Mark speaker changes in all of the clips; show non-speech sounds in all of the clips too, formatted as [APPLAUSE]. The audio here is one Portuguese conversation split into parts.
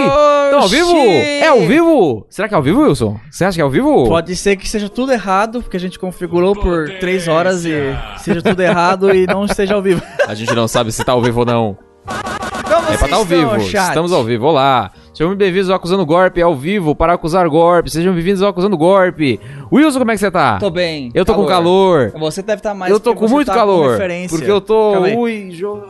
Speaker 1: ao vivo? É ao vivo? Será que é ao vivo, Wilson? Você acha que é ao vivo?
Speaker 2: Pode ser que seja tudo errado, porque a gente configurou por três horas e seja tudo errado e não esteja ao vivo.
Speaker 1: A gente não sabe se tá ao vivo ou não.
Speaker 2: [LAUGHS] Como
Speaker 1: É pra tá ao vivo. Estamos ao vivo. Olá. Sejam bem-vindos ao Acusando Golpe, ao vivo, para acusar golpe. Sejam bem-vindos ao Acusando Golpe. Wilson, como é que você tá?
Speaker 2: Tô bem.
Speaker 1: eu tô com calor.
Speaker 2: Você deve estar mais
Speaker 1: eu tô
Speaker 2: porque
Speaker 1: com
Speaker 2: você
Speaker 1: muito
Speaker 2: tá
Speaker 1: calor.
Speaker 2: referência.
Speaker 1: porque eu tô.
Speaker 2: Calma aí.
Speaker 1: Ui, jo...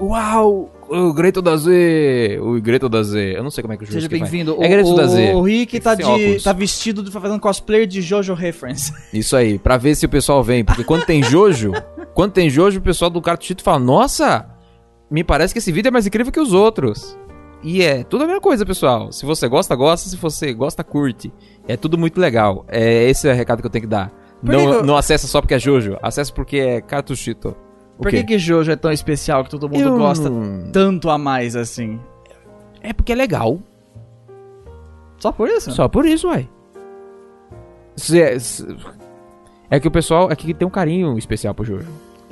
Speaker 1: Uau! O Greto da Z! O Greto da Z. Eu não sei como é que o
Speaker 2: Seja
Speaker 1: Jurski vai.
Speaker 2: bem-vindo.
Speaker 1: É Greto
Speaker 2: o,
Speaker 1: da Z.
Speaker 2: o Rick tá,
Speaker 1: Sem
Speaker 2: de,
Speaker 1: óculos.
Speaker 2: tá vestido, de- tá fazendo cosplay de Jojo Reference.
Speaker 1: Isso aí, pra ver se o pessoal vem. Porque quando tem
Speaker 2: [LAUGHS]
Speaker 1: Jojo, quando tem Jojo, o pessoal do cartuchito fala: Nossa, me parece que esse vídeo é mais incrível que os outros. E é tudo a mesma coisa, pessoal. Se você gosta, gosta. Se você gosta, curte. É tudo muito legal. É Esse é o recado que eu tenho que dar.
Speaker 2: Por que
Speaker 1: Não,
Speaker 2: que eu-
Speaker 1: não acessa só porque é Jojo. Acessa porque é cartuchito. O
Speaker 2: Por
Speaker 1: quê?
Speaker 2: que, que Jojo é tão especial que todo mundo
Speaker 1: Eu
Speaker 2: gosta
Speaker 1: não-
Speaker 2: tanto a mais assim?
Speaker 1: É porque é legal.
Speaker 2: Só por isso?
Speaker 1: Tá. Só por isso, uai. Se- se- É que o pessoal aqui tem um carinho especial pro Jojo.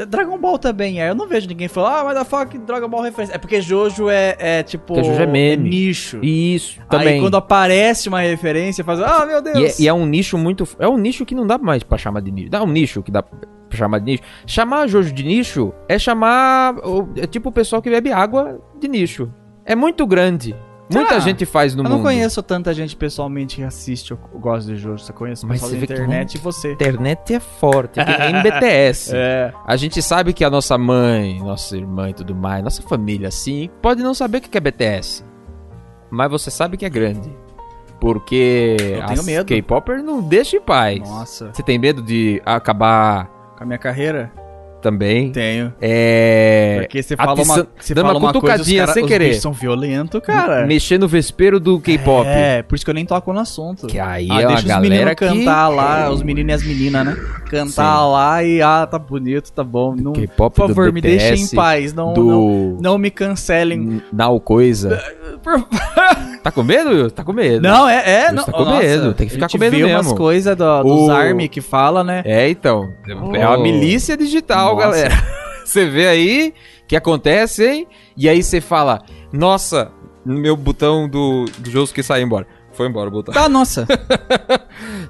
Speaker 2: Dragon Ball também é. Eu não vejo ninguém falando, ah, mas da fuck Dragon Ball referência. É porque Jojo é, é, tipo.
Speaker 1: Porque Jojo é meme.
Speaker 2: nicho.
Speaker 1: Isso,
Speaker 2: Aí
Speaker 1: também.
Speaker 2: quando aparece uma referência, faz, ah, meu
Speaker 1: E é,
Speaker 2: Deus.
Speaker 1: e é um nicho muito. É um nicho que não dá mais pra chamar de nicho. Dá um nicho que dá pra chamar de nicho. Chamar Jojo de nicho é chamar. o- É tipo o pessoal que bebe água de nicho. É muito grande. Muita
Speaker 2: Ah,
Speaker 1: gente faz no
Speaker 2: eu
Speaker 1: mundo.
Speaker 2: não conheço tanta gente pessoalmente que assiste ou gosta de Jojo. Só conheço o
Speaker 1: Mas
Speaker 2: pessoal
Speaker 1: você
Speaker 2: da
Speaker 1: vê que tá
Speaker 2: internet e você.
Speaker 1: Internet é forte, é que [LAUGHS] nem BTS.
Speaker 2: É.
Speaker 1: A gente sabe que a nossa mãe, nossa irmã e tudo mais, nossa família, assim, pode não saber o que que é BTS. Mas você sabe que é grande. Porque
Speaker 2: Eu tenho
Speaker 1: as
Speaker 2: medo.
Speaker 1: K-Popper não deixa em paz.
Speaker 2: Nossa.
Speaker 1: Você tem medo de acabar
Speaker 2: Com a minha carreira?
Speaker 1: também?
Speaker 2: Tenho.
Speaker 1: É.
Speaker 2: Porque você fala uma,
Speaker 1: atiçando-
Speaker 2: você
Speaker 1: dando
Speaker 2: fala
Speaker 1: uma
Speaker 2: uma coisa, os,
Speaker 1: cutucadinha
Speaker 2: cara,
Speaker 1: sem
Speaker 2: os
Speaker 1: querer.
Speaker 2: bichos são violentos, cara.
Speaker 1: Mexer no vespeiro do K-pop.
Speaker 2: É, por isso que eu nem toco no assunto.
Speaker 1: Que aí
Speaker 2: Ah,
Speaker 1: é uma
Speaker 2: deixa os
Speaker 1: galera
Speaker 2: meninos
Speaker 1: que...
Speaker 2: cantar lá, os meninos e as meninas, né? Cantar lá e, ah, tá bonito, tá bom. Não,
Speaker 1: K-pop
Speaker 2: por
Speaker 1: do
Speaker 2: favor, me
Speaker 1: BTS,
Speaker 2: deixem em paz. Não, não,
Speaker 1: Do...
Speaker 2: não me cancelem.
Speaker 1: Nau
Speaker 2: [LAUGHS]
Speaker 1: coisa. Tá com medo? Will? Tá com medo.
Speaker 2: Não, é, é.
Speaker 1: Deus
Speaker 2: Não,
Speaker 1: tá com medo, tem que ficar
Speaker 2: a gente
Speaker 1: com medo
Speaker 2: vê umas
Speaker 1: mesmo.
Speaker 2: coisas do, dos
Speaker 1: O-
Speaker 2: Army que fala, né?
Speaker 1: É, então. É uma
Speaker 2: Oh.
Speaker 1: milícia digital,
Speaker 2: Nossa. [LAUGHS]
Speaker 1: galera. Você vê aí o que acontece, hein? E aí você fala, nossa, meu botão do, do jogo que saiu embora. Foi embora o botão.
Speaker 2: Tá, nossa.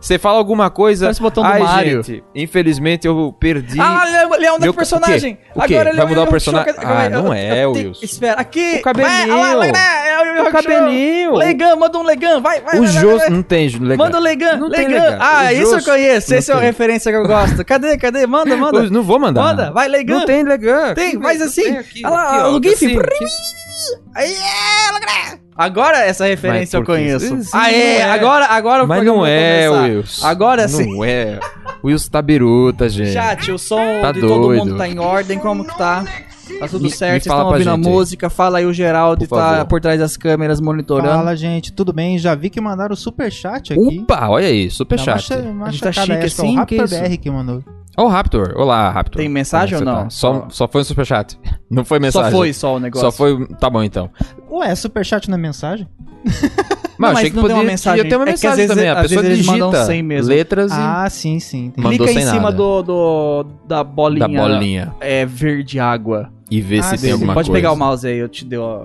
Speaker 1: Você fala alguma coisa.
Speaker 2: Parece o botão do
Speaker 1: Ai,
Speaker 2: Mario."
Speaker 1: gente, infelizmente eu perdi.
Speaker 2: Ah, Leandro é
Speaker 1: Meu-
Speaker 2: o personagem.
Speaker 1: o quê? O quê?
Speaker 2: Agora ele
Speaker 1: Vai
Speaker 2: é
Speaker 1: mudar
Speaker 2: o
Speaker 1: o
Speaker 2: Yu Yu Hakusho.
Speaker 1: personagem? Ah,
Speaker 2: Eu-
Speaker 1: não
Speaker 2: eu-
Speaker 1: é,
Speaker 2: eu tenho-
Speaker 1: Wilson.
Speaker 2: Espera, aqui.
Speaker 1: O cabelinho.
Speaker 2: Vai, ah, lá, lá, lá, é o Yu Yu
Speaker 1: o
Speaker 2: Hakusho.
Speaker 1: cabelinho.
Speaker 2: Legan, manda um Legan, vai, vai.
Speaker 1: O
Speaker 2: vai, vai,
Speaker 1: Jô
Speaker 2: vai.
Speaker 1: não tem Legan.
Speaker 2: Manda o Legan,
Speaker 1: Não tem
Speaker 2: Legan.
Speaker 1: Legan.
Speaker 2: Ah,
Speaker 1: O
Speaker 2: isso eu
Speaker 1: Jôs
Speaker 2: conheço.
Speaker 1: não
Speaker 2: Essa é uma
Speaker 1: tem.
Speaker 2: referência que eu gosto. Cadê,
Speaker 1: [LAUGHS]
Speaker 2: cadê? Manda, manda.
Speaker 1: Eu não vou mandar.
Speaker 2: Manda, vai, Legan.
Speaker 1: Não tem Legan.
Speaker 2: Tem, faz assim.
Speaker 1: Tem aqui,
Speaker 2: Olha lá,
Speaker 1: aqui, ó,
Speaker 2: o GIF.
Speaker 1: assim, aqui.
Speaker 2: Aí, é, Legan. Agora essa referência eu
Speaker 1: Mas por que isso?
Speaker 2: conheço.
Speaker 1: Sim,
Speaker 2: Ah, é,
Speaker 1: não é.
Speaker 2: agora, agora o
Speaker 1: Mas
Speaker 2: programa
Speaker 1: não
Speaker 2: vai
Speaker 1: é,
Speaker 2: começar.
Speaker 1: Wilson.
Speaker 2: Agora sim.
Speaker 1: Não é. O Wilson tá biruta, gente.
Speaker 2: Chat, o som
Speaker 1: Tá
Speaker 2: de todo
Speaker 1: doido.
Speaker 2: mundo tá em ordem, como que tá? Tá tudo
Speaker 1: Me- me
Speaker 2: certo, vocês
Speaker 1: fala
Speaker 2: estão
Speaker 1: pra
Speaker 2: ouvindo a
Speaker 1: gente aí.
Speaker 2: música, fala aí o Geraldo
Speaker 1: Por
Speaker 2: tá
Speaker 1: favor.
Speaker 2: por trás das câmeras monitorando.
Speaker 3: Fala, gente, tudo bem? Já vi que mandaram super chat aqui.
Speaker 1: Opa, olha aí, super
Speaker 3: Dá
Speaker 1: chat.
Speaker 3: Uma, cha- uma
Speaker 2: A gente tá
Speaker 3: chacada,
Speaker 2: chique
Speaker 3: acho que é o
Speaker 2: assim,
Speaker 3: Raptor
Speaker 2: que isso?
Speaker 3: BR que mandou.
Speaker 1: Ó o Raptor. Olá, Raptor.
Speaker 2: Tem mensagem
Speaker 1: Como é que
Speaker 2: ou
Speaker 1: você
Speaker 2: não?
Speaker 1: Só, só foi um super chat. [LAUGHS] Não foi
Speaker 2: só
Speaker 1: mensagem.
Speaker 2: foi só o negócio.
Speaker 1: Só foi, tá bom então.
Speaker 3: Ué, super chat na mensagem?
Speaker 1: Mas,
Speaker 2: Não,
Speaker 1: eu
Speaker 2: mas
Speaker 1: achei que
Speaker 2: não deu
Speaker 1: podia,
Speaker 2: uma mensagem.
Speaker 1: Eu tenho uma
Speaker 2: É que às
Speaker 1: mensagem
Speaker 2: vezes-
Speaker 1: também.
Speaker 2: às
Speaker 1: A
Speaker 2: vezes
Speaker 1: pessoa
Speaker 2: eles mandam
Speaker 1: digita
Speaker 2: 100 mesmo.
Speaker 1: letras e
Speaker 3: Ah, sim, sim. entendi.
Speaker 1: mandou
Speaker 2: Clica em
Speaker 1: sem
Speaker 2: cima
Speaker 1: nada.
Speaker 2: do, do- da bolinha.
Speaker 1: da bolinha
Speaker 2: É verde água.
Speaker 1: e ver
Speaker 3: Ah,
Speaker 1: se
Speaker 3: sim.
Speaker 1: tem alguma
Speaker 2: Pode
Speaker 1: coisa.
Speaker 2: pegar o mouse aí, eu te dei ó.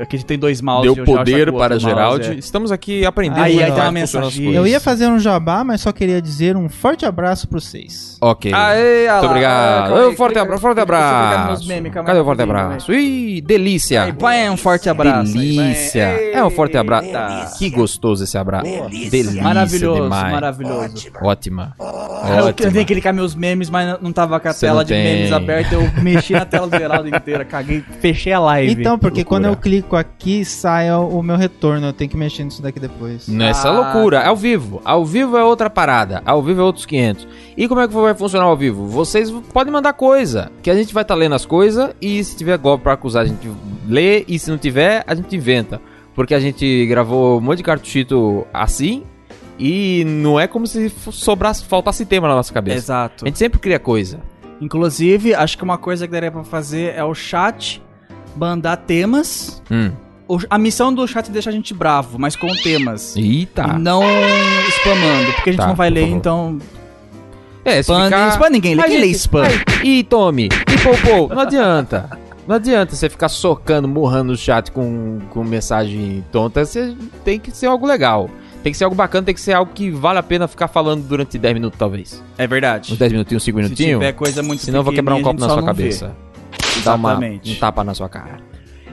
Speaker 2: Aqui a gente tem dois mouses.
Speaker 1: Deu
Speaker 2: eu já acho que
Speaker 1: poder
Speaker 2: o
Speaker 1: para
Speaker 2: outro
Speaker 1: Geraldi.
Speaker 2: mouse é-
Speaker 1: Estamos aqui aprendendo
Speaker 2: Aí,
Speaker 1: como
Speaker 2: aí
Speaker 1: é
Speaker 2: tem uma
Speaker 1: que funcionam as
Speaker 2: mensagem.
Speaker 1: coisas.
Speaker 3: Eu ia fazer um jabá, mas só queria dizer um forte abraço pra vocês.
Speaker 1: Ok.
Speaker 2: Aê, olha lá, é
Speaker 1: Muito
Speaker 2: olha,
Speaker 1: obrigado.
Speaker 2: calma aí,
Speaker 1: Um forte
Speaker 2: clica-
Speaker 1: abraço, forte
Speaker 2: clica- deixa eu clicar nos
Speaker 1: abraço.
Speaker 2: memes, é calma aí,
Speaker 1: Cadê o forte
Speaker 2: rapidinho,
Speaker 1: abraço? Ih, delícia.
Speaker 2: Aí, pai, um forte abraço. aí, pai.
Speaker 1: Delícia.
Speaker 2: Ei,
Speaker 1: É um forte abraço.
Speaker 2: delícia.
Speaker 1: Que gostoso esse abraço. Delícia,
Speaker 2: Maravilhoso,
Speaker 1: demais.
Speaker 2: maravilhoso. É
Speaker 1: Ótima.
Speaker 2: Eu, eu tenho
Speaker 1: Ótima.
Speaker 2: que clicar meus memes, mas não tava com a
Speaker 1: Você
Speaker 2: tela
Speaker 1: não
Speaker 2: de
Speaker 1: tem.
Speaker 2: memes aberta. Eu mexi na tela do Geraldo inteira, caguei, fechei a live.
Speaker 3: Então, porque
Speaker 1: loucura.
Speaker 3: quando eu clico aqui, sai o o meu retorno. Eu tenho que mexer nisso daqui depois.
Speaker 1: Nessa
Speaker 2: Ah,
Speaker 1: é loucura,
Speaker 2: tá.
Speaker 1: ao vivo. Ao vivo é outra parada, ao vivo é outros 500. E como é que vai funcionar ao vivo? Vocês podem mandar coisa, que a gente vai estar lendo as coisas e se tiver golpe pra acusar, a gente lê e se não tiver, a gente inventa. Porque a gente gravou um monte de cartuchito assim e não é como se f- sobrasse, faltasse tema na nossa cabeça.
Speaker 2: Exato.
Speaker 1: A gente sempre cria coisa.
Speaker 2: Inclusive, acho que uma coisa que daria pra fazer é o chat mandar temas.
Speaker 1: Hum.
Speaker 2: O- a missão do chat é deixar a gente bravo, mas com temas. E
Speaker 1: Eita.
Speaker 2: não spamando, porque a gente
Speaker 1: Tá,
Speaker 2: não vai
Speaker 1: por
Speaker 2: ler,
Speaker 1: favor.
Speaker 2: então.
Speaker 1: É, se
Speaker 2: Spam,
Speaker 1: ficar...
Speaker 2: spam ninguém lê.
Speaker 1: A
Speaker 2: Quem
Speaker 1: gente-
Speaker 2: lê spam?
Speaker 1: Ai, Ih, tome. Ih, Popô. Não adianta. Não adianta você ficar socando, murrando o chat com, com mensagem tonta. Você tem que ser algo legal. Tem que ser algo bacana, tem que ser algo que vale a pena ficar falando durante 10 minutos, talvez.
Speaker 4: É verdade.
Speaker 1: Uns 10 minutinhos, 5
Speaker 4: Se tiver
Speaker 1: minutinhos.
Speaker 4: coisa muito
Speaker 1: um Senão eu vou quebrar um copo na sua cabeça. Dar uma,
Speaker 4: Exatamente.
Speaker 1: um tapa na sua cara.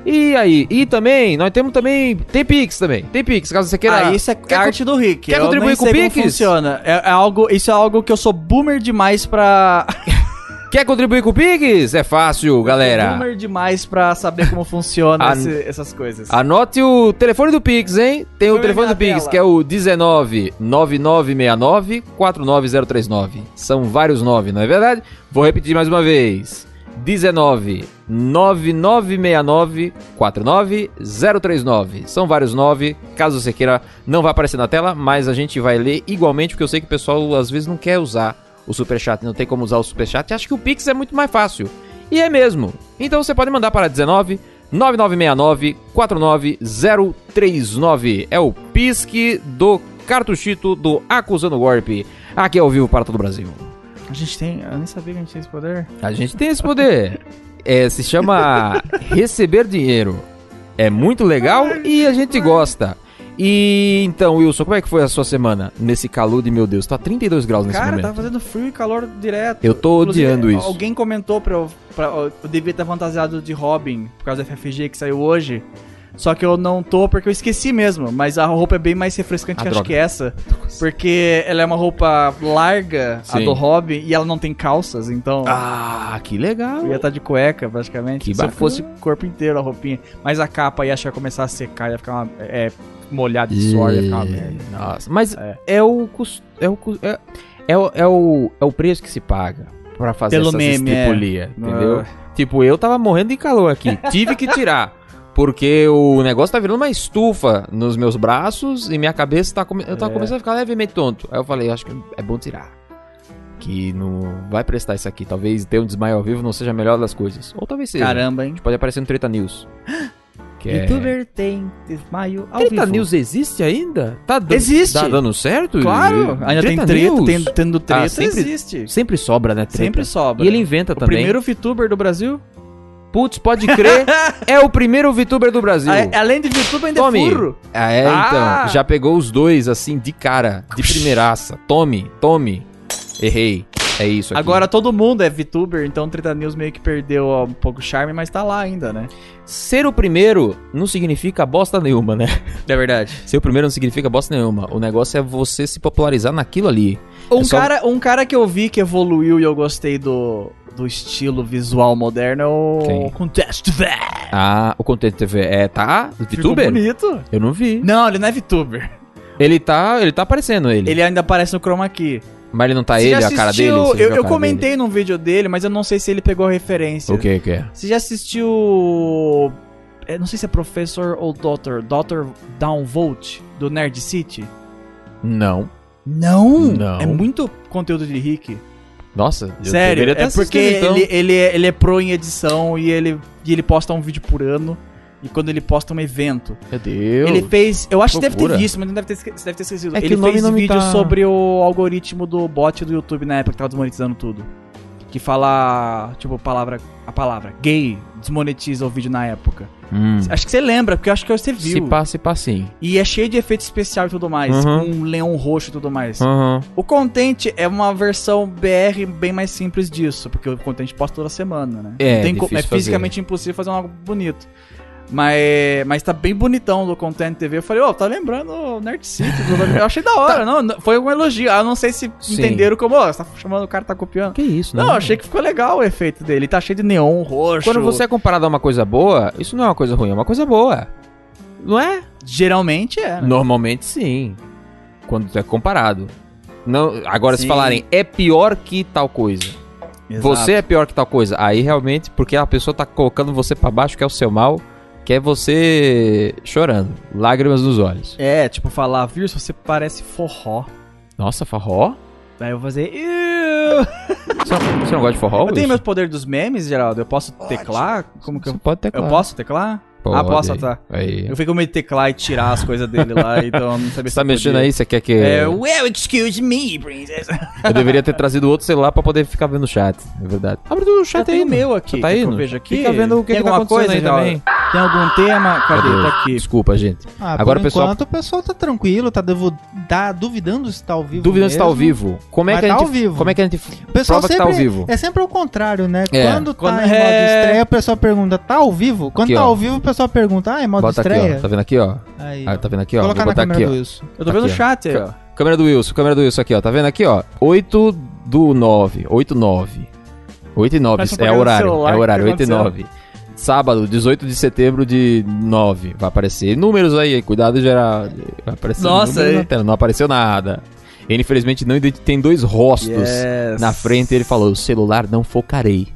Speaker 1: E aí? E também, nós temos também. Tem Pix também. Tem Pix, caso você queira.
Speaker 4: Ah, isso é
Speaker 1: Quer
Speaker 4: arte do Rick.
Speaker 1: quer
Speaker 4: Eu
Speaker 1: contribuir
Speaker 4: nem
Speaker 1: com
Speaker 4: sei
Speaker 1: o
Speaker 4: como
Speaker 1: Pix?
Speaker 4: funciona. É, é algo, isso é algo que eu sou boomer demais
Speaker 2: [LAUGHS]
Speaker 4: pra...
Speaker 1: Quer contribuir com o Pix? É fácil, galera.
Speaker 4: boomer demais.
Speaker 2: Mais pra saber como funciona
Speaker 1: Ah,
Speaker 2: esse- essas coisas.
Speaker 1: Anote o telefone do Pix, hein? Tem o
Speaker 2: Põe
Speaker 1: telefone
Speaker 2: na
Speaker 1: do Pix,
Speaker 2: tela.
Speaker 1: que é o 19 9969 49039. São vários 9, não é verdade? Vou repetir mais uma vez. 19 9969 49039. São vários 9. Caso você queira, não vai aparecer na tela, mas a gente vai ler igualmente, porque eu sei que o pessoal às vezes não quer usar o Superchat, não tem como usar o Superchat. Acho que o Pix é muito mais fácil. E é mesmo. Então você pode mandar para 19 9969 49039. É o pisque do cartuchito do Acusando Golpe. Aqui ao vivo para todo o Brasil.
Speaker 2: A gente tem. Eu nem sabia que a gente tinha esse poder.
Speaker 1: A gente tem esse
Speaker 2: [LAUGHS]
Speaker 1: poder. É, se chama receber dinheiro. É muito legal e a gente gosta. E então, Wilson, como é que foi a sua semana nesse calor de meu Deus? Tá 32 graus nesse
Speaker 2: Cara,
Speaker 1: momento.
Speaker 2: tá fazendo frio e calor direto.
Speaker 1: Eu tô
Speaker 2: Inclusive,
Speaker 1: odiando isso.
Speaker 2: Alguém comentou pra eu. Pra, eu devia estar fantasiado de Robin por causa do FFG que saiu hoje. Só que eu não tô porque eu esqueci mesmo. Mas a roupa é bem mais refrescante
Speaker 1: Ah,
Speaker 2: que acho
Speaker 1: droga.
Speaker 2: que essa. Porque ela é uma roupa larga, a
Speaker 1: Sim.
Speaker 2: do Robin, e ela não tem calças, então.
Speaker 1: Ah, que legal.
Speaker 2: Eu ia estar de cueca, praticamente.
Speaker 1: Que
Speaker 2: se
Speaker 1: bacana.
Speaker 2: eu fosse o corpo inteiro a roupinha. Mas a capa ia achar começar a secar, ia ficar uma, é, molhada de suor, ia ficar uma merda.
Speaker 1: Nossa, mas é,
Speaker 2: É.
Speaker 1: o cus- é o cus- é, é o é o é o preço que se paga pra fazer
Speaker 2: Pelo
Speaker 1: essas
Speaker 2: meme, é.
Speaker 1: estripulia, entendeu?
Speaker 2: Ah.
Speaker 1: Tipo, eu tava morrendo de calor
Speaker 2: [LAUGHS]
Speaker 1: aqui, tive que tirar. Porque o negócio tá virando uma estufa nos meus braços e minha cabeça tá, come- eu
Speaker 2: É.
Speaker 1: tava começando a ficar levemente tonto. Aí eu falei, acho que é bom tirar. Que não vai prestar isso aqui. Talvez ter um desmaio ao vivo não seja a melhor das coisas. Ou talvez seja.
Speaker 2: Caramba, hein?
Speaker 1: Pode aparecer no Treta News. Que é... tá
Speaker 2: tem desmaio ao
Speaker 1: Treta News existe ainda? Tá dando,
Speaker 2: Existe.
Speaker 1: Tá dando certo?
Speaker 2: Claro, ainda tem treta,
Speaker 1: News?
Speaker 2: tem, tendo treta,
Speaker 1: Ah, sempre-
Speaker 2: existe.
Speaker 1: Sempre sobra, né, treta?
Speaker 2: Sempre sobra.
Speaker 1: E ele inventa
Speaker 2: o
Speaker 1: também.
Speaker 2: primeiro VTuber do Brasil?
Speaker 1: Putz, pode
Speaker 2: [LAUGHS]
Speaker 1: crer, é o primeiro VTuber do Brasil.
Speaker 2: A- Ah, além de VTuber, ainda
Speaker 1: Tome.
Speaker 2: é furro.
Speaker 1: Ah, é,
Speaker 2: é? Ah!
Speaker 1: então. Já pegou os dois, assim, de cara, de primeiraça. Tome, tome. Errei. É isso aqui.
Speaker 2: Agora todo mundo é VTuber, então Treta News meio que perdeu ó, um pouco o charme, mas tá lá ainda, né?
Speaker 1: ser o primeiro não significa bosta nenhuma, né? [LAUGHS]
Speaker 2: É verdade.
Speaker 1: Ser o primeiro não significa bosta nenhuma. O negócio é você se popularizar naquilo ali.
Speaker 2: Um,
Speaker 1: É só-
Speaker 2: cara, um cara que eu vi que evoluiu e eu gostei do, do estilo visual moderno é o
Speaker 1: Quem?
Speaker 2: Contest Velho.
Speaker 1: Ah, o Content TV é, tá? VTuber? Hum.
Speaker 2: bonito.
Speaker 1: Eu não vi.
Speaker 2: Não, ele não é VTuber.
Speaker 1: Ele tá, ele tá aparecendo, ele.
Speaker 2: Ele ainda aparece no Chroma Key.
Speaker 1: Mas ele não tá
Speaker 2: Você
Speaker 1: ele,
Speaker 2: já
Speaker 1: a cara dele?
Speaker 2: assistiu-
Speaker 1: Você viu
Speaker 2: Eu,
Speaker 1: a
Speaker 2: eu
Speaker 1: cara
Speaker 2: comentei num vídeo dele, mas eu não sei se ele pegou a referência.
Speaker 1: dele? O que o que é?
Speaker 2: Você já assistiu. é, não sei se é professor ou doutor. Dr. Downvolt, do Nerd City?
Speaker 1: Não.
Speaker 2: Não!
Speaker 1: Não.
Speaker 2: É muito conteúdo de Rick.
Speaker 1: Nossa, eu
Speaker 2: Sério,
Speaker 1: deveria ter
Speaker 2: é porque
Speaker 1: assistido, então.
Speaker 2: ele, ele, é, ele é pro em edição e ele, e ele posta um vídeo por ano. E quando ele posta um evento.
Speaker 1: Meu Deus.
Speaker 2: Ele fez. Eu acho que deve ter
Speaker 1: Loucura.
Speaker 2: visto, mas não deve ter, esque- você deve ter esquecido.
Speaker 1: É que
Speaker 2: ele
Speaker 1: o nome
Speaker 2: fez
Speaker 1: não me
Speaker 2: vídeo
Speaker 1: tá-
Speaker 2: sobre o algoritmo do bot do YouTube na época que tava desmonetizando tudo. Que fala, tipo, palavra, a palavra gay desmonetiza o vídeo na época.
Speaker 1: Hum.
Speaker 2: Acho que você lembra, porque eu acho que você
Speaker 1: Se
Speaker 2: viu.
Speaker 1: pá, se pá, sim.
Speaker 2: E é cheio de efeito especial e tudo mais,
Speaker 1: Uhum.
Speaker 2: com um leão roxo e tudo mais.
Speaker 1: Aham.
Speaker 2: O Content é uma versão BR bem mais simples disso, porque o Content posta toda semana, né?
Speaker 1: É,
Speaker 2: Não tem co-
Speaker 1: difícil
Speaker 2: é
Speaker 1: fazer.
Speaker 2: fisicamente impossível fazer um algo bonito. Mas, mas tá bem bonitão do Content TV. Eu falei, ô, tá lembrando o Nerd City. Eu achei
Speaker 1: [LAUGHS]
Speaker 2: da hora, não, não- Foi um elogio. Ah, Eu não sei se
Speaker 1: Tá. Sim.
Speaker 2: entenderam como, ó, você tá chamando o cara, tá copiando.
Speaker 1: Que isso, né?
Speaker 2: Não, achei que ficou legal o efeito dele. Tá cheio de neon roxo.
Speaker 1: Quando você é comparado a uma coisa boa, isso não é uma coisa ruim, é uma coisa boa. Não é?
Speaker 2: Geralmente é, né?
Speaker 1: Normalmente sim. Quando é comparado. Não, agora se
Speaker 2: Sim.
Speaker 1: falarem é pior que tal coisa. Você é pior que tal coisa. Aí realmente, porque a pessoa tá colocando você pra baixo, que é o seu mal, que é você chorando, lágrimas nos olhos.
Speaker 2: É, tipo, falar, viu, se você parece forró.
Speaker 1: Nossa, forró?
Speaker 2: Daí eu vou fazer. "Iu".
Speaker 1: Você não, você não gosta de forró?
Speaker 2: Eu tenho
Speaker 1: Wilson?
Speaker 2: meus poderes dos memes, Geraldo. Eu posso teclar? Como que
Speaker 1: Você
Speaker 2: eu.
Speaker 1: pode ter
Speaker 2: Eu posso teclar?
Speaker 1: Porra,
Speaker 2: ah, posso,
Speaker 1: olha
Speaker 2: tá.
Speaker 1: aí. Aí.
Speaker 2: Eu fui com medo de teclar e tirar as coisas
Speaker 1: [LAUGHS]
Speaker 2: dele lá, então eu não sabia
Speaker 1: Você tá mexendo aí, você quer que.
Speaker 2: É, well, excuse me, princess.
Speaker 1: [LAUGHS] Eu deveria ter trazido outro celular pra poder ficar vendo o chat. É verdade. Abre o
Speaker 2: Já
Speaker 1: chat
Speaker 2: tem
Speaker 1: aí,
Speaker 2: o meu aqui.
Speaker 1: Tá aí,
Speaker 2: quer que
Speaker 1: Nuno?
Speaker 2: eu vejo aqui.
Speaker 1: Fica vendo o que que
Speaker 2: tem
Speaker 1: tá
Speaker 2: alguma
Speaker 1: acontecendo
Speaker 2: coisa
Speaker 1: aí
Speaker 2: e tal.
Speaker 1: também.
Speaker 2: Tem algum tema? Cadê?
Speaker 1: Cadê?
Speaker 2: Tá aqui.
Speaker 1: Desculpa, gente.
Speaker 3: Ah,
Speaker 1: Agora
Speaker 3: por
Speaker 1: o pessoal-
Speaker 3: enquanto o pessoal tá tranquilo, tá devo... tá duvidando se tá ao vivo
Speaker 1: Duvidando se tá ao
Speaker 3: mesmo.
Speaker 1: vivo. Como é
Speaker 3: Mas
Speaker 1: que a
Speaker 3: tá
Speaker 1: gente.
Speaker 3: ao vivo.
Speaker 1: Como é que a gente
Speaker 3: O pessoal
Speaker 1: prova que
Speaker 3: sempre,
Speaker 1: tá ao vivo?
Speaker 3: É sempre o contrário, né?
Speaker 1: É.
Speaker 3: Quando,
Speaker 2: Quando
Speaker 3: tá em modo
Speaker 2: é-
Speaker 3: estreia, o pessoal pergunta, tá ao vivo? Quando
Speaker 1: Aqui,
Speaker 3: tá
Speaker 1: ó.
Speaker 3: ao vivo, o pessoal pergunta, ah, é modo
Speaker 1: Bota aqui,
Speaker 3: estreia?
Speaker 1: ó. Tá vendo aqui, ó?
Speaker 3: Aí,
Speaker 1: Ah,
Speaker 3: ó.
Speaker 1: tá vendo aqui, ó?
Speaker 3: Colocar
Speaker 1: Vou
Speaker 3: na
Speaker 1: botar
Speaker 3: câmera
Speaker 1: aqui,
Speaker 3: do
Speaker 1: ó.
Speaker 3: Wilson.
Speaker 2: Eu tô vendo o
Speaker 1: Tá Aqui, ó.
Speaker 2: chat aí, ó.
Speaker 1: Câmera do Wilson, câmera do Wilson aqui, ó. Tá vendo aqui, ó? 8 do 9. 8 9. 8 e 9.
Speaker 2: Parece uma
Speaker 1: É
Speaker 2: propaganda do
Speaker 1: horário.
Speaker 2: tá celular,
Speaker 1: É horário.
Speaker 2: que tá
Speaker 1: 8 e 9. Sábado, 18 de setembro de 9. Vai aparecer números aí. Cuidado, geral. Vai aparecer
Speaker 2: Nossa,
Speaker 1: números
Speaker 2: aí.
Speaker 1: na tela. Não apareceu nada. Ele, infelizmente, não identi- tem dois rostos.
Speaker 2: Yes.
Speaker 1: Na frente, ele falou, celular não focarei.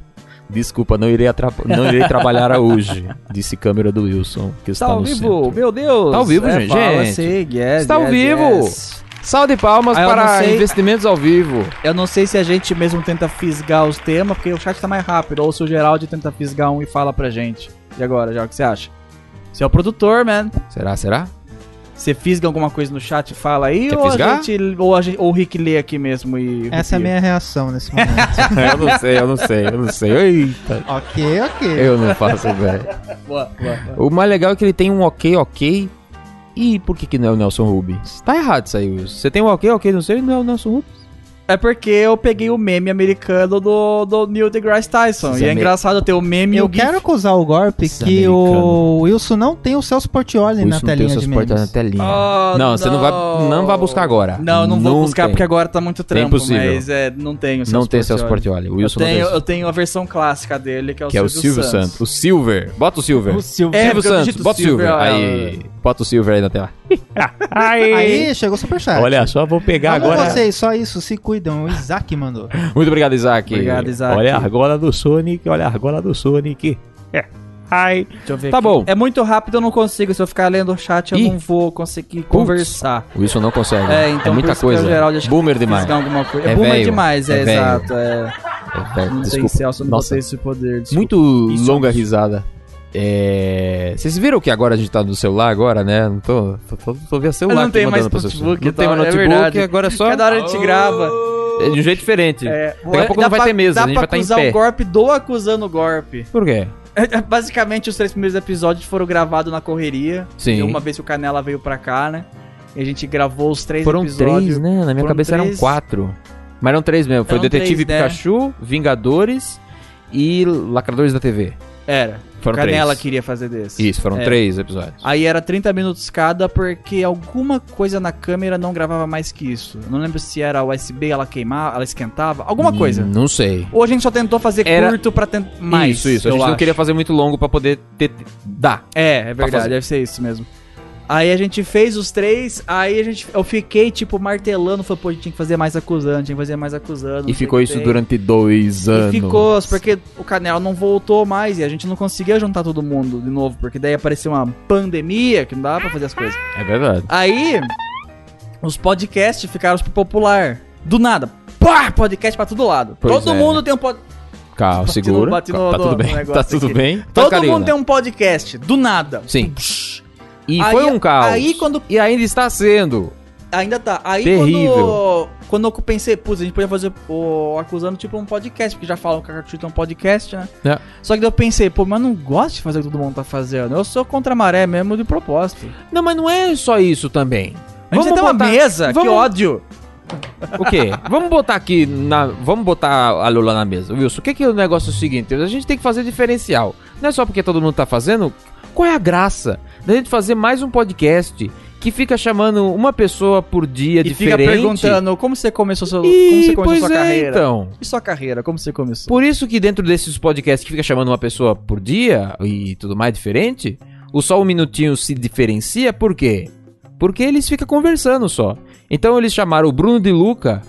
Speaker 1: Desculpa, não irei, atra- não irei trabalhar [LAUGHS] hoje, disse câmera do Wilson, que está
Speaker 2: Tá ao
Speaker 1: no
Speaker 2: vivo,
Speaker 1: centro.
Speaker 2: meu Deus.
Speaker 1: Tá ao vivo,
Speaker 2: É,
Speaker 1: gente,
Speaker 2: Fala,
Speaker 1: gente.
Speaker 2: sei, yes,
Speaker 1: Tá ao
Speaker 2: yes,
Speaker 1: vivo.
Speaker 2: yes.
Speaker 1: Salve de palmas
Speaker 2: Ah, eu não
Speaker 1: para
Speaker 2: sei.
Speaker 1: investimentos ao vivo.
Speaker 2: Eu não sei se a gente mesmo tenta fisgar os temas, porque o chat tá mais rápido, ou se o Geraldo tenta fisgar um e fala pra gente. E agora, já o que você acha? Você é o produtor, man.
Speaker 1: Será, será?
Speaker 2: Você fisga alguma coisa no chat e fala aí,
Speaker 1: Quer
Speaker 2: ou, a
Speaker 1: fisgar?
Speaker 2: gente, ou, a gente- ou o Rick lê aqui mesmo e...
Speaker 3: Essa é a minha reação nesse
Speaker 1: [LAUGHS]
Speaker 3: momento.
Speaker 1: eu não sei, eu não sei, eu não sei. Eita.
Speaker 3: ok, ok.
Speaker 1: Eu não faço ideia.
Speaker 2: Boa, boa, boa.
Speaker 1: O mais legal é que ele tem um ok, ok. E por que, que não é o Nelson Rubens? Tá errado isso aí, Wilson. Você tem um ok, ok, não sei, não é o Nelson Rubens.
Speaker 2: É porque eu peguei o meme americano do, do Neil deGrasse Tyson.
Speaker 1: Esses
Speaker 2: e é
Speaker 1: amer-
Speaker 2: engraçado ter o meme e
Speaker 1: um
Speaker 3: Eu
Speaker 2: o gif.
Speaker 3: quero acusar o golpe
Speaker 1: Esses
Speaker 3: que
Speaker 1: americanos.
Speaker 3: o Wilson não tem o Celso Portioli
Speaker 1: é Wilson
Speaker 3: na
Speaker 1: tem os
Speaker 3: telinha
Speaker 1: seus
Speaker 3: de
Speaker 1: portas na
Speaker 3: memes.
Speaker 1: telinha.
Speaker 2: Oh,
Speaker 1: não, você não vai, não vai buscar agora.
Speaker 2: Não, não vou buscar
Speaker 1: tem.
Speaker 2: porque agora tá muito
Speaker 1: É
Speaker 2: trampo,
Speaker 1: impossível.
Speaker 2: mas é, não tenho o
Speaker 1: Não
Speaker 2: Celso
Speaker 1: tem seus
Speaker 2: Portiolli.
Speaker 1: Portioli. O
Speaker 2: Eu
Speaker 1: Tipo, Wilson não tem
Speaker 2: tenho,
Speaker 1: seus-
Speaker 2: eu tenho a versão clássica dele, que é o,
Speaker 1: Que é o Silvio Santos. O Silver. Bota o Silver.
Speaker 3: O Silvio.
Speaker 2: É,
Speaker 1: Silvio
Speaker 2: porque eu
Speaker 1: Santos,
Speaker 2: digito ah,
Speaker 1: bota o Silver.
Speaker 2: Silver,
Speaker 1: aí, bota o Silver aí na tela.
Speaker 3: Aí chegou o superchat.
Speaker 1: Olha só, vou pegar
Speaker 3: Amo
Speaker 1: agora.
Speaker 3: vocês, só isso, se cuidam. O Isaac mandou.
Speaker 1: Muito obrigado, Isaac.
Speaker 2: Obrigado, Isaac.
Speaker 1: Olha a argola do Sonic, olha a argola do Sonic. É. Ai.
Speaker 2: Deixa eu ver
Speaker 1: Tá
Speaker 2: aqui.
Speaker 1: bom.
Speaker 2: É muito rápido, eu não consigo. Se eu ficar lendo o chat, eu
Speaker 1: Ih.
Speaker 2: não vou conseguir conversar.
Speaker 1: O Wilson não consegue.
Speaker 2: É, então
Speaker 1: É
Speaker 2: por
Speaker 1: muita
Speaker 2: isso que o
Speaker 1: coisa.
Speaker 2: Geraldo acho que
Speaker 1: Boomer demais.
Speaker 2: Fisgar alguma coisa. É,
Speaker 1: É
Speaker 2: boomer
Speaker 1: velho,
Speaker 2: demais, é,
Speaker 1: é velho.
Speaker 2: exato. é.
Speaker 1: É, é,
Speaker 2: Não tem
Speaker 1: desculpa.
Speaker 2: Celso, não
Speaker 1: Nossa.
Speaker 2: tem esse poder. desculpa.
Speaker 1: Muito
Speaker 2: Isso. um
Speaker 1: longa risada. É... Vocês viram que agora a gente tá no celular agora, né? Não tô, tô, tô, tô vendo celular
Speaker 2: Eu não
Speaker 1: aqui
Speaker 2: tenho
Speaker 1: mandando
Speaker 2: mais
Speaker 1: pra vocês.
Speaker 2: notebook e
Speaker 1: Não tem
Speaker 2: tal,
Speaker 1: mais
Speaker 2: é
Speaker 1: notebook,
Speaker 2: verdade.
Speaker 1: agora é só...
Speaker 2: Cada hora a gente grava.
Speaker 1: É de um jeito diferente.
Speaker 2: É,
Speaker 1: Daqui a pouco não vai ter mesa, a gente vai
Speaker 2: pra
Speaker 1: tá em
Speaker 2: acusar
Speaker 1: pé.
Speaker 2: o golpe do acusando o golpe. É,
Speaker 1: Por quê?
Speaker 2: Basicamente, os três primeiros episódios foram gravados na correria.
Speaker 1: Sim.
Speaker 2: E uma vez que o Canela veio pra cá, né? E a gente gravou os três
Speaker 1: Foram
Speaker 2: episódios.
Speaker 1: três, né? Na minha
Speaker 2: Foram
Speaker 1: cabeça eram
Speaker 2: três.
Speaker 1: quatro. Mas eram três mesmo. Foi
Speaker 2: Eram
Speaker 1: Detetive
Speaker 2: três, né?
Speaker 1: Pikachu, Vingadores e Lacradores da TV.
Speaker 2: Era.
Speaker 1: Foram
Speaker 2: Canela
Speaker 1: três.
Speaker 2: queria fazer desse.
Speaker 1: Isso, foram
Speaker 2: É.
Speaker 1: três episódios.
Speaker 2: Aí era 30 minutos cada, porque alguma coisa na câmera não gravava mais que isso. Eu Não lembro se era USB, ela queimava, ela esquentava, alguma
Speaker 1: Hum,
Speaker 2: coisa.
Speaker 1: Não sei.
Speaker 2: Ou a gente só tentou fazer
Speaker 1: Era-
Speaker 2: curto pra tentar mais.
Speaker 1: isso, isso. A
Speaker 2: eu
Speaker 1: gente não
Speaker 2: acho.
Speaker 1: queria fazer muito longo pra poder ter... dar.
Speaker 2: É, é verdade,
Speaker 1: fazer.
Speaker 2: deve ser isso mesmo. Aí a gente fez os três, aí a gente, eu fiquei, tipo, martelando, falei, pô, a gente tinha que fazer mais acusando, tinha que fazer mais acusando. não
Speaker 1: E
Speaker 2: sei
Speaker 1: ficou
Speaker 2: o que
Speaker 1: isso
Speaker 2: tem.
Speaker 1: durante dois
Speaker 2: E
Speaker 1: anos.
Speaker 2: ficou, porque o canal não voltou mais e a gente não conseguia juntar todo mundo de novo, porque daí apareceu uma pandemia que não dava pra fazer as coisas.
Speaker 1: É verdade.
Speaker 2: Aí, os podcasts ficaram super popular. Do nada, pá, podcast pra todo lado.
Speaker 1: Pois
Speaker 2: todo
Speaker 1: é.
Speaker 2: mundo tem um podcast.
Speaker 1: Calma,
Speaker 2: Bati no-
Speaker 1: segura.
Speaker 2: bati no-
Speaker 1: tá
Speaker 2: no-
Speaker 1: tudo
Speaker 2: no
Speaker 1: bem. [LAUGHS]
Speaker 2: negócio
Speaker 1: Tá tudo
Speaker 2: aqui.
Speaker 1: bem.
Speaker 2: Todo
Speaker 1: Tá, Karina?
Speaker 2: mundo tem um podcast, do nada.
Speaker 1: Sim. E
Speaker 2: Aí-
Speaker 1: foi um caos.
Speaker 2: Aí quando
Speaker 1: E ainda está sendo.
Speaker 2: Ainda tá. Aí
Speaker 1: Terrível.
Speaker 2: quando. Quando eu pensei, putz, a gente podia fazer o Acusando tipo um podcast, porque já falam que a Cartucho é um podcast, né?
Speaker 1: É.
Speaker 2: Só que daí eu pensei, pô, mas eu não gosto de fazer o que todo mundo tá fazendo. Eu sou contra a maré mesmo de propósito.
Speaker 1: Não, mas não é só isso também.
Speaker 2: A gente tem uma mesa, que
Speaker 1: vamos-
Speaker 2: ódio.
Speaker 1: O quê? Vamos botar aqui na. Vamos botar a Lula na mesa. Wilson, o que, que é o negócio seguinte? A gente tem que fazer diferencial. Não é só porque todo mundo tá fazendo. Qual é a graça da gente fazer mais um podcast que fica chamando uma pessoa por dia
Speaker 2: E fica
Speaker 1: diferente?
Speaker 2: perguntando como você começou sua, como
Speaker 1: E,
Speaker 2: você começou
Speaker 1: pois
Speaker 2: sua
Speaker 1: é,
Speaker 2: carreira.
Speaker 1: então.
Speaker 2: E sua carreira, como você começou?
Speaker 1: Por isso que dentro desses podcasts que fica chamando uma pessoa por dia e tudo mais diferente, o só um minutinho se diferencia, por quê? Porque eles ficam conversando só. Então eles chamaram o Bruno de Luca,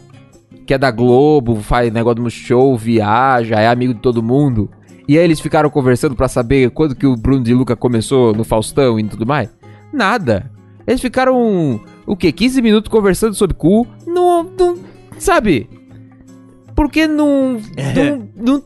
Speaker 1: que é da Globo, faz negócio no show, viaja, é amigo de todo mundo. E aí eles ficaram conversando pra saber quando que o Bruno de Luca começou no Faustão e tudo mais. Nada. Eles ficaram um, o quê? 15 minutos conversando sobre cu. Não, não sabe? Porque não, não, não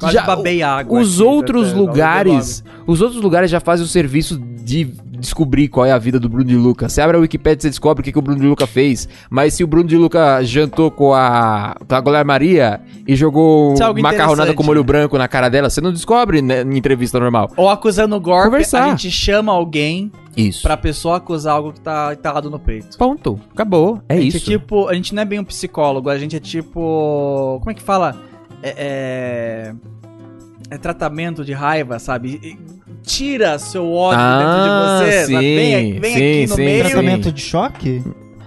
Speaker 2: Quase
Speaker 1: já-
Speaker 2: babei água.
Speaker 1: Os
Speaker 2: aqui,
Speaker 1: outros
Speaker 2: até-
Speaker 1: lugares, os outros lugares já fazem o serviço de descobrir qual é a vida do Bruno de Luca. Você abre a Wikipedia, você descobre o que, que o Bruno de Luca fez. Mas se o Bruno de Luca jantou com a, com a Glória Maria e jogou
Speaker 2: Isso é algo
Speaker 1: macarronada com
Speaker 2: interessante,
Speaker 1: molho branco na cara dela, você não descobre né, em entrevista normal.
Speaker 2: Ou acusando o golpe,
Speaker 1: Conversar.
Speaker 2: a gente chama alguém
Speaker 1: Isso.
Speaker 2: pra pessoa acusar algo que tá entalado no peito.
Speaker 1: Ponto. Acabou. É
Speaker 2: a gente
Speaker 1: isso.
Speaker 2: É tipo, a gente não é bem um psicólogo, a gente é tipo. Como é que fala? É. é- é tratamento de raiva, sabe? E- e Tira seu ódio
Speaker 1: Ah,
Speaker 2: dentro de você, sabe?
Speaker 1: sim,
Speaker 2: Vem, vem
Speaker 1: sim,
Speaker 2: aqui no
Speaker 1: sim,
Speaker 2: meio.
Speaker 1: sim.
Speaker 3: Tratamento de choque?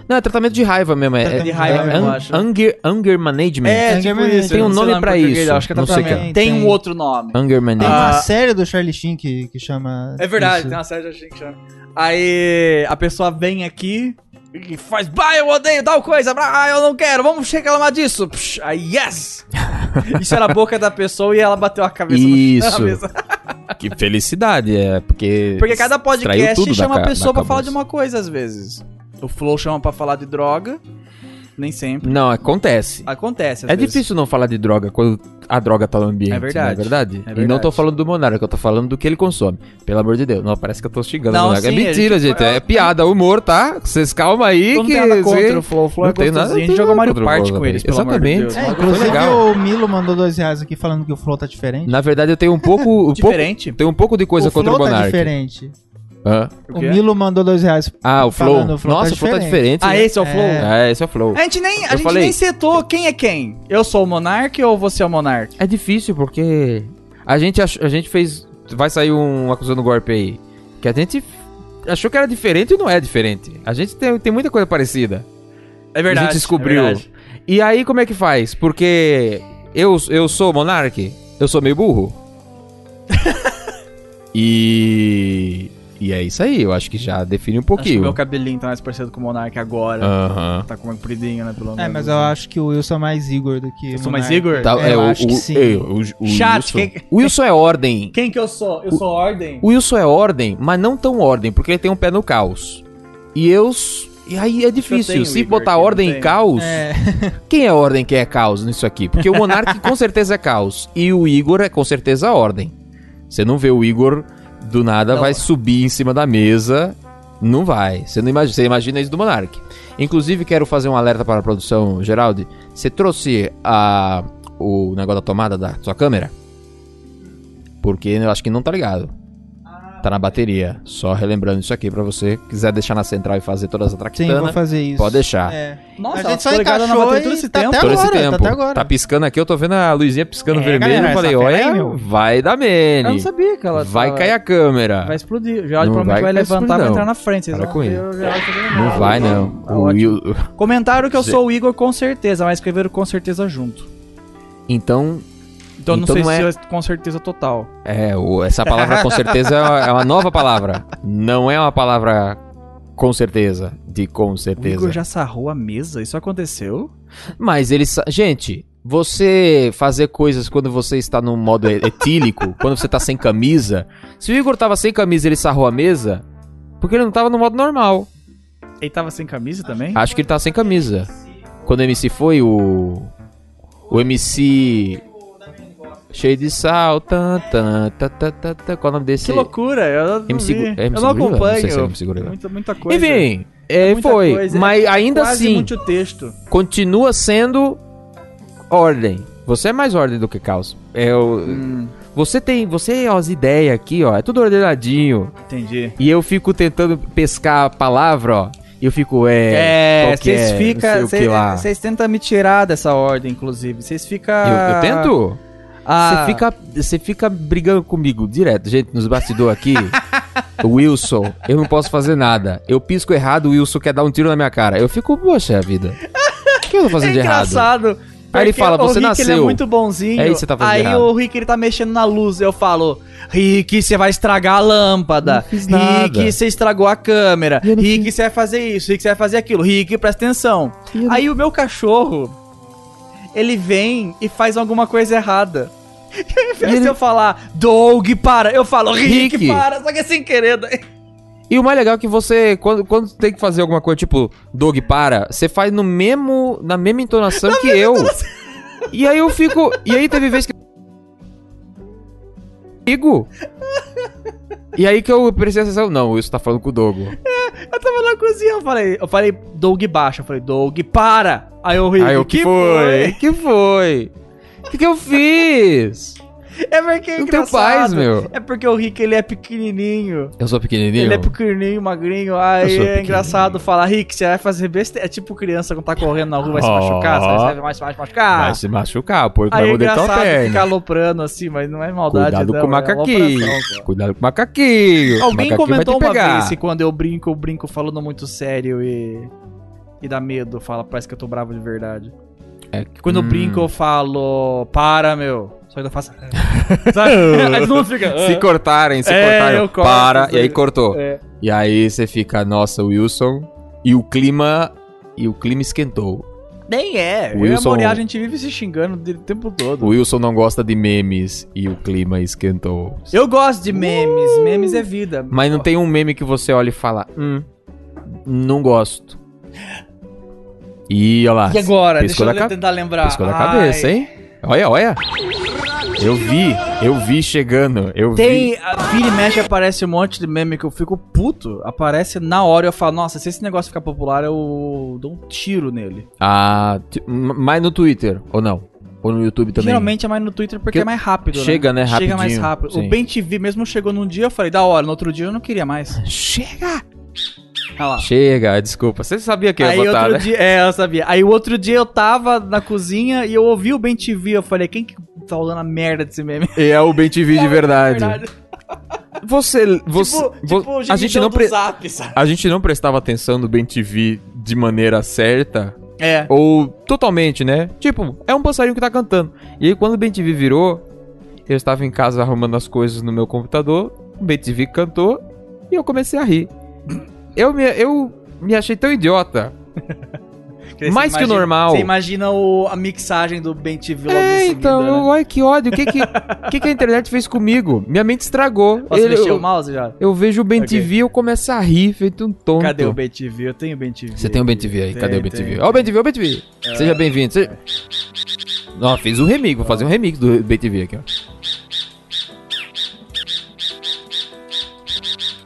Speaker 1: Não, é tratamento de raiva mesmo. É,
Speaker 3: Tratamento
Speaker 1: é,
Speaker 2: de raiva
Speaker 1: é
Speaker 2: mesmo,
Speaker 1: an-
Speaker 2: eu acho.
Speaker 1: anger, anger management.
Speaker 2: É,
Speaker 3: Tem
Speaker 2: tipo
Speaker 3: um
Speaker 2: isso.
Speaker 1: nome
Speaker 2: eu não sei o
Speaker 1: pra
Speaker 2: português,
Speaker 1: isso.
Speaker 2: eu Acho que é
Speaker 1: Não sei
Speaker 2: tratamento.
Speaker 3: quem.
Speaker 2: Tem um
Speaker 3: Tem.
Speaker 2: outro nome.
Speaker 1: Anger
Speaker 3: Tem
Speaker 1: management.
Speaker 2: Ah.
Speaker 3: uma série do Charlie Sheen que, que chama.
Speaker 2: É verdade,
Speaker 3: isso.
Speaker 2: tem uma série de Ashton que chama. Aí a pessoa vem aqui e faz, bah, eu odeio tal coisa, ah, eu não quero, vamos reclamar disso. Psh,
Speaker 1: [LAUGHS]
Speaker 2: aí, yes! Isso era a boca da pessoa e ela bateu a cabeça no
Speaker 1: Isso.
Speaker 2: na mesa.
Speaker 1: Que felicidade, é. Porque.
Speaker 2: Porque cada
Speaker 1: Extraiu tudo
Speaker 2: podcast chama
Speaker 1: da
Speaker 2: a
Speaker 1: ca-
Speaker 2: pessoa
Speaker 1: da
Speaker 2: pra falar de
Speaker 1: cabeça.
Speaker 2: uma coisa às vezes. O Flow chama pra falar de droga, nem sempre.
Speaker 1: Não, acontece.
Speaker 2: Acontece, às
Speaker 1: É
Speaker 2: vezes.
Speaker 1: difícil não falar de droga quando a droga tá no ambiente.
Speaker 2: É verdade.
Speaker 1: não É verdade.
Speaker 2: verdade.
Speaker 1: E não tô falando do Monarca, eu tô falando do que ele consome. Pelo amor de Deus. Não, parece que eu tô xingando
Speaker 2: Não,
Speaker 1: o Monarca.
Speaker 2: sim, tipo,
Speaker 1: é mentira,
Speaker 2: a gente-
Speaker 1: gente. É piada, humor, tá? Vocês calma aí
Speaker 2: Eu não
Speaker 1: que.
Speaker 2: tenho nada contra o
Speaker 1: cê-
Speaker 2: Flow, o Flow é
Speaker 1: não tem nada-
Speaker 2: gostosinho, a
Speaker 1: não tem
Speaker 2: gente jogou
Speaker 1: nada
Speaker 2: Mario
Speaker 1: contra o
Speaker 2: Party
Speaker 1: Flow
Speaker 2: com eles, pelo
Speaker 1: Exatamente. um
Speaker 2: amor de Deus.
Speaker 3: É,
Speaker 1: Olha que
Speaker 3: inclusive
Speaker 1: legal.
Speaker 3: o Milo mandou dois reais aqui falando que o flow tá diferente.
Speaker 1: Na verdade, eu tenho um pouco. um pouco
Speaker 2: Diferente.
Speaker 1: tem um pouco de coisa
Speaker 3: o
Speaker 1: contra
Speaker 3: flow
Speaker 1: o
Speaker 3: tá
Speaker 1: Monarca.
Speaker 3: diferente.
Speaker 1: Hã?
Speaker 2: O
Speaker 3: O,
Speaker 2: quê?
Speaker 3: Milo mandou dois reais.
Speaker 1: Ah, o Flow.
Speaker 3: Falando, o Flow tá
Speaker 1: Nossa, o Flow tá diferente.
Speaker 2: Ah,
Speaker 1: né?
Speaker 2: esse é o Flow?
Speaker 3: É.
Speaker 1: É, esse é o Flow.
Speaker 2: A gente nem, a
Speaker 1: Eu
Speaker 2: gente
Speaker 1: falei.
Speaker 2: nem setou quem é quem. Eu sou o Monark ou você é o Monark?
Speaker 1: É difícil porque a gente ach- a gente fez vai sair um acusando golpe aí que a gente achou que era diferente e não é diferente. A gente tem, tem muita coisa parecida.
Speaker 2: É
Speaker 1: a gente descobriu. E aí como é que faz? Porque eu eu sou monarque, eu sou meio burro. [LAUGHS] e e é isso aí, eu acho que é já define um
Speaker 2: Acho que
Speaker 1: pouquinho.
Speaker 2: meu cabelinho tá mais parecido com o Monark agora.
Speaker 1: Aham.
Speaker 2: Tá com uma compridinha, né, pelo menos.
Speaker 3: É, mas eu acho que o Wilson é mais Igor do que.
Speaker 2: Eu
Speaker 3: o
Speaker 2: sou mais
Speaker 3: Monark.
Speaker 2: Igor?
Speaker 1: Tá,
Speaker 3: É, eu acho que
Speaker 1: o-
Speaker 3: sim.
Speaker 1: é, o- o
Speaker 2: Chat,
Speaker 1: Wilson.
Speaker 2: quem-
Speaker 1: O Wilson é ordem.
Speaker 2: Quem que eu sou? Eu sou Ordem?
Speaker 1: O Wilson é ordem, mas não tão ordem, porque ele tem um pé no caos. E eu. s- E aí é difícil.
Speaker 2: tenho,
Speaker 1: Se
Speaker 2: Igor,
Speaker 1: botar
Speaker 2: que eu
Speaker 1: ordem
Speaker 2: não
Speaker 1: em
Speaker 2: tenho.
Speaker 1: caos,
Speaker 3: É,
Speaker 1: quem é ordem que é caos nisso aqui? Porque
Speaker 3: [LAUGHS]
Speaker 1: o Monark com certeza é caos. E o Igor é com certeza ordem. Você não vê o Igor do nada,
Speaker 2: Não.
Speaker 1: vai subir em cima da mesa. Não vai. Você não imagina, você imagina isso do Monark. Inclusive, quero fazer um alerta para a produção, Geraldi. Você trouxe a, o negócio da tomada da sua câmera? Porque eu acho que não tá ligado.
Speaker 3: Ah,
Speaker 1: Tá na bateria. Só relembrando isso aqui pra você. Quiser deixar na central e fazer todas as
Speaker 3: sim, vou
Speaker 1: traquitanas,
Speaker 3: fazer isso.
Speaker 1: pode deixar.
Speaker 3: É.
Speaker 2: Nossa,
Speaker 3: a gente só
Speaker 2: ela ficou ligada na
Speaker 3: encaixou
Speaker 2: bateria
Speaker 3: e
Speaker 2: todo esse
Speaker 3: tá
Speaker 2: tempo.
Speaker 3: até
Speaker 1: Todo esse
Speaker 3: agora,
Speaker 1: tempo.
Speaker 3: tá até agora.
Speaker 1: Tá piscando aqui, eu tô vendo a luzinha piscando
Speaker 3: É,
Speaker 1: vermelho.
Speaker 3: galera,
Speaker 1: eu falei,
Speaker 3: essa fera aí,
Speaker 1: olha,
Speaker 3: meu.
Speaker 1: vai dar mene.
Speaker 2: Eu não sabia que ela
Speaker 1: Vai
Speaker 2: tava-
Speaker 1: cair a câmera.
Speaker 2: Vai explodir. O Geraldo
Speaker 1: Não
Speaker 2: provavelmente vai,
Speaker 1: vai explodir,
Speaker 2: levantar e vai
Speaker 1: não.
Speaker 2: entrar na frente. Vocês
Speaker 1: Para
Speaker 2: vão
Speaker 1: com
Speaker 2: ver
Speaker 1: ele.
Speaker 2: o Geraldo fazendo
Speaker 1: Não
Speaker 2: nada.
Speaker 1: vai, não.
Speaker 2: Tá
Speaker 1: O
Speaker 2: ótimo.
Speaker 1: Will-
Speaker 2: Comentaram que eu
Speaker 1: Zé.
Speaker 2: sou o Igor com certeza, mas escreveram com certeza junto.
Speaker 1: Então,
Speaker 2: Então, eu não
Speaker 1: Então
Speaker 2: sei
Speaker 1: não
Speaker 2: se
Speaker 1: é-
Speaker 2: é com certeza total.
Speaker 1: é, o- essa palavra com certeza é uma- é uma nova palavra. Não é uma palavra com certeza, de com
Speaker 2: O Igor
Speaker 1: certeza.
Speaker 2: já sarrou a mesa? Isso aconteceu?
Speaker 1: Mas ele. sa- Gente, você fazer coisas quando você está no modo e- etílico, [LAUGHS] quando você tá sem camisa. Se o Igor tava sem camisa e ele sarrou a mesa, porque ele não tava no modo normal.
Speaker 2: Ele tava sem camisa também?
Speaker 1: Acho que ele tava sem camisa. Quando o MC foi, o. O MC. Cheio de sal. Tan, tan, ta, ta, ta, ta, qual é o nome desse?
Speaker 2: Que loucura, eu não,
Speaker 1: MC
Speaker 2: vi.
Speaker 1: Gu- é
Speaker 2: eu
Speaker 1: MC
Speaker 2: não
Speaker 1: Gorila?
Speaker 2: acompanho.
Speaker 1: Não sei se é MC Gorila.
Speaker 2: muita, muita coisa.
Speaker 1: Enfim, é,
Speaker 2: muita
Speaker 1: foi.
Speaker 2: coisa,
Speaker 1: mas ainda
Speaker 2: Quase
Speaker 1: assim,
Speaker 2: muito texto.
Speaker 1: continua sendo ordem. Você é mais ordem do que caos. É o-
Speaker 2: Hum,
Speaker 1: Você tem. Você, ó, as ideias aqui, ó. É tudo ordenadinho.
Speaker 2: Entendi.
Speaker 1: E eu fico tentando pescar a palavra, ó. E eu fico, é.
Speaker 2: É,
Speaker 1: qual que
Speaker 2: vocês
Speaker 1: é,
Speaker 2: ficam.
Speaker 1: não sei o que lá.
Speaker 2: Vocês tentam me tirar dessa ordem, inclusive. Vocês ficam.
Speaker 1: Eu, eu tento? Você
Speaker 2: Ah,
Speaker 1: fica, você fica brigando comigo direto, gente, nos bastidores
Speaker 2: [LAUGHS]
Speaker 1: aqui. o Wilson, eu não posso fazer nada. Eu pisco errado, o Wilson quer dar um tiro na minha cara. Eu fico, poxa vida. O que eu tô fazendo
Speaker 2: [LAUGHS] É
Speaker 1: de errado?
Speaker 2: engraçado.
Speaker 1: Aí ele
Speaker 2: porque
Speaker 1: fala,
Speaker 2: o
Speaker 1: "Você
Speaker 2: Rick, Ele é
Speaker 1: nasceu."
Speaker 2: muito bonzinho.
Speaker 1: É isso que você tá fazendo
Speaker 2: Aí
Speaker 1: errado.
Speaker 2: o Rick ele tá mexendo na luz. Eu falo, Rick, você vai estragar a lâmpada.
Speaker 1: fiz
Speaker 2: Rick,
Speaker 1: nada."
Speaker 2: você estragou a câmera.
Speaker 1: E eu não
Speaker 2: Rick, você vai fazer isso. Rick, você vai fazer aquilo. Rick, presta atenção.
Speaker 1: E eu não-
Speaker 2: Aí o meu cachorro, ele vem e faz alguma coisa errada. [LAUGHS] E ao invés de eu falar, Doug, para, eu falo, Rick,
Speaker 1: Rick.
Speaker 2: para, só que é sem querer. daí-
Speaker 1: E o mais legal é que você, quando, quando tem que fazer alguma coisa, tipo, Dog para, você faz no mesmo, na mesma entonação que eu. E aí eu fico. E aí teve vez que. comigo. E aí que eu prestei atenção, não, isso tá falando com o Dogo.
Speaker 2: Eu tava na cozinha, eu falei, eu falei, Doug baixa, eu falei, Doug, para! Aí eu ri.
Speaker 1: Aí o que foi? Que foi? O que, que eu fiz?
Speaker 2: foi? É porque é
Speaker 1: Não tenho
Speaker 2: engraçado.
Speaker 1: paz, meu.
Speaker 2: É porque o Rick, ele é pequenininho.
Speaker 1: Eu sou pequenininho.
Speaker 2: Ele é pequenininho, magrinho,
Speaker 1: Eu
Speaker 2: aí
Speaker 1: sou
Speaker 2: é engraçado falar, Rick, você vai fazer besteira. É tipo criança quando tá correndo na rua, vai se machucar,
Speaker 1: Ó.
Speaker 2: sabe? Você vai se vai se machucar.
Speaker 1: Vai se machucar, pô. Vai
Speaker 2: Aí é
Speaker 1: morder tua
Speaker 2: engraçado
Speaker 1: perna.
Speaker 2: ficar aloprando assim, mas não é maldade.
Speaker 1: tá Cuidado
Speaker 2: não,
Speaker 1: com o
Speaker 2: é
Speaker 1: macaquinho.
Speaker 2: alopração, cara.
Speaker 1: Cuidado com o macaquinho. O
Speaker 2: Alguém
Speaker 1: macaquinho vai te
Speaker 2: comentou uma
Speaker 1: pegar.
Speaker 2: vez que quando eu brinco, eu brinco falando muito sério e. E dá medo, fala, parece que eu tô bravo de verdade.
Speaker 1: É,
Speaker 2: Quando eu
Speaker 1: hum.
Speaker 2: brinco, eu falo, para, meu. Só que eu faço. [LAUGHS]
Speaker 1: [LAUGHS]
Speaker 2: Sabe? Aí todo mundo fica. "Ah".
Speaker 1: Se cortarem, se
Speaker 2: É,
Speaker 1: cortarem,
Speaker 2: eu corto,
Speaker 1: para,
Speaker 2: isso
Speaker 1: e aí
Speaker 2: aí.
Speaker 1: cortou.
Speaker 2: É.
Speaker 1: E aí você fica, nossa, Wilson, e o clima, e o clima esquentou.
Speaker 2: Nem é.
Speaker 1: O
Speaker 2: eu e a
Speaker 1: Wilson-
Speaker 2: Moriá, a gente vive se xingando de- o tempo todo.
Speaker 1: O Wilson não gosta de memes, e o clima esquentou.
Speaker 2: Eu gosto de memes. Memes é vida.
Speaker 1: Uh! Mas não tem um meme que você olha e fala, hum, não gosto. E olha lá,
Speaker 2: E agora?
Speaker 1: Piscou
Speaker 2: Deixa
Speaker 1: da
Speaker 2: eu
Speaker 1: ca-
Speaker 2: tentar lembrar.
Speaker 1: piscou da
Speaker 2: Ai,
Speaker 1: cabeça, hein? Olha, olha. Eu vi, eu vi chegando, eu vi.
Speaker 2: Tem. a- Vira e mexe aparece um monte de meme que eu fico puto. Aparece na hora eu falo, nossa, se esse negócio ficar popular, eu dou um tiro nele.
Speaker 1: Ah, t- m- mas no Twitter, ou não? Ou no YouTube também?
Speaker 2: Geralmente é mais no Twitter porque
Speaker 1: Que-
Speaker 2: é mais rápido.
Speaker 1: Chega, né?
Speaker 2: Chega
Speaker 1: Rapidinho,
Speaker 2: mais rápido.
Speaker 1: sim.
Speaker 2: O Ben TV mesmo chegou num dia, eu falei, da hora. No outro dia eu não queria mais.
Speaker 1: Chega!
Speaker 2: Olha lá.
Speaker 1: Chega, desculpa. Você sabia que eu ia
Speaker 2: Aí
Speaker 1: botar,
Speaker 2: outro
Speaker 1: né?
Speaker 2: dia, é, eu sabia. Aí o outro dia eu tava na cozinha e eu ouvi o Ben TV, eu falei, quem que tá usando a merda desse meme?
Speaker 1: E é o BenTV
Speaker 2: [LAUGHS]
Speaker 1: de verdade.
Speaker 2: Verdade.
Speaker 1: Você, você,
Speaker 2: tipo,
Speaker 1: vo-
Speaker 2: tipo o
Speaker 1: a
Speaker 2: gemidão
Speaker 1: gente não
Speaker 2: do
Speaker 1: pre-
Speaker 2: Zap, sabe?
Speaker 1: a gente não prestava atenção no BenTV de maneira certa
Speaker 2: É.
Speaker 1: ou totalmente, né? Tipo, é um passarinho que tá cantando. E aí quando o BenTV virou, eu estava em casa arrumando as coisas no meu computador, o BenTV cantou e eu comecei a rir. Eu me, eu me achei tão idiota. Mais que o normal.
Speaker 2: Você imagina o- a mixagem do Ben TV logo em
Speaker 1: É,
Speaker 2: seguida,
Speaker 1: então,
Speaker 2: né?
Speaker 1: eu, olha que ódio. O que que, o que que a internet fez comigo? Minha mente estragou.
Speaker 2: Posso
Speaker 1: Ele-
Speaker 2: mexer
Speaker 1: eu-
Speaker 2: o mouse já?
Speaker 1: Eu vejo o Ben
Speaker 2: Ok.
Speaker 1: TV e eu começo a rir, feito um tonto.
Speaker 2: Cadê o BenTV? Eu tenho o BenTV.
Speaker 1: Você tem o Ben TV aí,
Speaker 2: Tem,
Speaker 1: cadê o Ben
Speaker 2: tem.
Speaker 1: TV? Ó o Ben TV, ó o Ben TV. Seja bem-vindo. Seja...
Speaker 2: É.
Speaker 1: Ó, fiz um remix, vou fazer um remix do Ben TV aqui, ó.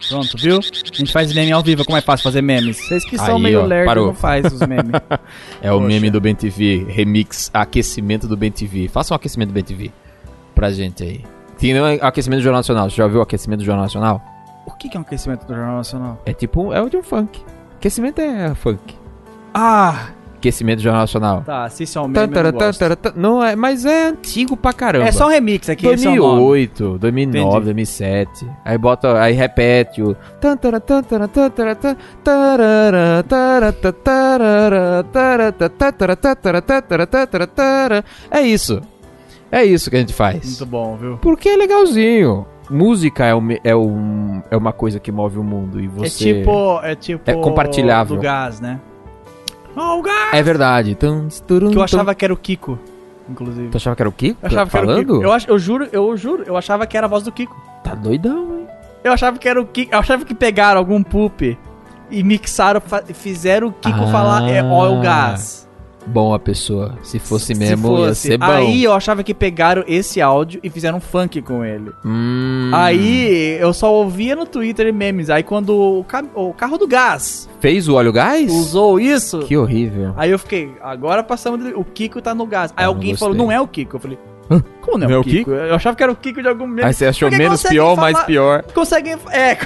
Speaker 2: Pronto, viu? A gente faz meme ao vivo, como é fácil fazer memes? Vocês que são
Speaker 1: Aí,
Speaker 2: meio
Speaker 1: ó,
Speaker 2: lerdos,
Speaker 1: parou.
Speaker 2: não faz os memes. [LAUGHS]
Speaker 1: É o
Speaker 2: Poxa.
Speaker 1: meme do Ben TV, remix aquecimento do Ben TV. Faça um aquecimento do Ben TV pra gente aí. Tem um aquecimento do Jornal Nacional. Você já ouviu o aquecimento do Jornal Nacional?
Speaker 2: o que que é um aquecimento do Jornal Nacional?
Speaker 1: É tipo, um- é o de um funk. Aquecimento é funk.
Speaker 2: Ah!
Speaker 1: Aquecimento do Jornal Nacional.
Speaker 2: Tá, se isso é um meme, eu
Speaker 1: Tantara,
Speaker 2: não gosto.
Speaker 1: tantara, tan- Não é, mas é antigo pra caramba.
Speaker 2: É só um remix aqui, esse é o nome.
Speaker 1: 2008, 2009,
Speaker 2: Entendi.
Speaker 1: 2007. Aí bota, aí repete o tantara tantara tantara tan- tarara tarara tarara tarara tatara tatara tatara tatara tara. É isso. É isso que a gente faz.
Speaker 2: Muito bom, viu?
Speaker 1: Porque é legalzinho. Música é, um, é, um, é uma coisa que move o mundo e você
Speaker 2: É tipo... É tipo...
Speaker 1: É compartilhável.
Speaker 2: Do gás, né? Ó, o gás!
Speaker 1: É verdade. Tum, turum,
Speaker 2: Que eu
Speaker 1: tum.
Speaker 2: achava que era o Kiko, inclusive.
Speaker 1: Tu achava que era o Kiko?
Speaker 2: Eu achava que era o
Speaker 1: falando?
Speaker 2: Kiko. Eu, ach- eu juro, eu juro, eu achava que era a voz do Kiko.
Speaker 1: Tá doidão, hein?
Speaker 2: Eu achava que era o Kiko. Eu achava que pegaram algum poop e mixaram, fa- fizeram o Kiko
Speaker 1: Ah.
Speaker 2: falar é oil gas.
Speaker 1: Bom a pessoa. Se fosse
Speaker 2: Se
Speaker 1: mesmo, ia
Speaker 2: fosse.
Speaker 1: ser bom.
Speaker 2: Aí eu achava que pegaram esse áudio e fizeram um funk com ele.
Speaker 1: Hum.
Speaker 2: Aí eu só ouvia no Twitter e memes. Aí quando o, ca- o carro do gás
Speaker 1: Fez o óleo gás?
Speaker 2: usou isso.
Speaker 1: Que horrível.
Speaker 2: Aí eu fiquei, agora passamos. do- O Kiko tá no gás.
Speaker 1: Ah,
Speaker 2: Aí
Speaker 1: não
Speaker 2: alguém
Speaker 1: gostei.
Speaker 2: falou, não é o Kiko. Eu falei,
Speaker 1: Hã?
Speaker 2: como não é, o Kiko? Eu achava que era o Kiko de algum meme.
Speaker 1: Aí você achou
Speaker 2: Porque
Speaker 1: menos
Speaker 2: consegue
Speaker 1: pior,
Speaker 2: falar-
Speaker 1: mais pior.
Speaker 2: Conseguem. É,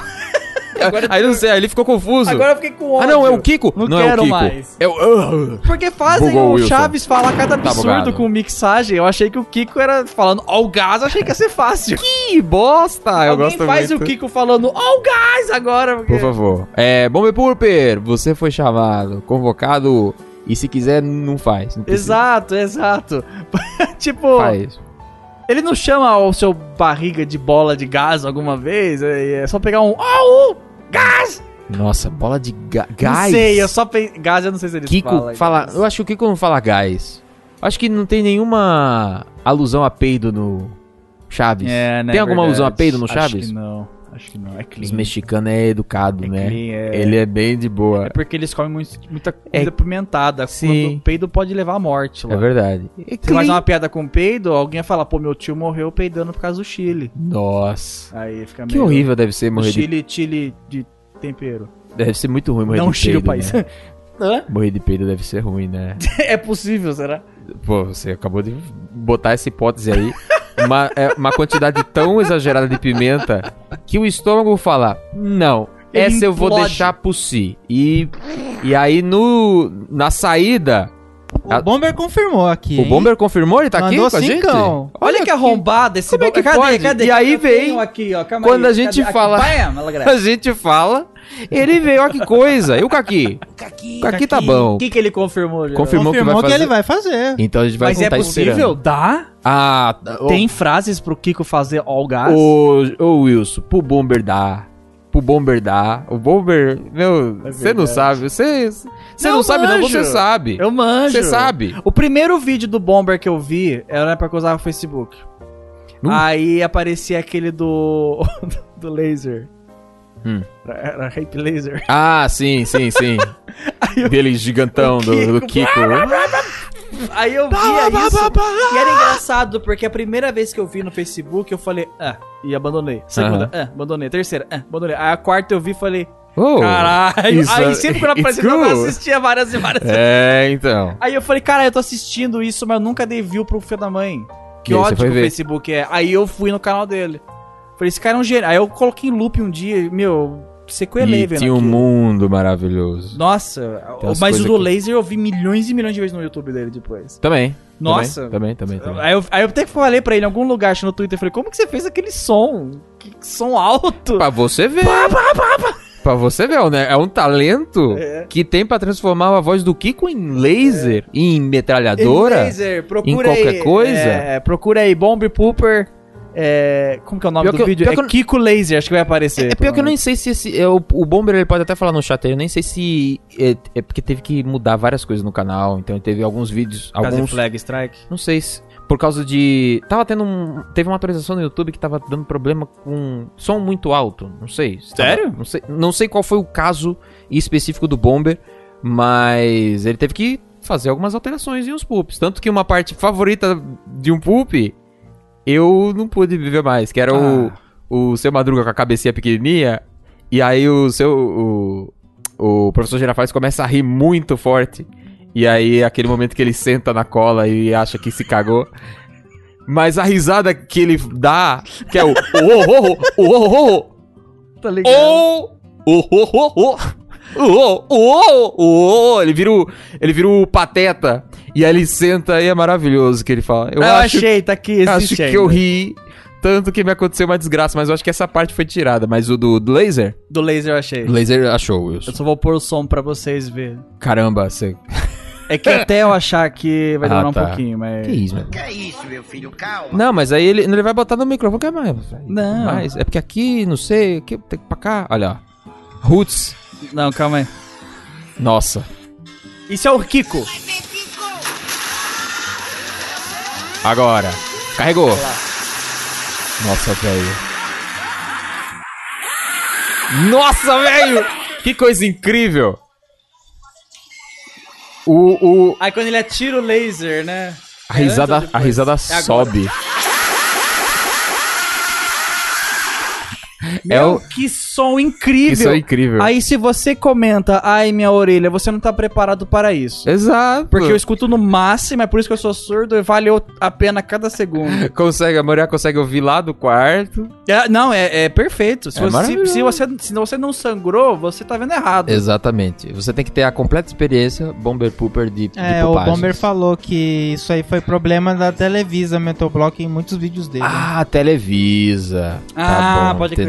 Speaker 1: aí não sei, aí ele ficou confuso.
Speaker 2: agora eu fiquei com
Speaker 1: ah,
Speaker 2: ódio.
Speaker 1: não, é o Kiko?
Speaker 2: Não
Speaker 1: é o
Speaker 2: quero
Speaker 1: Kiko.
Speaker 2: mais.
Speaker 1: É o... [LAUGHS]
Speaker 2: Porque fazem
Speaker 1: Bugou o
Speaker 2: o
Speaker 1: Wilson.
Speaker 2: Chaves falar cada
Speaker 1: Tá
Speaker 2: absurdo
Speaker 1: bugado.
Speaker 2: com mixagem. Eu achei que o Kiko era falando ó o gás, eu achei que ia ser fácil.
Speaker 1: [LAUGHS] Que bosta! eu
Speaker 2: Alguém
Speaker 1: gosto
Speaker 2: faz
Speaker 1: muito.
Speaker 2: o Kiko falando ó o gás agora. Porque...
Speaker 1: Por favor. É, Bomber Purper, você foi chamado, convocado, e se quiser, não faz. Não precisa.
Speaker 2: Exato, exato. [LAUGHS] tipo,
Speaker 1: Faz.
Speaker 2: ele não chama o seu barriga de bola de gás alguma vez? É é só pegar um ó o gás!
Speaker 1: Nossa, bola de ga gás.
Speaker 2: Não sei, eu só pe... Gás, eu não sei se eles
Speaker 1: Kiko
Speaker 2: falam.
Speaker 1: fala... Eu acho que o Kiko não fala gás. Acho que não tem nenhuma alusão a peido no Chaves.
Speaker 2: É, né,
Speaker 1: Tem alguma
Speaker 2: É, verdade.
Speaker 1: alusão a peido no
Speaker 2: Acho
Speaker 1: Chaves?
Speaker 2: que não. Acho que não, é
Speaker 1: Os
Speaker 2: clean.
Speaker 1: mexicanos é educado,
Speaker 2: É
Speaker 1: né?
Speaker 2: clean, é-
Speaker 1: Ele é bem de boa.
Speaker 2: É porque eles comem muito- muita
Speaker 1: É-
Speaker 2: comida apimentada.
Speaker 1: Sim.
Speaker 2: Quando o peido pode levar à morte lá.
Speaker 1: É verdade.
Speaker 2: Você faz uma piada com o peido, alguém fala, pô, meu tio morreu peidando por causa do Chile.
Speaker 1: Nossa.
Speaker 2: Aí fica meio...
Speaker 1: Que horrível deve ser
Speaker 2: O
Speaker 1: morrer de...
Speaker 2: Chile, Chile de
Speaker 1: [LAUGHS]
Speaker 2: tempero.
Speaker 1: Deve ser muito ruim morrer
Speaker 2: Não
Speaker 1: de
Speaker 2: Chile
Speaker 1: peido, [LAUGHS]
Speaker 2: o país.
Speaker 1: né? Morrer de peido deve ser ruim, né?
Speaker 2: é possível, será?
Speaker 1: Pô, você acabou de botar essa hipótese aí. Uma, é uma quantidade tão exagerada de pimenta que o estômago fala: não,
Speaker 2: Ele
Speaker 1: essa eu vou
Speaker 2: implode.
Speaker 1: deixar por si. E, e aí no, na saída,
Speaker 3: O Bomber confirmou aqui.
Speaker 1: o
Speaker 3: hein?
Speaker 1: Bomber confirmou, ele tá
Speaker 3: Mandou
Speaker 1: aqui com a gente?
Speaker 3: cincão.
Speaker 5: Olha que arrombado esse
Speaker 1: Como é
Speaker 5: bo-
Speaker 1: que
Speaker 5: cadê,
Speaker 1: pode?
Speaker 5: cadê?
Speaker 1: E aí
Speaker 5: Eu
Speaker 1: vem
Speaker 5: tenho aqui, ó, calma
Speaker 1: quando
Speaker 5: aí,
Speaker 1: a gente
Speaker 5: cadê? Aqui,
Speaker 1: fala-
Speaker 5: bam,
Speaker 1: [LAUGHS]
Speaker 5: ela grava.
Speaker 1: A gente fala, ele veio, olha que coisa. E o Kaki? O Kaki tá bom.
Speaker 2: O que, que ele confirmou? Geraldo?
Speaker 1: Confirmou, que vai
Speaker 3: Confirmou que,
Speaker 1: fazer.
Speaker 3: ele vai fazer.
Speaker 1: Então a gente vai
Speaker 2: Mas é
Speaker 1: tá
Speaker 2: possível?
Speaker 1: esperando.
Speaker 2: Dá?
Speaker 1: Ah, tá. Ô,
Speaker 2: Tem frases pro Kiko fazer all gas?
Speaker 1: Ô, ô Wilson, pro Bomber dá. Pro Bomber dá. O Bomber, meu, você não sabe. Você você não,
Speaker 2: Não,
Speaker 1: sabe, não,
Speaker 2: manjo.
Speaker 1: você sabe.
Speaker 2: Eu manjo.
Speaker 1: Você sabe.
Speaker 2: O primeiro vídeo do Bomber que eu vi era pra que eu usava o Facebook.
Speaker 1: Hum.
Speaker 2: Aí aparecia aquele do. [LAUGHS] do laser.
Speaker 1: Hum.
Speaker 2: Era, era rape laser.
Speaker 1: Ah, sim, sim,
Speaker 2: [LAUGHS]
Speaker 1: sim. Dele gigantão do, do Kiko.
Speaker 2: [LAUGHS] Aí eu via isso. E era engraçado, porque a primeira vez que eu vi no Facebook, eu falei, ah, e abandonei. Segunda,
Speaker 1: Aham.
Speaker 2: ah, abandonei. Terceira, ah, abandonei. Aí a quarta eu vi e falei,
Speaker 1: Oh,
Speaker 2: caralho.
Speaker 1: isso é-
Speaker 2: Aí sempre quando
Speaker 1: it's
Speaker 2: aparecia, eu
Speaker 1: cool.
Speaker 2: assistia várias e várias.
Speaker 1: É, então.
Speaker 2: Aí eu falei, cara, eu tô assistindo isso, mas eu nunca dei view pro filho da mãe. Que
Speaker 1: E aí você
Speaker 2: ódio que
Speaker 1: foi
Speaker 2: o
Speaker 1: ver.
Speaker 2: Facebook é. Aí eu fui no canal dele. Falei, esse cara é um gênio. Aí eu coloquei em loop um dia, e, meu, sequelei,
Speaker 1: E
Speaker 2: velho. né?
Speaker 1: tinha um mundo maravilhoso.
Speaker 2: Nossa,
Speaker 1: Tem umas
Speaker 2: mas o
Speaker 1: coisas
Speaker 2: do
Speaker 1: que-
Speaker 2: laser eu vi milhões e milhões de vezes no YouTube dele depois.
Speaker 1: Também.
Speaker 2: Nossa.
Speaker 1: Também, também, também. também.
Speaker 2: Aí eu, aí eu até falei pra ele em algum lugar, acho no Twitter, eu falei, como que você fez aquele som? Que que som alto!
Speaker 1: Pra você ver. Pra você ver, né? É um talento
Speaker 2: É.
Speaker 1: que tem pra transformar a voz do Kiko em laser, em metralhadora.
Speaker 2: Laser, procura
Speaker 1: Em qualquer
Speaker 2: aí,
Speaker 1: coisa?
Speaker 2: É, procura aí, Bomb Pooper. é, como que é o nome
Speaker 1: Pior
Speaker 2: do
Speaker 1: que eu-
Speaker 2: vídeo?
Speaker 1: pior
Speaker 2: É
Speaker 1: que eu-
Speaker 2: Kiko Laser, acho que vai aparecer.
Speaker 1: É pior que eu nem sei se esse. é, O, o Bomber ele pode até falar no chat aí, eu nem sei se. É, é porque teve que mudar várias coisas no canal, então teve alguns vídeos.
Speaker 2: provavelmente. Caso de
Speaker 1: Alguns.
Speaker 2: Flag Strike.
Speaker 1: Não sei se. Por causa de. Tava tendo um. Teve uma atualização no YouTube que tava dando problema com som muito alto. Não sei. se tava-
Speaker 2: Sério?
Speaker 1: não, sei, não sei qual foi o caso específico do Bomber, mas ele teve que fazer algumas alterações em uns poops. Tanto que uma parte favorita de um poop eu não pude viver mais, que era o, o seu Madruga com a cabecinha pequenininha, e aí o seu. O, o professor Girafales começa a rir muito forte. E aí, é aquele momento que ele senta na cola e acha que se cagou. Mas a risada que ele dá, que é o. Oh, oh, oh, oh, oh, oh,
Speaker 2: Tá ligado?
Speaker 1: Oh! Oh, oh, oh, oh! Oh, oh, oh, oh! Ele vira o, ele vira o pateta. E aí ele senta e é maravilhoso o que ele fala. Eu
Speaker 2: eu
Speaker 1: acho,
Speaker 2: achei, tá aqui, existe
Speaker 1: acho que
Speaker 2: ainda.
Speaker 1: eu ri tanto que me aconteceu uma desgraça, mas eu acho que essa parte foi tirada. Mas o do, do laser?
Speaker 2: Do laser eu achei.
Speaker 1: O laser achou,
Speaker 2: Eu
Speaker 1: Wilson.
Speaker 2: só vou pôr o som pra vocês verem.
Speaker 1: Caramba, você. [LAUGHS]
Speaker 2: É que até eu achar que vai
Speaker 1: Ah,
Speaker 2: demorar
Speaker 1: tá.
Speaker 2: um pouquinho, mas...
Speaker 1: Que isso, mano?
Speaker 6: Que é isso, meu filho? Calma.
Speaker 1: Não, mas aí ele, ele vai botar no microfone, que é mais.
Speaker 2: Não.
Speaker 1: mais. É porque aqui, não sei, aqui, tem que pra cá. Olha, ó. Roots.
Speaker 2: Não, calma aí.
Speaker 1: Nossa.
Speaker 2: Isso é o Kiko.
Speaker 1: Agora. Carregou. Nossa, velho. Nossa, velho! Que coisa incrível! O, o,
Speaker 2: Aí quando ele atira o laser, né?
Speaker 1: a risada,
Speaker 2: antes
Speaker 1: a
Speaker 2: ou depois?
Speaker 1: risada
Speaker 2: É agora.
Speaker 1: sobe. É
Speaker 2: Meu,
Speaker 1: o,
Speaker 2: que som incrível!
Speaker 1: isso é incrível.
Speaker 2: Aí se você comenta, ai minha orelha, você não tá preparado para
Speaker 1: É,
Speaker 2: isso.
Speaker 1: Exato.
Speaker 2: Porque eu escuto no máximo, é por isso que eu sou surdo e valeu a pena cada segundo.
Speaker 1: [LAUGHS] Consegue, a Maria consegue ouvir lá do quarto.
Speaker 2: É, não, é, é perfeito. Se,
Speaker 1: É
Speaker 2: você,
Speaker 1: maravilhoso.
Speaker 2: se, você, se você não sangrou, você tá vendo errado.
Speaker 1: Exatamente. Você tem que ter a completa experiência Bomber Pooper de, de
Speaker 3: É, o
Speaker 1: pupagens.
Speaker 3: Bomber falou que isso aí foi problema da Televisa Metal Block em muitos vídeos dele.
Speaker 1: Ah, Televisa.
Speaker 2: Ah, pode
Speaker 1: tá
Speaker 2: crer.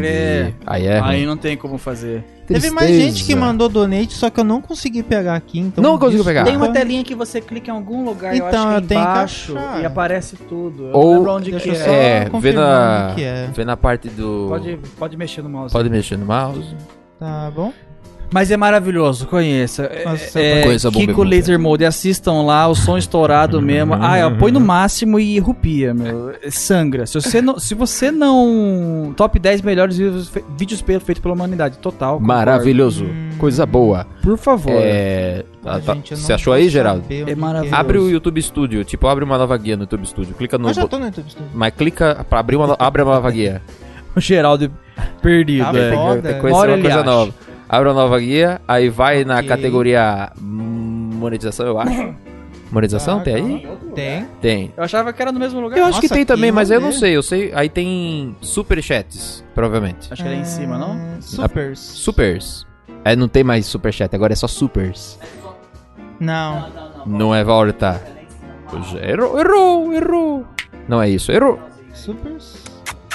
Speaker 1: Aí é ruim.
Speaker 2: Aí não tem como fazer.
Speaker 3: Teve mais gente que
Speaker 1: Tristeza.
Speaker 3: mandou donate, só que eu não consegui pegar aqui, então.
Speaker 1: Não consigo pegar.
Speaker 2: Tem uma
Speaker 3: desculpa.
Speaker 2: telinha que você clica em algum lugar, eu
Speaker 3: Então,
Speaker 2: acho
Speaker 3: eu
Speaker 2: que é
Speaker 3: tenho que
Speaker 2: embaixo,
Speaker 3: achar.
Speaker 2: e aparece tudo. Eu
Speaker 1: Ou-
Speaker 2: não lembro onde
Speaker 3: Deixa
Speaker 2: que
Speaker 3: eu
Speaker 2: é.
Speaker 3: só
Speaker 1: É,
Speaker 3: confirmar
Speaker 1: vê na-
Speaker 3: onde que é.
Speaker 1: Vê na parte do.
Speaker 2: Pode, pode mexer no mouse.
Speaker 1: Pode mexer no mouse.
Speaker 3: Tá bom?
Speaker 2: Mas é maravilhoso, conheça. É-
Speaker 3: Nossa,
Speaker 2: é,
Speaker 1: Conheça a Bomba
Speaker 2: Kiko
Speaker 1: Evolution.
Speaker 2: Laser Mode, assistam lá, o som estourado mesmo. Ah, é, põe no máximo e rupia, meu. É, Sangra. Se você não. Se você não top 10 melhores vídeos, fe- vídeos pe- feitos pela humanidade, total. concordo.
Speaker 1: Maravilhoso. Coisa boa.
Speaker 2: Por favor.
Speaker 1: É, tá-
Speaker 3: A
Speaker 1: tá-
Speaker 3: gente, eu não
Speaker 1: você achou
Speaker 3: vou
Speaker 1: aí, Geraldo?
Speaker 3: saber onde
Speaker 2: É
Speaker 3: que
Speaker 2: maravilhoso.
Speaker 1: Abre o YouTube Studio. Tipo, abre uma nova guia no YouTube Studio. Clica no.
Speaker 3: Eu Ah, já
Speaker 1: bo-
Speaker 3: tô no YouTube Studio.
Speaker 1: Mas clica pra abrir uma. no- Abre uma nova guia.
Speaker 2: O Geraldo perdido.
Speaker 3: Tá
Speaker 2: é.
Speaker 3: foda.
Speaker 1: Tem coisa,
Speaker 2: Uma hora
Speaker 1: uma
Speaker 2: ele
Speaker 1: coisa
Speaker 2: acha.
Speaker 1: nova. Abre uma nova guia, aí vai na
Speaker 3: Ok.
Speaker 1: categoria hum, monetização, eu
Speaker 3: [COUGHS]
Speaker 1: acho. Monetização?
Speaker 3: Ah,
Speaker 1: tem aí?
Speaker 3: Tem.
Speaker 1: Tem.
Speaker 2: Eu achava que era no mesmo lugar.
Speaker 1: Eu acho que
Speaker 3: Nossa,
Speaker 1: tem também,
Speaker 3: que
Speaker 1: mas eu não
Speaker 3: rolê.
Speaker 1: sei. Eu sei. Aí tem superchats, provavelmente.
Speaker 2: Acho que era em cima, não?
Speaker 3: Ah, Supers.
Speaker 1: Supers. É, não tem mais superchat, agora é só supers.
Speaker 3: Não.
Speaker 1: Não é volta. Pois é, Errou, errou, errou. Não é isso, errou.
Speaker 3: Supers?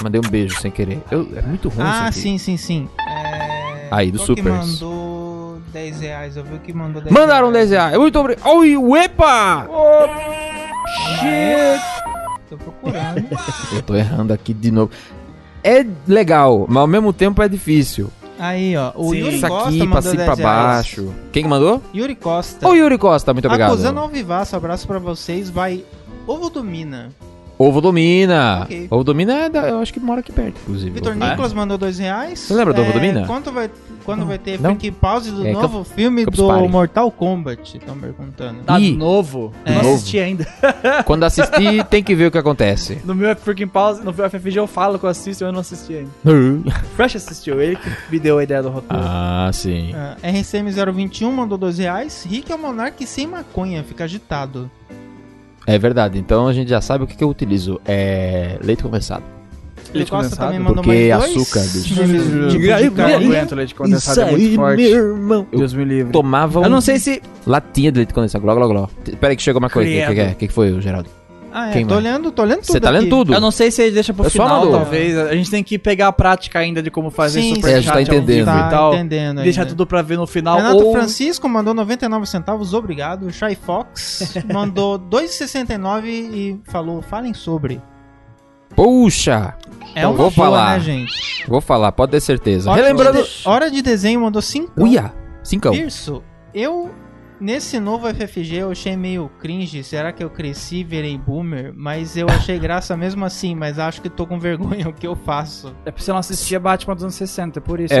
Speaker 1: Mandei um beijo sem querer. Eu- é muito ruim isso
Speaker 3: Ah,
Speaker 1: aqui.
Speaker 3: sim, sim, sim. É...
Speaker 1: Aí, do
Speaker 3: qual que
Speaker 1: Supers.
Speaker 3: mandou 10 reais. Eu vi que mandou 10
Speaker 1: Mandaram 10 reais. Muito obrigado. Oi, uepa!
Speaker 3: Tô procurando.
Speaker 1: Eu tô errando aqui de novo. É legal, mas ao mesmo tempo é difícil.
Speaker 3: Aí, ó. O Yuri
Speaker 1: Isso
Speaker 3: Costa
Speaker 1: aqui, pra
Speaker 3: mandou
Speaker 1: cima
Speaker 3: 10
Speaker 1: pra
Speaker 3: reais.
Speaker 1: baixo. Quem que mandou?
Speaker 3: Yuri Costa.
Speaker 1: Ô, Yuri Costa, muito obrigado.
Speaker 3: Tá. Acusando ao vivaço, abraço pra vocês. Vai Ovo Domina.
Speaker 1: Ovo Domina.
Speaker 3: Ok.
Speaker 1: Ovo Domina é da- eu acho que mora aqui perto, inclusive.
Speaker 3: Vitor
Speaker 1: Ovo Domina.
Speaker 3: Nicolas mandou 2 reais. É,
Speaker 1: Você lembra do Ovo Domina?
Speaker 3: Quando vai, quando vai ter
Speaker 1: Não.
Speaker 3: Frank Pause do
Speaker 1: É,
Speaker 3: novo filme
Speaker 1: Campus
Speaker 3: do
Speaker 1: Party.
Speaker 3: Mortal Kombat? Estão perguntando.
Speaker 2: Tá
Speaker 1: Ih.
Speaker 2: novo.
Speaker 3: É.
Speaker 2: Não
Speaker 1: Novo.
Speaker 2: assisti ainda. [LAUGHS]
Speaker 1: Quando
Speaker 3: [LAUGHS]
Speaker 1: assistir, tem que ver o que acontece.
Speaker 2: No meu é Freaking Pause, no meu FFG eu falo que eu assisto, eu não assisti ainda. Fresh assistiu, ele que me deu a ideia do roteiro.
Speaker 1: ah, sim.
Speaker 3: Ah, RCM021 mandou 2 reais. Rick é o monarca e sem maconha, fica agitado.
Speaker 1: É verdade, então a gente já sabe o que, que eu utilizo. É leite condensado.
Speaker 3: Yuri Costa
Speaker 2: condensado,
Speaker 3: também mandou
Speaker 1: porque
Speaker 3: mais dois.
Speaker 1: açúcar, bicho.
Speaker 3: Tipo de
Speaker 2: Eu não
Speaker 3: carinha.
Speaker 2: aguento leite condensado, é muito forte.
Speaker 1: irmão. Eu
Speaker 2: Deus me livre.
Speaker 1: tomava
Speaker 2: Eu
Speaker 1: um
Speaker 2: não sei se.
Speaker 1: latinha de leite condensado. Gló, gló, gló. T- Pera aí que chegou uma coisa. O que, que, é?
Speaker 2: Credo.
Speaker 1: que, que foi, Geraldo?
Speaker 3: Ah, é,
Speaker 1: Quem
Speaker 3: tô
Speaker 1: mais?
Speaker 3: olhando, tô olhando tudo.
Speaker 1: Você tá lendo
Speaker 3: aqui.
Speaker 1: tudo.
Speaker 2: Eu não sei se ele deixa pro
Speaker 1: Eu É só
Speaker 2: final,
Speaker 1: mandou.
Speaker 2: talvez. A gente tem que pegar a prática ainda de como fazer
Speaker 3: Sim,
Speaker 2: super
Speaker 1: sim. É, a
Speaker 2: chat
Speaker 1: gente tá
Speaker 2: ao vivo
Speaker 1: entendendo. né?
Speaker 2: e
Speaker 3: Tá
Speaker 2: tal.
Speaker 3: entendendo
Speaker 2: Deixar
Speaker 3: ainda.
Speaker 2: tudo pra ver no final.
Speaker 3: Renato
Speaker 2: ou...
Speaker 3: Francisco mandou 99 centavos, obrigado. Shy Fox
Speaker 1: [LAUGHS]
Speaker 3: mandou 2,69 e falou, falem sobre.
Speaker 1: Puxa!
Speaker 3: É
Speaker 1: Então
Speaker 3: uma
Speaker 1: vou
Speaker 3: boa,
Speaker 1: falar.
Speaker 3: né, gente?
Speaker 1: Vou falar, pode ter certeza.
Speaker 3: Hora de
Speaker 1: Relembrando.
Speaker 3: de- Hora de desenho mandou 5.
Speaker 1: Uia! Cincão.
Speaker 3: Pirso, eu... Nesse novo FFG eu achei meio cringe, será que eu cresci e virei boomer? Mas eu
Speaker 1: [LAUGHS]
Speaker 3: achei graça mesmo assim, mas acho que tô com vergonha o que eu faço.
Speaker 2: É porque você não assistia Batman dos anos 60, é por isso.
Speaker 1: É,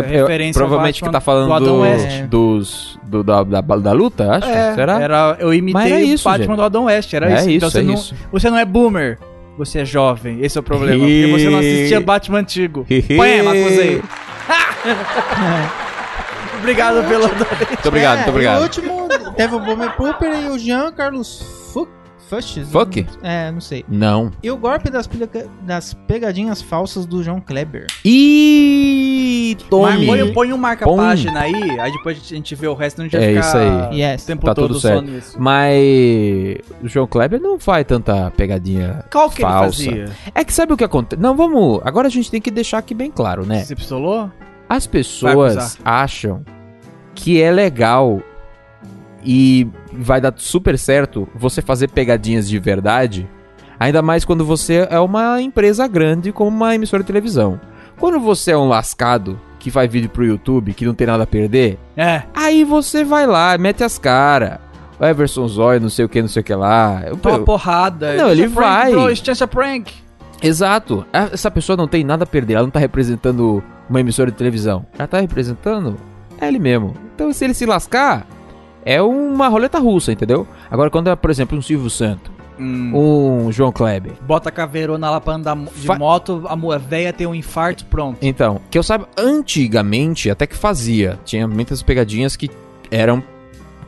Speaker 1: é,
Speaker 2: referência ao
Speaker 1: provavelmente que tá
Speaker 2: Batman
Speaker 1: falando
Speaker 2: do Adam West.
Speaker 3: É.
Speaker 1: dos. do- da, da, da luta, acho.
Speaker 2: É,
Speaker 1: Será?
Speaker 2: Era, eu imitei
Speaker 1: Mas era isso,
Speaker 2: o Batman
Speaker 1: gente.
Speaker 2: do Adam West, era
Speaker 1: é
Speaker 2: isso.
Speaker 1: isso,
Speaker 2: então você,
Speaker 1: é
Speaker 2: não,
Speaker 1: isso.
Speaker 2: você não é boomer, você é jovem. Esse é o problema. Porque você não assistia Batman antigo. Poema, acusei. [LAUGHS] Obrigado
Speaker 1: [LAUGHS]
Speaker 2: pelo.
Speaker 1: Muito obrigado, muito
Speaker 3: É, E o
Speaker 1: obrigado.
Speaker 3: último teve o Boomer Pooper e o Jean Carlos Fu- Fuchs.
Speaker 1: Fuck?
Speaker 3: É, não sei.
Speaker 1: Não.
Speaker 3: E o golpe das, plica- das pegadinhas falsas do João Kleber.
Speaker 1: E
Speaker 3: Mas
Speaker 2: Põe,
Speaker 1: Tome.
Speaker 2: põe um marca-página aí, aí depois a gente vê o resto e não já
Speaker 1: É
Speaker 2: fica
Speaker 1: isso aí.
Speaker 3: Yes.
Speaker 2: o tempo
Speaker 1: Tá
Speaker 2: todo
Speaker 1: tudo
Speaker 2: só
Speaker 1: certo.
Speaker 2: nisso.
Speaker 1: Mas o João Kleber não faz tanta pegadinha.
Speaker 2: Qual que
Speaker 1: Falsa.
Speaker 2: ele fazia?
Speaker 1: É que sabe o que acontece? Não, vamos. Agora a gente tem que deixar aqui bem claro, né?
Speaker 2: Se pistolou?
Speaker 1: As
Speaker 2: Vai
Speaker 1: pessoas acham que é legal e vai dar super certo você fazer pegadinhas de verdade, ainda mais quando você é uma empresa grande como uma emissora de televisão. Quando você é um lascado que faz vídeo pro YouTube, que não tem nada a perder,
Speaker 2: É.
Speaker 1: aí você vai lá, mete as caras. Everson Zóio, não sei o que, não sei o que lá. Eu-
Speaker 2: Toma
Speaker 1: eu-
Speaker 2: porrada.
Speaker 1: Não, ele
Speaker 2: Isso é prank,
Speaker 1: vai.
Speaker 2: Bro, isso é prank.
Speaker 1: Exato. A- Essa pessoa não tem nada a perder. Ela não tá representando uma emissora de televisão. Ela tá representando ele mesmo. Então, se ele se lascar, é uma roleta russa, entendeu? Agora, quando é, por exemplo, um Silvio Santo, um João Kleber.
Speaker 2: Hum, Bota a caveirona lá pra andar mo- de
Speaker 1: Fa-
Speaker 2: moto, a mulher velha tem um infarto, pronto.
Speaker 1: Então, que eu saiba, antigamente até que fazia. Tinha muitas pegadinhas que eram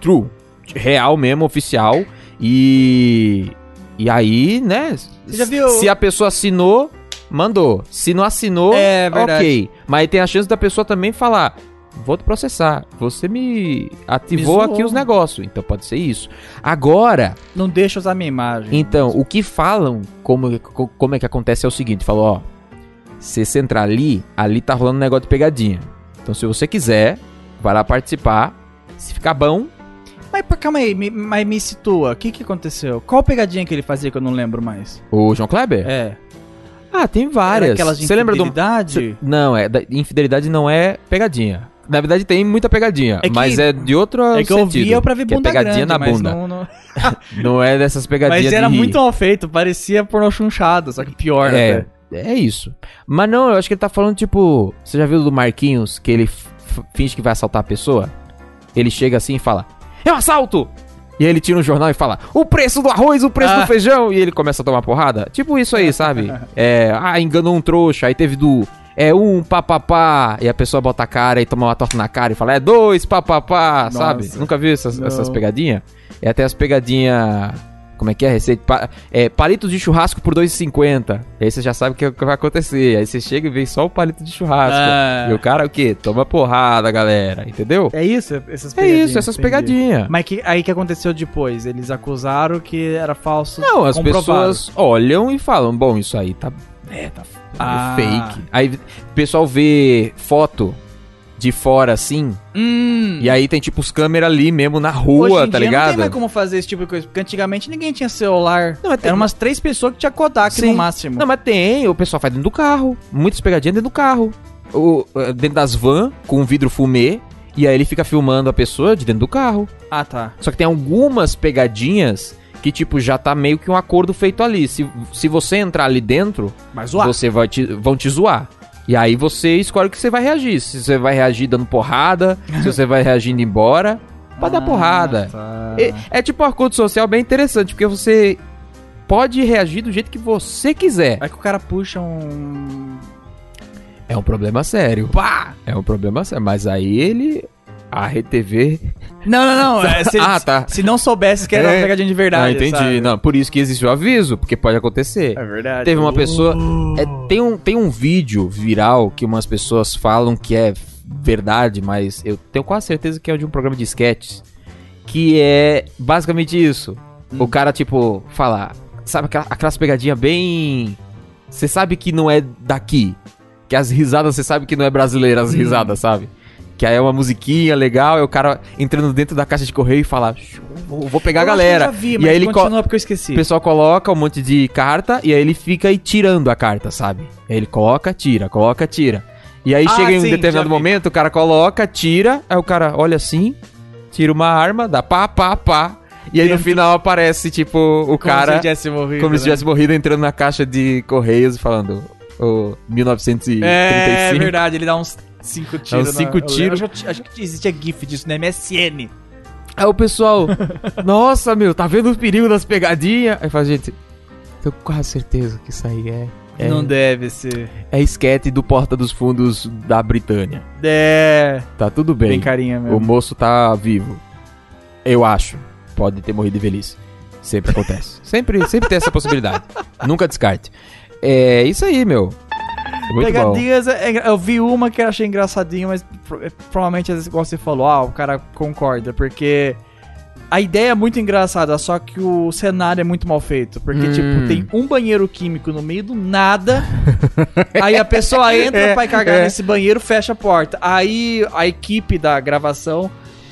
Speaker 1: true, real mesmo, oficial. E. E aí, né?
Speaker 2: já viu-
Speaker 1: Se a pessoa assinou, mandou. Se não assinou,
Speaker 2: É verdade.
Speaker 1: ok. Mas aí tem a chance da pessoa também falar. Vou te processar. Você me ativou
Speaker 2: Me zoou.
Speaker 1: aqui os negócios. Então pode ser isso. Agora,
Speaker 2: Não deixa usar minha imagem.
Speaker 1: então, o que falam, como, co- como é que acontece é o seguinte, falou, ó, se você entrar ali, ali tá rolando um negócio de pegadinha. Então, se você quiser, vai lá participar. Se ficar bom,
Speaker 2: Mas pô, calma aí, me, mas me situa. O que que aconteceu? Qual pegadinha que ele fazia que eu não lembro mais?
Speaker 1: o João Kleber?
Speaker 2: É.
Speaker 1: Ah, tem
Speaker 2: Era
Speaker 1: várias.
Speaker 2: Aquelas de
Speaker 1: Você lembra um- do...
Speaker 2: infidelidade?
Speaker 1: Cê- Não, é, da- infidelidade não é pegadinha. Na verdade tem muita pegadinha,
Speaker 2: É que-
Speaker 1: mas é de outro
Speaker 2: É que eu
Speaker 1: sentido.
Speaker 2: via pra ver
Speaker 1: que é
Speaker 2: bunda
Speaker 1: pegadinha
Speaker 2: grande,
Speaker 1: na
Speaker 2: mas
Speaker 1: bunda.
Speaker 2: não- não-
Speaker 1: Não... é dessas pegadinhas
Speaker 2: Mas
Speaker 1: de
Speaker 2: era
Speaker 1: rir.
Speaker 2: muito mal feito, parecia pornô chunchado, só que pior.
Speaker 1: É,
Speaker 2: né?
Speaker 1: é isso. Mas não, eu acho que ele tá falando, tipo, você já viu do Marquinhos que ele f- f- finge que vai assaltar a pessoa? Ele chega assim e fala: É um assalto! E aí ele tira um jornal e fala: O preço do arroz, o preço
Speaker 2: Ah.
Speaker 1: do feijão! E ele começa a tomar porrada. Tipo isso aí,
Speaker 2: [LAUGHS]
Speaker 1: sabe? É, ah, enganou um trouxa, aí teve do. É um papapá, e a pessoa bota a cara e toma uma torta na cara e fala, é dois papapá, sabe? Nunca viu essas,
Speaker 2: Não.
Speaker 1: essas pegadinhas? É até as pegadinhas. Como é que é a receita? Pa- é, palitos de churrasco por 2,50. E aí você já sabe o que, o que vai acontecer. Aí você chega e vê só o palito de churrasco.
Speaker 2: Ah.
Speaker 1: E o cara o quê? Toma porrada, galera. Entendeu?
Speaker 2: É isso, essas
Speaker 1: É
Speaker 2: pegadinhas.
Speaker 1: isso, essas
Speaker 2: entendi.
Speaker 1: pegadinhas.
Speaker 2: Mas que, aí que aconteceu depois? Eles acusaram que era falso.
Speaker 1: Não, as
Speaker 2: comprovaram.
Speaker 1: pessoas olham e falam, bom, isso aí tá. É, tá f-
Speaker 2: Ah.
Speaker 1: fake. Aí o pessoal vê foto de fora assim.
Speaker 2: Hum.
Speaker 1: E aí tem tipo os câmeras ali mesmo na
Speaker 2: Hoje
Speaker 1: rua,
Speaker 2: em
Speaker 1: tá
Speaker 2: dia Não
Speaker 1: ligado? É
Speaker 2: tem mais é como fazer esse tipo de coisa, porque antigamente ninguém tinha celular.
Speaker 1: Não, mas tem-
Speaker 2: Eram umas três pessoas que tinha Kodak
Speaker 1: Sim.
Speaker 2: no máximo.
Speaker 1: Não, mas tem, o pessoal faz dentro do carro. Muitas pegadinhas dentro do carro. O, eh, dentro das van, com um vidro fumê, e aí ele fica filmando a pessoa de dentro do carro.
Speaker 2: Ah, tá.
Speaker 1: Só que tem algumas pegadinhas que, tipo, já tá meio que um acordo feito ali. Se, se você entrar ali dentro,
Speaker 2: Mas zoar.
Speaker 1: você vai te, vão te zoar. E aí você escolhe o que você vai reagir. Se você vai reagir dando porrada, se você vai reagir indo embora, pra dar porrada.
Speaker 2: Tá.
Speaker 1: É, é tipo um acordo social bem interessante, porque você pode reagir do jeito que você quiser.
Speaker 2: Aí É que o cara puxa um.
Speaker 1: É um problema sério.
Speaker 2: Pá!
Speaker 1: É um problema sério. Mas aí ele. A RTV.
Speaker 2: Não, não, não. é, se,
Speaker 1: [LAUGHS] Ah, tá.
Speaker 2: se não soubesse que era
Speaker 1: É.
Speaker 2: pegadinha de
Speaker 1: Ah,
Speaker 2: verdade.
Speaker 1: entendi.
Speaker 2: sabe?
Speaker 1: Não, por isso que existe o aviso, porque pode acontecer.
Speaker 2: É verdade.
Speaker 1: Teve uma pessoa-
Speaker 2: Uh.
Speaker 1: É, tem, um, tem um vídeo viral que umas pessoas falam que é verdade, mas eu tenho quase certeza que é de um programa de sketches. Que é basicamente isso. O cara, tipo, fala. Sabe aquela, aquelas pegadinhas bem. Você sabe que não é daqui. Que as risadas, você sabe que não é brasileira as risadas, sabe? Que aí é uma musiquinha legal, é o cara entrando dentro da caixa de correio e fala: "Shh, vou, vou pegar a
Speaker 2: Eu acho que
Speaker 1: galera.
Speaker 2: eu já vi,
Speaker 1: E
Speaker 2: mas
Speaker 1: aí ele co-
Speaker 2: continua porque eu
Speaker 1: O
Speaker 2: esqueci.
Speaker 1: pessoal coloca um monte de carta e aí ele fica aí tirando a carta, sabe? Aí Ele coloca, tira, coloca, tira. E aí
Speaker 2: Ah,
Speaker 1: chega em um
Speaker 2: sim, já
Speaker 1: determinado
Speaker 2: vi.
Speaker 1: momento, o cara coloca, tira, aí o cara olha assim, tira uma arma, dá pá, pá, pá. E aí no final aparece, tipo, o
Speaker 2: Como se
Speaker 1: cara
Speaker 2: tivesse morrido.
Speaker 1: como se
Speaker 2: né?
Speaker 1: tivesse morrido entrando na caixa de correios e falando o 1935.
Speaker 2: É verdade, ele dá uns cinco tiros.
Speaker 1: Dá uns cinco
Speaker 2: na- eu
Speaker 1: tiros.
Speaker 2: Acho, que- acho que existia GIF disso né? na MSN.
Speaker 1: Aí o pessoal, nossa, meu, tá vendo o perigo das pegadinhas? Aí fala, gente, tenho quase certeza que isso aí é É.
Speaker 2: Não deve ser.
Speaker 1: é esquete do Porta dos Fundos da Britânia.
Speaker 2: É.
Speaker 1: Tá tudo
Speaker 2: Bem,
Speaker 1: bem.
Speaker 2: carinha mesmo.
Speaker 1: o moço tá vivo. Eu acho. Pode ter morrido de velhice. Sempre
Speaker 2: [LAUGHS]
Speaker 1: acontece. sempre, sempre tem essa possibilidade. Nunca descarte. É isso aí, meu. É Muito bom.
Speaker 2: Pegadinhas, é- é- eu vi uma que eu achei engraçadinha, mas pro- é, provavelmente às vezes, igual você falou, ah, o cara concorda, porque a ideia é muito engraçada, só que o cenário é muito mal feito. Porque,
Speaker 1: Hum.
Speaker 2: tipo, tem um banheiro químico no meio do nada, [LAUGHS] aí a pessoa entra
Speaker 1: É,
Speaker 2: vai cagar
Speaker 1: é.
Speaker 2: nesse banheiro, fecha a porta. Aí a equipe da gravação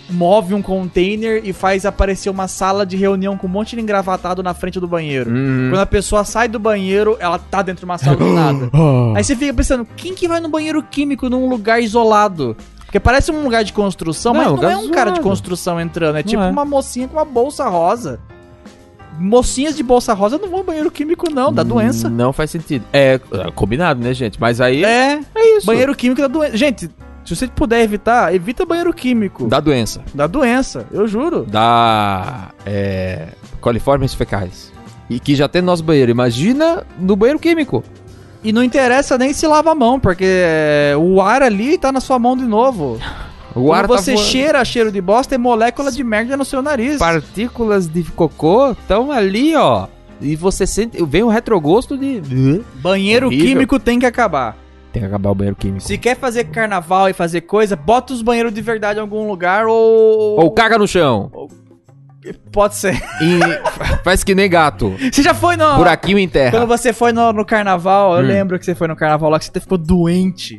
Speaker 2: move um container e faz aparecer uma sala de reunião com um monte de engravatado na frente do banheiro.
Speaker 1: Hum.
Speaker 2: Quando a pessoa sai do banheiro, ela tá dentro de uma
Speaker 1: [GASPS]
Speaker 2: sala do nada.
Speaker 1: Oh.
Speaker 2: Aí você fica pensando, quem que vai no banheiro químico num lugar isolado? Porque parece um lugar de construção,
Speaker 1: Não,
Speaker 2: mas
Speaker 1: é um
Speaker 2: não
Speaker 1: lugar
Speaker 2: é um cara de
Speaker 1: zoado.
Speaker 2: construção entrando. É tipo
Speaker 1: é.
Speaker 2: uma mocinha com uma bolsa rosa. Mocinhas de bolsa rosa não vão ao banheiro químico, não,
Speaker 1: Hum.
Speaker 2: dá doença.
Speaker 1: Não faz sentido. É, é combinado, né, gente? Mas aí
Speaker 2: É,
Speaker 1: é isso.
Speaker 2: banheiro químico dá doença. Gente, se você puder evitar, evita banheiro químico. Dá,
Speaker 1: Dá doença.
Speaker 2: doença, eu juro.
Speaker 1: Dá. É, coliformes fecais. E que já tem no nosso banheiro. Imagina no banheiro químico.
Speaker 2: E não interessa nem se lava a mão, porque é, o ar ali tá na sua mão de novo.
Speaker 1: O
Speaker 2: Quando
Speaker 1: ar tá
Speaker 2: você
Speaker 1: voando.
Speaker 2: cheira cheiro de bosta, é molécula de merda no seu nariz.
Speaker 1: partículas de cocô estão ali, ó. E você sente. Vem o retrogosto de.
Speaker 2: Banheiro
Speaker 1: Horrível.
Speaker 2: químico tem que acabar.
Speaker 1: Tem que acabar o banheiro químico.
Speaker 2: Se quer fazer carnaval e fazer coisa, bota os banheiros de verdade em algum lugar ou.
Speaker 1: Ou caga no chão.
Speaker 2: Pode ser. [LAUGHS]
Speaker 1: E [LAUGHS] faz que nem gato.
Speaker 2: Você já foi no.
Speaker 1: Buraquinho em terra.
Speaker 2: Quando você foi no, no carnaval, eu
Speaker 1: Hum.
Speaker 2: lembro que você foi no carnaval lá que você até ficou doente.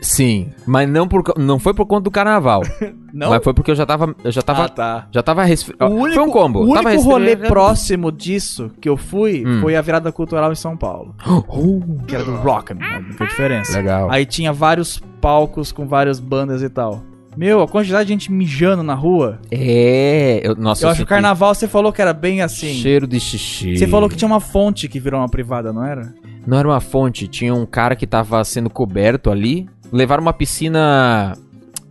Speaker 1: Sim. Mas não, por, co- não foi por conta do carnaval.
Speaker 2: [LAUGHS] Não?
Speaker 1: Mas foi porque eu já tava. Eu já tava.
Speaker 2: Ah, tá.
Speaker 1: Já tava resfriado.
Speaker 2: O
Speaker 1: Foi um combo.
Speaker 2: O único
Speaker 1: tava
Speaker 2: rolê
Speaker 1: resfriado.
Speaker 2: próximo disso que eu fui
Speaker 1: Hum.
Speaker 2: foi a virada cultural em São
Speaker 1: [GASPS]
Speaker 2: Paulo.
Speaker 1: Uh,
Speaker 2: Que era do rock, não tem diferença.
Speaker 1: legal.
Speaker 2: Aí tinha vários palcos com várias bandas e tal. Meu, a quantidade de gente mijando na rua.
Speaker 1: É, eu, nossa,
Speaker 2: eu acho que o
Speaker 1: senti
Speaker 2: carnaval você falou que era bem assim.
Speaker 1: Cheiro de xixi.
Speaker 2: Você falou que tinha uma fonte que virou uma privada, não era?
Speaker 1: Não era uma fonte, tinha um cara que tava sendo coberto ali. Levaram uma piscina.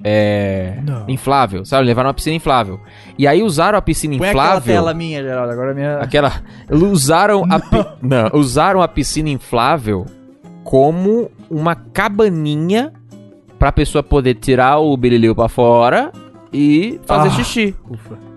Speaker 1: É.
Speaker 2: Não.
Speaker 1: Inflável, sabe? Levaram uma piscina inflável. E aí usaram a piscina
Speaker 2: Põe aquela
Speaker 1: inflável.
Speaker 2: tela minha, Geraldo. Agora a minha.
Speaker 1: Aquela. Usaram a, pi- não, usaram a piscina inflável como uma cabaninha pra pessoa poder tirar o berilhão pra fora e fazer
Speaker 2: Ah.
Speaker 1: xixi.
Speaker 2: Ufa.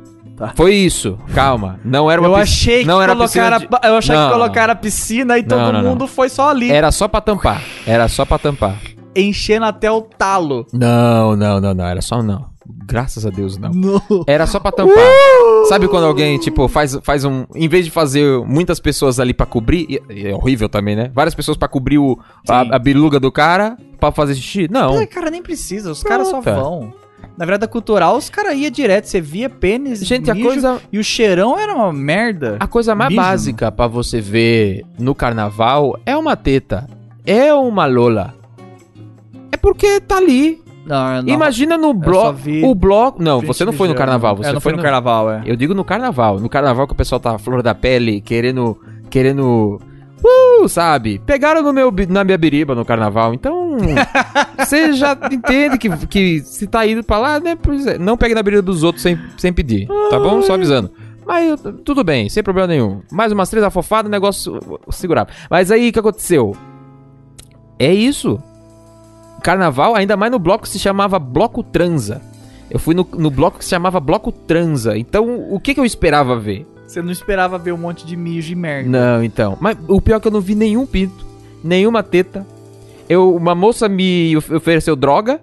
Speaker 1: Foi isso. Calma. Não era uma
Speaker 2: Eu
Speaker 1: piscina.
Speaker 2: achei que
Speaker 1: não era
Speaker 2: colocaram.
Speaker 1: piscina
Speaker 2: a- Eu achei
Speaker 1: Não.
Speaker 2: que colocaram a piscina e
Speaker 1: Não,
Speaker 2: todo
Speaker 1: não, É- não.
Speaker 2: mundo foi só ali.
Speaker 1: Era só pra tampar. Era só pra tampar.
Speaker 2: Enchendo até o talo.
Speaker 1: Não, não, não, não. Era só um não. Graças a Deus, não.
Speaker 2: No-
Speaker 1: Era só pra tampar.
Speaker 2: Uh!
Speaker 1: Sabe quando alguém, tipo, faz, faz um. Em vez de fazer muitas pessoas ali pra cobrir. e- e É horrível também, né? Várias pessoas pra cobrir o, a, a biluga do cara pra fazer xixi. Não.
Speaker 2: Ai, cara, nem precisa. Os caras só
Speaker 1: Então- Puta.
Speaker 2: vão. Na verdade, cultural, os caras iam direto. Você via pênis,
Speaker 1: Gente, a
Speaker 2: mijo,
Speaker 1: coisa,
Speaker 2: E o cheirão era uma merda.
Speaker 1: a coisa mais
Speaker 2: Mijo,
Speaker 1: básica pra você ver no carnaval é uma teta. É uma lola. É porque tá ali.
Speaker 2: Não,
Speaker 1: Imagina no
Speaker 2: só
Speaker 1: bloco.
Speaker 2: vi
Speaker 1: O bloco. Não,
Speaker 2: gente
Speaker 1: você não foi no
Speaker 2: mijando.
Speaker 1: carnaval. Você
Speaker 2: É, não
Speaker 1: foi
Speaker 2: foi
Speaker 1: no
Speaker 2: no carnaval, é.
Speaker 1: Eu digo no carnaval. No carnaval que o pessoal tá à flor da pele, querendo. querendo. Uh, sabe? Pegaram no meu, bi- na minha biriba no carnaval. Então. Você já entende que, que se tá indo pra lá, né? pois é, Não pegue na biriba dos outros sem, sem pedir. Tá bom? Só avisando. Mas eu- tudo bem, sem problema nenhum. Mais umas três afofadas, o negócio uh, segurava. Mas aí o que aconteceu? É isso. Carnaval, ainda mais no bloco que se chamava Bloco Transa. Eu fui no, no bloco que se chamava Bloco Transa. Então, o que, que eu esperava ver?
Speaker 2: Você não esperava ver um monte de mijo e merda.
Speaker 1: Não, então. Mas o pior é que eu não vi nenhum pinto, nenhuma teta. Eu, uma moça me of- ofereceu droga.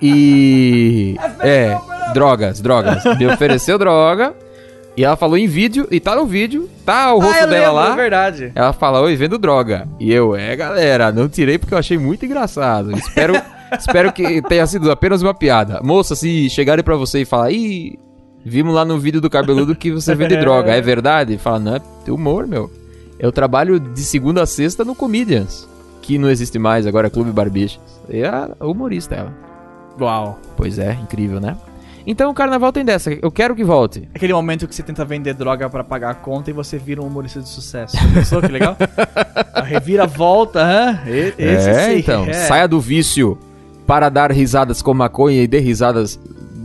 Speaker 1: e. É, drogas, drogas. Me ofereceu droga. E ela falou em vídeo, e tá no vídeo, tá o rosto
Speaker 2: Ah,
Speaker 5: eu
Speaker 1: dela
Speaker 5: lembro,
Speaker 1: lá.
Speaker 5: É verdade.
Speaker 1: Ela fala, oi, vendo droga. E eu, é, galera, não tirei porque eu achei muito engraçado. Espero, espero que tenha sido apenas uma piada. Moça, se chegarem pra você e falar, ih, vimos lá no vídeo do cabeludo que você vende droga, é verdade? Fala, não, é humor, meu. Eu trabalho de segunda a sexta no Comedians, que não existe mais, agora é Clube Barbixas. E é humorista ela.
Speaker 2: Uau.
Speaker 1: Pois é, incrível, né? Então o carnaval tem dessa, eu quero que volte.
Speaker 2: Aquele momento que você tenta vender droga pra pagar a conta e você vira um humorista de sucesso. Pensou que
Speaker 1: [LAUGHS]
Speaker 2: legal? a reviravolta, hã? E- Esse
Speaker 1: é,
Speaker 2: sim.
Speaker 1: então,
Speaker 2: É.
Speaker 1: saia do vício para dar risadas com maconha e dê risadas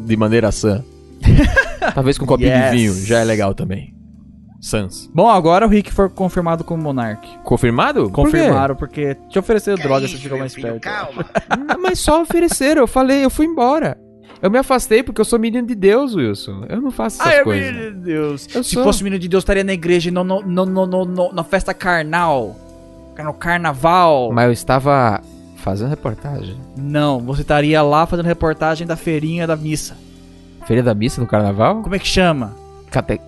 Speaker 1: de maneira
Speaker 2: [LAUGHS]
Speaker 1: sã. Talvez com um copinho de
Speaker 2: Yes.
Speaker 1: vinho, já é legal também. Sans.
Speaker 2: Bom, agora o Rick foi confirmado como Monark.
Speaker 1: Confirmado? Por quê? [LAUGHS]
Speaker 2: Confirmaram, porque te ofereceram droga, você ficou mais perto.
Speaker 1: Não, Ah, Mas só ofereceram, eu falei, eu fui embora. Eu me afastei porque eu sou menino de Deus, Wilson. Eu não faço essas
Speaker 2: Ai,
Speaker 1: coisas.
Speaker 2: meu Deus.
Speaker 1: Eu
Speaker 2: Se
Speaker 1: sou.
Speaker 2: fosse menino de Deus, estaria na igreja e não, não, não, não, não, não- na festa carnal. No carnaval.
Speaker 1: Mas eu estava fazendo reportagem.
Speaker 2: Não, você estaria lá fazendo reportagem da feirinha da missa.
Speaker 1: Feira da missa no carnaval?
Speaker 2: Como é que chama?
Speaker 1: Cate...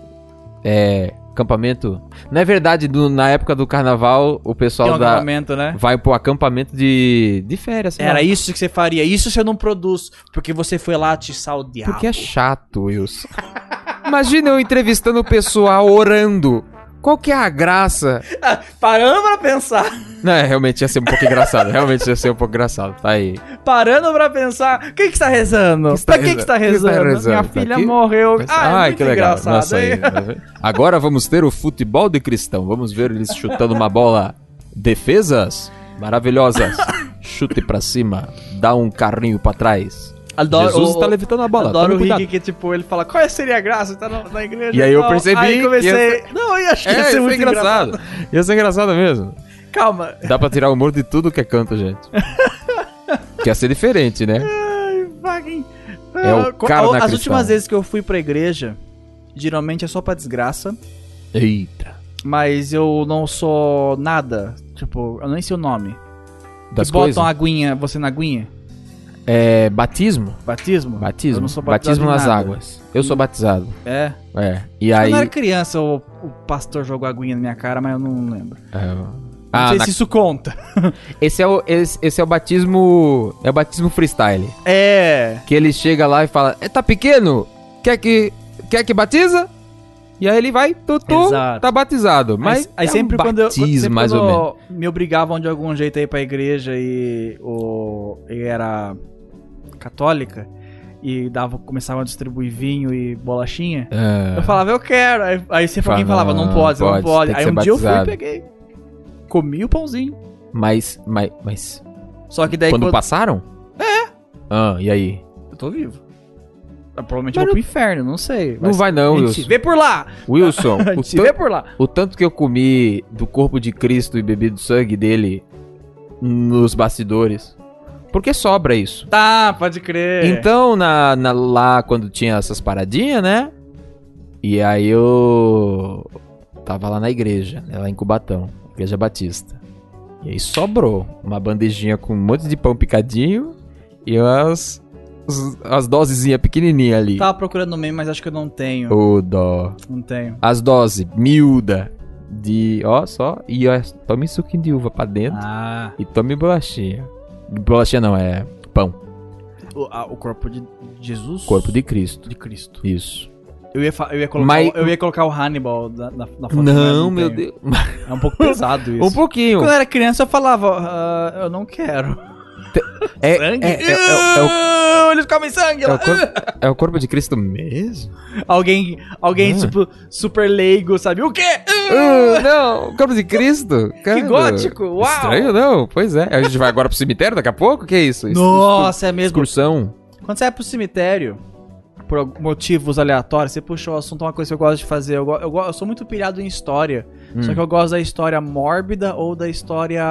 Speaker 1: É. Acampamento. Não é verdade, do- na época do carnaval, o pessoal
Speaker 2: Tem um
Speaker 1: da,
Speaker 2: alongamento, né?
Speaker 1: vai pro acampamento de, de férias. sei
Speaker 2: Era
Speaker 1: lá.
Speaker 2: isso que você faria. Isso você não produz, porque você foi lá atiçar o diabo.
Speaker 1: Porque é chato, Wilson. Imagina eu entrevistando o pessoal orando. Qual que é a graça?
Speaker 5: Parando pra pensar.
Speaker 1: Não, é, realmente ia ser um pouco engraçado. Realmente ia ser um pouco engraçado. Tá aí.
Speaker 2: Parando pra pensar, quem que está rezando?
Speaker 1: Quem que está
Speaker 2: pra quem que está
Speaker 1: rezando? Quem que
Speaker 2: rezando?
Speaker 1: está rezando?
Speaker 2: Minha
Speaker 1: Tá
Speaker 2: filha
Speaker 1: aqui?
Speaker 2: morreu. Ah, é muito engraçado.
Speaker 1: Nossa, aí,
Speaker 2: hein?
Speaker 1: tá vendo? Agora vamos ter o futebol de cristão. Vamos ver eles chutando uma bola. Defesas maravilhosas. Chute pra cima. Dá um carrinho pra trás.
Speaker 2: Adoro,
Speaker 1: Jesus
Speaker 2: o-
Speaker 1: está levitando a bola.
Speaker 2: adoro
Speaker 1: Tome
Speaker 2: o
Speaker 1: cuidado.
Speaker 2: Rick que, tipo, ele fala, qual seria a graça? Tá na, na igreja.
Speaker 1: E aí eu
Speaker 2: tal.
Speaker 1: percebi
Speaker 2: Aí
Speaker 1: que
Speaker 2: comecei...
Speaker 1: ia
Speaker 2: Não, eu acho que ia
Speaker 1: É,
Speaker 2: ser
Speaker 1: isso é
Speaker 2: muito engraçado.
Speaker 1: engraçado. Ia ser engraçado mesmo.
Speaker 2: Calma.
Speaker 1: Dá pra tirar o humor de tudo que é canto,
Speaker 2: [LAUGHS]
Speaker 1: gente. Quer ser diferente, né?
Speaker 2: Ai, Wagner.
Speaker 1: É o
Speaker 2: Ah, co-
Speaker 1: cara da
Speaker 2: As
Speaker 1: cristã.
Speaker 2: últimas vezes que eu fui pra igreja, geralmente é só pra desgraça.
Speaker 1: Eita.
Speaker 2: Mas eu não sou nada. Tipo, eu nem sei o nome.
Speaker 1: Das
Speaker 2: que botam
Speaker 1: coisas.
Speaker 2: a aguinha, você na aguinha?
Speaker 1: É, batismo?
Speaker 2: Batismo? Eu
Speaker 1: Batismo.
Speaker 2: não sou batizado
Speaker 1: Batismo
Speaker 2: em
Speaker 1: nas
Speaker 2: nada.
Speaker 1: águas. Eu sou batizado.
Speaker 2: É.
Speaker 1: É. E
Speaker 2: Quando
Speaker 1: aí.
Speaker 2: eu era criança, o, o pastor jogou aguinha na minha cara, mas eu não lembro.
Speaker 1: é,
Speaker 2: não
Speaker 1: Ah,
Speaker 2: sei
Speaker 1: na-
Speaker 2: se isso conta.
Speaker 1: esse, é o, esse, esse é o batismo. É o batismo freestyle.
Speaker 2: É.
Speaker 1: Que ele chega lá e fala: "É, tá pequeno? Quer que. Quer que batiza? E aí ele vai, tutu,
Speaker 2: Exato.
Speaker 1: tá batizado. Mas.
Speaker 2: aí
Speaker 1: é um
Speaker 2: sempre quando eu. quando-
Speaker 1: batismo,
Speaker 2: sempre
Speaker 1: mais
Speaker 2: quando
Speaker 1: ou menos.
Speaker 2: Me obrigavam de algum jeito aí pra igreja e. O, e era. católica e dava, começavam a distribuir vinho e bolachinha. Eu
Speaker 1: Ah,
Speaker 2: falava, eu quero. Aí, aí sempre alguém
Speaker 1: Fala,
Speaker 2: falava, não
Speaker 1: não,
Speaker 2: pode, não
Speaker 1: pode,
Speaker 2: pode.
Speaker 1: tem que
Speaker 2: Aí
Speaker 1: ser
Speaker 2: um dia eu fui e
Speaker 1: batizado.
Speaker 2: peguei. Comi o pãozinho.
Speaker 1: Ah, mas, mas, mas.
Speaker 2: Só que daí
Speaker 1: Quando
Speaker 2: quando-
Speaker 1: passaram? É. Ah, e aí?
Speaker 2: Eu tô vivo. Eu provavelmente
Speaker 1: Mas
Speaker 2: vou pro inferno, não sei.
Speaker 1: Não vai não,
Speaker 2: A gente se
Speaker 1: Wilson.
Speaker 2: vê por lá!
Speaker 1: Wilson,
Speaker 2: [LAUGHS] A
Speaker 1: o
Speaker 2: gente se vê
Speaker 1: tanto,
Speaker 2: por lá!
Speaker 1: o tanto que eu comi do corpo de Cristo e bebi do sangue dele nos bastidores. Porque sobra isso.
Speaker 2: Tá, pode crer.
Speaker 1: Então, na, na- lá quando tinha essas paradinhas, né? E aí eu tava lá na igreja, né, lá em Cubatão, Igreja Batista. E aí sobrou uma bandejinha com um monte de pão picadinho e as, as, as dosezinhas pequenininhas ali.
Speaker 2: Tava procurando no meme, mas acho que eu não tenho.
Speaker 1: Ô, dó.
Speaker 2: Não tenho.
Speaker 1: As doses, miúda, de, ó, só, e ó, tome suquinho de uva pra dentro
Speaker 2: Ah,
Speaker 1: e tome bolachinha. Bolachinha não, é pão,
Speaker 2: o, a- o corpo de Jesus?
Speaker 1: corpo de Cristo.
Speaker 2: de Cristo.
Speaker 1: Isso.
Speaker 2: Eu ia, fa- eu ia, colocar,
Speaker 1: Mas-
Speaker 2: o- eu ia colocar o Hannibal na, na, na foto. mas
Speaker 1: Não, meu
Speaker 2: tenho.
Speaker 1: Deus.
Speaker 2: É um pouco pesado isso.
Speaker 1: [LAUGHS] Um pouquinho.
Speaker 2: Quando eu era criança, eu falava, "Ah, eu não quero.
Speaker 1: É,
Speaker 2: Sangue?
Speaker 1: [LAUGHS] É, é- é- é o,
Speaker 2: "Ah, [LAUGHS] Eles comem sangue!
Speaker 1: é
Speaker 2: lá."
Speaker 1: o corpo, é o corpo de Cristo
Speaker 2: [LAUGHS]
Speaker 1: mesmo?
Speaker 2: Alguém, alguém
Speaker 1: É Ah.
Speaker 2: tipo, super leigo, sabe? O quê?
Speaker 1: Ah, não, o corpo de Cristo? Cara,
Speaker 2: que gótico! Uau!
Speaker 1: Estranho, não? Pois é. A gente vai agora pro cemitério daqui a pouco? Que isso? Isso-
Speaker 2: Nossa, é
Speaker 1: isso-
Speaker 2: mesmo.
Speaker 1: Excursão.
Speaker 2: Quando você vai pro cemitério, por algum- motivos aleatórios, você puxou o assunto, é uma coisa que eu gosto de fazer. Eu, go- eu, go- eu sou muito pilhado em história. Só
Speaker 1: Hum.
Speaker 2: que eu gosto da história mórbida ou da história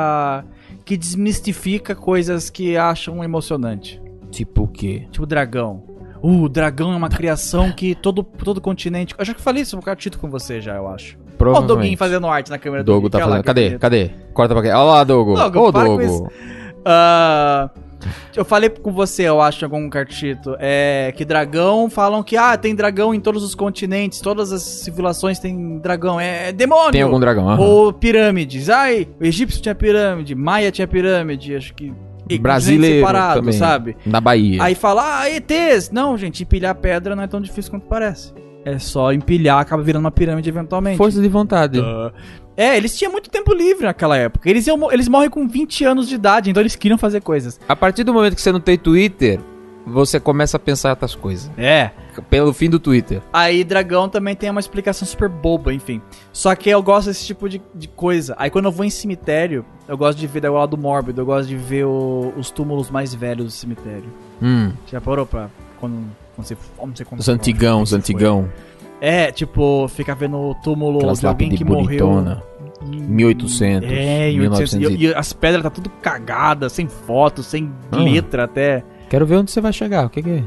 Speaker 2: que desmistifica coisas que acham emocionante.
Speaker 1: Tipo o quê?
Speaker 2: Tipo dragão. Uh, o dragão é uma criação que todo, todo continente. Eu já falei isso um bocado Tito, com você já, eu acho. Ó, o
Speaker 1: Provavelmente.
Speaker 2: Doguinho fazendo arte na câmera
Speaker 1: Dogo
Speaker 2: Gui,
Speaker 1: tá
Speaker 2: que é lá
Speaker 1: fazendo.
Speaker 2: que eu
Speaker 1: Cadê?
Speaker 2: acredito.
Speaker 1: Cadê? Corta pra quê? Olha lá, Dogo.
Speaker 2: Dogo,
Speaker 1: Ô,
Speaker 2: para com
Speaker 1: Dogo.
Speaker 2: isso. Ah, eu falei com você, eu acho, em algum cartito. É que dragão falam que ah, tem dragão em todos os continentes, todas as civilizações têm dragão. É, é demônio!
Speaker 1: Tem algum dragão? aham.
Speaker 2: Ou pirâmides. Ai, o egípcio tinha pirâmide, maia tinha pirâmide, acho que. e
Speaker 1: Brasileiro
Speaker 2: continente separado,
Speaker 1: também.
Speaker 2: sabe?
Speaker 1: Na Bahia.
Speaker 2: Aí fala, ah, ETs! Não, gente, empilhar pedra não é tão difícil quanto parece. É só empilhar, acaba virando uma pirâmide eventualmente.
Speaker 1: Força de vontade.
Speaker 2: É, eles tinham muito tempo livre naquela época. Eles, iam mo- eles morrem com 20 anos de idade, então eles queriam fazer coisas.
Speaker 1: A partir do momento que você não tem Twitter, você começa a pensar outras coisas.
Speaker 2: É.
Speaker 1: Pelo fim do Twitter.
Speaker 2: Aí dragão também tem uma explicação super boba, enfim. Só que eu gosto desse tipo de, de coisa. Aí quando eu vou em cemitério, eu gosto de ver da lado mórbido, eu gosto de ver o- os túmulos mais velhos do cemitério.
Speaker 1: Hum.
Speaker 2: Já parou pra. Quando, quando você. Como você
Speaker 1: Os antigão, os antigão.
Speaker 2: É, tipo, fica vendo o túmulo
Speaker 1: Aquelas
Speaker 2: de alguém
Speaker 1: lápides
Speaker 2: que morreu.
Speaker 1: bonitona.
Speaker 2: em-
Speaker 1: 1800,
Speaker 2: É, em 1800.
Speaker 1: 1900
Speaker 2: E, e as pedras tá tudo cagadas, sem foto, sem
Speaker 1: Ah.
Speaker 2: letra até.
Speaker 1: Quero ver onde você vai chegar. O que, que é?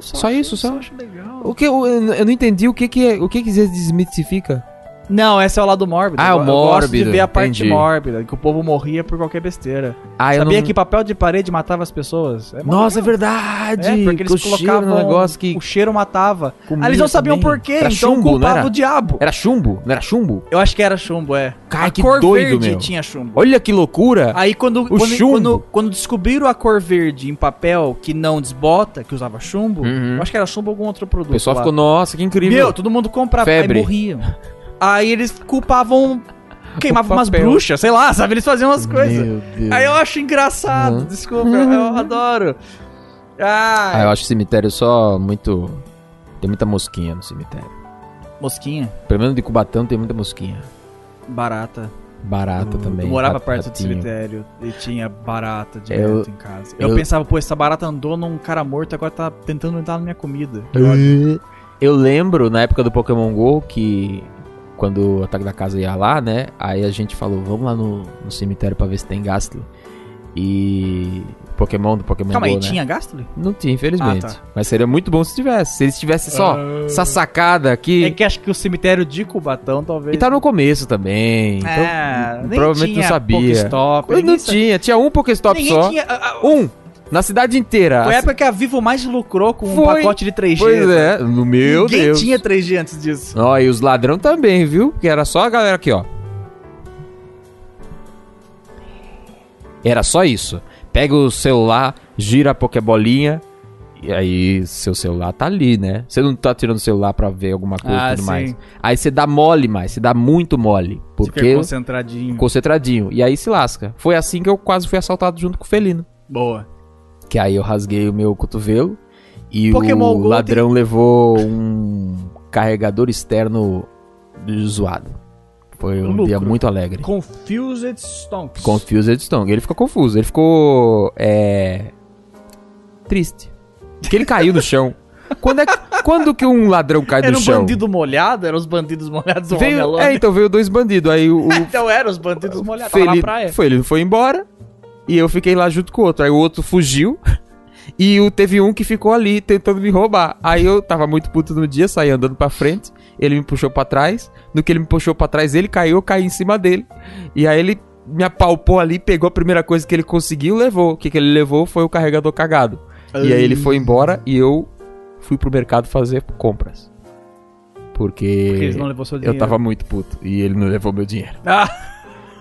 Speaker 2: Só,
Speaker 1: Só isso, só?
Speaker 2: acho legal.
Speaker 1: O que eu, eu não entendi o que que é, o que que isso desmitifica?
Speaker 2: Não, esse é o lado mórbido.
Speaker 1: Ah, o
Speaker 2: Eu- Eu gosto de
Speaker 1: mórbido,
Speaker 2: ver a parte
Speaker 1: entendi.
Speaker 2: mórbida, que o povo morria por qualquer besteira.
Speaker 1: Ah,
Speaker 2: Sabia que papel de parede matava as pessoas? É mó
Speaker 1: Nossa, é
Speaker 2: legal.
Speaker 1: verdade.
Speaker 2: É, porque eles
Speaker 1: Com cheiro no
Speaker 2: colocavam
Speaker 1: negócio que
Speaker 2: o cheiro matava. Ah,
Speaker 1: comia
Speaker 2: eles não sabiam
Speaker 1: também.
Speaker 2: por quê,
Speaker 1: Era
Speaker 2: então
Speaker 1: chumbo, não
Speaker 2: culpava
Speaker 1: era?
Speaker 2: o diabo.
Speaker 1: Era chumbo? Não era chumbo?
Speaker 2: Eu acho que era chumbo, é.
Speaker 1: Cara,
Speaker 2: a
Speaker 1: que
Speaker 2: cor
Speaker 1: doido,
Speaker 2: verde
Speaker 1: meu.
Speaker 2: tinha chumbo.
Speaker 1: Olha que loucura.
Speaker 2: Aí quando, quando,
Speaker 1: chumbo.
Speaker 2: quando, quando descobriram a cor verde em papel que não desbota, que usava chumbo,
Speaker 1: Uhum.
Speaker 2: eu acho que era chumbo ou algum outro produto.
Speaker 1: o pessoal
Speaker 2: lá.
Speaker 1: ficou, nossa, que incrível.
Speaker 2: Meu, todo mundo comprava
Speaker 1: Febre.
Speaker 2: aí morriam. Aí eles
Speaker 1: [LAUGHS]
Speaker 2: culpavam. Queimavam
Speaker 1: O
Speaker 2: umas
Speaker 1: papel.
Speaker 2: bruxas, sei lá, sabe? Eles faziam umas coisas.
Speaker 1: Deus.
Speaker 2: Aí eu acho engraçado,
Speaker 1: Uhum.
Speaker 2: desculpa, eu, eu adoro.
Speaker 1: Ah,
Speaker 2: Ah,
Speaker 1: eu acho cemitério só muito... Tem muita mosquinha no cemitério.
Speaker 2: mosquinha,
Speaker 1: Pelo menos de Cubatão tem muita mosquinha.
Speaker 2: barata.
Speaker 1: Barata
Speaker 2: eu,
Speaker 1: também.
Speaker 2: Eu morava
Speaker 1: rat-
Speaker 2: perto do
Speaker 1: ratinho.
Speaker 2: cemitério e tinha barata
Speaker 1: Eu-
Speaker 2: direto em casa. Eu,
Speaker 1: eu-
Speaker 2: pensava, pô, essa barata andou num cara morto, agora tá tentando entrar na minha comida.
Speaker 1: Eu lembro na época do Pokémon GO que quando o ataque da casa ia lá, né? Aí a gente falou, vamos lá no, no cemitério pra ver se tem Gastly. E Pokémon do Pokémon
Speaker 2: Calma
Speaker 1: GO,
Speaker 2: aí,
Speaker 1: né?
Speaker 2: tinha Gastly?
Speaker 1: Não tinha, infelizmente.
Speaker 2: Ah, tá. Ah.
Speaker 1: Mas seria muito bom se tivesse. Se eles tivessem só essa sacada aqui.
Speaker 2: É que acho que o cemitério de Cubatão talvez.
Speaker 1: E tá no começo também.
Speaker 2: É,
Speaker 1: então,
Speaker 2: nem
Speaker 1: provavelmente
Speaker 2: tinha
Speaker 1: não sabia.
Speaker 2: Pokéstop,
Speaker 1: Eu
Speaker 2: ninguém
Speaker 1: não
Speaker 2: sa-
Speaker 1: tinha, tinha um Pokéstop
Speaker 2: ninguém
Speaker 1: só.
Speaker 2: tinha- a- a-
Speaker 1: Um! Na cidade inteira.
Speaker 2: Foi a época que a Vivo mais lucrou com um
Speaker 1: Foi.
Speaker 2: pacote de 3G.
Speaker 1: Pois é, no meu
Speaker 2: né? Ninguém
Speaker 1: Deus.
Speaker 2: tinha 3G antes disso.
Speaker 1: Ó, e os ladrão também, viu? Porque era só a galera aqui, ó. Era só isso. Pega o celular, gira a pokebolinha, e aí seu celular tá ali, né? Você não tá tirando o celular pra ver alguma coisa e
Speaker 2: Ah,
Speaker 1: tudo
Speaker 2: sim.
Speaker 1: mais. Aí você dá mole mais, você dá muito mole.
Speaker 2: Fica
Speaker 1: Porque
Speaker 2: concentradinho.
Speaker 1: concentradinho. E aí se lasca. Foi assim que eu quase fui assaltado junto com o felino.
Speaker 2: Boa.
Speaker 1: que aí eu rasguei o meu cotovelo e
Speaker 2: Pokémon
Speaker 1: o
Speaker 2: Go
Speaker 1: ladrão levou um carregador externo zoado. Foi um
Speaker 2: Lucro.
Speaker 1: dia muito alegre.
Speaker 2: Confused Stonks.
Speaker 1: Confused Stone. Ele ficou confuso, ele ficou. É. Triste. Porque ele caiu no
Speaker 2: [LAUGHS]
Speaker 1: chão. Quando, é, que- quando que um ladrão cai
Speaker 2: Era
Speaker 1: no
Speaker 2: um
Speaker 1: chão?
Speaker 2: bandido molhado? Eram os bandidos molhados do
Speaker 1: Veio,
Speaker 2: Homem-Aranha?
Speaker 1: é, então veio dois bandidos. Aí o, o
Speaker 2: Então eram os bandidos molhados. Tava
Speaker 1: Felipe
Speaker 2: na praia.
Speaker 1: Foi, ele foi embora e eu fiquei lá junto com o outro. Aí o outro fugiu [LAUGHS] e o, teve um que ficou ali tentando me roubar. Aí eu tava muito puto no dia, saí andando pra frente, ele me puxou pra trás. No que ele me puxou pra trás, ele caiu, eu caí em cima dele. E aí ele me apalpou ali, pegou a primeira coisa que ele conseguiu, levou. O que, que ele levou foi o carregador cagado. E aí ele foi embora e eu fui pro mercado fazer compras. Porque,
Speaker 2: Porque eles não levou seu
Speaker 1: eu
Speaker 2: dinheiro.
Speaker 1: tava muito puto e ele não levou meu dinheiro.
Speaker 2: Ah,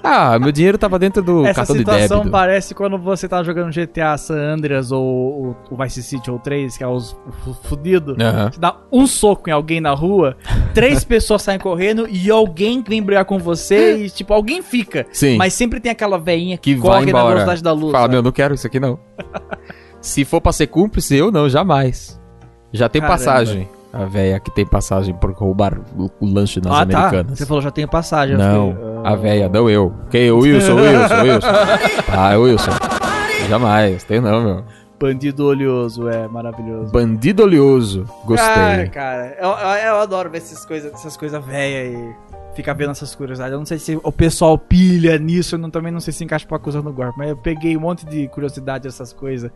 Speaker 1: Ah, meu dinheiro tava dentro do
Speaker 2: essa
Speaker 1: cartão de
Speaker 2: situação
Speaker 1: débito.
Speaker 2: parece quando você tá jogando GTA San Andreas ou o Vice City ou 3, que é os fu- fudido.
Speaker 1: Aham.
Speaker 2: Você dá um soco em alguém na rua,
Speaker 1: [LAUGHS]
Speaker 2: três pessoas saem correndo e alguém vem brigar com você e, tipo, alguém fica.
Speaker 1: Sim.
Speaker 2: Mas sempre tem aquela veinha que,
Speaker 1: Que vai
Speaker 2: corre na
Speaker 1: embora.
Speaker 2: velocidade da luz.
Speaker 1: Fala,
Speaker 2: sabe?
Speaker 1: meu, não quero isso aqui não. Se for pra ser cúmplice, eu não, jamais. Já tem
Speaker 2: Caramba.
Speaker 1: passagem. A véia que tem passagem por roubar o, o lanche nas
Speaker 2: ah, tá.
Speaker 1: americanas.
Speaker 2: Você falou, já tenho passagem. eu
Speaker 1: Não,
Speaker 2: fiquei,
Speaker 1: a véia, não eu. Quem? O
Speaker 2: [LAUGHS]
Speaker 1: Wilson, o Wilson, o Wilson. Ah, o Wilson. Jamais, tem não, meu.
Speaker 2: Bandido oleoso, é maravilhoso.
Speaker 1: Bandido oleoso.
Speaker 2: Ah,
Speaker 1: Gostei.
Speaker 2: cara, eu, eu- eu adoro ver essas coisas, essas coisas velhas e ficar vendo essas curiosidades. Eu não sei se o pessoal pilha nisso, eu não- também não sei se encaixa pra acusar no golpe, mas eu peguei um monte de curiosidade dessas coisas.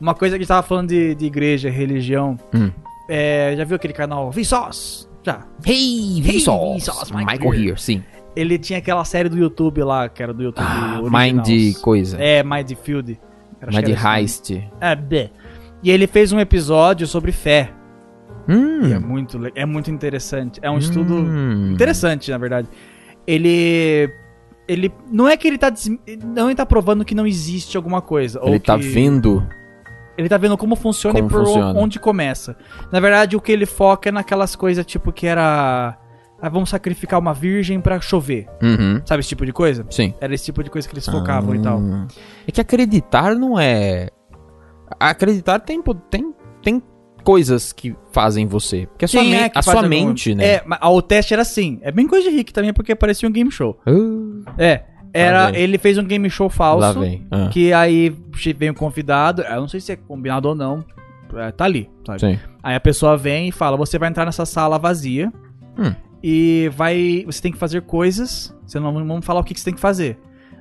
Speaker 2: Uma coisa que a gente tava falando de, de igreja, religião.
Speaker 1: Hum.
Speaker 2: É, já viu aquele canal Vsauce? Já.
Speaker 1: Hey,
Speaker 2: Vsauce, Michael
Speaker 1: here, sim.
Speaker 2: Ele tinha aquela série do YouTube lá, que era do YouTube
Speaker 1: Ah,
Speaker 2: original.
Speaker 1: Mind coisa.
Speaker 2: É, Mindfield. Acho que
Speaker 1: Mind
Speaker 2: era isso.
Speaker 1: heist.
Speaker 2: É, bleh. E ele fez um episódio sobre fé. É
Speaker 1: Hum.
Speaker 2: muito, le- é muito interessante. É um estudo
Speaker 1: Hum.
Speaker 2: interessante, na verdade. Ele. Ele. Não é que ele tá. des- Não ele tá provando que não existe alguma coisa. ou
Speaker 1: Ele tá
Speaker 2: que-
Speaker 1: vendo
Speaker 2: Ele tá vendo como funciona
Speaker 1: Como
Speaker 2: e por
Speaker 1: funciona.
Speaker 2: onde começa. Na verdade, o que ele foca é naquelas coisas tipo que era. Ah, vamos sacrificar uma virgem pra chover.
Speaker 1: Uhum.
Speaker 2: Sabe esse tipo de coisa?
Speaker 1: Sim.
Speaker 2: Era esse tipo de coisa que eles focavam e tal.
Speaker 1: Ah. É que acreditar não é. Acreditar tem, po- tem, tem coisas que fazem você. Porque a sua,
Speaker 2: Sim,
Speaker 1: men-
Speaker 2: é que
Speaker 1: a
Speaker 2: faz
Speaker 1: sua
Speaker 2: algum-
Speaker 1: mente, né?
Speaker 2: É, mas o teste era assim. É bem coisa de Rick também, porque parecia um game show.
Speaker 1: Ah,
Speaker 2: É. Era,
Speaker 1: vem.
Speaker 2: ele fez um game show
Speaker 1: lá
Speaker 2: falso.
Speaker 1: vem. Ah,
Speaker 2: Que aí che- vem o convidado, eu não sei se é combinado ou não, é, tá ali, sabe?
Speaker 1: Sim.
Speaker 2: Aí a pessoa vem e fala: você vai entrar nessa sala vazia
Speaker 1: Hum.
Speaker 2: e vai. Você tem que fazer coisas, você não vamos falar o que, que você tem que fazer.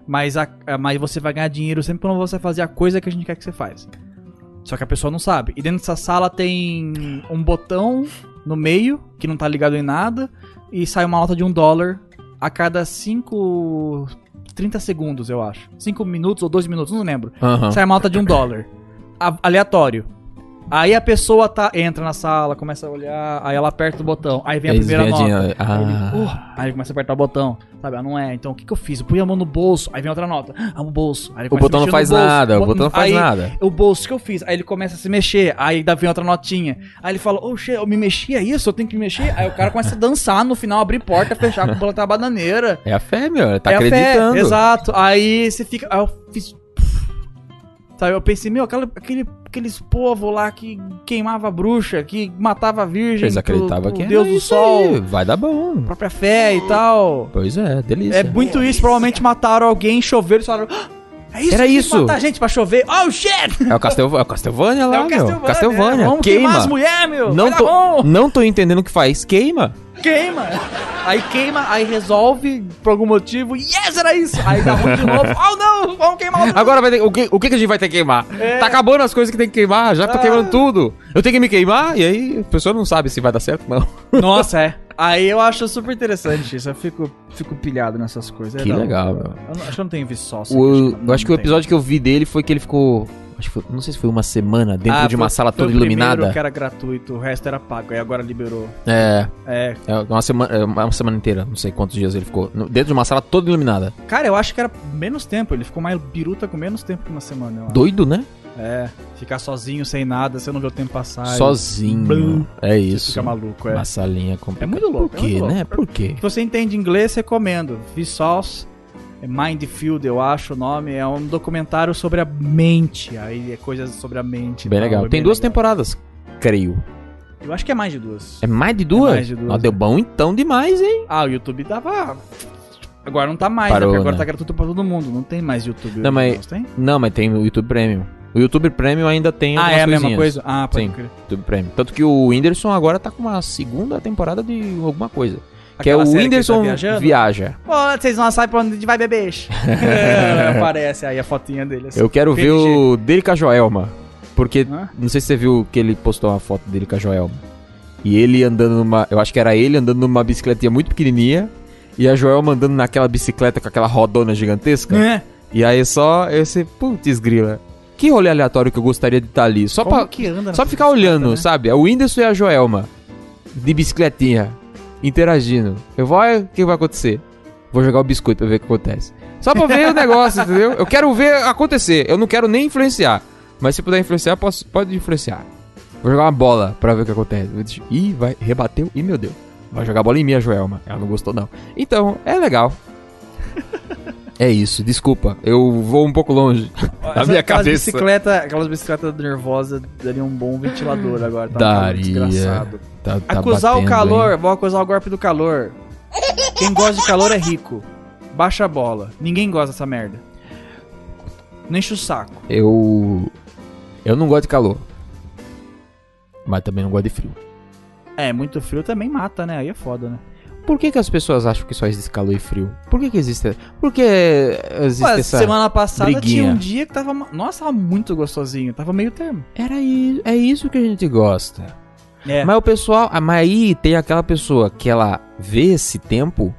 Speaker 2: Mas, a- a- mas você vai ganhar dinheiro sempre quando você fazer a coisa que a gente quer que você faz. Só que a pessoa não sabe. E dentro dessa sala tem um botão no meio, que não tá ligado em nada, e sai uma nota de um dólar a cada 5. 30 segundos, eu acho. 5 minutos ou 2 minutos, não lembro.
Speaker 1: Aham.
Speaker 2: Sai uma nota de um dólar. A- aleatório. Aí a pessoa tá, entra na sala, começa a olhar, aí ela aperta o botão. Aí vem a
Speaker 1: Eles
Speaker 2: primeira
Speaker 1: vêm
Speaker 2: nota.
Speaker 1: adiante.
Speaker 2: Aí, ele,
Speaker 1: Ah.
Speaker 2: "Uh", aí ele começa a apertar o botão. Sabe, ah, não é. Então o que, que eu fiz? Eu punha a mão no bolso, aí vem outra nota. Ah, no bolso. Aí ele
Speaker 1: O
Speaker 2: começa a
Speaker 1: botão não
Speaker 2: mexer no
Speaker 1: faz
Speaker 2: bolso.
Speaker 1: nada, o
Speaker 2: Bot-
Speaker 1: botão não faz
Speaker 2: aí-
Speaker 1: nada.
Speaker 2: o bolso que eu fiz. Aí ele começa a se mexer, aí dá- vem outra notinha. Aí ele fala, oxe, eu me mexi, é isso? Eu tenho que me mexer? Aí o cara começa a dançar, no final abrir porta, fechar, plantar a bananeira.
Speaker 1: É a fé, meu. Ele tá
Speaker 2: É a fé,
Speaker 1: acreditando.
Speaker 2: exato. Aí você fica. Aí eu fiz. Sabe, eu pensei, meu, aquela- aquele, aqueles povo lá que queimava a bruxa, que matava a virgem.
Speaker 1: Eles acreditavam
Speaker 2: pro- pro
Speaker 1: que era
Speaker 2: Deus do
Speaker 1: isso
Speaker 2: sol,
Speaker 1: aí, Vai dar bom.
Speaker 2: própria fé e tal.
Speaker 1: Pois é, delícia.
Speaker 2: É muito isso, provavelmente mataram alguém, choveram e falaram. "Ah, é isso,
Speaker 1: Era
Speaker 2: tem que
Speaker 1: isso.
Speaker 2: Matar gente pra chover. Oh shit!
Speaker 1: É o Castelv- é o Castelvânia lá,
Speaker 2: [LAUGHS] É o
Speaker 1: meu.
Speaker 2: Castlevania.
Speaker 1: Castelvânia.
Speaker 2: Vamos queimar as
Speaker 1: Queima.
Speaker 2: mulheres, meu.
Speaker 1: Não
Speaker 2: Vai dar
Speaker 1: tô,
Speaker 2: bom.
Speaker 1: não tô entendendo o que faz. Queima.
Speaker 2: [LAUGHS] Queima. Aí queima, aí resolve por algum motivo. Yes, era isso. Aí dá ruim de novo. [LAUGHS] Oh não, vamos queimar o
Speaker 1: Agora vai ter, o, que, o que que a gente vai ter que queimar?
Speaker 2: É.
Speaker 1: Tá acabando as coisas que tem que queimar,
Speaker 2: Ah.
Speaker 1: já tô queimando tudo. Eu tenho que me queimar e aí a pessoa não sabe se vai dar certo ou não.
Speaker 2: Nossa, é. Aí eu acho super interessante isso. Eu fico, fico pilhado nessas coisas. É
Speaker 1: Que
Speaker 2: da hora.
Speaker 1: legal, meu.
Speaker 2: Eu não- acho que eu não tenho visto sócio.
Speaker 1: O- eu acho que o episódio que eu vi dele foi que ele ficou. Acho que foi- não sei se foi uma semana dentro
Speaker 2: Ah,
Speaker 1: de uma sala toda iluminada.
Speaker 2: que era gratuito, o resto era pago. Aí agora liberou.
Speaker 1: É,
Speaker 2: É,
Speaker 1: é uma semana, é uma semana inteira, não sei quantos dias ele ficou. no- Dentro de uma sala toda iluminada.
Speaker 2: cara, eu acho que era menos tempo. Ele ficou mais biruta com menos tempo que uma semana. eu acho.
Speaker 1: Doido, né?
Speaker 2: É, ficar sozinho, sem nada, você não vê o tempo passar.
Speaker 1: Sozinho.
Speaker 2: Blum.
Speaker 1: É
Speaker 2: Você
Speaker 1: isso.
Speaker 2: Fica maluco, é.
Speaker 1: Uma salinha complicada.
Speaker 2: É muito louco,
Speaker 1: Por
Speaker 2: é muito
Speaker 1: quê,
Speaker 2: louco.
Speaker 1: né? Por quê?
Speaker 2: Se você entende inglês, recomendo. Vsauce é Mindfield, eu acho o nome. É um documentário sobre a mente. Aí é coisas sobre a mente. e
Speaker 1: Bem
Speaker 2: tal,
Speaker 1: legal.
Speaker 2: é
Speaker 1: Tem
Speaker 2: bem
Speaker 1: duas
Speaker 2: legal.
Speaker 1: temporadas, creio.
Speaker 2: Eu acho que é mais de duas.
Speaker 1: É mais de duas?
Speaker 2: mais de duas,
Speaker 1: Ó, deu bom então demais, hein?
Speaker 2: Ah, o YouTube tava. Agora não tá mais,
Speaker 1: Parou,
Speaker 2: né? Porque agora
Speaker 1: né?
Speaker 2: tá gratuito pra todo mundo. Não tem mais YouTube.
Speaker 1: Não, mas-
Speaker 2: Originals, tem?
Speaker 1: Não, mas tem o YouTube Premium. O YouTube Premium ainda tem
Speaker 2: Ah,
Speaker 1: algumas
Speaker 2: é a mesma
Speaker 1: coisinhas.
Speaker 2: coisa? Ah, pode
Speaker 1: Sim.
Speaker 2: crer.
Speaker 1: YouTube Premium. Tanto que o Whindersson agora tá com uma segunda temporada de alguma coisa. que é
Speaker 2: Aquela
Speaker 1: o
Speaker 2: série que ele tá
Speaker 1: Whindersson
Speaker 2: viajando?
Speaker 1: Viaja.
Speaker 2: Ó, vocês não sabem pra onde vai beber.
Speaker 1: [LAUGHS]
Speaker 2: É, [LAUGHS] Aparece aí a fotinha dele. assim.
Speaker 1: Eu quero ver
Speaker 2: PNG.
Speaker 1: o dele com a Joelma. Porque,
Speaker 2: Hã?
Speaker 1: não sei se você viu que ele postou uma foto dele com a Joelma. E ele andando numa. Eu acho que era ele andando numa bicicletinha muito pequenininha. E a Joelma andando naquela bicicleta com aquela rodona gigantesca.
Speaker 2: É.
Speaker 1: E aí só esse. Putz, grila. Que rolê aleatório que eu gostaria de estar ali. Só
Speaker 2: Como
Speaker 1: pra,
Speaker 2: que anda
Speaker 1: só pra
Speaker 2: nessa
Speaker 1: ficar olhando,
Speaker 2: né?
Speaker 1: sabe? É o Whindersson e a Joelma. De bicicletinha. Interagindo. Eu vou. olha O que vai acontecer? Vou jogar o biscoito pra ver o que acontece. Só pra
Speaker 2: [LAUGHS]
Speaker 1: ver o negócio, entendeu? Eu quero ver acontecer. Eu não quero nem influenciar. Mas se puder influenciar, posso, pode influenciar. Vou jogar uma bola pra ver o que acontece. Vou deixar- Ih, vai. Rebateu. Ih, meu Deus. Vai jogar bola em mim, a Joelma. Ela não gostou, não. Então, é
Speaker 2: [LAUGHS]
Speaker 1: legal. é isso. Desculpa. Eu vou um pouco longe. [LAUGHS]
Speaker 2: Essa-
Speaker 1: minha
Speaker 2: aquelas
Speaker 1: cabeça.
Speaker 2: Bicicleta, aquelas bicicletas nervosas dariam um bom ventilador agora. Tá um
Speaker 1: Daria.
Speaker 2: Desgraçado.
Speaker 1: Tá- tá
Speaker 2: Acusar o
Speaker 1: batendo,
Speaker 2: calor,
Speaker 1: hein?
Speaker 2: vou acusar o golpe do calor. Quem gosta de calor é rico. Baixa a bola. Ninguém gosta dessa merda. Não enche o saco.
Speaker 1: Eu. Eu não gosto de calor. Mas também não gosto de frio.
Speaker 2: É, muito frio também mata, né? Aí é foda, né?
Speaker 1: Por que, que as pessoas acham que só existe calor e frio? Por que, que existe. Por que existe
Speaker 2: Ué,
Speaker 1: essa.
Speaker 2: semana passada
Speaker 1: briguinha.
Speaker 2: tinha um dia que tava. ma- Nossa, tava muito gostosinho. Tava meio termo.
Speaker 1: Era isso, é isso que a gente gosta.
Speaker 2: É.
Speaker 1: Mas o pessoal. ah, Mas aí tem aquela pessoa que ela vê esse tempo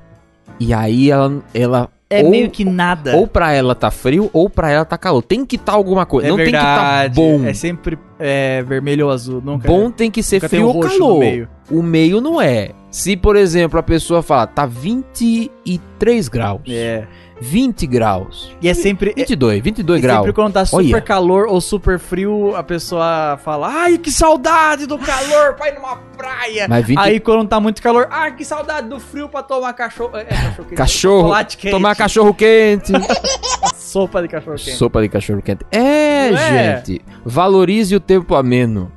Speaker 1: e aí ela. ela
Speaker 2: É
Speaker 1: ou,
Speaker 2: meio que nada.
Speaker 1: ou pra ela tá frio ou pra ela tá calor. Tem que tá alguma coisa.
Speaker 2: é
Speaker 1: não tem
Speaker 2: verdade.
Speaker 1: que tá bom.
Speaker 2: É sempre é, vermelho ou azul. Nunca
Speaker 1: Bom tem que ser
Speaker 2: nunca tem
Speaker 1: frio ou
Speaker 2: um roxo no
Speaker 1: calor.
Speaker 2: meio.
Speaker 1: O meio não é. Se, por exemplo, a pessoa fala, tá 23 graus.
Speaker 2: É.
Speaker 1: 20 graus.
Speaker 2: E é sempre. é-
Speaker 1: 22, 22
Speaker 2: e
Speaker 1: graus.
Speaker 2: sempre quando tá super
Speaker 1: Olha.
Speaker 2: calor ou super frio, a pessoa fala: Ai, que saudade do calor pra ir numa praia.
Speaker 1: Mas 20...
Speaker 2: Aí quando tá muito calor, ai, que saudade do frio pra tomar cachorro. É, cachorro quente.
Speaker 1: Cachorro,
Speaker 2: Chocolate quente.
Speaker 1: Tomar cachorro quente.
Speaker 2: Sopa de cachorro quente.
Speaker 1: Sopa de cachorro quente. É,
Speaker 2: Não é?
Speaker 1: gente. Valorize o tempo ameno.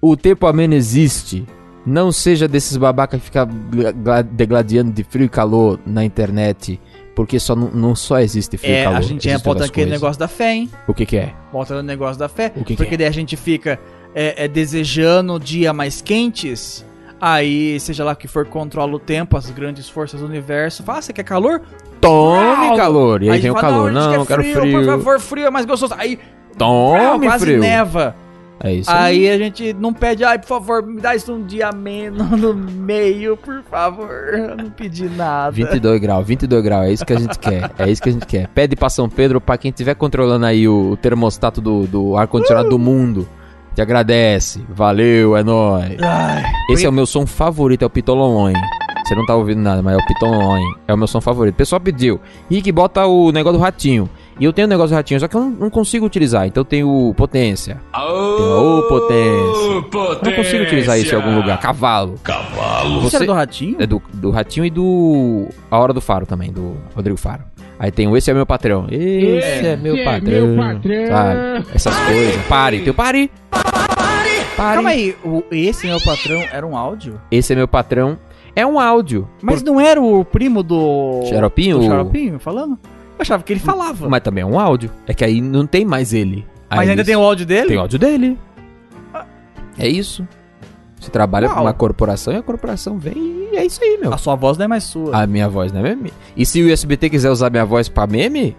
Speaker 1: O tempo ameno existe. Não seja desses babacas que ficam gla- gla- degladiando de frio e calor na internet. Porque só, não, não só existe frio e
Speaker 2: É,
Speaker 1: calor.
Speaker 2: a gente é,
Speaker 1: existem
Speaker 2: bota
Speaker 1: outras
Speaker 2: aquele
Speaker 1: coisas.
Speaker 2: negócio da fé, hein?
Speaker 1: O que que é?
Speaker 2: Bota no negócio da fé.
Speaker 1: O que que
Speaker 2: porque
Speaker 1: é?
Speaker 2: daí a gente fica é, é, desejando dia mais quentes. Aí, seja lá o que for, controla o tempo, as grandes forças do universo. Fala, "Ah, você quer calor?
Speaker 1: Tome
Speaker 2: Uau!
Speaker 1: calor. E aí, vem o
Speaker 2: fala,
Speaker 1: calor.
Speaker 2: a gente
Speaker 1: Não,
Speaker 2: quer
Speaker 1: eu quero frio.
Speaker 2: Por favor, frio é mais gostoso. Aí, uau,
Speaker 1: Tome
Speaker 2: quase
Speaker 1: frio.
Speaker 2: neva.
Speaker 1: É isso aí.
Speaker 2: Aí a gente não pede, ai, por favor, me dá isso um dia menos no meio, por favor. Eu não pedi nada.
Speaker 1: 22 graus, 22 graus, é isso que a gente quer. É isso que a gente quer. Pede pra São Pedro, pra quem estiver controlando aí o, o termostato do, do ar-condicionado do mundo. Te agradece. Valeu, é nóis.
Speaker 2: Ai,
Speaker 1: Esse é o meu som favorito, é o Pitololon. Você não tá ouvindo nada, mas é o Pitololon. É o meu som favorito. O pessoal pediu. Rick, bota o negócio do ratinho. E eu tenho o negócio do ratinho, só que eu não, não consigo utilizar. Então eu tenho o potência. Tem o potência. Eu não consigo utilizar isso em algum lugar. Cavalo. Cavalo.
Speaker 2: Você era do ratinho?
Speaker 1: É do, do Ratinho e do A Hora do Faro também, do Rodrigo Faro. Aí tem o Esse é meu patrão. Esse é, meu patrão. Sabe? Essas coisas. Pare, teu pare. É, Pare.
Speaker 2: Calma aí, o- esse meu patrão era um áudio?
Speaker 1: Esse é meu patrão. É um áudio.
Speaker 2: Mas não era o primo do.
Speaker 1: Xaropinho?
Speaker 2: Do Xaropinho falando? Eu achava que ele falava.
Speaker 1: Mas também é um áudio. É que aí não tem mais ele. Aí
Speaker 2: Mas ainda tem um o áudio dele?
Speaker 1: tem o áudio dele. É isso. Você trabalha
Speaker 2: Uau.
Speaker 1: pra uma corporação e a corporação vem e é isso aí, meu.
Speaker 2: A sua voz não é mais sua.
Speaker 1: A minha voz, não é meme? E se o USBT quiser usar minha voz pra meme,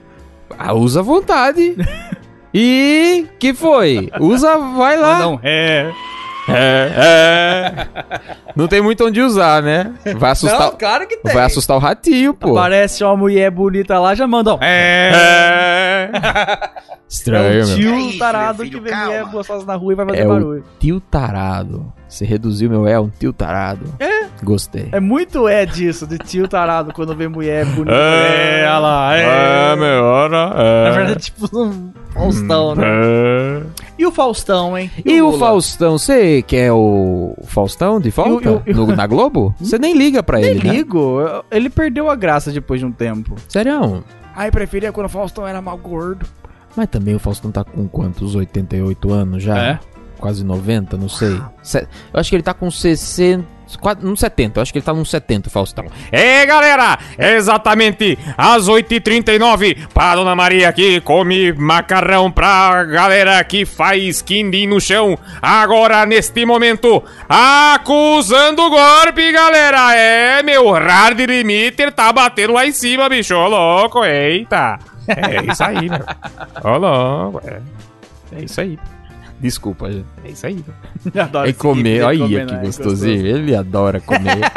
Speaker 1: ah, usa à
Speaker 2: [LAUGHS]
Speaker 1: vontade. e que foi? Usa, Ah, vai lá.
Speaker 2: Não, é.
Speaker 1: É, é. Não tem muito onde usar, né? Vai assustar,
Speaker 5: claro que
Speaker 1: vai assustar o ratinho, pô.
Speaker 2: Aparece uma mulher bonita lá, já manda um. É.
Speaker 1: É. Estranho,
Speaker 2: o
Speaker 1: É meu.
Speaker 2: é um tio
Speaker 6: Aí,
Speaker 2: tarado
Speaker 6: meu filho,
Speaker 2: que vem
Speaker 6: calma.
Speaker 2: é gostoso na rua e vai fazer
Speaker 1: É o-
Speaker 2: barulho.
Speaker 1: Tio tarado. Você reduziu meu é um tio tarado. É. Gostei.
Speaker 2: É muito é disso, de tio tarado, quando vem mulher bonita.
Speaker 1: É, olha
Speaker 2: lá,
Speaker 1: meu, ora, é.
Speaker 2: Na verdade, tipo um Faustão, né?
Speaker 1: É.
Speaker 2: E o Faustão, hein?
Speaker 1: E o
Speaker 2: Lula?
Speaker 1: Faustão, você quer o Faustão de volta
Speaker 2: E o- e o-
Speaker 1: No- na
Speaker 2: [LAUGHS]
Speaker 1: Globo? Você nem liga pra
Speaker 2: Nem
Speaker 1: ele, né?
Speaker 2: ligo. Ele perdeu a graça depois de um tempo.
Speaker 1: Sério?
Speaker 6: Ai, preferia quando o Faustão era mal gordo.
Speaker 2: [LAUGHS]
Speaker 1: Mas também o Faustão tá com quantos? 88 anos já?
Speaker 2: É.
Speaker 1: Quase 90, não sei. Se- Eu acho que ele tá com 60. quase- Não 70, eu acho que ele tá num 70, o Faustão. Ei, É, galera! Exatamente às 8h39 para a Dona Maria que come macarrão pra galera que faz quindim no chão. Agora, neste momento, acusando o golpe, galera! É, meu hard limiter tá batendo lá em cima, bicho. Ô, louco, eita! É isso aí, meu. Ô, louco, é. É isso aí. Desculpa, gente. É isso aí.
Speaker 2: Adoro
Speaker 1: É
Speaker 2: esse gif
Speaker 1: comer,
Speaker 2: de
Speaker 1: olha
Speaker 2: comer,
Speaker 1: que
Speaker 2: né?
Speaker 1: gostosinho. Ele adora comer.
Speaker 2: [LAUGHS]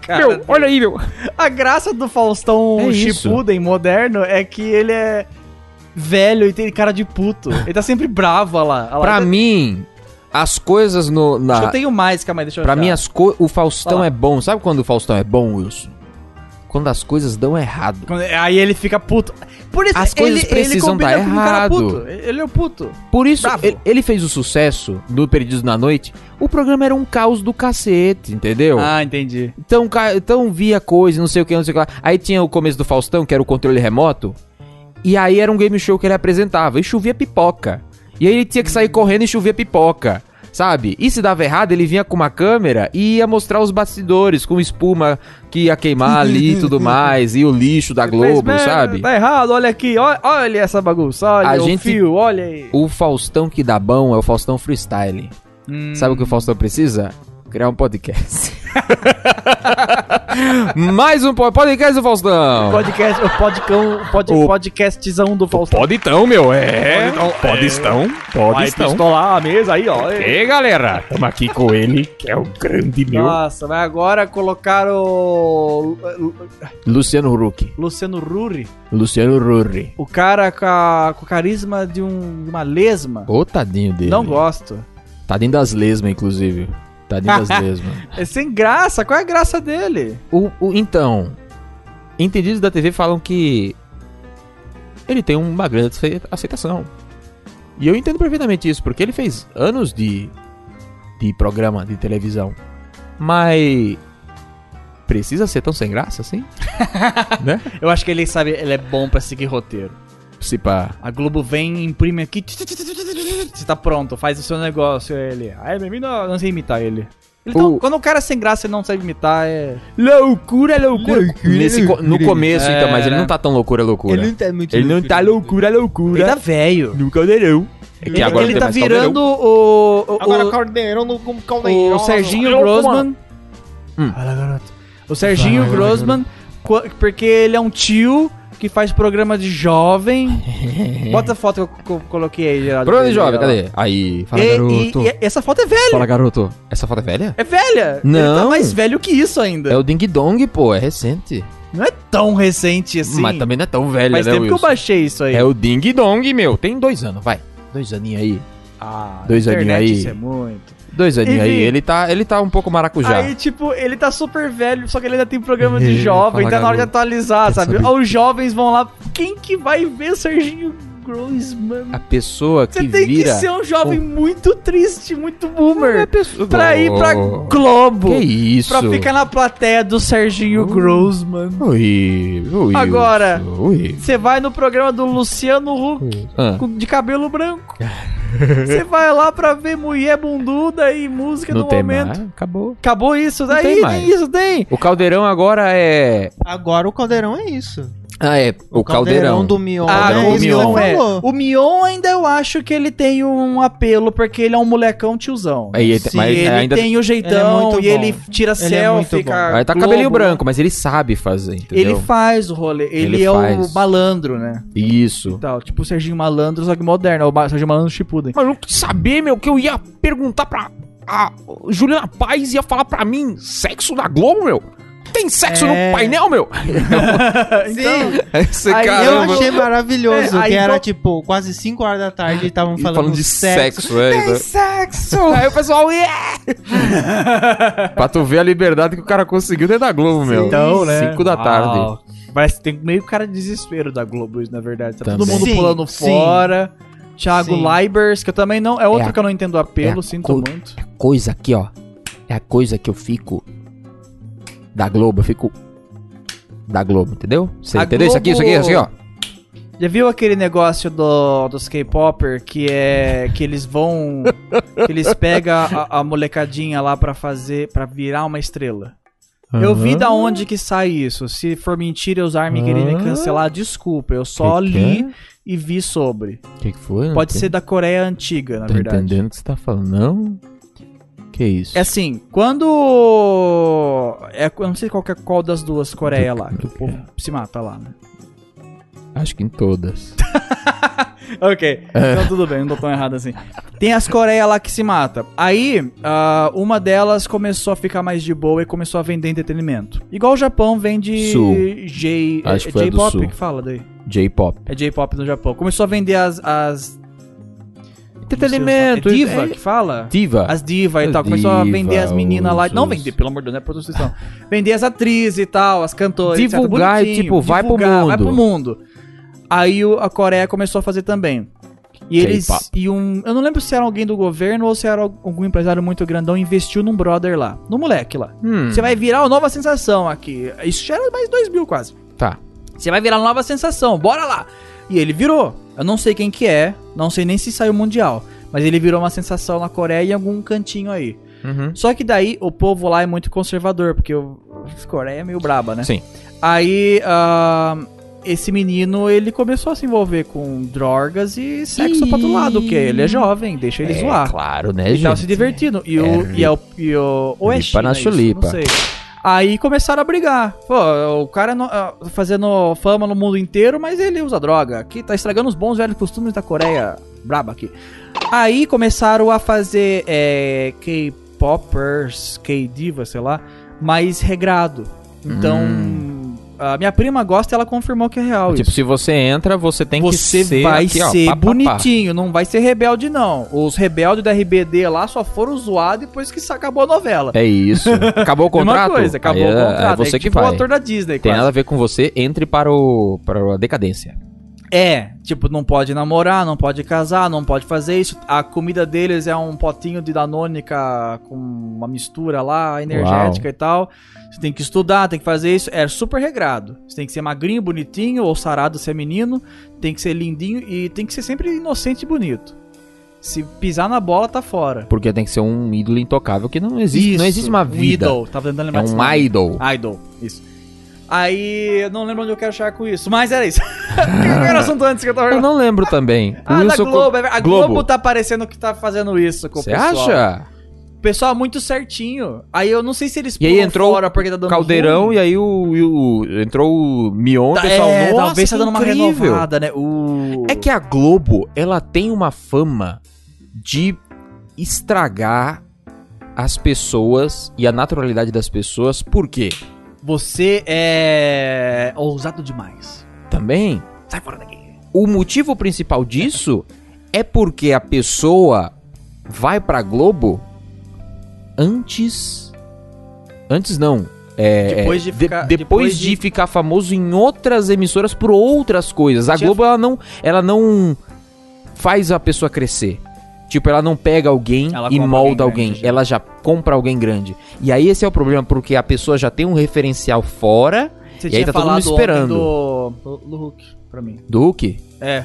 Speaker 2: Cara,
Speaker 1: meu, olha aí, meu.
Speaker 2: A graça do Faustão
Speaker 1: É isso.
Speaker 2: Shippuden moderno é que ele é velho e tem cara de puto. Ele tá sempre bravo, olha lá. tá olha lá.
Speaker 1: Pra
Speaker 2: Acho
Speaker 1: mim, as coisas no.
Speaker 2: que eu
Speaker 1: Na,
Speaker 2: tenho mais, calma aí, deixa eu
Speaker 1: Tá. pra
Speaker 2: achar.
Speaker 1: mim, é as co o Faustão
Speaker 2: Fala.
Speaker 1: é bom. Sabe quando o Faustão é bom, Wilson? Quando as coisas dão errado.
Speaker 2: Quando- é, Aí ele fica puto. Por isso,
Speaker 1: As coisas precisam dar
Speaker 2: combina com um cara
Speaker 1: errado.
Speaker 2: puto. Ele é o puto.
Speaker 1: Por isso,
Speaker 2: Bravo.
Speaker 1: ele, ele fez o sucesso do Perdidos na Noite. O programa era um caos do cacete, entendeu?
Speaker 2: Ah, entendi.
Speaker 1: Então, ca- então via coisa, não sei o que, não sei o que lá. Aí tinha o começo do Faustão, que era o controle remoto. E aí era um game show que ele apresentava. E chovia pipoca. E aí ele tinha que
Speaker 2: Hum.
Speaker 1: sair correndo e chovia pipoca. Sabe? E se dava errado, ele vinha com uma câmera e ia mostrar os bastidores, com espuma que ia queimar ali e
Speaker 2: [LAUGHS]
Speaker 1: tudo mais. E o lixo da
Speaker 2: Ele fez
Speaker 1: Globo,
Speaker 2: merda,
Speaker 1: sabe?
Speaker 2: Tá errado, olha aqui, olha, olha essa bagunça, olha
Speaker 1: A
Speaker 2: o
Speaker 1: gente-
Speaker 2: fio, olha aí.
Speaker 1: O Faustão que dá bom é o Faustão freestyle.
Speaker 2: Hum.
Speaker 1: Sabe o que o Faustão precisa? Criar um podcast. [LAUGHS] Mais um po- podcast do Faustão.
Speaker 2: O podcast, o podcão, o pod,
Speaker 1: O-
Speaker 2: podcastzão do Faustão.
Speaker 1: Pode então, meu. É. Pode estão. Pode estão.
Speaker 2: pistolar a mesa aí, ó.
Speaker 1: E galera, tamo aqui com ele, que é o grande
Speaker 2: Nossa, mas agora colocaram o Lu-
Speaker 1: Luciano Huck.
Speaker 2: Luciano Ruri,
Speaker 1: Luciano Rurri.
Speaker 2: o cara com, a- com o carisma de, um, de uma lesma.
Speaker 1: Ô, tadinho dele.
Speaker 2: Não gosto.
Speaker 1: Tadinho das lesmas, inclusive. Tadinho
Speaker 2: [LAUGHS]
Speaker 1: das lesmas.
Speaker 2: É sem graça, qual é a graça dele?
Speaker 1: O, o- então, entendidos da TV falam que ele tem uma grande ace- aceitação. E eu entendo perfeitamente isso, porque ele fez anos de, de programa de televisão. Mas precisa ser tão sem graça assim?
Speaker 2: Eu acho que ele sabe, ele é bom pra seguir roteiro.
Speaker 1: Se pá.
Speaker 2: A Globo vem, imprime aqui. Você tá pronto, faz o seu negócio. aí Ele. Ai, meu menino, eu não sei imitar ele. Ele tá-
Speaker 1: O-
Speaker 2: Quando o cara é sem graça e não sabe imitar, é.
Speaker 1: Loucura, loucura. Nesse co- no começo, então, mas ele
Speaker 2: É,
Speaker 1: não
Speaker 2: né?
Speaker 1: tá tão loucura, loucura.
Speaker 3: Ele
Speaker 1: Ele,
Speaker 3: não tá muito
Speaker 1: não tá loucura, loucura.
Speaker 2: Ele tá velho.
Speaker 1: No caldeirão. É
Speaker 2: Ele,
Speaker 1: agora
Speaker 2: ele
Speaker 1: não tem
Speaker 2: tá
Speaker 1: mais
Speaker 2: virando o. o-
Speaker 3: Agora
Speaker 2: o-
Speaker 3: Caldeirão no como Caldeirão.
Speaker 2: O Serginho
Speaker 1: Eu,
Speaker 2: Grossman.
Speaker 1: Hum.
Speaker 2: Fala, garoto. O Serginho
Speaker 3: Fala,
Speaker 2: Grossman, co- porque ele é um tio que faz programa
Speaker 1: [LAUGHS]
Speaker 2: de jovem. Bota a foto que eu co- coloquei aí, Geraldo.
Speaker 1: Bruno
Speaker 2: dele,
Speaker 1: jovem,
Speaker 2: ó.
Speaker 1: cadê? Aí, fala
Speaker 2: E- e,
Speaker 1: garoto.
Speaker 2: e essa foto é velha.
Speaker 1: Fala garoto. Essa foto é velha?
Speaker 2: É velha. Ele tá
Speaker 1: Não.
Speaker 2: mais velho que isso ainda.
Speaker 1: É o Ding Dong, pô, é recente.
Speaker 2: Não é tão recente assim.
Speaker 1: Mas também não é tão velho,
Speaker 2: Faz
Speaker 1: né,
Speaker 2: tempo que eu
Speaker 1: Wilson?
Speaker 2: baixei isso aí.
Speaker 1: É o Ding Dong, meu. Tem dois anos, vai. Dois aninhos aí.
Speaker 2: Ah,
Speaker 1: Dois
Speaker 2: internet,
Speaker 1: aninhos aí.
Speaker 2: Isso é muito.
Speaker 1: Dois aninhos aí.
Speaker 2: Enfim.
Speaker 1: Ele tá, ele tá um pouco maracujá.
Speaker 2: Aí, tipo, ele tá super velho, só que ele ainda tem programa
Speaker 1: Ih,
Speaker 2: de jovem,
Speaker 1: [LAUGHS] fala,
Speaker 2: tá na hora de
Speaker 1: garoto.
Speaker 2: atualizar,
Speaker 1: Quer
Speaker 2: sabe?
Speaker 1: saber?
Speaker 2: Os jovens vão lá, quem que vai ver Serginho Grossman?
Speaker 1: A pessoa
Speaker 2: Você
Speaker 1: Ah, que
Speaker 2: tem
Speaker 1: vira... é
Speaker 2: que ser um jovem muito triste, muito boomer,
Speaker 1: pessoa...
Speaker 2: pra ir pra
Speaker 1: Oh,
Speaker 2: Globo,
Speaker 1: Que isso?
Speaker 2: pra ficar na plateia do Serginho
Speaker 1: Uh.
Speaker 2: Grossman.
Speaker 1: Ui, ui,
Speaker 2: Agora.
Speaker 1: Ui.
Speaker 2: Você vai no programa do Luciano Huck,
Speaker 1: Ah,
Speaker 2: com- de cabelo branco. Você vai lá pra ver mulher bunduda e música
Speaker 1: não
Speaker 2: no
Speaker 1: tem
Speaker 2: momento.
Speaker 1: mais. Acabou.
Speaker 2: Acabou isso, daí
Speaker 1: tem
Speaker 2: nem
Speaker 1: mais.
Speaker 2: isso tem.
Speaker 1: O caldeirão agora é...
Speaker 3: Agora o Caldeirão é isso.
Speaker 1: Ah, é. O, caldeirão.
Speaker 3: do Mion.
Speaker 2: Ah,
Speaker 1: Caldeirão
Speaker 3: é
Speaker 1: do
Speaker 2: o
Speaker 3: isso que
Speaker 1: Mion.
Speaker 2: Mion
Speaker 3: você
Speaker 2: é.
Speaker 3: falou.
Speaker 2: O Mion ainda eu acho que ele tem um apelo, porque ele é um molecão tiozão.
Speaker 1: Aí, É, ele-
Speaker 2: Se
Speaker 1: mas
Speaker 2: ele
Speaker 1: ainda-
Speaker 2: tem o
Speaker 3: Ele é
Speaker 2: jeitão
Speaker 3: muito
Speaker 2: e
Speaker 3: bom. é
Speaker 2: ele tira selfie,
Speaker 3: muito bom.
Speaker 2: cara.
Speaker 1: Aí tá com
Speaker 6: né?
Speaker 1: cabelinho branco, mas ele sabe fazer, entendeu?
Speaker 2: Ele faz o rolê. Ele,
Speaker 1: Ele
Speaker 2: é o
Speaker 1: faz.
Speaker 2: malandro, né?
Speaker 1: Isso.
Speaker 2: Tal, tipo o Serginho Malandro, só que moderno. é O Ma- Serginho Malandro Chipuden.
Speaker 6: Mas eu quis saber, meu, que eu ia perguntar pra a Juliana Paz ia falar pra mim sexo na Globo, meu. Tem sexo
Speaker 2: É.
Speaker 6: no painel, meu?
Speaker 3: Sim,
Speaker 1: [LAUGHS] Esse
Speaker 2: Aí É, então, eu
Speaker 3: eu
Speaker 1: caramba.
Speaker 3: achei maravilhoso.
Speaker 2: É, aí
Speaker 3: que era
Speaker 2: vo-
Speaker 3: tipo, quase 5 horas da tarde e estavam
Speaker 1: Ah, E
Speaker 3: falando,
Speaker 1: falando de sexo, é, né?
Speaker 6: Sexo!
Speaker 1: [LAUGHS]
Speaker 6: Aí o pessoal, yeah!
Speaker 1: Pra tu ver a liberdade que o cara conseguiu dentro da Globo, meu.
Speaker 2: Então, né?
Speaker 1: Cinco da tarde.
Speaker 2: Uau. Parece que tem meio cara de desespero da Globo, isso, na verdade. Tá todo
Speaker 1: Também.
Speaker 2: mundo
Speaker 3: Sim,
Speaker 2: pulando
Speaker 3: sim.
Speaker 2: fora. Thiago
Speaker 3: Sim.
Speaker 2: Leibers, que eu também não. É outro
Speaker 6: É a-
Speaker 2: que eu não entendo o apelo,
Speaker 6: é a
Speaker 2: sinto
Speaker 6: cor-
Speaker 2: muito.
Speaker 6: Coisa aqui, ó. É a coisa que eu fico da Globo, eu fico da Globo, entendeu? Você
Speaker 2: A
Speaker 1: assim,
Speaker 6: entendeu isso aqui, isso aqui, isso aqui, ó.
Speaker 2: Já viu aquele negócio do, dos K-Popper que é. que eles vão. que eles pegam a, a molecadinha lá pra fazer. pra virar uma estrela? Eu vi da onde que sai isso. Se for mentira, os Army querem me
Speaker 1: Aham.
Speaker 2: cancelar, desculpa. Eu só
Speaker 1: Que é? Hum, que
Speaker 2: li e vi sobre.
Speaker 1: O que, que foi? Não
Speaker 2: Pode
Speaker 1: tô-
Speaker 2: ser da Coreia Antiga, na
Speaker 1: Tô
Speaker 2: verdade.
Speaker 1: entendendo o que você tá falando. Não? Que isso?
Speaker 2: É assim, quando. É, eu não sei qual, que é, qual das duas Coreia lá, que o povo se mata lá, né?
Speaker 1: Acho que em todas.
Speaker 2: Ok,
Speaker 1: É.
Speaker 2: então tudo bem, não tô tão errado assim. Tem as Coreias lá que se mata. Aí, ah, uma delas começou a ficar mais de boa e começou a vender entretenimento. Igual o Japão vende
Speaker 1: Sul.
Speaker 2: J, é,
Speaker 1: Acho que foi a do
Speaker 2: J-pop
Speaker 1: Sul.
Speaker 2: que fala daí. [LAUGHS]
Speaker 1: J-pop.
Speaker 2: É J-pop no Japão. Começou a vender as. as
Speaker 1: Entretenimento.
Speaker 2: É diva
Speaker 1: é-
Speaker 2: que fala?
Speaker 1: Diva.
Speaker 2: As diva e
Speaker 1: As
Speaker 2: tal. Começou a
Speaker 1: diva,
Speaker 2: vender as meninas lá.
Speaker 1: os-
Speaker 2: Não
Speaker 1: os-
Speaker 2: vender, pelo amor de Deus, não é prostituição. vender as atrizes e tal, as cantoras. etc.
Speaker 1: Divulgar e,
Speaker 2: Bonitinho,
Speaker 1: tipo, vai pro
Speaker 2: divulgar, Vai
Speaker 1: mundo.
Speaker 2: pro mundo. Aí o- a Coreia começou a fazer também. E eles.
Speaker 1: K-pop.
Speaker 2: E um. Eu não lembro se era alguém do governo ou se era algum empresário muito grandão investiu num brother lá. No moleque lá.
Speaker 1: Hum,
Speaker 2: Você vai virar uma nova sensação aqui. Isso já era mais 2000 quase.
Speaker 1: Tá.
Speaker 2: Você vai virar uma nova sensação, bora lá. E ele virou. Eu não sei quem que é, não sei nem se saiu mundial, mas ele virou uma sensação na Coreia em algum cantinho aí.
Speaker 1: Uhum.
Speaker 2: Só que daí o povo lá é muito conservador, porque o a Coreia é meio braba, né?
Speaker 1: Sim.
Speaker 2: Aí ah, esse menino, ele começou a se envolver com drogas e sexo pra todo lado, porque ele é jovem, deixa ele
Speaker 1: É,
Speaker 2: zoar.
Speaker 1: Claro, né,
Speaker 2: Ele
Speaker 1: gente?
Speaker 2: tava se divertindo. E o.
Speaker 1: É
Speaker 2: e é o, e o ou é
Speaker 1: ripa
Speaker 2: China
Speaker 1: na
Speaker 2: isso,
Speaker 1: chulipa.
Speaker 2: não sei. Aí começaram a brigar. Pô, o cara no- ah, fazendo fama no mundo inteiro, mas ele usa droga. Aqui tá estragando os bons velhos costumes da Coreia. Braba aqui. Aí começaram a fazer é, K-poppers, K-diva, sei lá, mais regrado. Então, a minha prima gosta e ela confirmou que é real
Speaker 1: Hum. Tipo,
Speaker 2: isso
Speaker 1: se você entra, você tem
Speaker 2: você
Speaker 1: que ser
Speaker 2: vai
Speaker 1: aqui, ó,
Speaker 2: ser
Speaker 1: pá, pá, pá.
Speaker 2: bonitinho, não vai ser rebelde, não. Os rebeldes da RBD lá só foram zoados depois que acabou a novela.
Speaker 1: É
Speaker 2: [LAUGHS]
Speaker 1: isso. Acabou o
Speaker 2: Mesma
Speaker 1: um contrato?
Speaker 2: coisa, acabou
Speaker 1: Aí
Speaker 2: o
Speaker 1: é-
Speaker 2: contrato.
Speaker 1: É você
Speaker 2: é
Speaker 1: que
Speaker 2: tipo o
Speaker 1: vai.
Speaker 2: ator da Disney,
Speaker 1: Tem
Speaker 2: quase.
Speaker 1: nada a ver com você, entre para o para a decadência.
Speaker 2: É, tipo, não pode namorar, não pode casar, não pode fazer isso. A comida deles é um potinho de danônica com uma mistura lá, energética e tal. Você tem que estudar, tem que fazer isso. É super regrado. Você tem que ser magrinho, bonitinho, ou sarado se é menino. Tem que ser lindinho e tem que ser sempre inocente e bonito. Se pisar na bola, tá fora.
Speaker 1: Porque tem que ser um ídolo intocável que não existe, não existe uma
Speaker 2: um
Speaker 1: vida.
Speaker 2: Idol, tava tentando
Speaker 1: É
Speaker 2: lembrar desse
Speaker 1: um
Speaker 2: nome.
Speaker 1: idol.
Speaker 2: Idol, isso. Aí, eu não lembro onde eu quero chegar com isso, mas
Speaker 1: [LAUGHS]
Speaker 2: era isso. Qual era o assunto antes que eu tava
Speaker 1: Eu não lembro também.
Speaker 2: ah, da
Speaker 1: Wilson co-
Speaker 2: Globo. é verdade. A Globo.
Speaker 1: Globo.
Speaker 2: tá parecendo que tá fazendo isso com o
Speaker 1: Você
Speaker 2: pessoal.
Speaker 1: acha?
Speaker 2: O pessoal é muito certinho. Aí eu não sei se eles
Speaker 1: E aí
Speaker 2: pulam
Speaker 1: entrou
Speaker 2: fora porque tá dando
Speaker 1: Caldeirão
Speaker 2: ruim.
Speaker 1: e aí o, e o- entrou o Mion,
Speaker 2: Tá,
Speaker 1: o pessoal,
Speaker 2: é,
Speaker 1: nossa,
Speaker 2: talvez tá
Speaker 1: que
Speaker 2: dando uma
Speaker 1: incrível.
Speaker 2: renovada, né? O...
Speaker 1: É que a Globo, ela tem uma fama de estragar as pessoas e a naturalidade das pessoas. Por quê?
Speaker 2: você é ousado demais.
Speaker 1: Também. Sai fora daqui. O motivo principal disso é porque a pessoa vai pra Globo antes. Antes não. É,
Speaker 2: Depois de
Speaker 1: de-
Speaker 2: ficar-
Speaker 1: depois
Speaker 2: depois
Speaker 1: de
Speaker 2: de-
Speaker 1: ficar famoso em outras emissoras por outras coisas. A
Speaker 2: Tinha-
Speaker 1: Globo ela não, ela não faz a pessoa crescer. Tipo, ela não pega alguém
Speaker 2: Ela
Speaker 1: e
Speaker 2: compra
Speaker 1: molda alguém.
Speaker 2: alguém grande, né? já.
Speaker 1: Ela já compra alguém grande. E aí esse é o problema, porque a pessoa já tem um referencial fora
Speaker 2: Você
Speaker 1: E aí tá todo mundo
Speaker 2: ontem
Speaker 1: esperando.
Speaker 2: do, do, do Hulk, pra mim.
Speaker 1: do Hulk.
Speaker 2: É,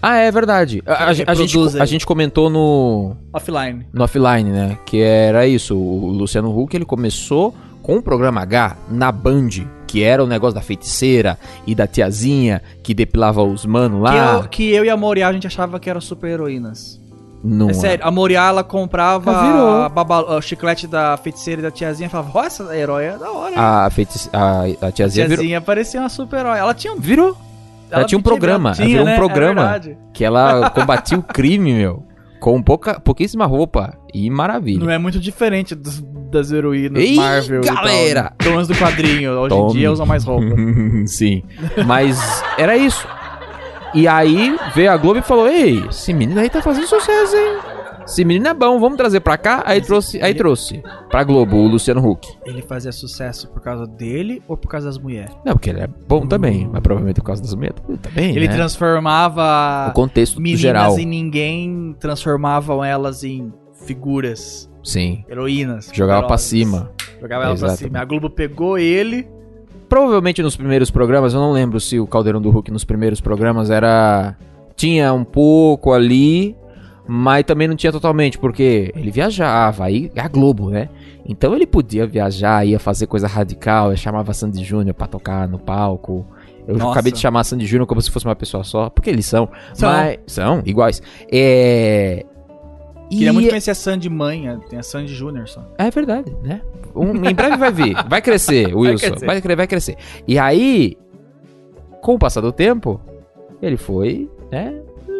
Speaker 1: Ah, é verdade. A, a- a gente,
Speaker 2: Reproduz aí.
Speaker 1: a gente comentou no,
Speaker 2: offline.
Speaker 1: no offline, né? Que era isso. O Luciano Huck ele começou com o programa H na Band, que era o negócio da feiticeira e da tiazinha que depilava os manos
Speaker 2: Que,
Speaker 1: lá.
Speaker 2: eu, que eu e a Moriá, a gente achava que eram super heroínas.
Speaker 1: Não
Speaker 2: É sério, a Moriá, ela comprava
Speaker 1: Ela virou.
Speaker 2: a baba- o chiclete da feiticeira e da tiazinha e falava, ó, essa herói é da hora, hein?"
Speaker 1: A, feitice... a, a tiazinha virou,
Speaker 2: Tiazinha parecia uma super-herói. Ela tinha um.
Speaker 1: virou. Ela tinha um programa, ela virou um programa.
Speaker 2: né? É verdade.
Speaker 1: Que ela combatia o crime, meu. Com pouca, pouquíssima roupa. E maravilha.
Speaker 2: Não é muito diferente dos- das heroínas
Speaker 1: Ei,
Speaker 2: Marvel. e tal,
Speaker 1: galera!
Speaker 2: né? Pelo menos do quadrinho. Hoje
Speaker 1: Tome.
Speaker 2: em dia usa mais
Speaker 1: [LAUGHS]
Speaker 2: roupa.
Speaker 1: Uhum, Sim. Mas era isso. E aí veio a Globo e falou: Ei, esse menino aí tá fazendo sucesso, hein? Esse menino é bom, vamos trazer pra cá. Aí trouxe, aí trouxe pra Globo o Luciano Huck.
Speaker 2: Ele fazia sucesso por causa dele ou por causa das mulheres?
Speaker 1: Não, porque ele é bom também, mas provavelmente por causa das mulheres também.
Speaker 2: Ele
Speaker 1: né? O
Speaker 2: transformava
Speaker 1: contexto
Speaker 2: meninas
Speaker 1: geral.
Speaker 2: em ninguém, transformavam elas em figuras,
Speaker 1: Sim.
Speaker 2: heroínas.
Speaker 1: Jogava pra
Speaker 2: poderosas.
Speaker 1: cima.
Speaker 2: Jogava ela pra
Speaker 1: Exato.
Speaker 2: cima. A Globo pegou ele
Speaker 1: provavelmente nos primeiros programas, eu não lembro se o Caldeirão do Hulk nos primeiros programas era. Tinha um pouco ali, mas também não tinha totalmente, porque ele viajava, aí é a Globo, né? Então ele podia viajar, ia fazer coisa radical, eu chamava Sandy Júnior pra tocar no palco. Eu
Speaker 5: Nossa.
Speaker 1: acabei de chamar Sandy Júnior como se fosse uma pessoa só, porque eles são.
Speaker 2: São.
Speaker 1: Mas, são iguais. É.
Speaker 2: Queria
Speaker 1: e-
Speaker 2: muito conhecer a Sandy Manha, tem a Sandy Júnior só.
Speaker 1: é verdade, né? Um- em breve vai vir. Vai
Speaker 2: [LAUGHS]
Speaker 1: crescer, Wilson. Vai
Speaker 2: crescer.
Speaker 1: crescer. Vai, crescer. E aí, com o passar do tempo, ele foi, né?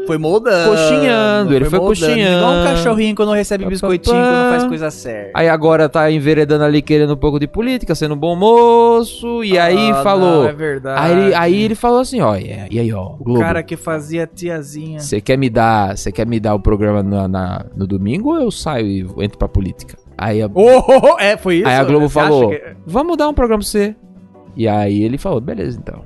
Speaker 5: Foi moldando.
Speaker 1: Coxinhando, ele foi coxinhando.
Speaker 2: Igual um cachorrinho quando recebe
Speaker 1: Pá, pá,
Speaker 2: biscoitinho,
Speaker 1: pá.
Speaker 2: quando faz
Speaker 5: Faz
Speaker 2: coisa.
Speaker 5: coisa certa.
Speaker 1: Aí agora tá enveredando ali querendo um pouco de política, sendo um bom moço. E aí
Speaker 2: Ah, não,
Speaker 1: falou.
Speaker 2: é verdade.
Speaker 1: aí, ele- aí ele falou assim, ó, e e aí, ó,
Speaker 2: O
Speaker 1: Globo,
Speaker 2: cara que fazia tiazinha.
Speaker 1: você quer me dar, você quer me dar o programa na- na- no domingo ou eu saio e entro pra política? Aí a
Speaker 2: Oh, oh, oh, é, foi isso?
Speaker 1: Aí a Globo
Speaker 2: Você acha
Speaker 1: falou.
Speaker 2: que-
Speaker 1: Vamos dar um programa pra você. E aí ele falou, beleza, então.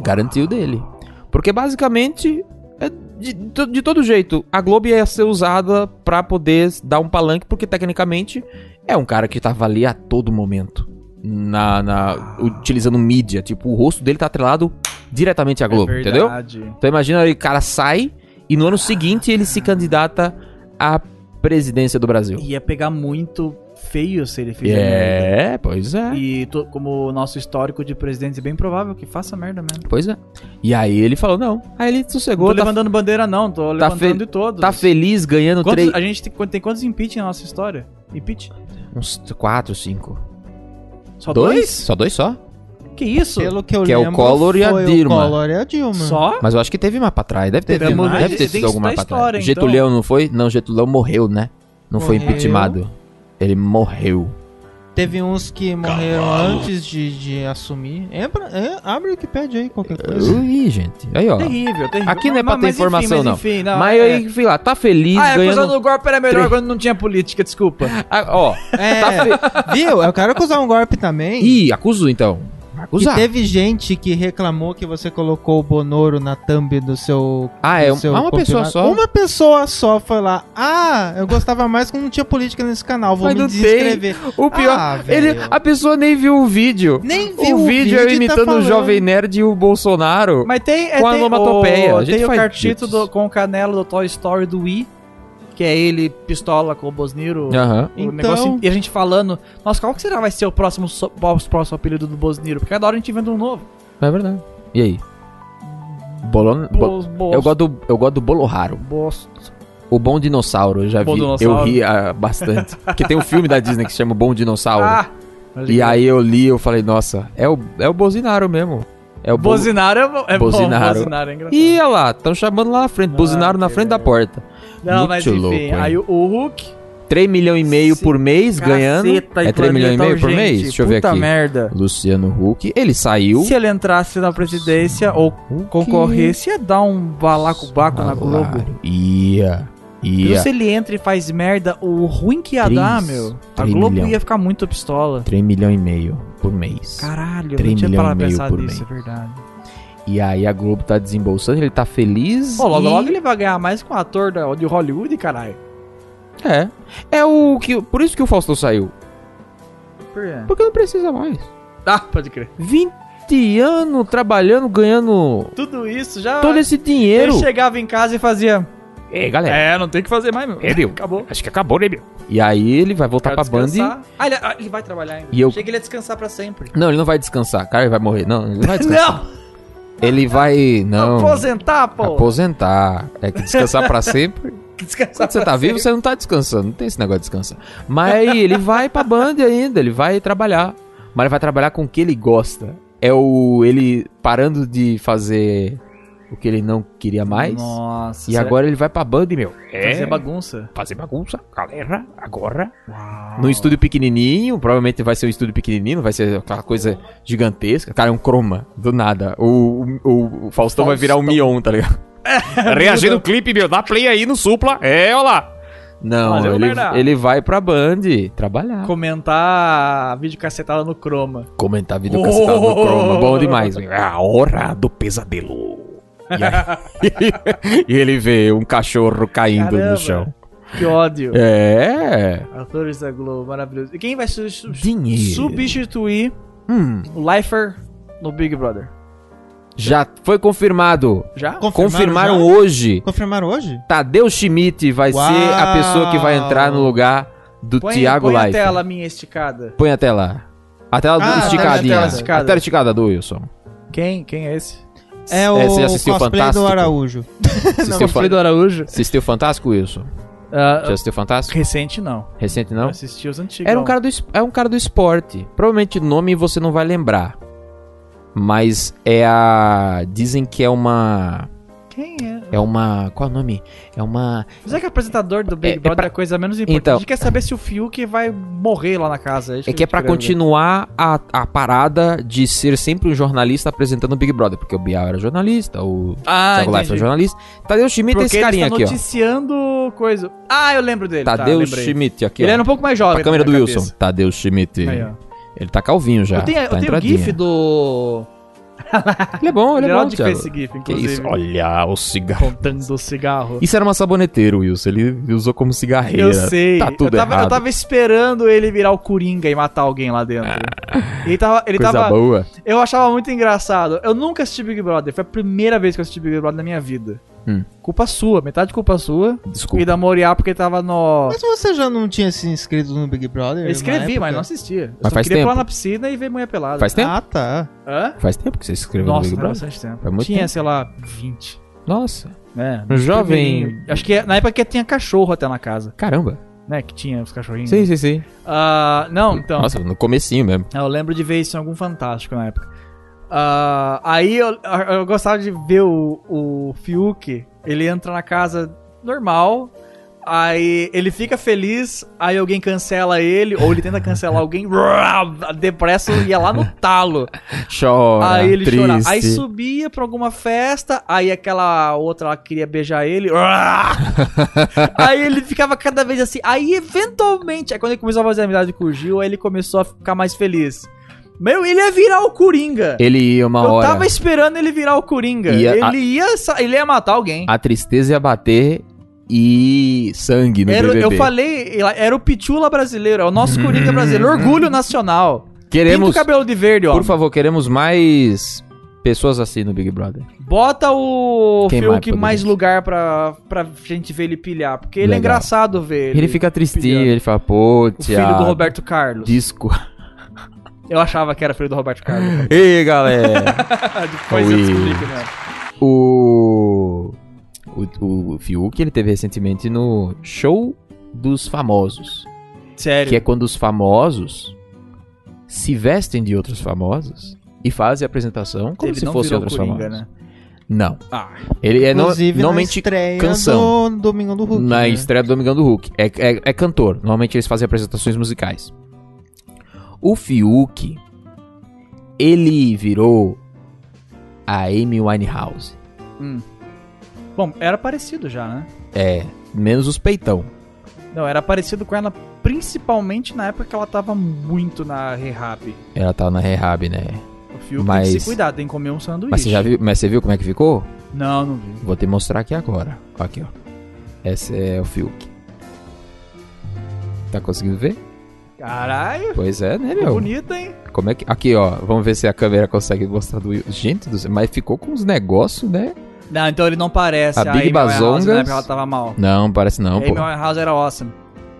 Speaker 1: Garantiu dele. Porque basicamente, é de, to- de todo jeito, a Globo ia ser usada pra poder dar um palanque, porque tecnicamente é um cara que tava ali a todo momento. Na, na- utilizando mídia. Tipo, o rosto dele tá atrelado diretamente à Globo,
Speaker 2: É
Speaker 1: entendeu?
Speaker 2: verdade.
Speaker 1: Então imagina aí, o cara sai e no ano seguinte ele se candidata à presidência do Brasil.
Speaker 2: Ia pegar muito feio se ele fizer merda.
Speaker 1: É, pois é.
Speaker 2: E to- como o nosso histórico de presidentes, é bem provável que faça merda mesmo.
Speaker 1: Pois é. E aí ele falou, não. Aí ele
Speaker 2: Não
Speaker 1: sossegou,
Speaker 2: tô
Speaker 1: tá,
Speaker 2: levantando bandeira não, tô levantando de todos.
Speaker 1: tá feliz ganhando
Speaker 2: Quantos-
Speaker 1: três,
Speaker 2: A gente tem, tem quantos impeachment na nossa história? Impeach?
Speaker 1: uns quatro, cinco.
Speaker 2: Só dois?
Speaker 1: Só dois só?
Speaker 2: Que isso?
Speaker 3: Pelo que eu
Speaker 1: Que é o
Speaker 3: lembro,
Speaker 1: Collor e a
Speaker 3: foi
Speaker 1: Dilma.
Speaker 3: o Collor e a Dilma.
Speaker 2: Só?
Speaker 1: Mas eu acho que teve uma pra trás. Deve ter,
Speaker 2: Teve
Speaker 1: tido-
Speaker 2: uma-
Speaker 1: deve ter
Speaker 2: tem
Speaker 1: sido
Speaker 2: isso
Speaker 1: alguma
Speaker 2: da
Speaker 1: pra
Speaker 2: história,
Speaker 1: trás.
Speaker 2: então.
Speaker 1: Getulhão não foi? Não, Getulhão morreu, né? Não foi
Speaker 3: Morreu.
Speaker 1: impeachmentado. Ele morreu.
Speaker 3: Teve uns que morreram antes de, de assumir. Entra, é, abre o que pede aí, qualquer
Speaker 1: É. [LAUGHS]
Speaker 3: coisa.
Speaker 1: Ih, gente. Aí, ó.
Speaker 2: Terrível, terrível.
Speaker 1: Aqui não é pra
Speaker 2: Mas-
Speaker 1: ter
Speaker 2: mas enfim,
Speaker 1: informação,
Speaker 2: mas
Speaker 1: não.
Speaker 2: enfim,
Speaker 1: Mas
Speaker 2: é-
Speaker 1: aí, fui lá, tá feliz
Speaker 2: Ah, é, a coisa
Speaker 1: ganhando...
Speaker 2: do golpe era melhor
Speaker 1: três.
Speaker 2: quando não tinha política, desculpa.
Speaker 1: Ah, ó.
Speaker 3: É, viu? Eu quero acusar um golpe também.
Speaker 1: Ih, acusou, então.
Speaker 3: Que
Speaker 1: Acusar.
Speaker 3: teve gente que reclamou que você colocou o Bonoro na thumb do seu.
Speaker 1: Ah, é
Speaker 3: do
Speaker 1: um-
Speaker 3: seu
Speaker 1: ah, uma pessoa
Speaker 3: compilado.
Speaker 1: só?
Speaker 3: Uma pessoa só foi lá. Ah, eu gostava mais quando não tinha política nesse canal. Vou
Speaker 1: Mas
Speaker 3: me
Speaker 1: não
Speaker 3: desinscrever.
Speaker 1: O pior,
Speaker 3: Ah,
Speaker 1: ele,
Speaker 3: velho.
Speaker 1: a pessoa nem viu o vídeo.
Speaker 3: Nem vi
Speaker 1: O, vídeo é eu
Speaker 3: tá
Speaker 2: tá
Speaker 1: imitando o Jovem Nerd e o Bolsonaro.
Speaker 2: Mas tem, é,
Speaker 1: Com a
Speaker 2: tem
Speaker 1: onomatopeia,
Speaker 2: o,
Speaker 1: a gente
Speaker 2: tem o
Speaker 1: faz
Speaker 2: cartito
Speaker 1: ditos.
Speaker 2: do- com o canelo do Toy Story do Wii, que é ele pistola com o Bosniro.
Speaker 1: Aham.
Speaker 2: O
Speaker 3: Então-
Speaker 2: negócio,
Speaker 1: assim.
Speaker 2: e a gente falando, nossa, qual que será vai ser o próximo, so- o próximo apelido do Bosniro? Porque cada hora a gente inventa um novo.
Speaker 1: É verdade. E aí? Bolon... Bo-
Speaker 2: Bos, bos,
Speaker 1: Eu gosto, do, eu gosto do bolo raro.
Speaker 2: Bos,
Speaker 1: O Bom Dinossauro, eu já
Speaker 2: Bom
Speaker 1: vi.
Speaker 2: Dinossauro.
Speaker 1: Eu ri ah, bastante. Porque tem um filme da Disney que chama Bom Dinossauro.
Speaker 2: ah,
Speaker 1: e aí eu li eu falei, nossa, é o, é o Bolsonaro mesmo. É o Bol-
Speaker 2: Bozinaro é, bo- é bom,
Speaker 1: Bozinaro.
Speaker 2: Bozinaro é engraçado.
Speaker 1: Ih, olha lá, estão chamando lá na frente. Bolsonaro na
Speaker 2: Ah, que
Speaker 1: frente da porta.
Speaker 2: Não,
Speaker 1: muito
Speaker 2: mas
Speaker 1: louco,
Speaker 2: enfim,
Speaker 1: hein?
Speaker 2: aí o, o Hulk...
Speaker 1: 3 milhões e meio por mês ganhando.
Speaker 2: Caceta,
Speaker 1: É 3 milhões e meio por
Speaker 2: gente,
Speaker 1: mês? Deixa eu ver
Speaker 2: puta
Speaker 1: aqui.
Speaker 2: merda.
Speaker 1: Luciano Huck, ele saiu.
Speaker 2: Se ele entrasse na presidência ou concorresse, ia dar um balacobaco na Globo.
Speaker 1: Salário. Ia.
Speaker 2: E
Speaker 1: Ia.
Speaker 2: se ele entra e faz merda, o ruim que ia
Speaker 1: Três.
Speaker 2: dar, meu, a
Speaker 1: Três
Speaker 2: Globo
Speaker 1: milhão.
Speaker 2: ia ficar muito pistola.
Speaker 1: 3 milhões e meio por mês.
Speaker 2: Caralho, eu não
Speaker 1: Três
Speaker 2: tinha
Speaker 1: milhão
Speaker 2: parado
Speaker 1: e
Speaker 2: pra
Speaker 1: meio
Speaker 2: pensar
Speaker 1: por
Speaker 2: nisso, é verdade.
Speaker 1: E aí a Globo tá desembolsando, ele tá feliz.
Speaker 2: Pô, logo
Speaker 1: e-
Speaker 2: logo ele vai ganhar mais com um ator da- de Hollywood, caralho.
Speaker 1: É. É o que. Por isso que o Faustão saiu.
Speaker 2: Por quê?
Speaker 1: Porque não precisa mais.
Speaker 2: Ah, pode crer.
Speaker 1: 20 anos trabalhando, ganhando
Speaker 2: Tudo isso já.
Speaker 1: todo esse dinheiro.
Speaker 2: Ele chegava em casa e fazia.
Speaker 6: Ei, galera.
Speaker 2: É, não tem o que fazer mais, meu.
Speaker 6: É, meu.
Speaker 2: Acabou.
Speaker 6: Acho que acabou, né, meu?
Speaker 1: E aí ele vai voltar
Speaker 2: Quero
Speaker 1: Tá pra Band.
Speaker 2: descansar. Ah, ele, ah, ele vai trabalhar ainda.
Speaker 1: E eu-
Speaker 2: Achei que ele ia descansar pra sempre.
Speaker 1: Não, ele não vai descansar. Cara, ele vai morrer. Não, ele não vai descansar.
Speaker 2: [LAUGHS] Não!
Speaker 1: ele vai. Não.
Speaker 2: Aposentar, pô!
Speaker 1: Aposentar. É que descansar
Speaker 2: [LAUGHS]
Speaker 1: pra sempre.
Speaker 2: Descansar
Speaker 1: Quando você tá
Speaker 2: pra
Speaker 1: vivo,
Speaker 2: sempre.
Speaker 1: você não tá descansando. Não tem esse negócio de descansar. Mas aí ele vai pra Band ainda, ele vai trabalhar. Mas ele vai trabalhar com o que ele gosta. É o. ele parando de fazer o que ele não queria mais.
Speaker 2: Nossa,
Speaker 1: E agora ele vai pra Band, meu.
Speaker 6: É.
Speaker 2: Fazer bagunça.
Speaker 6: Fazer bagunça, galera, agora.
Speaker 2: [LAUGHS]
Speaker 1: Num estúdio pequenininho, provavelmente vai ser um estúdio pequenininho, não vai ser aquela coisa gigantesca. Cara, é um croma, do nada. O, o, o Faustão vai virar um Mion, tá ligado?
Speaker 6: Reagindo o clipe, meu. Dá play aí no supla. É, olha lá.
Speaker 1: Não,
Speaker 2: Fazer o
Speaker 1: ele,
Speaker 2: merda.
Speaker 1: ele vai pra Band trabalhar.
Speaker 2: Comentar vídeo cacetada no Chroma.
Speaker 1: Comentar vídeo cacetado no croma, bom demais, meu.
Speaker 6: É a hora do pesadelo.
Speaker 1: E, aí- e ele vê um cachorro caindo
Speaker 2: Caramba.
Speaker 1: no chão.
Speaker 2: Que ódio.
Speaker 1: É.
Speaker 2: Atores da Globo, maravilhoso. E quem vai su- su-
Speaker 1: Dinheiro.
Speaker 2: substituir
Speaker 1: Hum,
Speaker 2: O Lifer no Big Brother.
Speaker 1: já foi confirmado.
Speaker 2: Já?
Speaker 1: Confirmaram
Speaker 3: já?
Speaker 1: hoje.
Speaker 3: Confirmaram hoje?
Speaker 1: Tadeu Schmidt vai
Speaker 3: Uau.
Speaker 1: ser a pessoa que vai entrar no lugar do Thiago
Speaker 2: põe a
Speaker 1: Leifert.
Speaker 2: tela minha esticada.
Speaker 1: Põe a tela. A tela
Speaker 3: Ah,
Speaker 1: esticadinha.
Speaker 2: a
Speaker 1: A
Speaker 2: tela
Speaker 1: tela
Speaker 2: esticada.
Speaker 1: esticada, do Wilson.
Speaker 2: Quem? Quem é esse?
Speaker 3: É o
Speaker 1: você assistiu
Speaker 3: cosplay
Speaker 1: Fantástico?
Speaker 3: do Araújo.
Speaker 1: Assistiu, fan...
Speaker 2: Araújo?
Speaker 1: assistiu Fantástico, Wilson? Já assistiu Fantástico?
Speaker 2: Ah, recente não.
Speaker 1: Recente,
Speaker 2: Eu
Speaker 1: não?
Speaker 2: assisti os antigos.
Speaker 1: Era um cara do, es- é um cara do esporte. Provavelmente o nome você não vai lembrar. Mas é a... Dizem que é uma...
Speaker 2: Quem é?
Speaker 1: É uma... Qual é o nome? É uma...
Speaker 2: Mas é que apresentador do Big
Speaker 1: É- é
Speaker 2: Brother é,
Speaker 1: pra-
Speaker 2: coisa menos importante.
Speaker 1: Então.
Speaker 2: A gente quer saber se o Fiuk vai morrer lá na casa. isso
Speaker 1: É que é
Speaker 2: a gente
Speaker 1: pra
Speaker 2: queria ver.
Speaker 1: continuar a, a parada de ser sempre um jornalista apresentando o Big Brother. Porque o Bial era jornalista, o
Speaker 2: Ah,
Speaker 1: Thiago Leifert
Speaker 2: entendi.
Speaker 1: era jornalista. Tadeu Schmidt é
Speaker 2: Porque
Speaker 1: esse
Speaker 2: ele
Speaker 1: carinha
Speaker 2: está
Speaker 1: aqui, ó.
Speaker 2: noticiando coisa. Ah, eu lembro dele. tá,
Speaker 1: Tadeu
Speaker 2: lembrei.
Speaker 1: Schmidt aqui, ó. Tá
Speaker 2: Ele era um pouco mais jovem.
Speaker 1: A câmera
Speaker 2: na
Speaker 1: do
Speaker 2: minha
Speaker 1: Wilson.
Speaker 2: cabeça.
Speaker 1: Tadeu Schmidt.
Speaker 2: Aí, ó.
Speaker 1: Ele tá calvinho já.
Speaker 2: eu tenho,
Speaker 1: tá
Speaker 2: eu tenho o
Speaker 1: entradinho.
Speaker 2: GIF do.
Speaker 1: Ele é bom, ele é bom,
Speaker 2: Geraldo que
Speaker 1: Thiago.
Speaker 2: fez esse GIF,
Speaker 1: Que
Speaker 2: inclusive.
Speaker 1: isso? Olha o cigarro.
Speaker 2: Contando o cigarro.
Speaker 1: Isso era uma saboneteira, Wilson. Ele usou como cigarreira.
Speaker 2: Eu sei.
Speaker 1: Tá tudo
Speaker 2: eu, tava,
Speaker 1: errado.
Speaker 2: eu tava esperando ele virar o Coringa e matar alguém lá dentro. Ele tava. Ele
Speaker 1: Ah. Coisa
Speaker 2: tava
Speaker 1: boa.
Speaker 2: eu achava muito engraçado. Eu nunca assisti Big Brother. Foi a primeira vez que eu assisti Big Brother na minha vida.
Speaker 1: Hum.
Speaker 2: Culpa sua, metade culpa sua. E
Speaker 1: Desculpa.
Speaker 2: da Moriá porque tava no.
Speaker 3: Mas você já não tinha se inscrito no Big Brother?
Speaker 2: Eu escrevi, mas
Speaker 3: na
Speaker 2: não
Speaker 3: época?
Speaker 2: assistia. Eu
Speaker 1: Mas
Speaker 2: só
Speaker 1: faz
Speaker 2: queria
Speaker 1: tempo.
Speaker 2: pular na piscina e ver mulher pelada.
Speaker 1: Faz tempo?
Speaker 3: Ah, tá.
Speaker 2: Hã?
Speaker 1: Faz tempo que você escreveu no
Speaker 2: Nossa,
Speaker 1: Big
Speaker 2: faz
Speaker 1: Brother?
Speaker 2: bastante tempo.
Speaker 1: Faz muito
Speaker 2: tinha,
Speaker 1: tempo.
Speaker 2: sei lá, 20.
Speaker 1: Nossa.
Speaker 2: É.
Speaker 1: Um jovem.
Speaker 2: Jovem. Acho que é- na época que tinha cachorro até na casa,
Speaker 1: Caramba.
Speaker 2: né? Que tinha os cachorrinhos.
Speaker 1: Sim, sim, sim.
Speaker 2: Ah, não, então.
Speaker 1: Nossa, no comecinho mesmo.
Speaker 2: É, Eu lembro de ver isso em algum Fantástico na época. Ah, aí eu, eu gostava de ver o, o Fiuk. Ele entra na casa normal. Aí ele fica feliz, aí alguém cancela ele, ou ele tenta cancelar alguém, [LAUGHS] a depressa ia lá no talo.
Speaker 1: Chora.
Speaker 2: aí ele
Speaker 1: triste.
Speaker 2: chorava. Aí subia pra alguma festa, aí aquela outra lá queria beijar ele. [LAUGHS] aí ele ficava cada vez assim. Aí eventualmente, aí quando ele começou a fazer amizade com o Gil, aí ele começou a ficar mais feliz. Meu, ele ia virar o Coringa.
Speaker 1: Ele ia uma
Speaker 2: Eu
Speaker 1: hora.
Speaker 2: tava esperando ele virar o Coringa.
Speaker 1: Ia-
Speaker 2: ele,
Speaker 1: a- Ah,
Speaker 2: ia, sa- ele ia matar alguém.
Speaker 1: A tristeza ia bater e sangue no
Speaker 2: Era-
Speaker 1: BBB.
Speaker 2: eu falei, era o Pichula brasileiro, é o nosso
Speaker 1: [LAUGHS]
Speaker 2: Coringa brasileiro, orgulho nacional. Pinta o
Speaker 1: Queremos.
Speaker 2: cabelo de verde, ó.
Speaker 1: Por favor, queremos mais pessoas assim no Big Brother.
Speaker 2: Bota o
Speaker 1: Quem mais
Speaker 2: Fiuk
Speaker 1: poderia
Speaker 2: mais,
Speaker 1: ser?
Speaker 2: lugar pra, pra gente ver ele pilhar. Porque ele é
Speaker 1: Legal.
Speaker 2: engraçado ver ele.
Speaker 1: Ele, fica tristinho,
Speaker 2: pilhando.
Speaker 1: ele fala, pô,
Speaker 2: O filho
Speaker 1: Thiago,
Speaker 2: do Roberto Carlos.
Speaker 1: Disco.
Speaker 2: Eu achava que era filho do Roberto Carlos.
Speaker 1: [LAUGHS] Ei, galera.
Speaker 2: Depois eu
Speaker 1: Ui.
Speaker 2: descobri que não. era.
Speaker 1: o, o. O Fiuk, ele teve recentemente no Show dos Famosos.
Speaker 2: Sério.
Speaker 1: Que é quando os famosos se vestem de outros famosos e fazem a apresentação como
Speaker 2: Ele
Speaker 1: se
Speaker 2: não
Speaker 1: fossem
Speaker 2: virou
Speaker 1: outros
Speaker 2: Coringa,
Speaker 1: famosos.
Speaker 2: né?
Speaker 1: Não.
Speaker 2: Ah,
Speaker 1: Ele é no,
Speaker 3: Inclusive, na
Speaker 1: normalmente
Speaker 3: estreia
Speaker 1: canção.
Speaker 3: do Domingo do Hulk.
Speaker 1: na
Speaker 3: né?
Speaker 1: estreia do Domingão do Hulk. É, é, é cantor. Normalmente eles fazem apresentações musicais. O Fiuk, ele virou a Amy Winehouse.
Speaker 2: Bom, era parecido já, né?
Speaker 1: É, menos os peitão.
Speaker 2: Não, era parecido com ela principalmente na época que ela tava muito na rehab.
Speaker 1: Ela tava na rehab, né?
Speaker 2: O Fiuk tem que
Speaker 1: Mas-
Speaker 2: se cuidar, tem que comer um sanduíche.
Speaker 1: Mas você já viu, mas você viu como é que ficou?
Speaker 2: Não, não vi.
Speaker 1: Vou te mostrar aqui agora. Aqui, ó. Esse é o Fiuk. Tá conseguindo ver?
Speaker 2: Caralho,
Speaker 1: Pois é, né,
Speaker 2: ficou
Speaker 1: meu?
Speaker 2: bonito, hein?
Speaker 1: Como é que. Aqui, ó. Vamos ver se a câmera consegue mostrar do. Gente do céu, mas ficou com uns negócios, né?
Speaker 2: Não, então ele não parece.
Speaker 1: A Big
Speaker 2: Amy Winehouse,
Speaker 1: Bazongas-
Speaker 2: Na época ela tava mal.
Speaker 1: Não, parece não, pô.
Speaker 2: Amy Winehouse era awesome.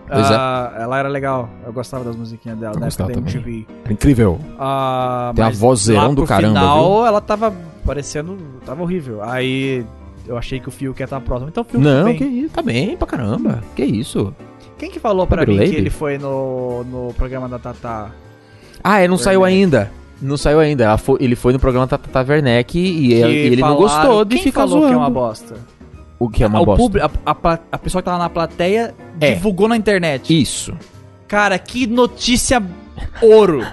Speaker 1: Pois é.
Speaker 2: Ah, Ela era legal. Eu gostava das musiquinhas dela,
Speaker 1: Eu
Speaker 2: da época
Speaker 1: gostava
Speaker 2: da
Speaker 1: também.
Speaker 2: MTV.
Speaker 1: Incrível.
Speaker 2: Ah,
Speaker 1: Tem uma
Speaker 2: mas
Speaker 1: vozeirão
Speaker 2: lá
Speaker 1: do
Speaker 2: pro
Speaker 1: caramba,
Speaker 2: final, ela tava parecendo... Tava horrível. Aí eu achei que o Fiuk ia estar próximo. Então o Fiuk
Speaker 1: não,
Speaker 2: bem.
Speaker 1: que isso. Tá bem pra caramba. Que isso.
Speaker 2: Quem que falou pra
Speaker 1: Pobre
Speaker 2: mim que
Speaker 1: Lady.
Speaker 2: ele foi no, no programa da Tatá?
Speaker 1: Ah, é, não
Speaker 2: Werneck.
Speaker 1: saiu ainda. Não saiu ainda. Ela foi- ele foi no programa da Tata Werneck e,
Speaker 2: Que
Speaker 1: e ele não
Speaker 2: falaram-
Speaker 1: gostou de
Speaker 2: Quem
Speaker 1: ficar
Speaker 2: falou
Speaker 1: zoando.
Speaker 2: que é uma bosta? Ah,
Speaker 1: O que é uma
Speaker 2: o
Speaker 1: bosta.
Speaker 2: público- a, a pla- a pessoa que tava na plateia
Speaker 1: É.
Speaker 2: divulgou na internet.
Speaker 1: Isso.
Speaker 2: Cara, que notícia ouro.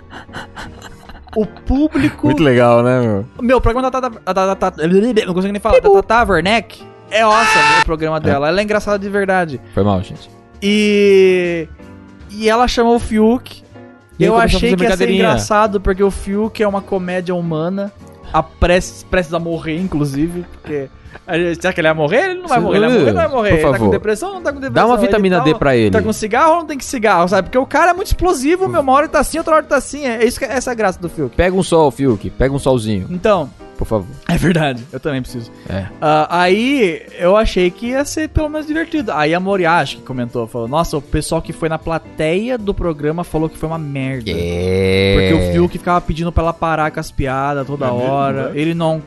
Speaker 2: O público.
Speaker 1: legal, né, meu?
Speaker 2: Meu, o programa da Tata. a Tata- Tata- Não consigo nem falar. Da Tata Werneck é
Speaker 1: Ah!
Speaker 2: awesome o programa dela. Ela é engraçada de verdade.
Speaker 1: Foi mal, gente.
Speaker 2: E. E ela chamou o Fiuk.
Speaker 1: E aí
Speaker 2: eu
Speaker 1: começou a
Speaker 2: achei
Speaker 1: fazer
Speaker 2: que ia ser
Speaker 1: brincadeirinha.
Speaker 2: engraçado, porque o Fiuk é uma comédia humana. a prestes, prestes a morrer, inclusive. Porque. a gente- Será que ele vai morrer? Ele não vai
Speaker 1: Sim,
Speaker 2: morrer. Ele vai morrer, não vai
Speaker 1: por
Speaker 2: morrer. Ele tá com
Speaker 1: favor.
Speaker 2: depressão, não tá com depressão.
Speaker 1: Dá uma
Speaker 2: Ele
Speaker 1: vitamina
Speaker 2: tá-
Speaker 1: D pra ele.
Speaker 2: Tá com cigarro ou não tem que cigarro, sabe? Porque o cara é muito explosivo, meu. Uma hora ele tá assim, outra hora ele tá assim. É isso que, essa é a graça do Fiuk.
Speaker 1: Pega um sol, Fiuk. Pega um solzinho,
Speaker 2: Então,
Speaker 1: por favor.
Speaker 2: é verdade. Eu também preciso.
Speaker 1: É.
Speaker 2: Ah, aí eu achei que ia ser pelo menos divertido. Aí a Moriachi que comentou, falou: Nossa, o pessoal que foi na plateia do programa falou que foi uma merda.
Speaker 1: É.
Speaker 2: Porque o Fiuk ficava pedindo pra ela parar com as piadas toda
Speaker 7: É mesmo,
Speaker 2: hora.
Speaker 7: né?
Speaker 2: Ele não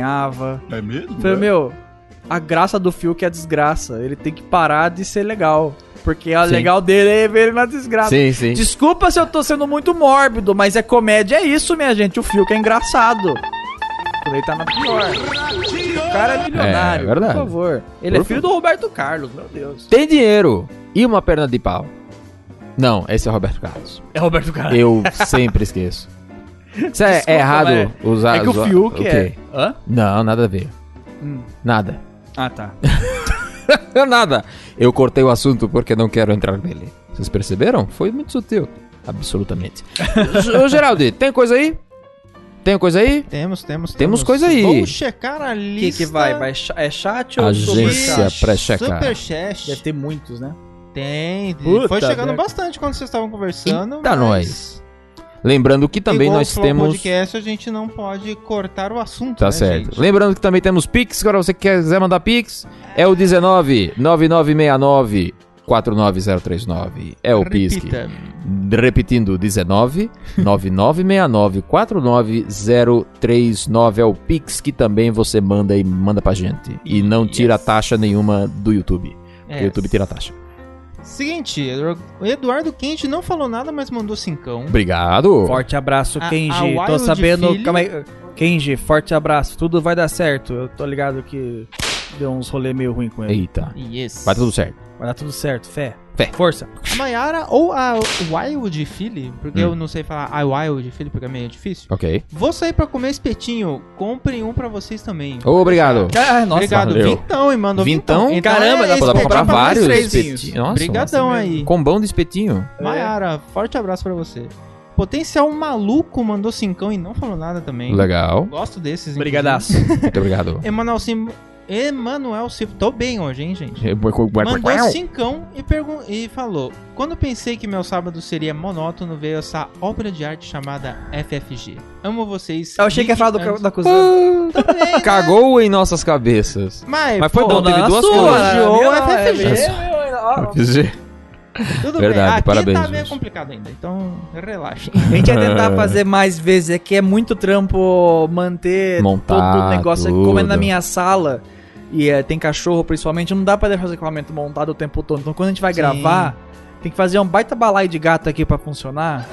Speaker 2: acompanhava.
Speaker 7: É mesmo?
Speaker 2: Falei,
Speaker 7: É?
Speaker 2: meu, a graça do Fiuk é a desgraça. Ele tem que parar de ser legal. Porque a
Speaker 1: Sim.
Speaker 2: legal dele é ver ele na desgraça.
Speaker 1: Sim, sim.
Speaker 2: Desculpa se eu tô sendo muito mórbido, mas é comédia, é isso, minha gente. O Fiuk é engraçado. Ele tá na pior. O cara é milionário,
Speaker 1: É, é verdade.
Speaker 2: por favor. Ele é
Speaker 1: Por
Speaker 2: filho do Roberto Carlos, meu Deus.
Speaker 1: Tem dinheiro e uma perna de pau. Não, esse é o Roberto Carlos.
Speaker 2: É Roberto Carlos. [LAUGHS]
Speaker 1: Eu sempre esqueço. Isso é
Speaker 2: Desculpa,
Speaker 1: errado
Speaker 2: mas
Speaker 1: usar.
Speaker 2: É que o
Speaker 1: zoar-
Speaker 2: Fiuk
Speaker 1: o
Speaker 2: é. Hum.
Speaker 1: quê?
Speaker 2: Hã?
Speaker 1: Não, nada a ver. Nada. [LAUGHS]
Speaker 2: Ah, tá.
Speaker 1: nada. Eu cortei o assunto porque não quero entrar nele. Vocês perceberam? Foi muito sutil.
Speaker 2: [LAUGHS]
Speaker 1: Absolutamente. Ô, Geraldi, tem coisa aí? Tem coisa aí?
Speaker 3: Temos, temos,
Speaker 1: Temos coisa aí.
Speaker 3: Vou checar a
Speaker 5: O
Speaker 3: lista.
Speaker 5: que, que vai? vai? cha- É chat ou
Speaker 1: Agência
Speaker 5: superchat?
Speaker 1: pra checar.
Speaker 2: Deve
Speaker 3: Superchat.
Speaker 2: ter muitos, né?
Speaker 3: Tem.
Speaker 2: Puta
Speaker 3: foi chegando
Speaker 2: merda.
Speaker 3: bastante quando vocês estavam conversando.
Speaker 1: Eita,
Speaker 3: mas
Speaker 1: nós. Lembrando que também
Speaker 3: igual
Speaker 1: nós
Speaker 3: Flow
Speaker 1: temos.
Speaker 3: podcast, a gente não pode cortar o assunto.
Speaker 1: Tá
Speaker 3: né,
Speaker 1: certo.
Speaker 3: gente?
Speaker 1: Lembrando que também temos Pix, agora você que quiser mandar Pix, é o 19 9969 49039. É o Pix.
Speaker 3: Repita.
Speaker 1: Repetindo, 19 9969 49039 é o Pix que também você manda e manda pra gente. E não tira
Speaker 3: Yes.
Speaker 1: taxa nenhuma do YouTube. porque
Speaker 3: É.
Speaker 1: O YouTube tira taxa.
Speaker 3: Seguinte, o Eduardo Quente não falou nada, mas mandou cincão.
Speaker 1: Obrigado.
Speaker 2: Forte abraço,
Speaker 3: A- a
Speaker 2: Kenji. Tô
Speaker 3: Wild
Speaker 2: sabendo.
Speaker 3: Filho-
Speaker 2: Calma aí. Kenji, forte abraço. Tudo vai dar certo. Eu tô ligado que deu uns rolê meio ruim com ele.
Speaker 1: Eita.
Speaker 3: Yes.
Speaker 1: Vai tudo certo.
Speaker 2: Vai dar tudo certo, fé.
Speaker 1: Fé.
Speaker 2: Força.
Speaker 3: A Mayara ou a Wild Philly, porque
Speaker 1: Hum.
Speaker 3: eu não sei falar a Wild Philly porque é meio difícil.
Speaker 1: Ok.
Speaker 3: Vou sair pra comer espetinho. Comprem um pra vocês também.
Speaker 1: Obrigado.
Speaker 2: Ah, nossa.
Speaker 3: Obrigado,
Speaker 1: valeu.
Speaker 3: vintão e mandou vintão.
Speaker 1: Vintão?
Speaker 2: Caramba, dá
Speaker 3: é
Speaker 1: Pô, dá pra
Speaker 3: isso,
Speaker 1: comprar
Speaker 2: comprar mais
Speaker 1: vários
Speaker 2: três
Speaker 1: espetinhos. Nossa,
Speaker 3: Obrigadão aí.
Speaker 1: Combão de espetinho.
Speaker 3: É. Mayara, forte abraço pra você. Potencial maluco mandou cincão e não falou nada também. [LAUGHS]
Speaker 1: Legal.
Speaker 3: Gosto desses.
Speaker 2: Brigadaço.
Speaker 1: Muito obrigado.
Speaker 3: inclusive. Emanuel Sim. Emanuel Silva. Tô bem hoje, hein, gente? Mandou
Speaker 1: Mandou
Speaker 3: cincão e, pergun- e falou: Quando pensei que meu sábado seria monótono, veio essa obra de arte chamada FFG. Amo vocês.
Speaker 2: Eu achei que ia falar do, ca-
Speaker 3: Antes-
Speaker 2: da cozinha.
Speaker 3: Também, né?
Speaker 1: Cagou em nossas cabeças.
Speaker 3: Mas,
Speaker 1: Mas foi
Speaker 3: pô,
Speaker 1: bom, teve
Speaker 2: na
Speaker 1: duas
Speaker 2: sua,
Speaker 1: coisas.
Speaker 2: né?
Speaker 3: Elogiou
Speaker 2: Meu,
Speaker 3: a FFG.
Speaker 2: é, meu, ó.
Speaker 3: Tudo
Speaker 1: Verdade,
Speaker 3: bem. Aqui
Speaker 1: parabéns,
Speaker 3: tá meio
Speaker 1: gente.
Speaker 3: complicado ainda, então relaxa.
Speaker 2: A gente ia tentar fazer mais vezes. É que é muito trampo manter
Speaker 1: Montar
Speaker 2: todo o negócio.
Speaker 1: tudo.
Speaker 2: Como é na minha sala, e é, tem cachorro principalmente, não dá pra deixar o equipamento montado o tempo todo. Então quando a gente vai
Speaker 3: Sim.
Speaker 2: gravar, tem que fazer um baita balaio de gato aqui pra funcionar.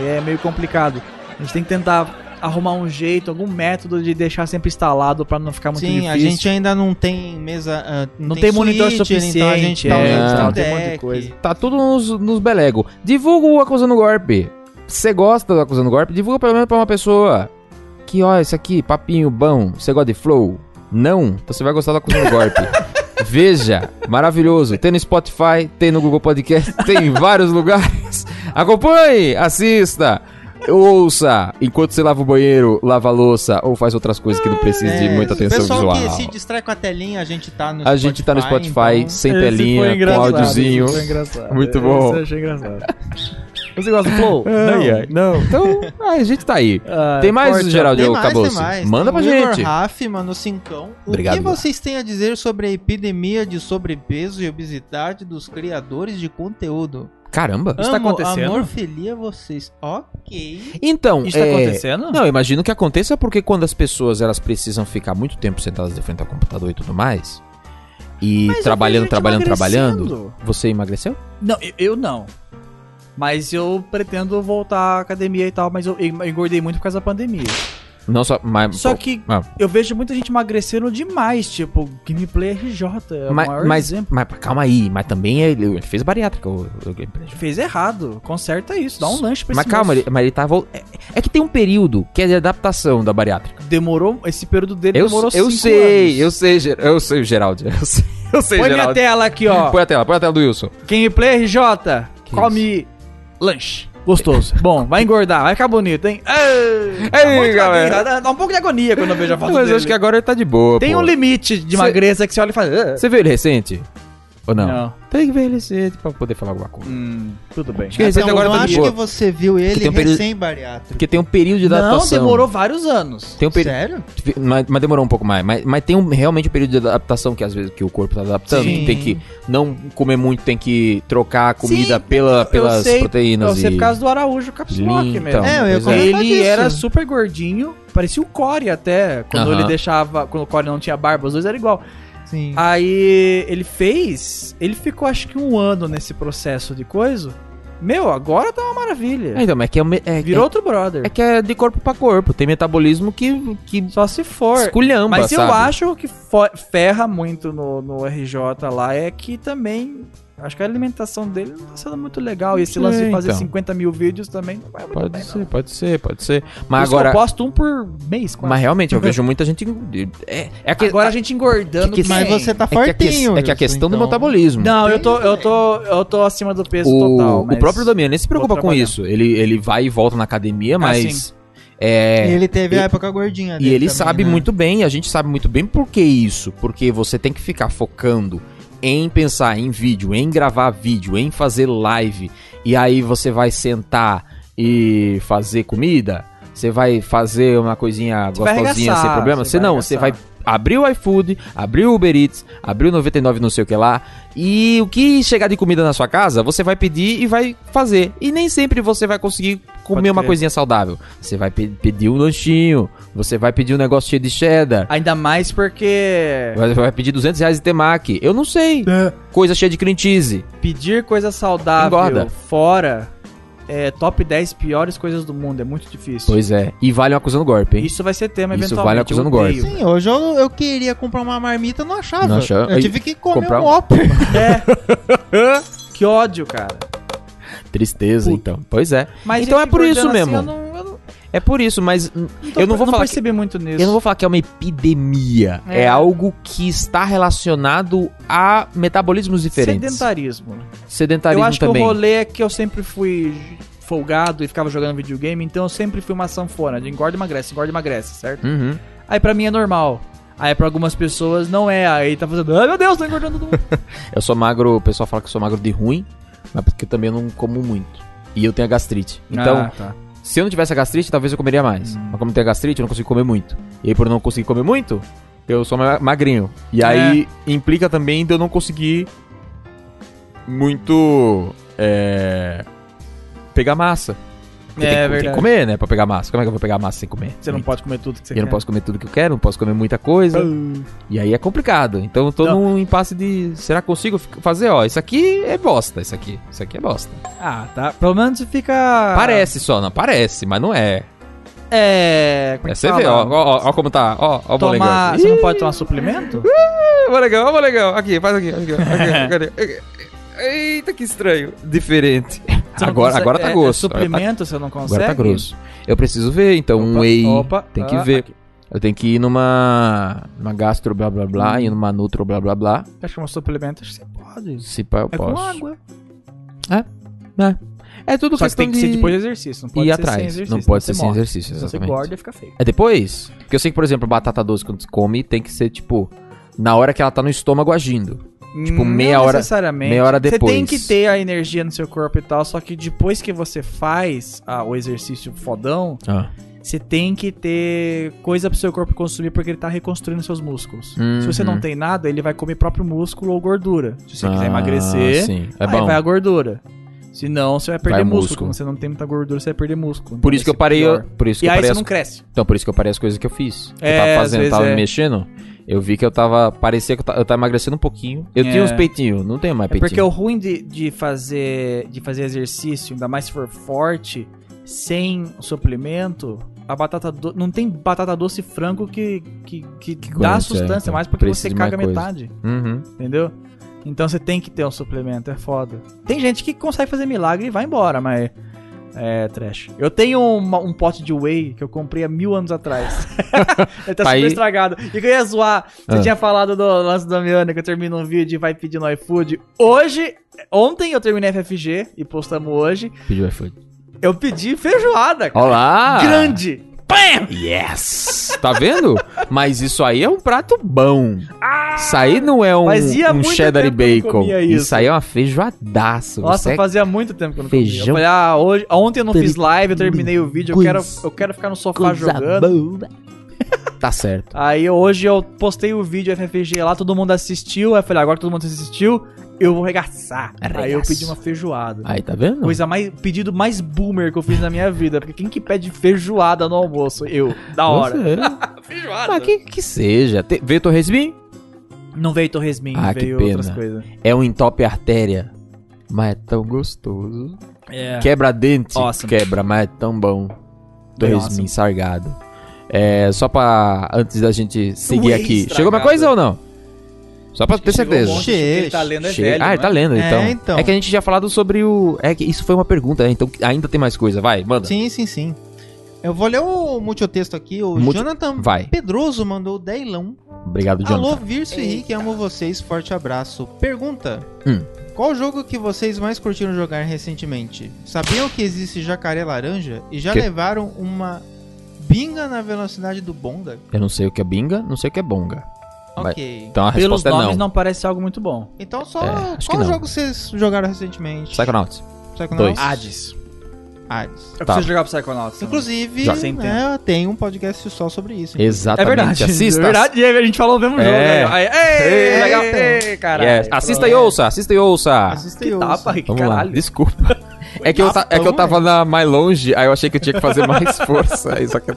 Speaker 2: É meio complicado. A gente tem que tentar arrumar um jeito, algum método de deixar sempre instalado pra não ficar muito
Speaker 3: Sim,
Speaker 2: difícil.
Speaker 3: a gente ainda não tem mesa. ah,
Speaker 2: Não tem monitor
Speaker 3: Então a gente tá
Speaker 1: suficiente, é,
Speaker 3: usando
Speaker 1: não,
Speaker 2: tem um monte de
Speaker 3: Steam
Speaker 2: coisa.
Speaker 3: Deck.
Speaker 1: Tá tudo nos, nos belego. Divulga o Acusando Golpe. Você gosta do Acusando Golpe? Divulga pelo menos pra uma pessoa. Que, ó, isso aqui, papinho bom. Você gosta de flow? Não? Então você vai gostar do Acusando
Speaker 3: [LAUGHS]
Speaker 1: Golpe. Veja, maravilhoso. Tem no Spotify, tem no Google Podcast, tem em vários lugares. Acompanhe, assista, ouça. Enquanto você lava o banheiro, lava a louça ou faz outras coisas que não precisa de
Speaker 3: É,
Speaker 1: muita atenção
Speaker 3: pessoal
Speaker 1: visual.
Speaker 3: que se distrai com a telinha, a gente tá no
Speaker 1: A gente tá no Spotify,
Speaker 3: então-
Speaker 1: sem
Speaker 2: Esse foi
Speaker 1: telinha, com
Speaker 2: engraçado,
Speaker 1: áudiozinho.
Speaker 2: esse foi engraçado.
Speaker 1: Muito
Speaker 2: Esse
Speaker 1: bom.
Speaker 2: eu achei engraçado. Você gosta do Flow?
Speaker 1: [LAUGHS] Ai, ai, não. Então, a gente tá aí.
Speaker 2: Ah,
Speaker 1: Tem mais,
Speaker 2: corta.
Speaker 1: Geraldo?
Speaker 3: Tem
Speaker 1: Deu,
Speaker 3: mais,
Speaker 1: acabou.
Speaker 3: tem mais.
Speaker 1: Manda pra
Speaker 3: Tem o Igor
Speaker 1: gente.
Speaker 3: Raff, mano, cincão. O
Speaker 1: Obrigado,
Speaker 3: que
Speaker 1: Igor.
Speaker 3: vocês têm a dizer sobre a epidemia de sobrepeso e obesidade dos criadores de conteúdo?
Speaker 1: Caramba.
Speaker 2: Isso tá
Speaker 3: Amo,
Speaker 2: acontecendo?
Speaker 3: Amorfilia vocês. Ok.
Speaker 1: Então,
Speaker 2: Isso tá
Speaker 1: é,
Speaker 2: acontecendo?
Speaker 1: Não, eu imagino que aconteça porque quando as pessoas elas precisam ficar muito tempo sentadas de frente ao computador e tudo mais, e
Speaker 2: Mas é eu
Speaker 1: trabalhando,
Speaker 2: vejo gente tá
Speaker 1: trabalhando, trabalhando,
Speaker 2: emagrecendo.
Speaker 1: você emagreceu?
Speaker 2: Não, eu, eu não. Mas eu pretendo voltar à academia e tal, mas eu eu engordei muito por causa da pandemia.
Speaker 1: Não só, mas,
Speaker 2: Só que
Speaker 1: Ah.
Speaker 2: eu vejo muita gente emagrecendo demais, tipo, gameplay RJ é o
Speaker 1: mas,
Speaker 2: maior
Speaker 1: mas,
Speaker 2: exemplo.
Speaker 1: mas calma aí, mas também ele, ele fez bariátrica o, o gameplay.
Speaker 2: Fez errado, conserta isso, dá um lanche pra
Speaker 1: Mas
Speaker 2: esse
Speaker 1: calma,
Speaker 2: moço.
Speaker 1: ele, mas ele tá vol- é, é que tem um período que é de adaptação da bariátrica.
Speaker 2: demorou, esse período dele
Speaker 1: Eu,
Speaker 2: demorou
Speaker 1: eu
Speaker 2: cinco
Speaker 1: sei,
Speaker 2: anos.
Speaker 1: eu sei, Ger- eu sei, Geraldo, eu sei, eu sei,
Speaker 2: Põe minha
Speaker 1: [LAUGHS] Geraldo.
Speaker 2: tela aqui, ó.
Speaker 1: Põe a tela, põe a tela do Wilson.
Speaker 2: Gameplay RJ,
Speaker 1: Que
Speaker 2: come lanche. Gostoso. [LAUGHS] Bom, vai engordar, vai ficar bonito, hein? Ei, Tá
Speaker 1: Ei,
Speaker 2: muito
Speaker 1: galera.
Speaker 2: magrinho, Dá, dá um pouco de agonia quando eu vejo a foto
Speaker 1: Mas eu
Speaker 2: dele.
Speaker 1: acho que agora ele tá de boa.
Speaker 2: Tem
Speaker 1: pô.
Speaker 2: um limite de
Speaker 1: Cê-
Speaker 2: magreza que você olha e fala. "Ah".
Speaker 1: Você viu ele recente? Ou não?
Speaker 2: Não.
Speaker 1: Tem que ver ele recente pra poder falar alguma coisa.
Speaker 2: Hum, tudo bem.
Speaker 1: Acho que recente
Speaker 3: Então,
Speaker 1: agora
Speaker 3: eu
Speaker 1: tá de
Speaker 3: acho
Speaker 1: boa.
Speaker 3: que você viu ele
Speaker 1: tem um período-
Speaker 3: recém-bariátrico.
Speaker 1: Porque tem um período de
Speaker 2: Não,
Speaker 1: adaptação.
Speaker 2: demorou vários anos.
Speaker 1: Tem um período.
Speaker 3: Sério?
Speaker 1: Mas, mas demorou um pouco mais. Mas, mas tem um, realmente um período de adaptação que às vezes que o corpo tá adaptando.
Speaker 3: Sim.
Speaker 1: que Tem que não comer muito, tem que trocar a comida
Speaker 2: Sim,
Speaker 1: pela, pelas
Speaker 2: sei,
Speaker 1: proteínas.
Speaker 2: Eu sei
Speaker 1: e...
Speaker 2: por causa do Araújo Caps Lock
Speaker 1: Então,
Speaker 2: mesmo.
Speaker 3: É, eu ia
Speaker 1: pois
Speaker 3: comentar
Speaker 2: Ele
Speaker 3: disso.
Speaker 2: era super gordinho, parecia o Core até, quando
Speaker 1: Aham.
Speaker 2: ele deixava, quando o Core não tinha barba, os dois eram igual. Ah,
Speaker 3: Sim.
Speaker 2: Aí ele fez, ele ficou acho que um ano nesse processo de coisa. Meu, agora tá uma maravilha.
Speaker 1: É, então, mas é que é, me- é,
Speaker 2: Virou outro brother.
Speaker 1: é, é que é de corpo pra corpo. Tem metabolismo que, que
Speaker 2: Só se for.
Speaker 1: esculhamba,
Speaker 2: Mas eu
Speaker 1: sabe?
Speaker 2: acho que fo- ferra muito no, no RJ lá é que também. Acho que a alimentação dele não tá sendo muito legal. E esse
Speaker 1: Não
Speaker 2: lance de
Speaker 1: sei,
Speaker 2: fazer
Speaker 1: então.
Speaker 2: 50 mil vídeos também não vai muito
Speaker 1: Pode
Speaker 2: bem, não.
Speaker 1: ser, pode ser, pode ser.
Speaker 2: Por
Speaker 1: Mas
Speaker 2: isso que
Speaker 1: agora.
Speaker 2: Eu posto um por mês, quase.
Speaker 1: Mas realmente, eu vejo muita gente. É, é que,
Speaker 2: Agora a gente engordando.
Speaker 1: que- que-
Speaker 2: bem.
Speaker 3: Mas você tá
Speaker 1: é que a, que-
Speaker 3: fortinho.
Speaker 1: é que a
Speaker 3: Wilson,
Speaker 1: questão do
Speaker 3: então.
Speaker 1: metabolismo.
Speaker 2: Não, eu tô, eu tô, eu tô acima do peso
Speaker 1: o,
Speaker 2: total.
Speaker 1: o
Speaker 2: mas-
Speaker 1: próprio Damiano nem se preocupa
Speaker 2: vou
Speaker 1: com
Speaker 2: trabalhar. Ah,
Speaker 1: isso. Ele, ele vai e volta na academia, mas.
Speaker 3: E
Speaker 1: é,
Speaker 3: ele teve
Speaker 1: E-
Speaker 3: a época gordinha
Speaker 2: é
Speaker 3: dele.
Speaker 1: e ele
Speaker 3: também,
Speaker 1: sabe
Speaker 3: né?
Speaker 1: muito bem, a gente sabe muito bem por que isso. Porque você tem que ficar focando em pensar em vídeo, em gravar vídeo, em fazer live. E aí você vai sentar e fazer comida. Você vai fazer uma coisinha
Speaker 2: Você vai
Speaker 1: gostosinha sem
Speaker 2: arregaçar,
Speaker 1: problema.
Speaker 2: você
Speaker 1: Você
Speaker 2: vai
Speaker 1: não, você vai
Speaker 2: arregaçar.
Speaker 1: abrir o iFood, abrir o Uber Eats, abrir o 99 não sei o que lá. E o que chegar de comida na sua casa, você vai pedir e vai fazer. E nem sempre você vai conseguir
Speaker 2: Pode
Speaker 1: comer uma
Speaker 2: crer.
Speaker 1: coisinha saudável. Você vai pe- pedir um lanchinho, você vai pedir um negócio cheio de cheddar.
Speaker 2: Ainda mais porque.
Speaker 1: Vai vai pedir 200 reais de temaki. Eu não sei. Coisa cheia de cream cheese.
Speaker 2: Pedir coisa saudável
Speaker 1: Engorda.
Speaker 2: fora é top 10 piores coisas do mundo. É muito difícil.
Speaker 1: Pois é. E vale uma acusando golpe, hein?
Speaker 2: Isso vai ser tema
Speaker 1: Isso
Speaker 2: eventualmente.
Speaker 1: vale acusando
Speaker 2: eu
Speaker 1: gordo.
Speaker 2: odeio.
Speaker 3: Sim, hoje eu, eu queria comprar uma marmita, não achava.
Speaker 1: Não achava.
Speaker 3: Eu
Speaker 1: Aí,
Speaker 3: tive que comer
Speaker 1: comprar
Speaker 3: um
Speaker 1: um-
Speaker 3: Whopper.
Speaker 2: É.
Speaker 1: [LAUGHS]
Speaker 2: Que ódio, cara.
Speaker 1: Tristeza,
Speaker 2: Puta.
Speaker 1: então. Pois é.
Speaker 2: Mas
Speaker 1: Então
Speaker 2: gente
Speaker 1: é por isso
Speaker 2: engordando assim,
Speaker 1: mesmo.
Speaker 2: eu não, eu não,
Speaker 1: É por isso, mas hum,
Speaker 2: tô-
Speaker 1: Eu não vou falar que-
Speaker 2: percebi muito nisso.
Speaker 1: eu não vou falar que é uma epidemia.
Speaker 2: É.
Speaker 1: É, algo que está relacionado a metabolismos
Speaker 2: é
Speaker 1: diferentes.
Speaker 2: Sedentarismo.
Speaker 1: Sedentarismo
Speaker 2: eu acho
Speaker 1: também.
Speaker 2: que o rolê é que eu sempre fui folgado e ficava jogando videogame, então eu sempre fui uma sanfona de engorda e emagrece, engorda e emagrece, certo?
Speaker 1: Uhum.
Speaker 2: Aí pra mim é normal. Aí pra algumas pessoas não é. Aí tá fazendo, ai meu Deus, tô engordando tudo.
Speaker 1: Eu sou magro, o pessoal fala que eu sou magro de ruim, mas porque eu também não como muito. E eu tenho a gastrite. Então,
Speaker 2: Ah, Hum. tá.
Speaker 1: se eu não tivesse a gastrite, talvez eu comeria mais. Mas como eu tenho a gastrite, eu não consigo comer muito. E aí, por não conseguir comer muito, eu sou ma- magrinho. E aí,
Speaker 2: É.
Speaker 1: implica também de eu não conseguir muito... É... Pegar massa. Porque
Speaker 2: É
Speaker 1: tem, que- tem
Speaker 2: verdade.
Speaker 1: que comer, né? Pra pegar massa. Como é que eu vou pegar massa sem comer?
Speaker 2: Você não pode comer tudo que você
Speaker 1: Eu
Speaker 2: quer.
Speaker 1: não posso comer tudo que eu quero, não posso comer muita coisa. E aí é complicado. Então eu tô
Speaker 2: Não.
Speaker 1: num impasse de. Será que eu consigo fi- fazer? Ó, isso aqui é bosta, isso aqui. Isso aqui é bosta.
Speaker 2: Ah, tá. Pelo menos fica.
Speaker 1: Parece só, não parece, mas não é.
Speaker 2: É. Como
Speaker 1: É
Speaker 2: é que
Speaker 1: você vê, ó,
Speaker 2: fala?
Speaker 1: ó, ó, ó como tá. Ó, ó o
Speaker 2: Tomar.
Speaker 1: bolegão.
Speaker 2: Você não pode tomar suplemento?
Speaker 1: Ih, bolegão, ó o bolegão. Aqui, faz aqui. aqui, ó, aqui, cadê? Aqui. Eita, que estranho. Diferente.
Speaker 2: Você não
Speaker 1: Agora,
Speaker 2: consegue-
Speaker 1: agora tá
Speaker 2: é- é
Speaker 1: grosso. agora tá-
Speaker 2: suplemento você não consegue?
Speaker 1: Agora tá grosso. Eu preciso ver, então, um whey.
Speaker 2: opa,
Speaker 1: Tem que
Speaker 2: ah,
Speaker 1: ver. Eu tenho que ir numa, numa gastro blá blá
Speaker 2: Hum.
Speaker 1: blá e numa nutro blá blá blá.
Speaker 2: Acho que um suplemento acho que você pode.
Speaker 1: Se pá, eu
Speaker 2: É
Speaker 1: posso.
Speaker 2: com água.
Speaker 1: É tudo
Speaker 2: Só que
Speaker 1: questão
Speaker 2: tem que ser depois do exercício. Não pode
Speaker 1: ir
Speaker 2: ser sem
Speaker 1: atrás.
Speaker 2: exercício.
Speaker 1: Não pode ser
Speaker 2: senão você
Speaker 1: sem
Speaker 2: morre.
Speaker 1: exercício,
Speaker 2: Senão Você
Speaker 1: exatamente.
Speaker 2: gorda fica feio.
Speaker 1: É depois? Porque eu sei que, por exemplo, batata doce, quando se come, tem que ser, tipo, na hora que ela tá no estômago agindo. Tipo, meia
Speaker 2: não
Speaker 1: hora-
Speaker 2: necessariamente.
Speaker 1: meia hora
Speaker 2: Você tem
Speaker 1: depois.
Speaker 2: que ter a energia no seu corpo e tal, só que depois que você faz ah, o exercício fodão,
Speaker 1: Ah.
Speaker 2: você tem que ter coisa pro seu corpo consumir porque ele tá reconstruindo seus músculos. Se você
Speaker 1: Uhum. Ah,
Speaker 2: não tem nada, ele vai comer próprio músculo ou gordura. Se você quiser emagrecer,
Speaker 1: Sim, é
Speaker 2: aí
Speaker 1: bom.
Speaker 2: vai a gordura. Senão você vai perder
Speaker 1: Vai o
Speaker 2: músculo.
Speaker 1: músculo.
Speaker 2: Como você não tem muita gordura, você vai perder músculo.
Speaker 1: Por
Speaker 2: Então
Speaker 1: isso que eu
Speaker 2: vai ser
Speaker 1: parei.
Speaker 2: pior.
Speaker 1: Por isso que
Speaker 2: E
Speaker 1: eu
Speaker 2: aí
Speaker 1: parei
Speaker 2: você
Speaker 1: as...
Speaker 2: não cresce.
Speaker 1: Então, por isso que eu parei as coisas que eu fiz. Que
Speaker 2: É,
Speaker 1: eu tava
Speaker 2: às
Speaker 1: fazendo,
Speaker 2: vezes
Speaker 1: tava
Speaker 2: é.
Speaker 1: me mexendo. Eu vi que eu tava. Parecia que eu, ta- eu tava emagrecendo um pouquinho. Eu
Speaker 2: É.
Speaker 1: tinha uns peitinhos, não tenho mais
Speaker 2: É
Speaker 1: peitinho.
Speaker 2: porque o ruim de, de, fazer, de fazer exercício, ainda mais se for forte, sem suplemento, a batata do... não tem batata doce e frango que, que, que dá
Speaker 1: conhece, é,
Speaker 2: sustância
Speaker 1: então.
Speaker 2: mais porque
Speaker 1: Precisa
Speaker 2: você
Speaker 1: de mais
Speaker 2: caga
Speaker 1: coisa.
Speaker 2: metade,
Speaker 1: Uhum.
Speaker 2: entendeu? Então você tem que ter um suplemento, é foda. Tem gente que consegue fazer milagre e vai embora, mas é trash. Eu tenho uma- um pote de whey que eu comprei há mil anos atrás.
Speaker 1: [LAUGHS]
Speaker 2: Ele tá
Speaker 1: Tá aí.
Speaker 2: super estragado. E que eu ia zoar. Você
Speaker 1: Ah.
Speaker 2: tinha falado do lance do Damiano que eu termino um vídeo e vai pedir no iFood. Hoje, ontem eu terminei FFG e postamos hoje.
Speaker 1: Pediu iFood.
Speaker 5: Eu pedi feijoada, cara.
Speaker 1: Olá!
Speaker 5: Grande.
Speaker 1: Yes! Tá vendo? Mas isso aí é um prato bom. Isso aí não é um,
Speaker 5: Mas ia
Speaker 1: um
Speaker 5: muito
Speaker 1: cheddar e
Speaker 5: tempo que eu não
Speaker 1: bacon.
Speaker 5: comia
Speaker 1: Isso.
Speaker 5: isso.
Speaker 1: aí é uma
Speaker 5: Nossa,
Speaker 1: feijoadaça. então Você é
Speaker 5: fazia muito tempo que eu não comia.
Speaker 1: Feijão.
Speaker 5: Eu falei, ah, hoje, ontem eu não fiz live, eu terminei o vídeo, eu quero, eu quero ficar no sofá jogando.
Speaker 1: tá certo.
Speaker 5: Aí hoje eu postei o vídeo FFG lá, todo mundo assistiu. Aí eu falei, agora todo mundo assistiu, eu vou regaçar. Aí eu
Speaker 1: Arregaço.
Speaker 5: pedi uma feijoada.
Speaker 1: Aí, tá vendo?
Speaker 5: Coisa mais. Pedido mais boomer que eu fiz na minha vida. Porque quem que pede feijoada no almoço? Eu. Da hora.
Speaker 1: Você- é.
Speaker 5: [LAUGHS] Feijoada.
Speaker 1: Mas que que seja. Te... Veio torresmin?
Speaker 5: Não veio torresmin,
Speaker 1: Ah, que
Speaker 5: veio
Speaker 1: pena.
Speaker 5: outras coisas.
Speaker 1: É um entope artéria. Mas é tão gostoso.
Speaker 5: É.
Speaker 1: Quebra dente.
Speaker 5: Awesome.
Speaker 1: Quebra, mas é tão bom.
Speaker 5: Bem
Speaker 1: Torresmin
Speaker 5: awesome.
Speaker 1: sargado. É, só pra. Antes da gente seguir
Speaker 5: Ui,
Speaker 1: aqui.
Speaker 5: é estragado.
Speaker 1: Chegou minha coisa ou não? Só pra ter
Speaker 5: Chegou um
Speaker 1: certeza.
Speaker 5: monte, porque Ele
Speaker 3: Chega.
Speaker 5: tá lendo é
Speaker 1: Chega-
Speaker 5: velho.
Speaker 1: ah,
Speaker 5: né?
Speaker 1: ele tá lendo,
Speaker 3: É,
Speaker 1: então. É,
Speaker 3: então.
Speaker 1: que a gente já falado sobre o. É que isso foi uma pergunta, né? Então ainda tem mais coisa. Vai, manda.
Speaker 3: Sim, sim, sim. Eu vou ler o multitexto aqui. O
Speaker 1: Multi-
Speaker 3: Jonathan
Speaker 1: Vai.
Speaker 3: Pedroso mandou 10 lão.
Speaker 1: Obrigado, Jonathan.
Speaker 3: Alô, Virso e Rick, amo vocês, forte abraço. Pergunta:
Speaker 1: Hum.
Speaker 3: Qual jogo que vocês mais curtiram jogar recentemente? Sabiam que existe jacaré laranja? E já
Speaker 1: Que-
Speaker 3: levaram uma binga na velocidade do Bonga?
Speaker 1: Eu não sei o que é binga, não sei o que é bonga. Vai.
Speaker 3: Ok.
Speaker 1: Então a
Speaker 2: Pelos
Speaker 1: resposta é
Speaker 2: nomes
Speaker 1: não.
Speaker 2: não. parece algo muito bom.
Speaker 3: Então só.
Speaker 1: É, acho
Speaker 3: qual
Speaker 1: que não.
Speaker 3: jogo vocês jogaram recentemente?
Speaker 1: Psychonauts.
Speaker 3: Psychonauts?
Speaker 1: dois.
Speaker 2: Hades.
Speaker 3: Hades.
Speaker 2: Eu
Speaker 1: Tá.
Speaker 2: preciso jogar Psychonauts.
Speaker 3: Inclusive,
Speaker 2: Já. Sem
Speaker 3: né, tem um podcast só sobre isso.
Speaker 1: Exatamente. Assista.
Speaker 2: É verdade. E aí a gente falou o mesmo jogo.
Speaker 1: É.
Speaker 2: né? Aí, ei,
Speaker 1: Ei,
Speaker 2: legal.
Speaker 5: Ei, caralho.
Speaker 1: Yes. Assista e ouça, assista e ouça.
Speaker 3: Assista
Speaker 2: Que
Speaker 3: e ouça.
Speaker 2: tapa, Rick,
Speaker 1: Vamos lá,
Speaker 2: caralho.
Speaker 1: desculpa. É que, eu ta- é que eu tava na- mais longe, aí eu achei que eu tinha que fazer mais [LAUGHS] força. aí Só que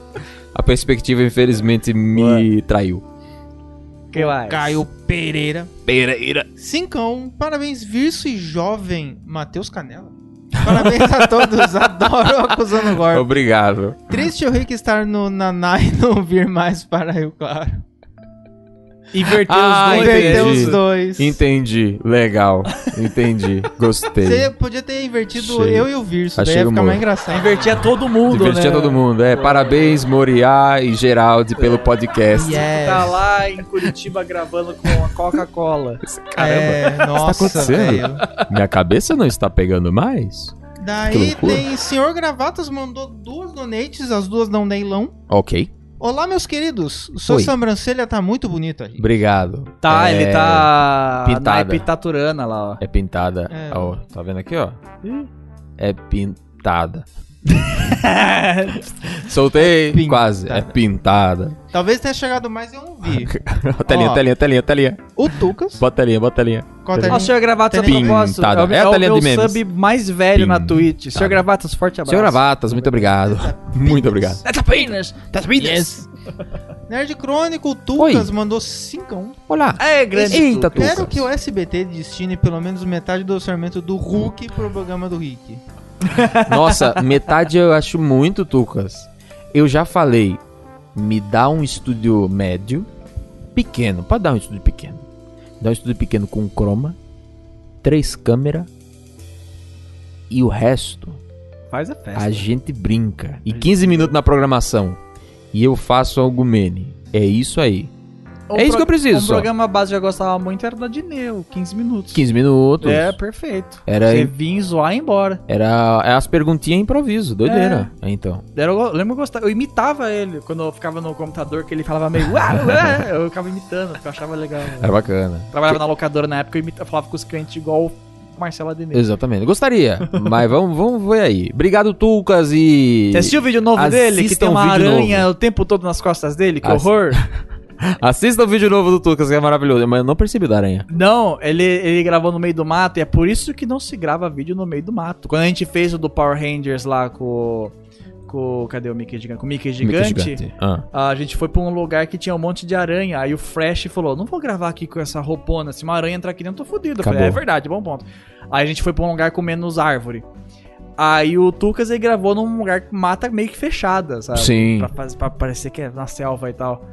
Speaker 1: a perspectiva, infelizmente, me traiu.
Speaker 5: Que mais?
Speaker 3: Caio Pereira.
Speaker 6: Pereira.
Speaker 3: Cincão, parabéns, Virso e jovem Matheus Canela. Parabéns a todos, [LAUGHS] adoro o Acusando Gordo.
Speaker 1: Obrigado.
Speaker 3: Triste o Rick estar no Naná e não vir mais para Rio Claro.
Speaker 2: Inverteu
Speaker 1: Ah,
Speaker 2: os dois. é
Speaker 3: Inverteu
Speaker 1: entendi.
Speaker 3: os dois.
Speaker 1: Entendi. Legal. Entendi. Gostei.
Speaker 3: Você
Speaker 2: é
Speaker 3: podia ter invertido
Speaker 1: Achei.
Speaker 3: eu e o Virso, daí
Speaker 1: Achei
Speaker 3: ia ficar
Speaker 1: humor.
Speaker 3: mais engraçado.
Speaker 2: Invertia todo mundo,
Speaker 1: Divertia
Speaker 2: né?
Speaker 1: todo mundo. É, parabéns, Moriá e Geraldi, pelo
Speaker 2: [LAUGHS]
Speaker 1: podcast.
Speaker 3: Yes.
Speaker 2: Tá lá em Curitiba gravando com a Coca-Cola.
Speaker 3: É, nossa,
Speaker 1: tá acontecendo?
Speaker 3: velho.
Speaker 1: Minha cabeça não está pegando mais? Que
Speaker 3: Daí
Speaker 1: loucura.
Speaker 3: tem Senhor Gravatas mandou duas donates, as duas não leilão.
Speaker 1: Ok.
Speaker 3: Olá, meus queridos. Sua
Speaker 1: Oi.
Speaker 3: sobrancelha tá muito bonita, Rick.
Speaker 1: Obrigado.
Speaker 2: Tá,
Speaker 1: É,
Speaker 2: ele tá
Speaker 1: pintada.
Speaker 2: na Epitaturana lá, ó.
Speaker 1: É pintada.
Speaker 3: É.
Speaker 1: Ó, tá vendo aqui, ó? É [LAUGHS] pintada. Soltei,
Speaker 3: É pintada.
Speaker 1: quase. É [LAUGHS] pintada.
Speaker 3: Talvez tenha chegado mais e eu não
Speaker 1: Ah,
Speaker 3: vi.
Speaker 1: telinha,
Speaker 3: Ó.
Speaker 1: telinha, telinha, telinha.
Speaker 3: O Tucas.
Speaker 1: Bota telinha, bota telinha.
Speaker 3: Cota
Speaker 2: Ó, o senhor Gravatas a
Speaker 1: Pintada.
Speaker 2: propósito. É, o-
Speaker 1: É a
Speaker 2: é o
Speaker 1: telinha
Speaker 2: meu
Speaker 1: de memes.
Speaker 2: sub mais velho na
Speaker 1: Pintada.
Speaker 2: Twitch. Senhor Gravatas, forte abraço.
Speaker 1: Senhor Gravatas, muito obrigado. Muito obrigado.
Speaker 2: Tá
Speaker 6: That's a penis. That's a penis.
Speaker 3: Nerd Crônico, o Tucas mandou 5
Speaker 1: Olá.
Speaker 2: É, grande.
Speaker 1: Eita,
Speaker 2: Tuca.
Speaker 1: Tucas.
Speaker 3: Quero que o SBT destine pelo menos metade do orçamento do Hulk pro programa do Rick.
Speaker 1: Nossa, metade eu acho muito, Tucas. Eu já falei, me dá um estúdio médio, pequeno, pode dar um estúdio pequeno. Dá um estúdio pequeno com croma, três câmeras e o resto
Speaker 2: Faz a festa.
Speaker 1: a gente brinca. E 15 minutos na programação. E eu faço algo mene. É isso aí.
Speaker 2: Um
Speaker 1: é isso que eu
Speaker 2: pro-
Speaker 1: preciso,
Speaker 2: Um
Speaker 1: só.
Speaker 2: programa base que eu gostava muito era da Dineu, 15 minutos.
Speaker 1: 15 minutos.
Speaker 2: É, perfeito.
Speaker 1: Era,
Speaker 2: Você vinha zoar e ir embora.
Speaker 1: era é as perguntinhas improviso, doideira.
Speaker 2: É.
Speaker 1: Então.
Speaker 2: Era- Eu lembro que eu gostava. Eu imitava ele quando eu ficava no computador, que ele falava meio. "Uá, uá", [LAUGHS] eu ficava imitando, porque eu achava legal.
Speaker 1: Era bacana.
Speaker 2: Trabalhava na locadora na época, eu, imita- eu falava com os clientes igual o Marcelo Ademir.
Speaker 1: Exatamente. Gostaria, mas vamos, vamos ver aí. Obrigado, Tucas e.
Speaker 2: Você assistiu o vídeo novo dele? Que
Speaker 1: Assista
Speaker 2: tem
Speaker 1: um
Speaker 2: uma
Speaker 1: vídeo
Speaker 2: aranha o tempo todo nas costas dele? Que
Speaker 1: Assi-
Speaker 2: horror.
Speaker 1: Assista o vídeo novo do Tucas, que é maravilhoso. Mas eu não percebi o da aranha.
Speaker 2: Não, ele, ele gravou no meio do mato e é por isso que não se grava vídeo no meio do mato. Quando a gente fez o do Power Rangers lá com. com cadê o Mickey Gigante? Com o Mickey Gigante.
Speaker 1: Mickey gigante. Ah.
Speaker 2: A gente foi pra um lugar que tinha um monte de aranha. Aí o Fresh falou: Não vou gravar aqui com essa roupona. Se uma aranha entrar aqui dentro, eu tô fudido. Eu falei: É
Speaker 1: Acabou.
Speaker 2: verdade, bom ponto. Aí a gente foi pra um lugar com menos árvore. Aí o Tucas ele gravou num lugar com mata meio que fechada, sabe?
Speaker 1: Sim.
Speaker 2: Pra, faz- pra parecer que é na selva e tal.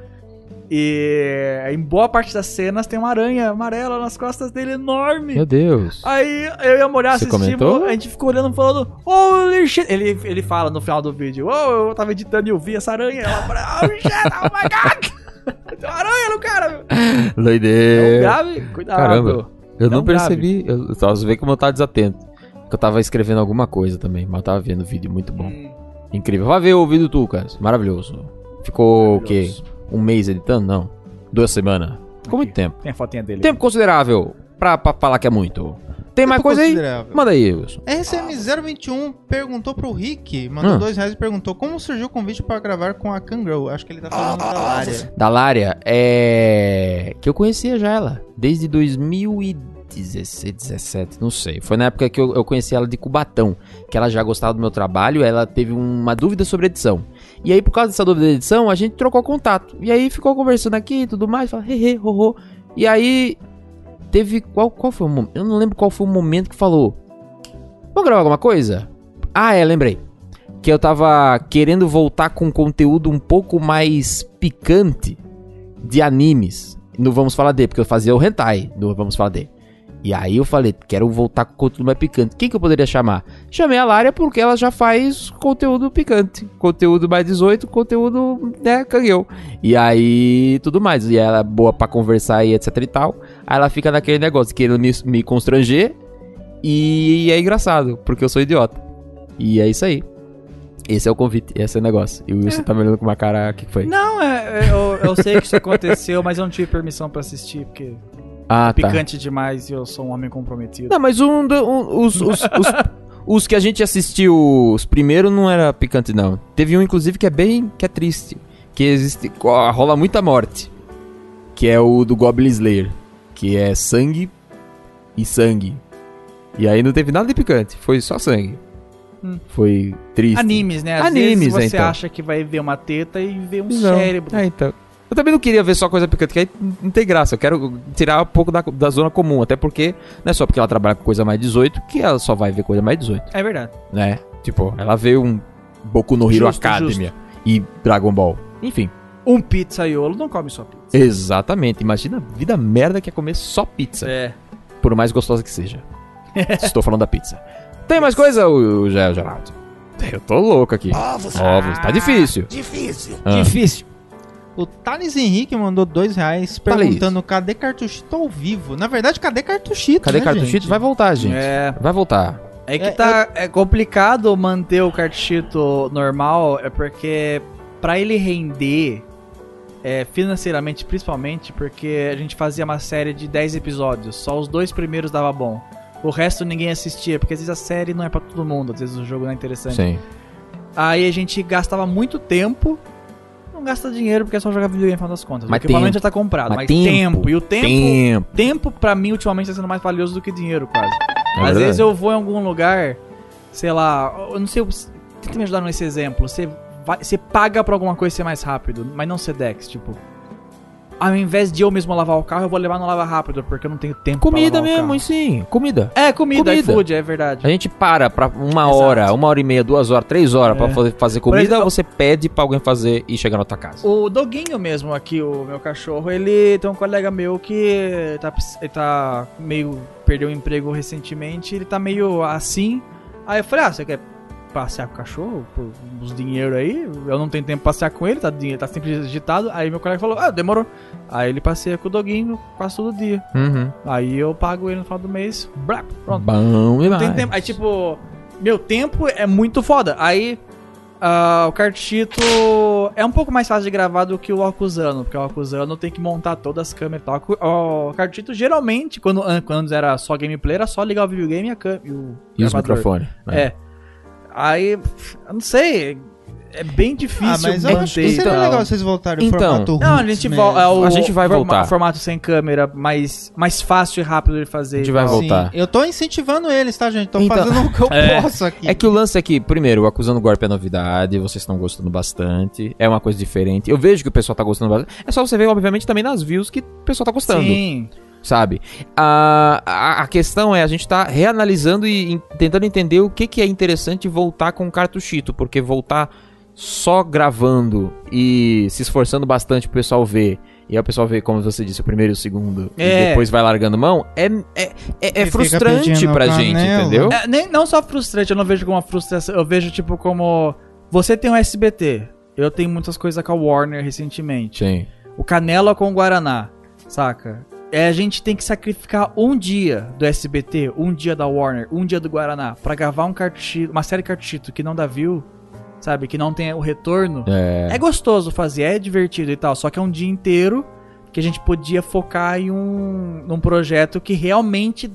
Speaker 2: E em boa parte das cenas tem uma aranha amarela nas costas dele enorme.
Speaker 1: Meu Deus.
Speaker 2: Aí eu e a mulher
Speaker 1: Você
Speaker 2: assistimos,
Speaker 1: comentou?
Speaker 2: a gente ficou olhando e falando, holy shit! Ele, ele fala no final do vídeo, oh, eu tava editando e eu vi essa aranha. Ela fala, oh shit, oh my god! [LAUGHS] Tem uma aranha no cara! Então,
Speaker 1: Doideira.
Speaker 2: grave, cuidado.
Speaker 1: É. Caramba. Eu
Speaker 2: Não
Speaker 1: não percebi. Eu, só você vê como eu tava desatento. Que eu tava escrevendo alguma coisa também, mas eu tava vendo o vídeo, muito bom.
Speaker 2: Hum.
Speaker 1: Incrível. Vai ver o vídeo tu, cara. Maravilhoso. Ficou o quê? Um mês editando? Não. Duas semanas. Ficou muito tempo.
Speaker 2: Tem a fotinha dele.
Speaker 1: Tempo considerável pra, pra falar que é muito. Tem mais coisa aí?
Speaker 3: Considerável.
Speaker 1: Manda aí, Wilson.
Speaker 3: RCM021 perguntou pro Rick, mandou
Speaker 1: Hum.
Speaker 3: dois reais e perguntou como surgiu o convite pra gravar com a Kangirl. Acho que ele tá
Speaker 2: Ah.
Speaker 3: falando da área.
Speaker 1: Da Lária, é. Que eu conhecia já ela. Desde 2016, 17, não sei. Foi na época que eu, eu conheci ela de Cubatão. Que ela já gostava do meu trabalho. Ela teve uma dúvida sobre edição. E aí, por causa dessa dúvida de edição, a gente trocou contato. E aí ficou conversando aqui e tudo mais. Fala, hehe, ho, ho. E aí. Teve. Qual, qual foi o momento? Eu não lembro qual foi o momento que falou. Vamos gravar alguma coisa? Ah, é, lembrei que eu tava querendo voltar com conteúdo um pouco mais picante de animes no Vamos Falar D, porque eu fazia o hentai no Vamos Falar D. E aí eu falei, quero voltar com conteúdo mais picante. Quem que eu poderia chamar? Chamei a Lária porque ela já faz conteúdo picante. Conteúdo mais 18, conteúdo, né, cangueu. E aí, tudo mais. E ela é boa pra conversar e etc e tal. Aí ela fica naquele negócio, querendo me, me constranger. E é engraçado, porque eu sou idiota. E é isso aí. Esse é o convite, esse é o negócio. E o Wilson tá me olhando com uma cara, o que que foi?
Speaker 2: Não, é- é- eu, eu sei que isso aconteceu, mas eu não tive permissão pra assistir, porque
Speaker 1: Ah,
Speaker 2: picante demais e eu sou um homem comprometido.
Speaker 1: Não, mas um, do- um- os,
Speaker 2: [LAUGHS]
Speaker 1: os, os, os que a gente assistiu os primeiro não era picante, não. Teve um, inclusive, que é bem, que é triste. Que existe, ó, rola muita morte. Que é o do Goblin Slayer. Que é sangue e sangue. E aí não teve nada de picante, foi só sangue.
Speaker 2: Hum.
Speaker 1: Foi triste.
Speaker 2: Animes, né? Às
Speaker 1: Animes,
Speaker 2: vezes você
Speaker 1: então.
Speaker 2: acha que vai ver uma teta e vê um
Speaker 1: Não.
Speaker 2: cérebro.
Speaker 1: É, então. Eu também não queria ver só coisa picante, que aí não tem graça. Eu quero tirar um pouco da, da zona comum. Até porque não é só porque ela trabalha com coisa mais 18 que ela só vai ver coisa mais 18.
Speaker 2: É verdade.
Speaker 1: né? Tipo, ela veio um Boku no Hero
Speaker 2: Justo,
Speaker 1: Academia e Dragon Ball. Enfim,
Speaker 2: Um pizzaiolo não come só pizza.
Speaker 1: exatamente. Imagina a vida merda que é comer só pizza,
Speaker 2: É.
Speaker 1: por mais gostosa que
Speaker 2: [LAUGHS]
Speaker 1: seja. Estou falando da pizza. Tem mais coisa, o, o Ge- Geraldo? Eu tô louco aqui. Ovos. Tá difícil. Difícil. Ah.
Speaker 2: Difícil.
Speaker 3: O Thales Henrique mandou dois reais
Speaker 1: Thales.
Speaker 3: perguntando cadê cartuchito ao vivo. Na verdade, cadê cartuchito?
Speaker 1: Cadê
Speaker 3: né,
Speaker 1: cartuchito?
Speaker 3: gente?
Speaker 1: Vai voltar, gente.
Speaker 2: É.
Speaker 1: Vai voltar.
Speaker 2: É que
Speaker 3: É,
Speaker 2: tá é complicado manter o cartuchito normal, é porque pra ele render é, financeiramente, principalmente, porque a gente fazia uma série de 10 episódios, só os dois primeiros dava bom. O resto ninguém assistia, porque às vezes a série não é pra todo mundo, às vezes o jogo não é interessante.
Speaker 1: Sim.
Speaker 2: Aí a gente gastava muito tempo, não gasta dinheiro porque é só jogar videogame no final das contas.
Speaker 1: Mas
Speaker 2: o equipamento
Speaker 1: tempo.
Speaker 2: já tá comprado,
Speaker 1: Mas
Speaker 2: mas,
Speaker 1: tempo.
Speaker 2: tempo. E o tempo, tempo,
Speaker 1: Tempo.
Speaker 2: pra mim ultimamente tá sendo mais valioso do que dinheiro, quase.
Speaker 1: É
Speaker 2: Às
Speaker 1: verdade.
Speaker 2: vezes eu vou em algum lugar, sei lá, eu não sei, tenta me ajudar nesse exemplo. Você, vai, você paga pra alguma coisa ser mais rápido, mas não ser Dex, tipo. Ao invés de eu mesmo lavar o carro, eu vou levar no lava rápido, porque eu não tenho tempo
Speaker 1: Comida
Speaker 2: pra lavar o
Speaker 1: mesmo,
Speaker 2: carro.
Speaker 1: e sim. Comida.
Speaker 2: É, comida,
Speaker 1: Comida.
Speaker 2: iFood, é verdade.
Speaker 1: A gente para pra uma
Speaker 2: Exato.
Speaker 1: hora, uma hora e meia, duas horas, três horas pra
Speaker 2: É.
Speaker 1: fazer, fazer comida,
Speaker 2: exemplo-
Speaker 1: você pede pra alguém fazer e chegar na tua casa.
Speaker 2: O Doguinho mesmo aqui, o meu cachorro, ele tem um colega meu que tá, precis- ele tá meio. perdeu o emprego recentemente, ele tá meio assim. Aí eu falei, ah, você quer passear com o cachorro por uns dinheiro aí? Eu não tenho tempo pra passear com ele, tá, dinhe- tá sempre digitado. Aí meu colega falou, ah, demorou. Aí ele passeia com o Doguinho quase todo dia.
Speaker 1: Uhum.
Speaker 2: Aí eu pago ele no final do mês, brá, pronto.
Speaker 1: Bom
Speaker 2: Não
Speaker 1: demais.
Speaker 2: tem tempo. Aí, tipo, meu tempo é muito foda. Aí, ah, o cartito é um pouco mais fácil de gravar do que o acusano, porque o acusano tem que montar todas as câmeras e tal. Acu- O cartito, geralmente, quando, an- quando era só gameplay, era só ligar o videogame e a câmera. E o,
Speaker 1: E os
Speaker 2: gravador.
Speaker 1: microfones. né?
Speaker 2: É. Aí, eu não sei, é bem difícil
Speaker 3: Ah, mas eu acho que
Speaker 2: manter e
Speaker 3: seria
Speaker 2: tal.
Speaker 3: legal vocês voltarem
Speaker 1: Então,
Speaker 3: o formato
Speaker 2: Não, a
Speaker 3: roots
Speaker 2: gente,
Speaker 3: mesmo.
Speaker 2: vol- é o,
Speaker 1: A gente vai
Speaker 2: forma-
Speaker 1: voltar.
Speaker 2: formato sem câmera, mais, mais fácil e rápido de fazer.
Speaker 1: A gente
Speaker 2: e
Speaker 1: vai
Speaker 2: tal.
Speaker 1: voltar.
Speaker 3: Sim, eu tô incentivando eles, tá, gente? Tô
Speaker 1: Então-
Speaker 3: fazendo o que eu
Speaker 2: [LAUGHS] É.
Speaker 3: posso aqui.
Speaker 1: É que o lance é que, primeiro, o acusando golpe é novidade, vocês estão gostando bastante, é uma coisa diferente. Eu vejo que o pessoal tá gostando bastante. É só você ver, obviamente, também nas views que o pessoal tá gostando,
Speaker 2: Sim.
Speaker 1: sabe? A, a, a questão é, a gente tá reanalisando e en- tentando entender o que, que é interessante voltar com o cartuchito, porque voltar só gravando e se esforçando bastante pro pessoal ver. E aí o pessoal vê, como você disse, o primeiro e o segundo, e
Speaker 2: É.
Speaker 1: depois vai largando mão, é, é, é, é
Speaker 3: E fica
Speaker 1: frustrante
Speaker 3: pedindo
Speaker 1: pra
Speaker 3: canela. né?
Speaker 1: gente, entendeu?
Speaker 2: É, nem, não só frustrante, eu não vejo como uma frustração. Eu vejo, tipo, como. Você tem um o SBT. Eu tenho muitas coisas com a Warner recentemente.
Speaker 1: Sim.
Speaker 2: O Canela com o Guaraná, saca? é, a gente tem que sacrificar um dia do SBT, um dia da Warner, um dia do Guaraná, pra gravar um cartucho, uma série cartuchito que não dá view, sabe? Que não tem o retorno.
Speaker 1: É.
Speaker 2: É gostoso fazer, é divertido e tal, só que é um dia inteiro que a gente podia focar em um num projeto que realmente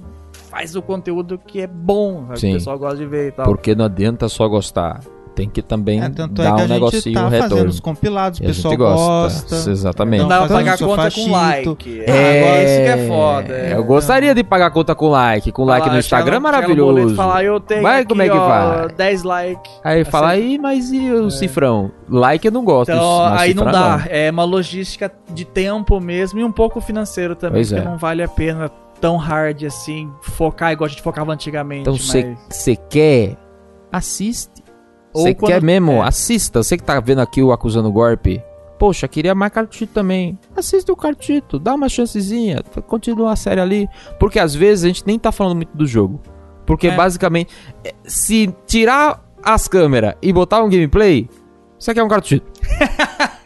Speaker 2: faz o conteúdo que é bom, sabe?
Speaker 1: Sim.
Speaker 2: o pessoal gosta de ver e tal.
Speaker 1: Porque não adianta só gostar. Tem que também
Speaker 3: É, tanto é
Speaker 1: dar
Speaker 3: que
Speaker 1: um
Speaker 3: a gente
Speaker 1: negocinho
Speaker 3: tá fazendo
Speaker 1: retorno.
Speaker 3: os compilados, o
Speaker 1: E a
Speaker 3: pessoal
Speaker 1: gente gosta.
Speaker 3: gosta.
Speaker 1: Exatamente.
Speaker 2: Não
Speaker 3: Então,
Speaker 2: dá pra
Speaker 3: fazendo
Speaker 2: pagar
Speaker 3: seu
Speaker 2: conta com
Speaker 3: fachito.
Speaker 2: like.
Speaker 5: Ah,
Speaker 2: Ah,
Speaker 5: Agora isso que é foda. é.
Speaker 1: Eu gostaria de pagar conta com like. Com like no Instagram é maravilhoso.
Speaker 2: Falar, eu tenho
Speaker 1: Vai,
Speaker 2: aqui,
Speaker 1: como é que
Speaker 2: ó,
Speaker 1: vai?
Speaker 2: 10 likes.
Speaker 5: assim.
Speaker 1: Aí fala, aí, mas e
Speaker 5: É.
Speaker 1: o cifrão? Like eu não gosto.
Speaker 2: Então,
Speaker 1: mas
Speaker 2: aí não
Speaker 1: cifrão
Speaker 2: dá. É uma logística de tempo mesmo e um pouco financeiro também,
Speaker 1: Pois
Speaker 2: porque
Speaker 1: é.
Speaker 2: não vale a pena tão hard assim focar igual a gente focava antigamente.
Speaker 1: Então
Speaker 2: mas- [LAUGHS]
Speaker 1: você quer, assiste.
Speaker 2: Ou
Speaker 1: Você
Speaker 2: quando-
Speaker 1: quer mesmo,
Speaker 2: é.
Speaker 1: assista. Você que tá vendo aqui o Acusando Golpe. Poxa, queria mais cartuchito também. Assiste o cartuchito, dá uma chancezinha, continua a série ali. Porque às vezes a gente nem tá falando muito do jogo. Porque
Speaker 2: É.
Speaker 1: basicamente, é, se tirar as câmeras e botar um gameplay, isso aqui é um cartuchito.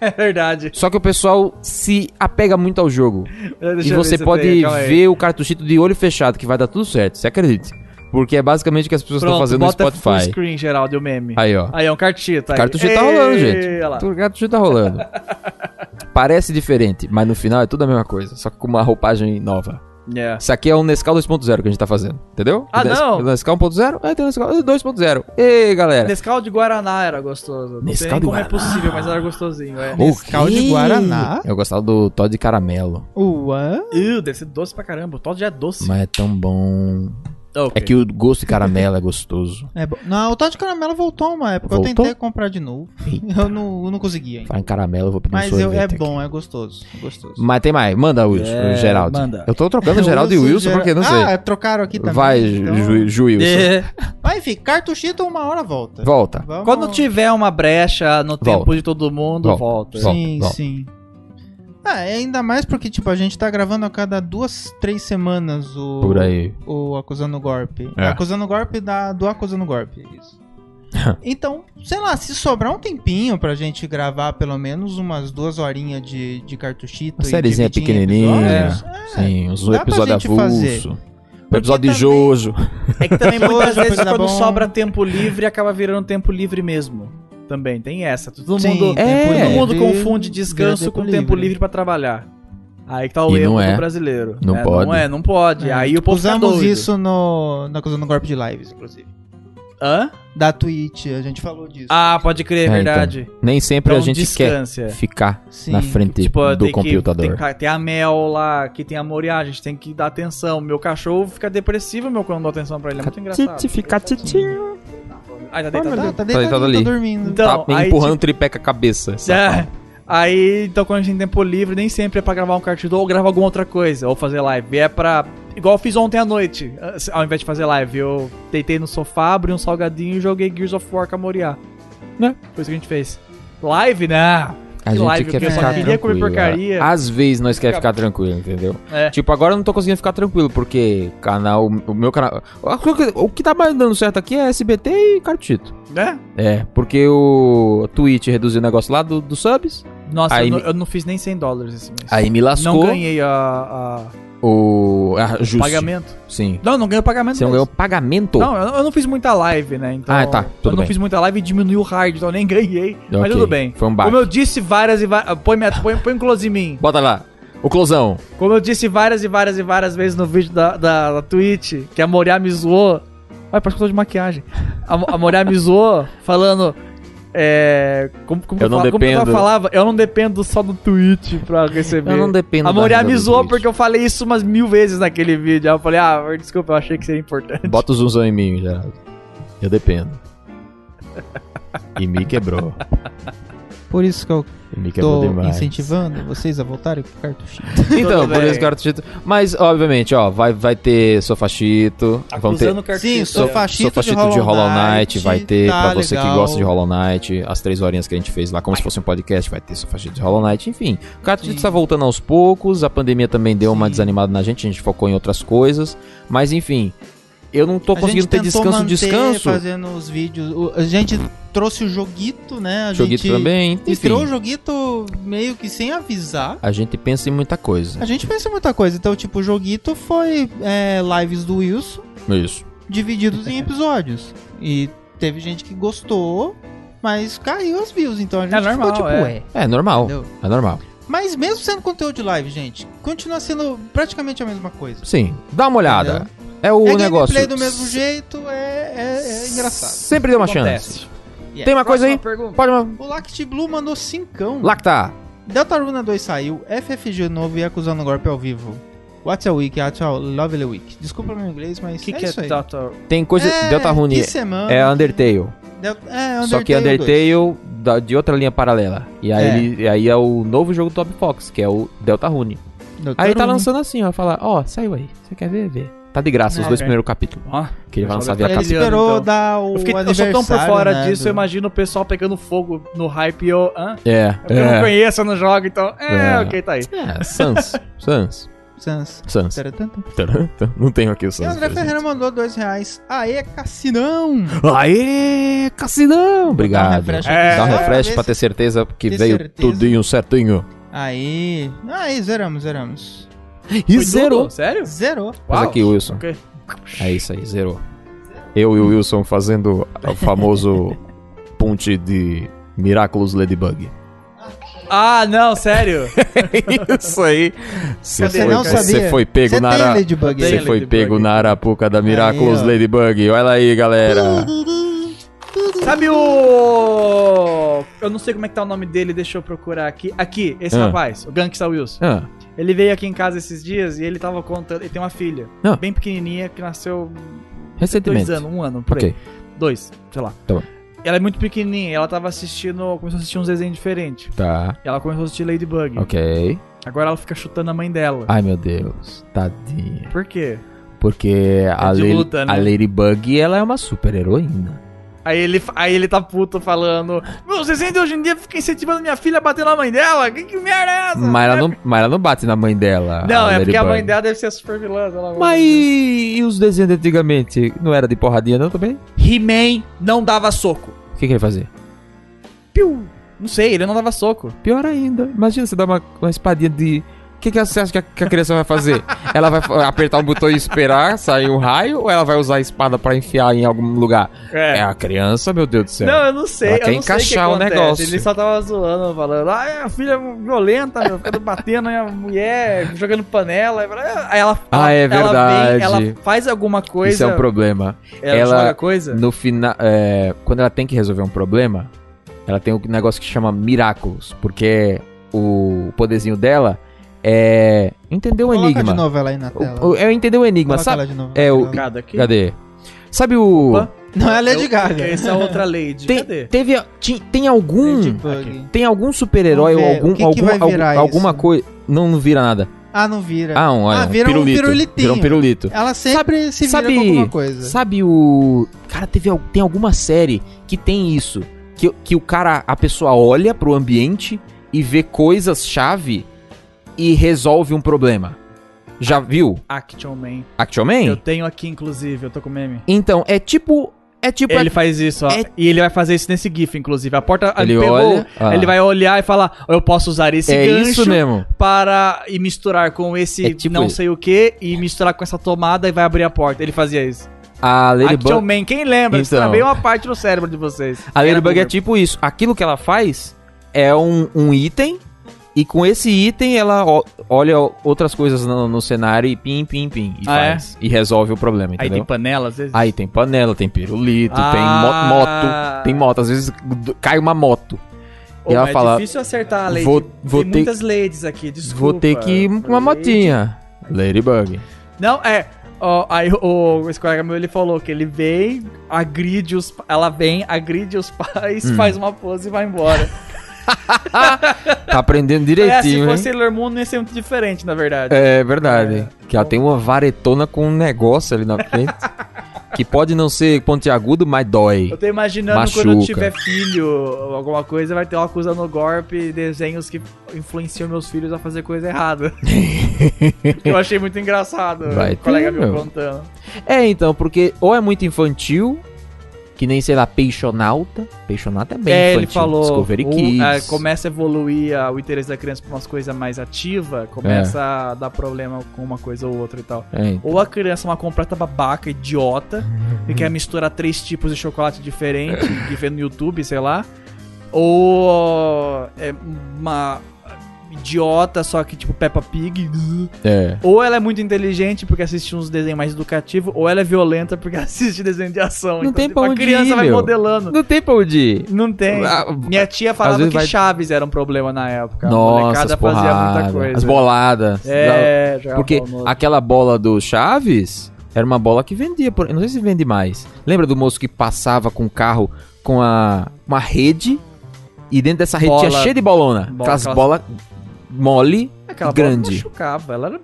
Speaker 2: É verdade.
Speaker 1: Só que o pessoal se apega muito ao jogo.
Speaker 2: Deixa
Speaker 1: e
Speaker 2: eu ver
Speaker 1: você
Speaker 2: se eu
Speaker 1: pode
Speaker 2: tenho, calma aí.
Speaker 1: ver o cartuchito de olho fechado, que vai dar tudo certo, você acredita. Porque é basicamente o que as pessoas estão
Speaker 2: Pronto,
Speaker 1: fazendo no
Speaker 2: bota full
Speaker 1: Spotify.
Speaker 2: screen, Geraldo, e o meme. Aí,
Speaker 1: Aí, ó.
Speaker 2: é um cartito. Aí.
Speaker 1: Cartuchito tá rolando,
Speaker 2: Ei,
Speaker 1: gente.
Speaker 2: olha lá.
Speaker 1: O cartuchito tá
Speaker 2: [LAUGHS]
Speaker 1: rolando. Parece diferente, mas no final é tudo a mesma coisa, só que com uma roupagem nova.
Speaker 2: É.
Speaker 1: Isso aqui é um Nescau 2.0 que a gente tá fazendo, entendeu?
Speaker 2: Ah,
Speaker 1: O Nes-
Speaker 2: não.
Speaker 1: o Nescau 1.0, aí É, tem o Nescau 2.0. Ei, galera.
Speaker 2: Nescau de Guaraná era gostoso. Não
Speaker 1: Nescau
Speaker 2: sei nem
Speaker 1: de
Speaker 2: como é
Speaker 1: Guaraná.
Speaker 2: possível, mas era gostosinho. É.
Speaker 3: Nescau
Speaker 1: Ok.
Speaker 3: de Guaraná?
Speaker 1: Eu gostava do Todd de caramelo,
Speaker 3: Ué?
Speaker 2: Ih, deve ser doce pra caramba. O Todd já é doce.
Speaker 1: mas é tão bom.
Speaker 2: Ok.
Speaker 1: É que o gosto de caramelo é gostoso.
Speaker 3: É bom. Não, o Todd de Caramelo voltou uma época. Eu
Speaker 1: Voltou?
Speaker 3: tentei comprar de novo. [LAUGHS] Eu não, eu não consegui ainda.
Speaker 1: Falar em caramelo, eu vou pedir um
Speaker 3: Mas eu,
Speaker 1: sorvete
Speaker 3: é
Speaker 1: aqui.
Speaker 3: bom, é gostoso. é gostoso.
Speaker 1: Mas tem mais. Manda, Wilson,
Speaker 2: É,
Speaker 1: Geraldo.
Speaker 2: manda.
Speaker 1: Eu tô
Speaker 2: [LAUGHS]
Speaker 1: trocando Geraldo e
Speaker 3: Eu uso
Speaker 1: Wilson
Speaker 3: Gera-
Speaker 1: porque não sei.
Speaker 3: Ah, trocaram aqui também.
Speaker 1: Vai,
Speaker 3: então-
Speaker 1: Ju, Ju Wilson.
Speaker 2: É.
Speaker 3: Mas enfim, cartuchito uma hora volta.
Speaker 1: Volta.
Speaker 3: Vamos-
Speaker 2: Quando tiver uma brecha no tempo
Speaker 1: Volta.
Speaker 2: de todo mundo,
Speaker 1: Volta.
Speaker 2: volta.
Speaker 3: Sim,
Speaker 1: volta.
Speaker 3: sim. Ah, é ainda mais porque, tipo, a gente tá gravando a cada duas, três semanas o...
Speaker 1: Por aí.
Speaker 3: o Acusando Golpe.
Speaker 1: É.
Speaker 3: Acusando Golpe da, do Acusando Golpe, é
Speaker 1: [LAUGHS]
Speaker 3: isso. então, sei lá, se sobrar um tempinho pra gente gravar pelo menos umas duas horinhas de, de cartuchito.
Speaker 1: Uma
Speaker 3: e
Speaker 1: sériezinha
Speaker 3: dividir em
Speaker 1: pequenininha.
Speaker 3: episódios, é.
Speaker 1: Sim, uns um
Speaker 3: dá pra
Speaker 1: episódio
Speaker 3: gente fazer.
Speaker 1: avulso. Um episódio de
Speaker 3: Porque também-
Speaker 1: Jojo.
Speaker 2: É que [LAUGHS] também muitas
Speaker 3: Hoje,
Speaker 2: vezes
Speaker 3: coisa
Speaker 2: quando
Speaker 3: bom.
Speaker 2: sobra tempo livre, acaba virando tempo livre mesmo. Também tem essa. Todo
Speaker 3: Sim,
Speaker 2: mundo,
Speaker 1: é.
Speaker 2: todo mundo
Speaker 3: tempo livre,
Speaker 2: confunde descanso
Speaker 3: vira
Speaker 2: com
Speaker 3: tempo
Speaker 2: tempo
Speaker 3: livre.
Speaker 2: livre pra trabalhar. Aí que tá o
Speaker 1: E não
Speaker 2: erro
Speaker 1: é.
Speaker 2: do brasileiro.
Speaker 1: Não
Speaker 2: É,
Speaker 1: pode.
Speaker 2: Não é, não pode.
Speaker 3: É,
Speaker 2: Aí o povo tá
Speaker 3: Usamos
Speaker 2: doido.
Speaker 3: isso no, no Acusando Golpe de Lives, inclusive.
Speaker 2: Hã?
Speaker 3: Da Twitch, a gente falou disso.
Speaker 2: Ah, pode crer, é
Speaker 1: então.
Speaker 2: verdade.
Speaker 1: Nem sempre a
Speaker 2: Então,
Speaker 1: gente
Speaker 2: descansa.
Speaker 1: quer ficar
Speaker 3: Sim.
Speaker 1: na frente
Speaker 2: Tipo,
Speaker 1: do
Speaker 2: tem Que,
Speaker 1: computador.
Speaker 2: tem, que- tem a Mel lá, que tem a Moriá, a gente tem que dar atenção. Meu cachorro fica depressivo, meu, quando eu dou atenção pra ele. É muito engraçado.
Speaker 1: Titi, ficar titinho.
Speaker 2: Ai, tá
Speaker 3: Tá,
Speaker 2: deitado.
Speaker 3: tá deitado,
Speaker 1: deitado
Speaker 3: tá
Speaker 1: ali.
Speaker 3: dormindo.
Speaker 2: Então,
Speaker 1: tá
Speaker 2: aí,
Speaker 1: empurrando o tripé com a cabeça.
Speaker 2: É. Aí, então, quando a gente tem tempo livre, nem sempre é pra gravar um cartucho ou gravar alguma outra coisa, ou fazer live. É pra. Igual eu fiz ontem à noite, eh, ao invés de fazer live. Eu deitei no sofá, abri um salgadinho e joguei Gears of War com a Moriá.
Speaker 1: Né?
Speaker 2: Foi isso que a gente fez. Live, né?
Speaker 1: A
Speaker 2: Que
Speaker 1: gente
Speaker 2: live,
Speaker 1: quer
Speaker 2: porque eu
Speaker 1: ficar
Speaker 2: só queria comer
Speaker 1: tranquilo.
Speaker 2: porcaria.
Speaker 1: cara. Às vezes nós quer ficar tranquilo, entendeu?
Speaker 2: É.
Speaker 1: Tipo, agora eu não tô conseguindo ficar tranquilo, porque canal, o meu canal... O que- O que tá mais dando certo aqui é SBT e Cartito.
Speaker 2: Né?
Speaker 1: É, porque o Twitch reduziu o negócio lá do, do subs,
Speaker 2: Nossa,
Speaker 1: Aí
Speaker 2: eu, não,
Speaker 1: me-
Speaker 2: eu não fiz nem 100 dólares esse mês.
Speaker 1: aí me lascou
Speaker 2: não ganhei a,
Speaker 1: o a,
Speaker 2: a
Speaker 1: justo.
Speaker 2: pagamento.
Speaker 1: Sim.
Speaker 2: Não, não ganhei o pagamento.
Speaker 1: Você não ganhou
Speaker 2: mesmo.
Speaker 1: pagamento?
Speaker 2: Não, eu eu não fiz muita live, né? Então,
Speaker 1: Ah, tá, tudo
Speaker 2: eu não
Speaker 1: bem.
Speaker 2: fiz muita live e diminuiu o hard, então eu nem ganhei. Mas
Speaker 1: Ok,
Speaker 2: tudo bem.
Speaker 1: Foi um baque.
Speaker 2: Como eu disse várias e várias. Põe, minha- põe, põe um close em mim.
Speaker 1: Bota lá. O closão.
Speaker 2: Como eu disse várias e várias e várias vezes no vídeo da, da, da Twitch, que a Moriá me zoou. Ai, parece que eu tô de maquiagem. A, Mo- a Moriá me zoou falando. É. Como, como,
Speaker 1: Eu
Speaker 2: que
Speaker 1: não
Speaker 2: fala- como que ela
Speaker 1: dependo.
Speaker 2: falava? Eu não dependo só do Twitch pra receber.
Speaker 1: Eu não dependo
Speaker 2: A Moriá
Speaker 1: da renda
Speaker 2: me
Speaker 1: do
Speaker 2: zoou
Speaker 1: Twitch.
Speaker 2: porque eu falei isso umas mil vezes naquele vídeo. Aí eu falei, ah, desculpa, eu achei que seria importante.
Speaker 1: Bota o zoomzão em mim, Geraldo. Eu dependo. E me quebrou.
Speaker 3: Por isso que eu
Speaker 1: E me quebrou
Speaker 3: tô
Speaker 1: é demais.
Speaker 3: incentivando vocês a voltarem com cartuchito.
Speaker 1: Então,
Speaker 2: Tudo
Speaker 1: por
Speaker 2: bem.
Speaker 1: isso que eu chito. Mas, obviamente, ó, vai, vai ter sofachito. Vamos ter.
Speaker 3: Sim,
Speaker 1: Sofa
Speaker 3: sofachito,
Speaker 1: Chito É. de Hollow Knight vai ter
Speaker 3: tá
Speaker 1: pra você que
Speaker 3: legal.
Speaker 1: gosta de Hollow Knight, as três horinhas que a gente fez lá como se fosse um podcast, vai ter Sofa Chito de Hollow Knight, enfim. O Cartuchito
Speaker 3: Sim.
Speaker 1: tá voltando aos poucos, a pandemia também deu uma
Speaker 3: Sim.
Speaker 1: desanimada na gente, a gente focou em outras coisas, mas enfim, eu não tô
Speaker 3: A gente
Speaker 1: conseguindo ter
Speaker 3: tentou
Speaker 1: descanso,
Speaker 3: manter
Speaker 1: descanso.
Speaker 3: fazendo os vídeos. o- A gente trouxe o joguito, né? A
Speaker 1: Joguito
Speaker 3: gente
Speaker 1: também. Enfim,
Speaker 3: Entrou o joguito meio que sem avisar.
Speaker 1: a gente pensa em muita coisa.
Speaker 3: A gente pensa em muita coisa. Então, tipo, o joguito foi é, lives do Wilson
Speaker 1: Isso.
Speaker 3: divididos em episódios. E teve gente que gostou, mas caiu as views. Então a gente
Speaker 2: normal,
Speaker 3: ficou tipo,
Speaker 2: é.
Speaker 3: ué.
Speaker 1: É normal.
Speaker 3: Entendeu?
Speaker 1: É normal.
Speaker 3: Mas mesmo sendo conteúdo de live, gente, continua sendo praticamente a mesma coisa.
Speaker 1: Sim. Dá uma olhada. É o
Speaker 3: é
Speaker 1: negócio.
Speaker 3: gameplay do mesmo jeito, é, é- é engraçado.
Speaker 1: Sempre dê uma
Speaker 2: Acontece.
Speaker 1: chance.
Speaker 3: Yeah.
Speaker 1: Tem uma coisa aí?
Speaker 5: pergunta.
Speaker 1: Pode uma.
Speaker 3: O Lact Blue mandou cincão.
Speaker 1: Lacta.
Speaker 3: Deltaruna 2 saiu, FFG novo e acusando golpe ao vivo. What's a week? What's a lovely week? Desculpa meu inglês, mas
Speaker 2: O que,
Speaker 3: é
Speaker 2: que é
Speaker 3: isso aí.
Speaker 2: Dota?
Speaker 1: Tem coisa.
Speaker 3: É,
Speaker 1: Delta Rune
Speaker 3: que semana,
Speaker 1: é Undertale.
Speaker 3: Del- é,
Speaker 1: Só que
Speaker 3: Undertale 2.
Speaker 1: Undertale da- de outra linha paralela. E aí,
Speaker 3: É.
Speaker 1: ele- e aí é o novo jogo do Top Fox, que é o Delta Rune. Aí
Speaker 3: Deltarune.
Speaker 1: ele tá lançando assim, ó. Falar, ó, saiu aí. Você quer ver? Vê. Tá de graça os
Speaker 2: Ah,
Speaker 1: dois
Speaker 2: ok.
Speaker 1: primeiros capítulos.
Speaker 2: Ó,
Speaker 1: Que ele vai
Speaker 2: Mas
Speaker 1: lançar
Speaker 2: olha,
Speaker 1: via
Speaker 3: Ele
Speaker 2: Tá
Speaker 1: capítulo.
Speaker 2: capitão,
Speaker 3: esperou
Speaker 2: então.
Speaker 3: dar o
Speaker 2: eu, fiquei, eu sou
Speaker 3: aniversário,
Speaker 2: tão por fora
Speaker 3: né,
Speaker 2: disso,
Speaker 3: do-
Speaker 2: eu imagino o pessoal pegando fogo no hype e eu. Hã?
Speaker 1: É.
Speaker 2: É porque eu não
Speaker 1: É.
Speaker 2: conheço, eu não jogo, então. É,
Speaker 1: É.
Speaker 2: ok, tá aí.
Speaker 1: É, Sans. Sans.
Speaker 3: Sans.
Speaker 1: Sans.
Speaker 3: Tarantantan.
Speaker 1: Não tenho aqui o
Speaker 3: E o
Speaker 1: Sans.
Speaker 3: André Ferreira mandou dois reais. Aê, Cassinão!
Speaker 1: Aê, Cassinão! Obrigado.
Speaker 3: refresh aqui.
Speaker 1: Dá um
Speaker 3: É.
Speaker 1: refresh
Speaker 3: Dá
Speaker 1: pra
Speaker 3: pra
Speaker 1: ter certeza que
Speaker 3: ter
Speaker 1: veio
Speaker 3: certeza.
Speaker 1: tudinho certinho.
Speaker 3: Aí. Aí, zeramos, zeramos.
Speaker 1: E
Speaker 2: Foi
Speaker 1: zerou.
Speaker 2: tudo? Sério?
Speaker 3: Zerou.
Speaker 1: Faz
Speaker 2: Uau.
Speaker 1: aqui, Wilson.
Speaker 2: Ok.
Speaker 1: É isso aí, zerou. Eu e o Wilson fazendo o
Speaker 2: [LAUGHS]
Speaker 1: famoso ponte de Miraculous Ladybug.
Speaker 2: Ah, não, sério.
Speaker 1: isso aí. [LAUGHS] Você
Speaker 3: Você
Speaker 1: foi,
Speaker 3: não sabia?
Speaker 1: você foi pego
Speaker 3: Você
Speaker 1: na
Speaker 3: tem
Speaker 1: ara...
Speaker 3: Ladybug
Speaker 1: Você
Speaker 2: Tem
Speaker 3: aí.
Speaker 1: foi
Speaker 2: Ladybug.
Speaker 1: pego na arapuca da Miraculous
Speaker 3: ó.
Speaker 1: Ladybug. Olha aí, galera.
Speaker 2: Uh! Sabe o. Eu não sei como é que tá o nome dele, deixa eu procurar aqui. Aqui, esse
Speaker 1: Ah.
Speaker 2: rapaz, o Gangsta Wilson.
Speaker 1: Ah,
Speaker 2: Ele veio aqui em casa esses dias e ele tava contando. Ele tem uma filha,
Speaker 1: Ah.
Speaker 2: bem pequenininha, que nasceu dois
Speaker 1: recentemente.
Speaker 2: anos, um ano, por aí.
Speaker 1: Ok.
Speaker 2: Dois, sei lá.
Speaker 1: Tá bom.
Speaker 2: Ela é muito pequenininha, ela tava assistindo. Começou a assistir uns desenhos diferentes.
Speaker 1: Tá,
Speaker 2: Ela começou a assistir Ladybug.
Speaker 1: ok.
Speaker 2: Agora ela fica chutando a mãe dela.
Speaker 1: Ai, meu Deus. Tadinha.
Speaker 2: Por quê?
Speaker 1: Porque a,
Speaker 2: de
Speaker 1: Lady,
Speaker 2: luta, né?
Speaker 1: a Ladybug, ela é uma super heroína.
Speaker 2: Aí ele, aí ele tá puto falando: Meu, vocês ainda hoje em dia ficam incentivando minha filha a bater na mãe dela? Que, que merda é essa?
Speaker 1: Mas ela, não, mas ela não bate na mãe dela.
Speaker 2: Não, é porque a
Speaker 1: Ladybug.
Speaker 2: mãe dela deve ser a super vilã. sei lá, alguma
Speaker 1: Mas e, e os desenhos de antigamente? Não era de porradinha não também?
Speaker 2: coisa. He-Man não dava soco.
Speaker 1: O que, que ele fazia?
Speaker 2: Não sei, ele não dava soco.
Speaker 1: Pior ainda. Imagina você dar uma, uma espadinha de... O que, que você acha que a, que a criança vai
Speaker 3: [LAUGHS]
Speaker 1: fazer? ela vai fa- apertar um botão e esperar sair um raio? Ou ela vai usar a espada pra enfiar em algum lugar? É, a criança, meu Deus do céu.
Speaker 2: Não, eu não sei.
Speaker 1: Ela
Speaker 2: eu
Speaker 1: quer
Speaker 2: não sei o que
Speaker 1: encaixar o
Speaker 2: acontece.
Speaker 1: negócio.
Speaker 2: Ele só tava zoando, falando: Ah, minha filha é violenta, meu, ficando batendo na minha mulher, jogando panela. Aí ela,
Speaker 1: Ah, é
Speaker 2: ela vem,
Speaker 1: verdade.
Speaker 2: Ela, faz alguma coisa.
Speaker 1: Isso é um problema.
Speaker 2: Ela,
Speaker 1: Ela-
Speaker 2: joga
Speaker 3: É.
Speaker 2: coisa.
Speaker 1: No final, quando ela tem que resolver um problema, ela tem um negócio que chama Miraculous, porque o poderzinho dela é entender o
Speaker 3: Coloca de
Speaker 1: enigma.
Speaker 3: novo ela aí na
Speaker 1: O-
Speaker 3: tela.
Speaker 1: o- é entender o enigma,
Speaker 3: Coloca
Speaker 1: sabe?
Speaker 3: ela de novo.
Speaker 1: É o-
Speaker 2: Cada aqui.
Speaker 1: Cadê? Sabe o
Speaker 2: Opa.
Speaker 3: Não é a Lady
Speaker 2: Eu-
Speaker 3: Gaga.
Speaker 2: Essa é outra Lady.
Speaker 1: tem,
Speaker 2: Cadê?
Speaker 1: teve a- ti- tem algum
Speaker 3: Ladybug.
Speaker 1: tem algum super-herói ou
Speaker 3: Vamos ver,
Speaker 1: algum
Speaker 3: o que que
Speaker 1: algum,
Speaker 3: vai virar
Speaker 1: algum- alguma
Speaker 3: isso?
Speaker 1: coisa não, não vira nada.
Speaker 3: Ah, não vira.
Speaker 1: Ah, um, olha,
Speaker 3: Ah, vira um
Speaker 1: pirulito.
Speaker 3: pirulitinho.
Speaker 1: Vira um pirulito.
Speaker 3: Ela sempre se vira
Speaker 1: sabe-
Speaker 3: com alguma coisa.
Speaker 1: Sabe o. Cara, teve, al- tem alguma série que tem isso. Que, que o cara, a pessoa olha pro ambiente e vê coisas-chave e resolve um problema. Já viu?
Speaker 2: Action Man.
Speaker 1: Action Man?
Speaker 2: Eu tenho aqui, inclusive, eu tô com meme.
Speaker 1: Então, é tipo. É tipo.
Speaker 2: Ele faz isso, ó.
Speaker 1: É-
Speaker 2: E ele vai fazer isso nesse GIF, inclusive. A porta
Speaker 1: Ele
Speaker 2: pegou,
Speaker 1: olha, ah.
Speaker 2: ele vai olhar e falar: "Ó, Eu posso usar esse
Speaker 1: é
Speaker 2: gancho
Speaker 1: isso mesmo.
Speaker 2: para e misturar com esse
Speaker 1: É tipo
Speaker 2: não
Speaker 1: isso.
Speaker 2: sei o que e misturar com essa tomada e vai abrir a porta. Ele fazia isso.
Speaker 1: A
Speaker 2: Action
Speaker 1: Ladybug,
Speaker 2: Man, quem lembra?
Speaker 1: Então.
Speaker 2: Travei uma parte no cérebro de vocês.
Speaker 1: a Ladybug é
Speaker 2: Era
Speaker 1: tipo isso. Aquilo que ela faz é um, um item. E com esse item ela o- olha outras coisas no, no cenário e pim, pim, pim. E
Speaker 2: Ah, é?
Speaker 1: faz. E resolve o problema,
Speaker 2: Aí
Speaker 1: entendeu?
Speaker 2: tem panela, às vezes.
Speaker 1: Aí tem panela, tem pirulito, tem mo- moto.
Speaker 2: Ah.
Speaker 1: Tem moto, às vezes d- cai uma moto.
Speaker 2: Ô,
Speaker 1: e ela
Speaker 2: mas
Speaker 1: fala,
Speaker 2: É difícil acertar a Lady.
Speaker 1: vou- vou
Speaker 2: tem
Speaker 1: ter-
Speaker 2: muitas ladies aqui, desculpa.
Speaker 1: Vou ter que ir com uma
Speaker 2: Lady-
Speaker 1: motinha. Ladybug.
Speaker 2: Não, é. ó, aí o, esse colega meu ele falou que ele vem, agride os. Ela vem, agride os pais,
Speaker 1: Hum.
Speaker 2: faz uma pose e
Speaker 1: [LAUGHS]
Speaker 2: vai embora.
Speaker 1: Tá
Speaker 2: [LAUGHS]
Speaker 1: aprendendo
Speaker 2: É, se
Speaker 1: direitinho, hein?
Speaker 2: fosse Sailor Moon, não ia ser muito diferente, na verdade.
Speaker 1: É verdade. Que ela tem uma varetona com um negócio ali na
Speaker 2: [LAUGHS]
Speaker 1: frente. que pode não ser pontiagudo, mas dói.
Speaker 2: Eu tô imaginando quando eu
Speaker 1: Machuca.
Speaker 2: tiver filho ou alguma coisa, vai ter uma acusando o golpe desenhos que influenciam meus filhos a fazer
Speaker 1: [LAUGHS]
Speaker 2: coisa errada. eu achei muito engraçado
Speaker 1: Vai
Speaker 2: o colega
Speaker 1: ter,
Speaker 2: meu
Speaker 1: meu.
Speaker 2: contando.
Speaker 1: É, então, porque ou é muito infantil, Que nem, sei lá, Peixonauta. Peixonauta é bem
Speaker 2: é, ele
Speaker 1: infantil,
Speaker 2: falou.
Speaker 1: Discovery
Speaker 2: o-
Speaker 1: Kids.
Speaker 2: é, começa a evoluir a- o interesse da criança pra umas coisas mais ativas, começa a dar problema com uma coisa ou outra e tal.
Speaker 1: É.
Speaker 2: Ou a criança é uma completa babaca, idiota, e quer misturar três tipos de chocolate diferente
Speaker 1: [LAUGHS]
Speaker 2: que vê no YouTube, sei lá. Ou é uma idiota, só que tipo Peppa Pig.
Speaker 1: é.
Speaker 2: Ou ela é muito inteligente porque assiste uns desenhos mais educativos, ou ela é violenta porque [LAUGHS] assiste desenho de ação. Então, tipo,
Speaker 1: Não tem pra
Speaker 2: a
Speaker 1: onde
Speaker 2: criança
Speaker 1: ir,
Speaker 2: vai
Speaker 1: meu.
Speaker 2: modelando.
Speaker 1: Não tem pra onde ir.
Speaker 2: Não tem.
Speaker 1: Ah,
Speaker 2: Minha tia falava
Speaker 1: vezes
Speaker 2: que
Speaker 1: vai-
Speaker 2: Chaves era um problema na época. A
Speaker 1: Nossa, as
Speaker 2: fazia muita
Speaker 1: porradas.
Speaker 2: coisa. né?
Speaker 1: As boladas.
Speaker 2: É, jogava
Speaker 1: Porque
Speaker 2: bola no outro.
Speaker 1: aquela bola do Chaves era uma bola que vendia. Por... eu Não sei se vende mais. Lembra do moço que passava com o carro com a... uma rede? E dentro dessa rede tinha
Speaker 2: Bola-
Speaker 1: cheia de bolona.
Speaker 2: bola-
Speaker 1: aquelas
Speaker 2: aquelas-
Speaker 1: bolas mole,
Speaker 2: Aquela bola
Speaker 1: grande.
Speaker 2: machucava, ela era-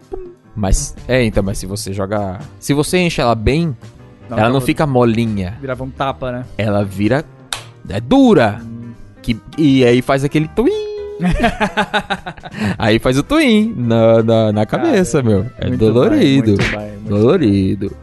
Speaker 1: mas. É, então, mas se você jogar. Se você enche ela bem, ela
Speaker 2: ela
Speaker 1: não fica molinha.
Speaker 2: Virava um tapa, né?
Speaker 1: Ela vira. É dura. Que... E aí faz aquele twin. aí faz o twin na, na, na cabeça, meu. É
Speaker 2: Muito
Speaker 1: dolorido.
Speaker 2: bem, muito bem, muito
Speaker 1: Dolorido.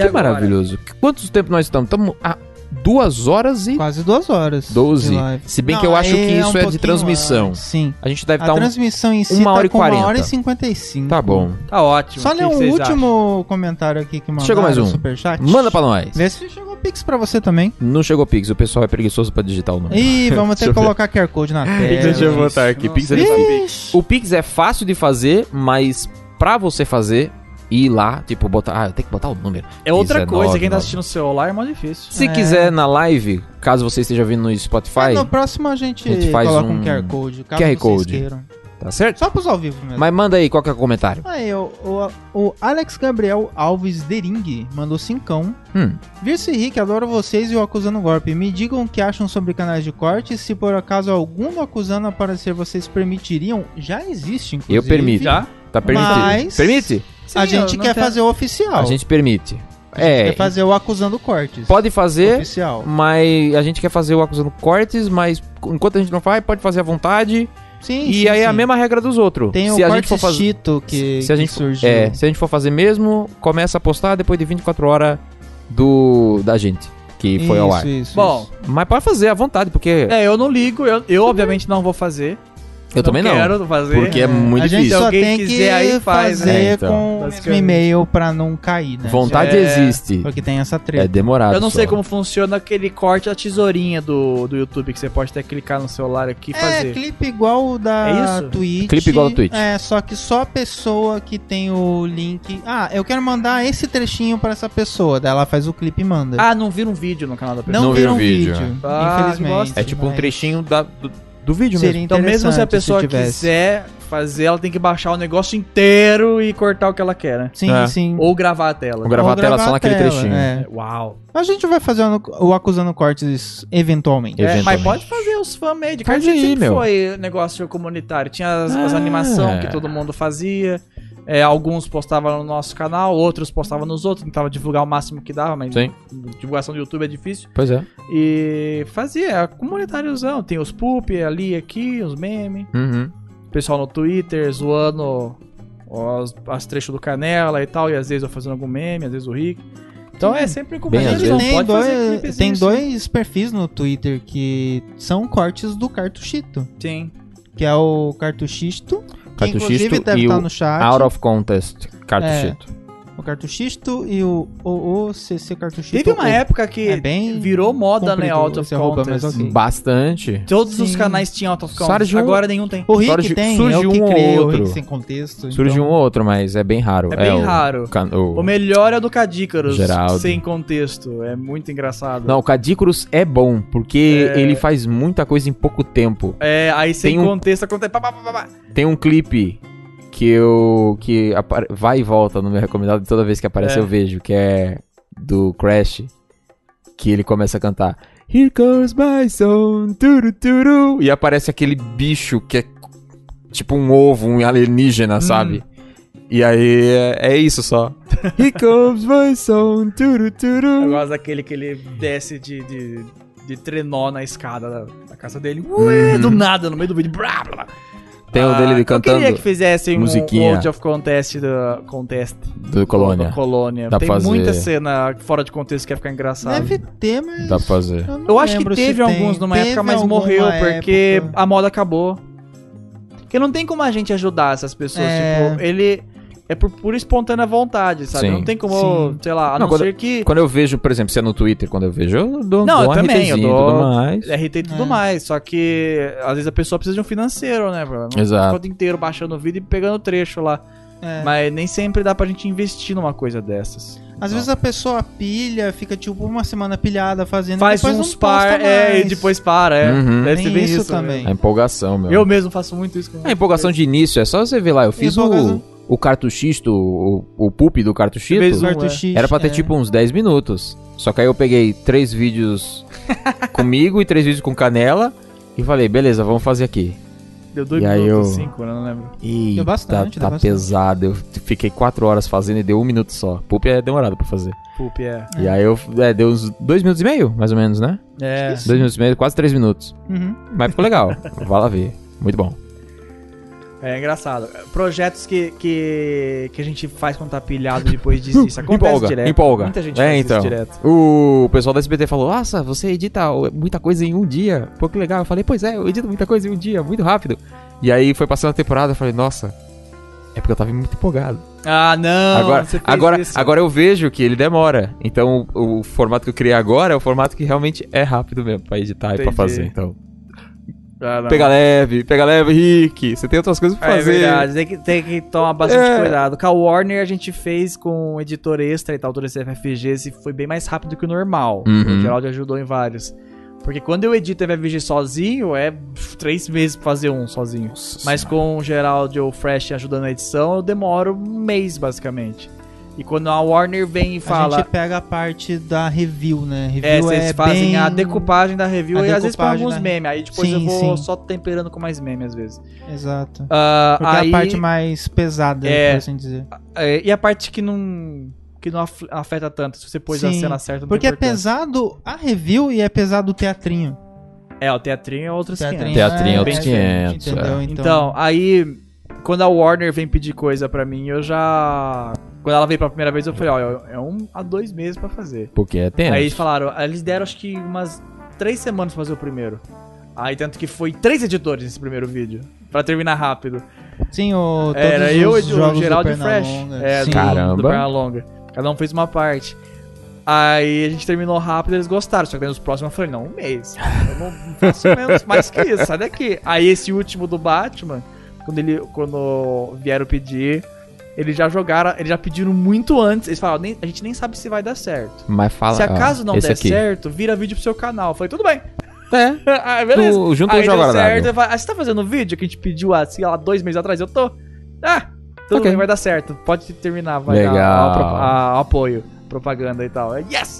Speaker 1: que
Speaker 2: agora?
Speaker 1: maravilhoso. Quantos tempo nós estamos? Estamos a duas horas e
Speaker 3: Quase duas horas.
Speaker 1: 12.
Speaker 3: de live.
Speaker 1: Se bem
Speaker 3: Não,
Speaker 1: que eu acho
Speaker 3: aí
Speaker 1: que isso é, de
Speaker 3: pouquinho
Speaker 1: transmissão.
Speaker 3: antes, Sim.
Speaker 1: A gente deve
Speaker 3: A
Speaker 1: estar um.
Speaker 3: transmissão em si
Speaker 1: uma hora e
Speaker 3: tá com 1 hora e
Speaker 1: quarenta.
Speaker 3: 55.
Speaker 1: Tá bom.
Speaker 2: Tá ótimo.
Speaker 3: Só
Speaker 2: O que
Speaker 3: ler
Speaker 2: que
Speaker 3: um
Speaker 2: vocês acham?
Speaker 3: último comentário aqui que mandaram.
Speaker 1: Chegou mais um.
Speaker 3: no Superchat.
Speaker 1: Manda pra nós.
Speaker 3: Vê se chegou Pix pra você também.
Speaker 1: Não chegou Pix, o pessoal é preguiçoso pra digitar o nome. [LAUGHS]
Speaker 3: Ih, vamos ter
Speaker 1: Deixa eu
Speaker 3: que
Speaker 1: ver.
Speaker 3: colocar QR Code na
Speaker 2: É,
Speaker 3: tela.
Speaker 1: Deixa eu botar aqui. Pix é difícil.
Speaker 3: Ixi.
Speaker 1: O Pix é fácil de fazer, mas pra você fazer, ir lá, tipo, botar. Ah, tem que botar o número.
Speaker 2: É outra
Speaker 1: 19,
Speaker 2: coisa, quem tá
Speaker 1: nove.
Speaker 2: assistindo no celular é mais difícil.
Speaker 1: Se
Speaker 3: É.
Speaker 1: quiser na live, caso você esteja vindo no Spotify,
Speaker 3: No próximo a gente,
Speaker 1: A gente faz
Speaker 3: coloca
Speaker 1: um
Speaker 3: um QR Code. Caso
Speaker 1: QR
Speaker 3: vocês
Speaker 1: Code.
Speaker 3: queiram.
Speaker 1: tá certo?
Speaker 3: Só pros ao vivo mesmo.
Speaker 1: Mas manda aí, qual que é o comentário?
Speaker 3: Aí, Ah, o, o, o Alex Gabriel Alves Dering mandou cincão.
Speaker 1: Hum.
Speaker 3: Virso e Rick, adoro vocês e o Acusando Golpe. Me digam o que acham sobre canais de corte. Se por acaso algum do Acusando aparecer, vocês permitiriam? Já existe, inclusive.
Speaker 1: Eu permito.
Speaker 2: Já?
Speaker 1: Tá permitido?
Speaker 3: Mas-
Speaker 1: Permite?
Speaker 2: Sim,
Speaker 3: A
Speaker 2: eu
Speaker 3: gente
Speaker 2: não tá-
Speaker 3: quer
Speaker 2: tenho-
Speaker 3: fazer o oficial.
Speaker 1: A gente permite.
Speaker 3: A gente
Speaker 1: É,
Speaker 3: quer fazer o Acusando Cortes.
Speaker 1: pode fazer,
Speaker 3: Oficial.
Speaker 1: mas a gente quer fazer o acusando cortes, mas enquanto a gente não faz, pode fazer à vontade.
Speaker 3: Sim,
Speaker 1: e
Speaker 3: sim,
Speaker 1: aí é a
Speaker 3: sim.
Speaker 1: mesma regra dos outros.
Speaker 3: Tem
Speaker 1: se
Speaker 3: o
Speaker 1: a gente
Speaker 3: Cortes
Speaker 1: for fazer,
Speaker 3: Tito que,
Speaker 1: se a gente
Speaker 3: que
Speaker 1: for-
Speaker 3: surgiu.
Speaker 1: é, se a gente for fazer mesmo, começa a postar depois de 24 horas do da gente que foi ao ar.
Speaker 3: Isso, isso,
Speaker 2: Bom,
Speaker 3: isso.
Speaker 1: Mas pode fazer à vontade, porque
Speaker 2: é, eu não ligo, eu, eu obviamente não vou fazer.
Speaker 1: eu também não.
Speaker 2: quero fazer.
Speaker 1: Porque é muito
Speaker 3: a gente
Speaker 1: difícil.
Speaker 2: Se
Speaker 3: só
Speaker 2: alguém
Speaker 3: tem que
Speaker 2: quiser aí, faz,
Speaker 3: fazer
Speaker 1: né? É, então.
Speaker 3: com o mesmo
Speaker 2: Basicamente.
Speaker 3: e-mail pra não cair, né?
Speaker 1: Vontade
Speaker 2: É.
Speaker 1: existe.
Speaker 3: Porque tem essa
Speaker 1: É
Speaker 3: treta.
Speaker 1: demorado.
Speaker 2: Eu não
Speaker 1: só.
Speaker 2: sei como funciona aquele corte, a tesourinha do, do YouTube, que você pode até clicar no celular aqui e
Speaker 3: É,
Speaker 2: fazer.
Speaker 3: clipe igual o da
Speaker 2: É isso?
Speaker 3: Twitch.
Speaker 1: Clipe igual ao Twitch.
Speaker 3: É, só que só a pessoa que tem o link. Ah, eu quero mandar esse trechinho pra essa pessoa. Daí ela faz o clipe e manda.
Speaker 2: Ah, não vira um vídeo no canal da pessoa.
Speaker 3: não,
Speaker 1: não
Speaker 3: vira
Speaker 1: vi
Speaker 3: um
Speaker 1: o vídeo,
Speaker 3: vídeo.
Speaker 2: é. Ah, que
Speaker 3: infelizmente.
Speaker 2: bosta.
Speaker 1: É tipo um
Speaker 3: mas
Speaker 1: trechinho da- do, do vídeo
Speaker 3: Seria
Speaker 1: mesmo.
Speaker 2: Então, mesmo se a
Speaker 3: interessante
Speaker 2: pessoa
Speaker 3: tivesse.
Speaker 2: quiser fazer, ela tem que baixar o negócio inteiro e cortar o que ela quer, né?
Speaker 3: Sim,
Speaker 1: É.
Speaker 3: sim.
Speaker 2: Ou gravar a tela.
Speaker 1: Vou gravar
Speaker 3: Ou
Speaker 1: a tela só naquele
Speaker 3: tela,
Speaker 1: trechinho.
Speaker 3: é.
Speaker 2: Uau.
Speaker 3: A gente vai fazer o- o Acusando Cortes eventualmente.
Speaker 2: É,
Speaker 1: Eventualmente.
Speaker 2: mas pode fazer os fãs made.
Speaker 1: Faz
Speaker 2: Cara,
Speaker 1: aí,
Speaker 2: sempre
Speaker 1: meu.
Speaker 2: foi negócio comunitário. Tinha as, as
Speaker 1: Ah.
Speaker 2: animações que todo mundo fazia. é, alguns postavam no nosso canal, outros postavam nos outros. Tentava divulgar o máximo que dava, mas
Speaker 1: Sim.
Speaker 2: divulgação do YouTube é difícil.
Speaker 1: Pois é.
Speaker 2: E fazia, é comunitáriozão. Tem os poop ali, aqui, os memes.
Speaker 1: Uhum.
Speaker 2: O pessoal no Twitter zoando os, as trechos do Canela e tal, e às vezes eu fazendo algum meme, às vezes o Rick. Então é sempre com
Speaker 1: Bem,
Speaker 2: mas
Speaker 1: às
Speaker 2: eles
Speaker 1: vezes.
Speaker 2: não
Speaker 3: tem
Speaker 2: podem fazer assim.
Speaker 3: dois,
Speaker 2: clipezinhos,
Speaker 3: tem
Speaker 2: sim.
Speaker 3: dois perfis no Twitter que são cortes do cartuchito.
Speaker 2: Sim.
Speaker 3: Que é o cartuchisto. Que
Speaker 1: Cartuchisto
Speaker 3: inclusive deve
Speaker 1: e
Speaker 3: estar
Speaker 1: o
Speaker 3: no chat.
Speaker 1: Out of contest,
Speaker 2: É.
Speaker 1: cartuchito.
Speaker 3: O cartuchisto e o OOCC cartuchito.
Speaker 2: Teve uma
Speaker 3: O-
Speaker 2: época que
Speaker 3: Tipo, É bem
Speaker 2: virou moda, né,
Speaker 3: comprido
Speaker 2: Out of
Speaker 3: esse é arroba,
Speaker 2: Contest.
Speaker 3: mas ok.
Speaker 1: Bastante.
Speaker 2: Todos os
Speaker 3: assim. Sim.
Speaker 2: canais tinham Out of Contest,
Speaker 1: Sargent-
Speaker 2: agora nenhum tem.
Speaker 3: O Rick
Speaker 1: Surge-
Speaker 3: tem,
Speaker 1: surge
Speaker 3: eu que
Speaker 1: um ou
Speaker 3: criei o
Speaker 1: outro.
Speaker 3: Rick sem contexto.
Speaker 1: Surge um
Speaker 3: então-
Speaker 1: ou outro, mas é bem raro.
Speaker 2: É bem
Speaker 1: o
Speaker 2: raro.
Speaker 1: can- o-
Speaker 2: O melhor é o do Cadícaros,
Speaker 1: Geraldo.
Speaker 2: sem contexto. É muito engraçado.
Speaker 1: Não, o Cadículos é bom, porque
Speaker 2: É.
Speaker 1: ele faz muita coisa em pouco tempo.
Speaker 2: É, aí sem
Speaker 1: Tem um-
Speaker 2: contexto acontece. pá, pá, pá, pá, pá.
Speaker 1: Tem um clipe que eu. que apare- vai e volta no meu recomendado, toda vez que aparece
Speaker 2: É.
Speaker 1: eu vejo, que é do Crash, que ele começa a cantar. Here comes my son, turu turu. E aparece aquele bicho que é tipo um ovo, um alienígena, sabe? E aí é, é isso só. Here comes my son, turu turu.
Speaker 2: Eu gosto daquele que ele desce de, de, de trenó na escada da, da casa dele.
Speaker 1: Uhum.
Speaker 2: Ué, do nada, no meio do vídeo. Brá, brá, brá.
Speaker 1: tem o dele
Speaker 2: Ah,
Speaker 1: de
Speaker 2: Eu queria
Speaker 1: cantando
Speaker 2: que fizessem
Speaker 1: musiquinha.
Speaker 2: um World of Contest da Contest
Speaker 1: do Colônia.
Speaker 2: da Colônia.
Speaker 1: Dá pra
Speaker 2: Tem
Speaker 1: fazer.
Speaker 2: muita cena fora de contexto que ia ficar engraçado.
Speaker 3: Deve ter, mas.
Speaker 1: um Dá pra fazer.
Speaker 3: Eu, não
Speaker 2: Eu acho que
Speaker 3: lembro se
Speaker 2: teve
Speaker 3: tem.
Speaker 2: alguns numa
Speaker 3: Teve
Speaker 2: época, mas
Speaker 3: alguma
Speaker 2: morreu porque
Speaker 3: época.
Speaker 2: a moda acabou. Porque não tem como a gente ajudar essas pessoas.
Speaker 3: É.
Speaker 2: Tipo, ele é por pura e espontânea vontade, sabe?
Speaker 1: Sim.
Speaker 2: Não tem como,
Speaker 3: Sim.
Speaker 2: sei lá, a
Speaker 1: Não,
Speaker 2: não,
Speaker 1: quando-
Speaker 2: ser que
Speaker 1: Quando eu vejo, por exemplo, se é no Twitter, quando eu vejo, eu dou,
Speaker 2: Não,
Speaker 1: dou
Speaker 2: eu
Speaker 1: um
Speaker 2: também, eu
Speaker 1: RTzinho e
Speaker 2: dou-
Speaker 1: tudo mais.
Speaker 2: RT e tudo
Speaker 3: É.
Speaker 2: mais. Só que às vezes a pessoa precisa de um financeiro, né? Pra não ficar
Speaker 1: Exato.
Speaker 2: O
Speaker 3: Tipo
Speaker 2: tempo inteiro baixando o vídeo e pegando o trecho lá.
Speaker 3: É.
Speaker 2: Mas nem sempre dá pra gente investir numa coisa dessas.
Speaker 3: Às vezes a pessoa pilha, fica tipo uma semana pilhada fazendo.
Speaker 2: Faz
Speaker 3: né, depois
Speaker 2: uns
Speaker 3: não posta
Speaker 2: par, é, e
Speaker 3: mais.
Speaker 2: depois para, é.
Speaker 1: Uhum.
Speaker 2: Deve ser
Speaker 3: Tem
Speaker 2: bem
Speaker 3: isso
Speaker 2: isso,
Speaker 3: também.
Speaker 1: A empolgação, meu.
Speaker 2: Eu mesmo faço muito isso com
Speaker 1: A empolgação de início, é só você ver lá. Eu fiz o,
Speaker 3: Empolgação.
Speaker 1: o cartuchisto, o, o pup do cartuchito.
Speaker 2: Fez um-
Speaker 3: Cartuchista,
Speaker 1: Era pra ter
Speaker 3: é.
Speaker 1: tipo uns 10 minutos. Só que aí eu peguei três
Speaker 3: [LAUGHS]
Speaker 1: vídeos comigo e três vídeos com canela. E falei, beleza, vamos fazer aqui.
Speaker 2: Deu dois
Speaker 1: E aí
Speaker 2: minutos,
Speaker 1: eu-
Speaker 2: cinco, né? não lembro.
Speaker 1: E
Speaker 3: Deu bastante,
Speaker 1: tá,
Speaker 3: deu
Speaker 1: tá
Speaker 3: bastante.
Speaker 1: pesado. Eu fiquei quatro horas fazendo e deu um minuto só. Pup é demorado pra fazer.
Speaker 2: Poop, é.
Speaker 1: E aí eu é, deu uns dois minutos e meio, mais ou menos, né?
Speaker 2: É.
Speaker 1: Dois minutos e meio, quase três minutos.
Speaker 3: Uhum.
Speaker 1: Mas ficou
Speaker 3: [LAUGHS]
Speaker 1: legal. Vai lá ver. Muito bom.
Speaker 2: É engraçado. Projetos que, que, que a gente faz quando tá pilhado e depois
Speaker 1: [LAUGHS]
Speaker 2: desiste. Acontece
Speaker 1: empolga,
Speaker 2: direto.
Speaker 1: empolga.
Speaker 2: Muita gente
Speaker 1: É,
Speaker 2: faz
Speaker 1: então.
Speaker 2: isso direto.
Speaker 1: O pessoal da SBT falou: Nossa, você edita muita coisa em um dia. Pô, que legal. Eu falei: Pois é, eu edito muita coisa em um dia, muito rápido. E aí foi passando a temporada, eu falei: Nossa, é porque eu tava muito empolgado.
Speaker 2: Ah, não.
Speaker 1: agora,
Speaker 2: você fez
Speaker 1: agora,
Speaker 2: isso.
Speaker 1: agora eu vejo que ele demora. Então o, o formato que eu criei agora é o formato que realmente é rápido mesmo pra editar e pra
Speaker 2: Entendi.
Speaker 1: fazer. Então,
Speaker 2: Ah, não.
Speaker 1: pega leve, pega leve, Rick. Você tem outras coisas pra
Speaker 2: É
Speaker 1: fazer.
Speaker 2: verdade, tem que, tem que tomar bastante
Speaker 1: É.
Speaker 2: cuidado. Com a Warner a gente fez com editor extra e tal, do FFGs e foi bem mais rápido que o normal.
Speaker 1: Uhum.
Speaker 2: O Geraldo ajudou em vários. Porque quando eu edito FFG sozinho, é pff, três meses pra fazer um sozinho. Mas com o Geraldo ou o Fresh ajudando na edição, eu demoro um mês, basicamente. E quando a Warner vem e
Speaker 3: A
Speaker 2: fala.
Speaker 3: gente pega a parte da review, né? Review
Speaker 2: É, vocês fazem
Speaker 3: bem-
Speaker 2: a decupagem da review
Speaker 3: a
Speaker 2: e às vezes põe
Speaker 3: decupagem
Speaker 2: alguns
Speaker 3: da-
Speaker 2: memes. Aí depois eu
Speaker 3: Sim,
Speaker 2: vou
Speaker 3: sim.
Speaker 2: só temperando com mais memes às vezes.
Speaker 3: Exato.
Speaker 2: Ah,
Speaker 3: Porque é
Speaker 2: aí-
Speaker 3: a parte mais pesada,
Speaker 2: É.
Speaker 3: por assim dizer.
Speaker 2: É, e a parte que não que não af- afeta tanto, se você pôs a
Speaker 3: Sim,
Speaker 2: cena certa. não
Speaker 3: Porque
Speaker 2: tem
Speaker 3: é
Speaker 2: importância.
Speaker 3: pesado a review e é pesado o teatrinho.
Speaker 2: É, o teatrinho é outro
Speaker 3: Teatrinho,
Speaker 2: esquema.
Speaker 1: Teatrinho é outros é.
Speaker 3: bem
Speaker 1: 500,
Speaker 3: diferente, Entendeu?
Speaker 2: Então,
Speaker 3: Então,
Speaker 2: aí, quando a Warner vem pedir coisa pra mim, eu já... Quando ela veio pela primeira vez, eu falei, ó, é um a dois meses pra fazer.
Speaker 1: Porque é tempo.
Speaker 2: Aí eles falaram, aí eles deram acho que umas três semanas pra fazer o primeiro. Aí tanto que foi três editores nesse primeiro vídeo, pra terminar rápido.
Speaker 3: sim, o, todos
Speaker 2: Então, Era eu,
Speaker 3: os
Speaker 2: o
Speaker 3: jogos
Speaker 2: Geraldo
Speaker 3: do
Speaker 2: e o Fresh.
Speaker 3: Pernalonga,
Speaker 2: É,
Speaker 3: sim.
Speaker 2: do,
Speaker 1: Caramba.
Speaker 2: do Pernalonga. Cada um fez uma parte. Aí a gente terminou rápido, eles gostaram. Só que daí nos próximos eu falei, não, um mês. Eu não faço
Speaker 3: [LAUGHS]
Speaker 2: menos mais que isso, sai daqui. Aí esse último do Batman, quando, ele, quando vieram pedir, eles já jogaram, eles já pediram muito antes. Eles falaram, "Nem- a gente nem sabe se vai dar certo.
Speaker 1: Mas fala.
Speaker 2: se
Speaker 1: ó,
Speaker 2: acaso não
Speaker 1: esse
Speaker 2: der
Speaker 1: aqui.
Speaker 2: certo, vira vídeo pro seu canal. Eu falei, tudo bem. [LAUGHS]
Speaker 1: É.
Speaker 2: ah, beleza.
Speaker 1: Tu, junto com o
Speaker 2: Aí deu
Speaker 1: jogo agradável.
Speaker 2: certo, eu falei, ah, você tá fazendo um vídeo que a gente pediu assim, lá dois meses atrás? Eu tô. Ah, tudo
Speaker 1: Ok.
Speaker 2: bem, vai dar certo. Pode terminar, vai
Speaker 1: Legal.
Speaker 2: dar a pro- a- apoio, propaganda e tal. É, Yes!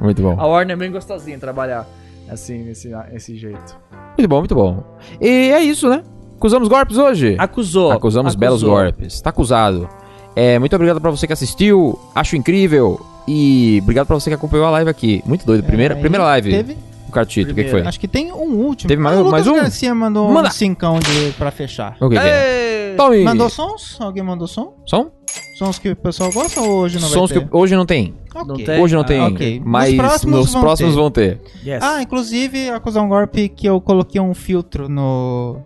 Speaker 1: Muito bom.
Speaker 2: A Warner é bem gostosinha trabalhar assim, nesse, nesse jeito.
Speaker 1: Muito bom, muito bom. E é isso, né? Acusamos golpes hoje?
Speaker 2: Acusou.
Speaker 1: Acusamos
Speaker 2: acusou.
Speaker 1: belos golpes. Tá acusado. É, muito obrigado pra você que assistiu. Acho incrível. E obrigado pra você que acompanhou a live aqui. Muito doido. Primeira,
Speaker 3: É, Aí
Speaker 1: primeira live
Speaker 3: Teve,
Speaker 1: do Cartito. O que, que foi?
Speaker 2: Primeira.
Speaker 3: acho que tem um último.
Speaker 1: Teve mais-
Speaker 3: Ah, o
Speaker 1: mais
Speaker 3: Lucas
Speaker 1: um?
Speaker 3: Garcia mandou
Speaker 1: Manda.
Speaker 3: um cincão de, pra fechar.
Speaker 1: O que, que é?
Speaker 2: Ê!
Speaker 1: Tome!
Speaker 3: Mandou sons? Alguém mandou som?
Speaker 1: Som?
Speaker 3: Sons que o pessoal gosta ou hoje não
Speaker 1: Sons
Speaker 3: vai
Speaker 1: que
Speaker 3: ter?
Speaker 1: hoje não tem.
Speaker 3: Ok.
Speaker 2: Não tem?
Speaker 1: Hoje não
Speaker 2: Ah,
Speaker 1: tem.
Speaker 3: ok. Nos
Speaker 1: Mas nos próximos,
Speaker 3: próximos vão ter.
Speaker 1: vão ter.
Speaker 2: Yes.
Speaker 3: Ah, inclusive, acusar um golpe que eu coloquei um filtro no,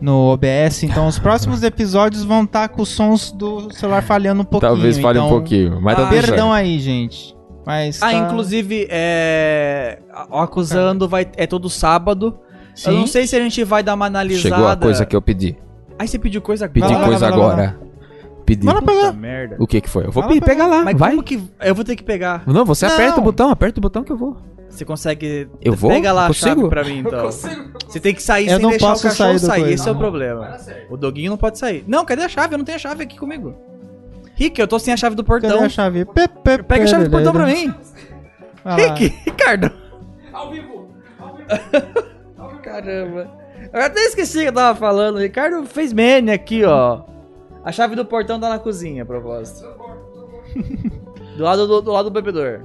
Speaker 3: no OBS, então os próximos episódios vão estar com os sons do celular falhando um pouquinho.
Speaker 1: Talvez falhe um
Speaker 3: então,
Speaker 1: pouquinho. Mas
Speaker 2: Ah,
Speaker 1: tá tudo certo.
Speaker 3: Perdão aí, gente. Mas
Speaker 2: Ah,
Speaker 3: tá-
Speaker 2: inclusive, é. a- o Acusando vai, é todo sábado.
Speaker 3: Sim.
Speaker 2: Eu não sei se a gente vai dar uma analisada.
Speaker 1: Chegou a coisa que eu pedi.
Speaker 2: Aí você pediu coisa agora.
Speaker 1: Pedi
Speaker 3: Vai lá,
Speaker 1: coisa
Speaker 3: vai lá, vai lá.
Speaker 1: agora. Pedi.
Speaker 3: Manda pra
Speaker 2: Puta
Speaker 3: lá.
Speaker 2: merda.
Speaker 1: O que que foi? Eu vou
Speaker 3: Fala
Speaker 1: pedir.
Speaker 3: pra
Speaker 1: Pega lá.
Speaker 2: Mas
Speaker 1: Vai.
Speaker 2: como que. Eu vou ter que pegar.
Speaker 1: Não, você
Speaker 3: um Não.
Speaker 1: aperta o botão. Aperta o botão que eu vou.
Speaker 2: Você consegue.
Speaker 1: Eu vou?
Speaker 2: Pega lá
Speaker 1: Eu
Speaker 2: a chave
Speaker 1: consigo?
Speaker 2: pra mim, então. Você tem que sair
Speaker 3: Eu
Speaker 2: sem
Speaker 3: não
Speaker 2: deixar
Speaker 3: posso
Speaker 2: o cachorro
Speaker 3: sair do
Speaker 2: sair.
Speaker 3: coisa,
Speaker 2: Esse é o
Speaker 3: não.
Speaker 2: problema. O doguinho não pode sair. Não, cadê a chave? Eu não tenho a chave aqui comigo. Rick, eu tô sem a chave do
Speaker 3: Cadê
Speaker 2: portão.
Speaker 3: a chave? Pe- pe-
Speaker 2: Pega a chave do
Speaker 3: pe-
Speaker 2: portão pra mim.
Speaker 3: Vai lá.
Speaker 2: Rick, [LAUGHS] Ricardo. Ao vivo. Ao vivo. Caramba. Eu até esqueci o que eu tava falando. O Ricardo fez meme aqui, ó. A chave do portão tá na cozinha, a propósito. Do lado do, do lado do bebedor.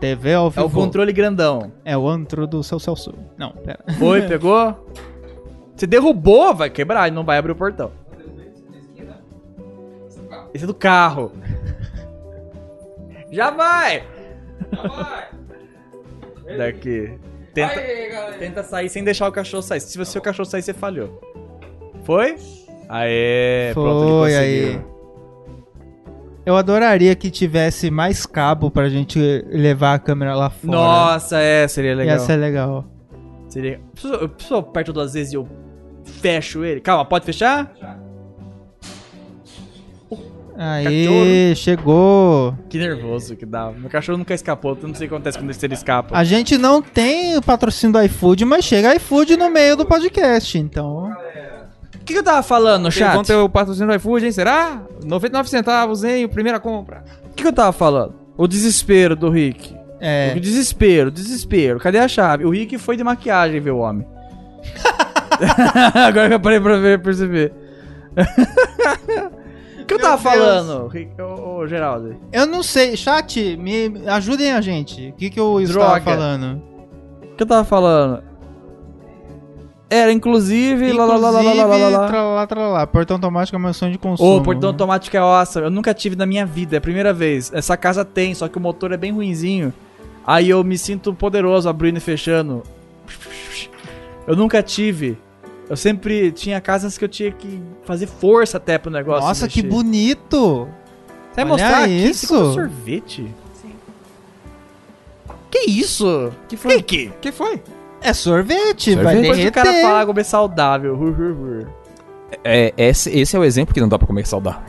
Speaker 3: TV ao
Speaker 2: É
Speaker 3: vivo.
Speaker 2: o controle grandão.
Speaker 3: É o antro do seu Celso. Não, pera.
Speaker 2: Foi, pegou? Você derrubou, vai quebrar, ele não vai abrir o portão. Esse é do carro.
Speaker 8: Já vai!
Speaker 2: Daqui. Tenta, tenta sair sem deixar o cachorro sair. Se você o cachorro sair, você falhou. Foi? Aê, É, pronto,
Speaker 3: Foi
Speaker 2: ele
Speaker 3: aí.
Speaker 2: conseguiu.
Speaker 3: Eu adoraria que tivesse mais cabo pra gente levar a câmera lá fora.
Speaker 2: Nossa, é, seria legal.
Speaker 3: Ia ser legal.
Speaker 2: Seria... Pessoa- Eu preciso perto duas vezes e eu fecho ele. Calma, pode fechar?
Speaker 3: Aí,
Speaker 2: Cachorro.
Speaker 3: chegou.
Speaker 2: Que nervoso que dá. Meu cachorro nunca escapou, eu não sei o que acontece quando ele escapa.
Speaker 3: A gente não tem o patrocínio do iFood, mas chega iFood no meio do podcast, então.
Speaker 2: O que, que eu tava falando, chat?
Speaker 9: Enquanto eu patrocínio do iFood, hein? Será? 99 centavos, hein? Primeira compra.
Speaker 2: O que, que eu tava falando? O desespero do Rick.
Speaker 3: É.
Speaker 2: O desespero, desespero. Cadê a chave? O Rick foi de maquiagem ver o homem. [LAUGHS] Agora que eu parei pra ver, perceber. O que eu
Speaker 3: Meu
Speaker 2: tava
Speaker 3: Deus.
Speaker 2: falando, Rick? Ô, ô, Geraldo?
Speaker 3: Eu não sei, chat, me ajudem a gente. O que, que eu estava
Speaker 2: Droga.
Speaker 3: falando?
Speaker 2: O que eu tava falando? Era, inclusive, lá, lá, lá, lá, lá, lá, lá, lá.
Speaker 3: Inclusive, tralalá, tralalá, Portão automático é uma opção de consumo.
Speaker 2: Ô, portão automático é awesome. Eu nunca tive na minha vida, é a primeira vez. Essa casa tem, só que o motor é bem ruinzinho. Aí eu me sinto poderoso abrindo e fechando. Eu nunca tive. Eu sempre tinha casas que eu tinha que fazer força até pro negócio.
Speaker 3: Nossa, que
Speaker 2: mexer.
Speaker 3: bonito!
Speaker 2: Você vai
Speaker 3: Olha
Speaker 2: mostrar aqui? Você
Speaker 3: isso.
Speaker 2: comprou sorvete? Sim. Que isso? Que foi? Que, que foi?
Speaker 3: É sorvete, vai
Speaker 9: Sorvete?
Speaker 2: Depois
Speaker 3: derreter.
Speaker 2: o cara fala comer saudável. Ru, ru, ru.
Speaker 1: É, esse, esse é o exemplo que não dá pra comer saudável.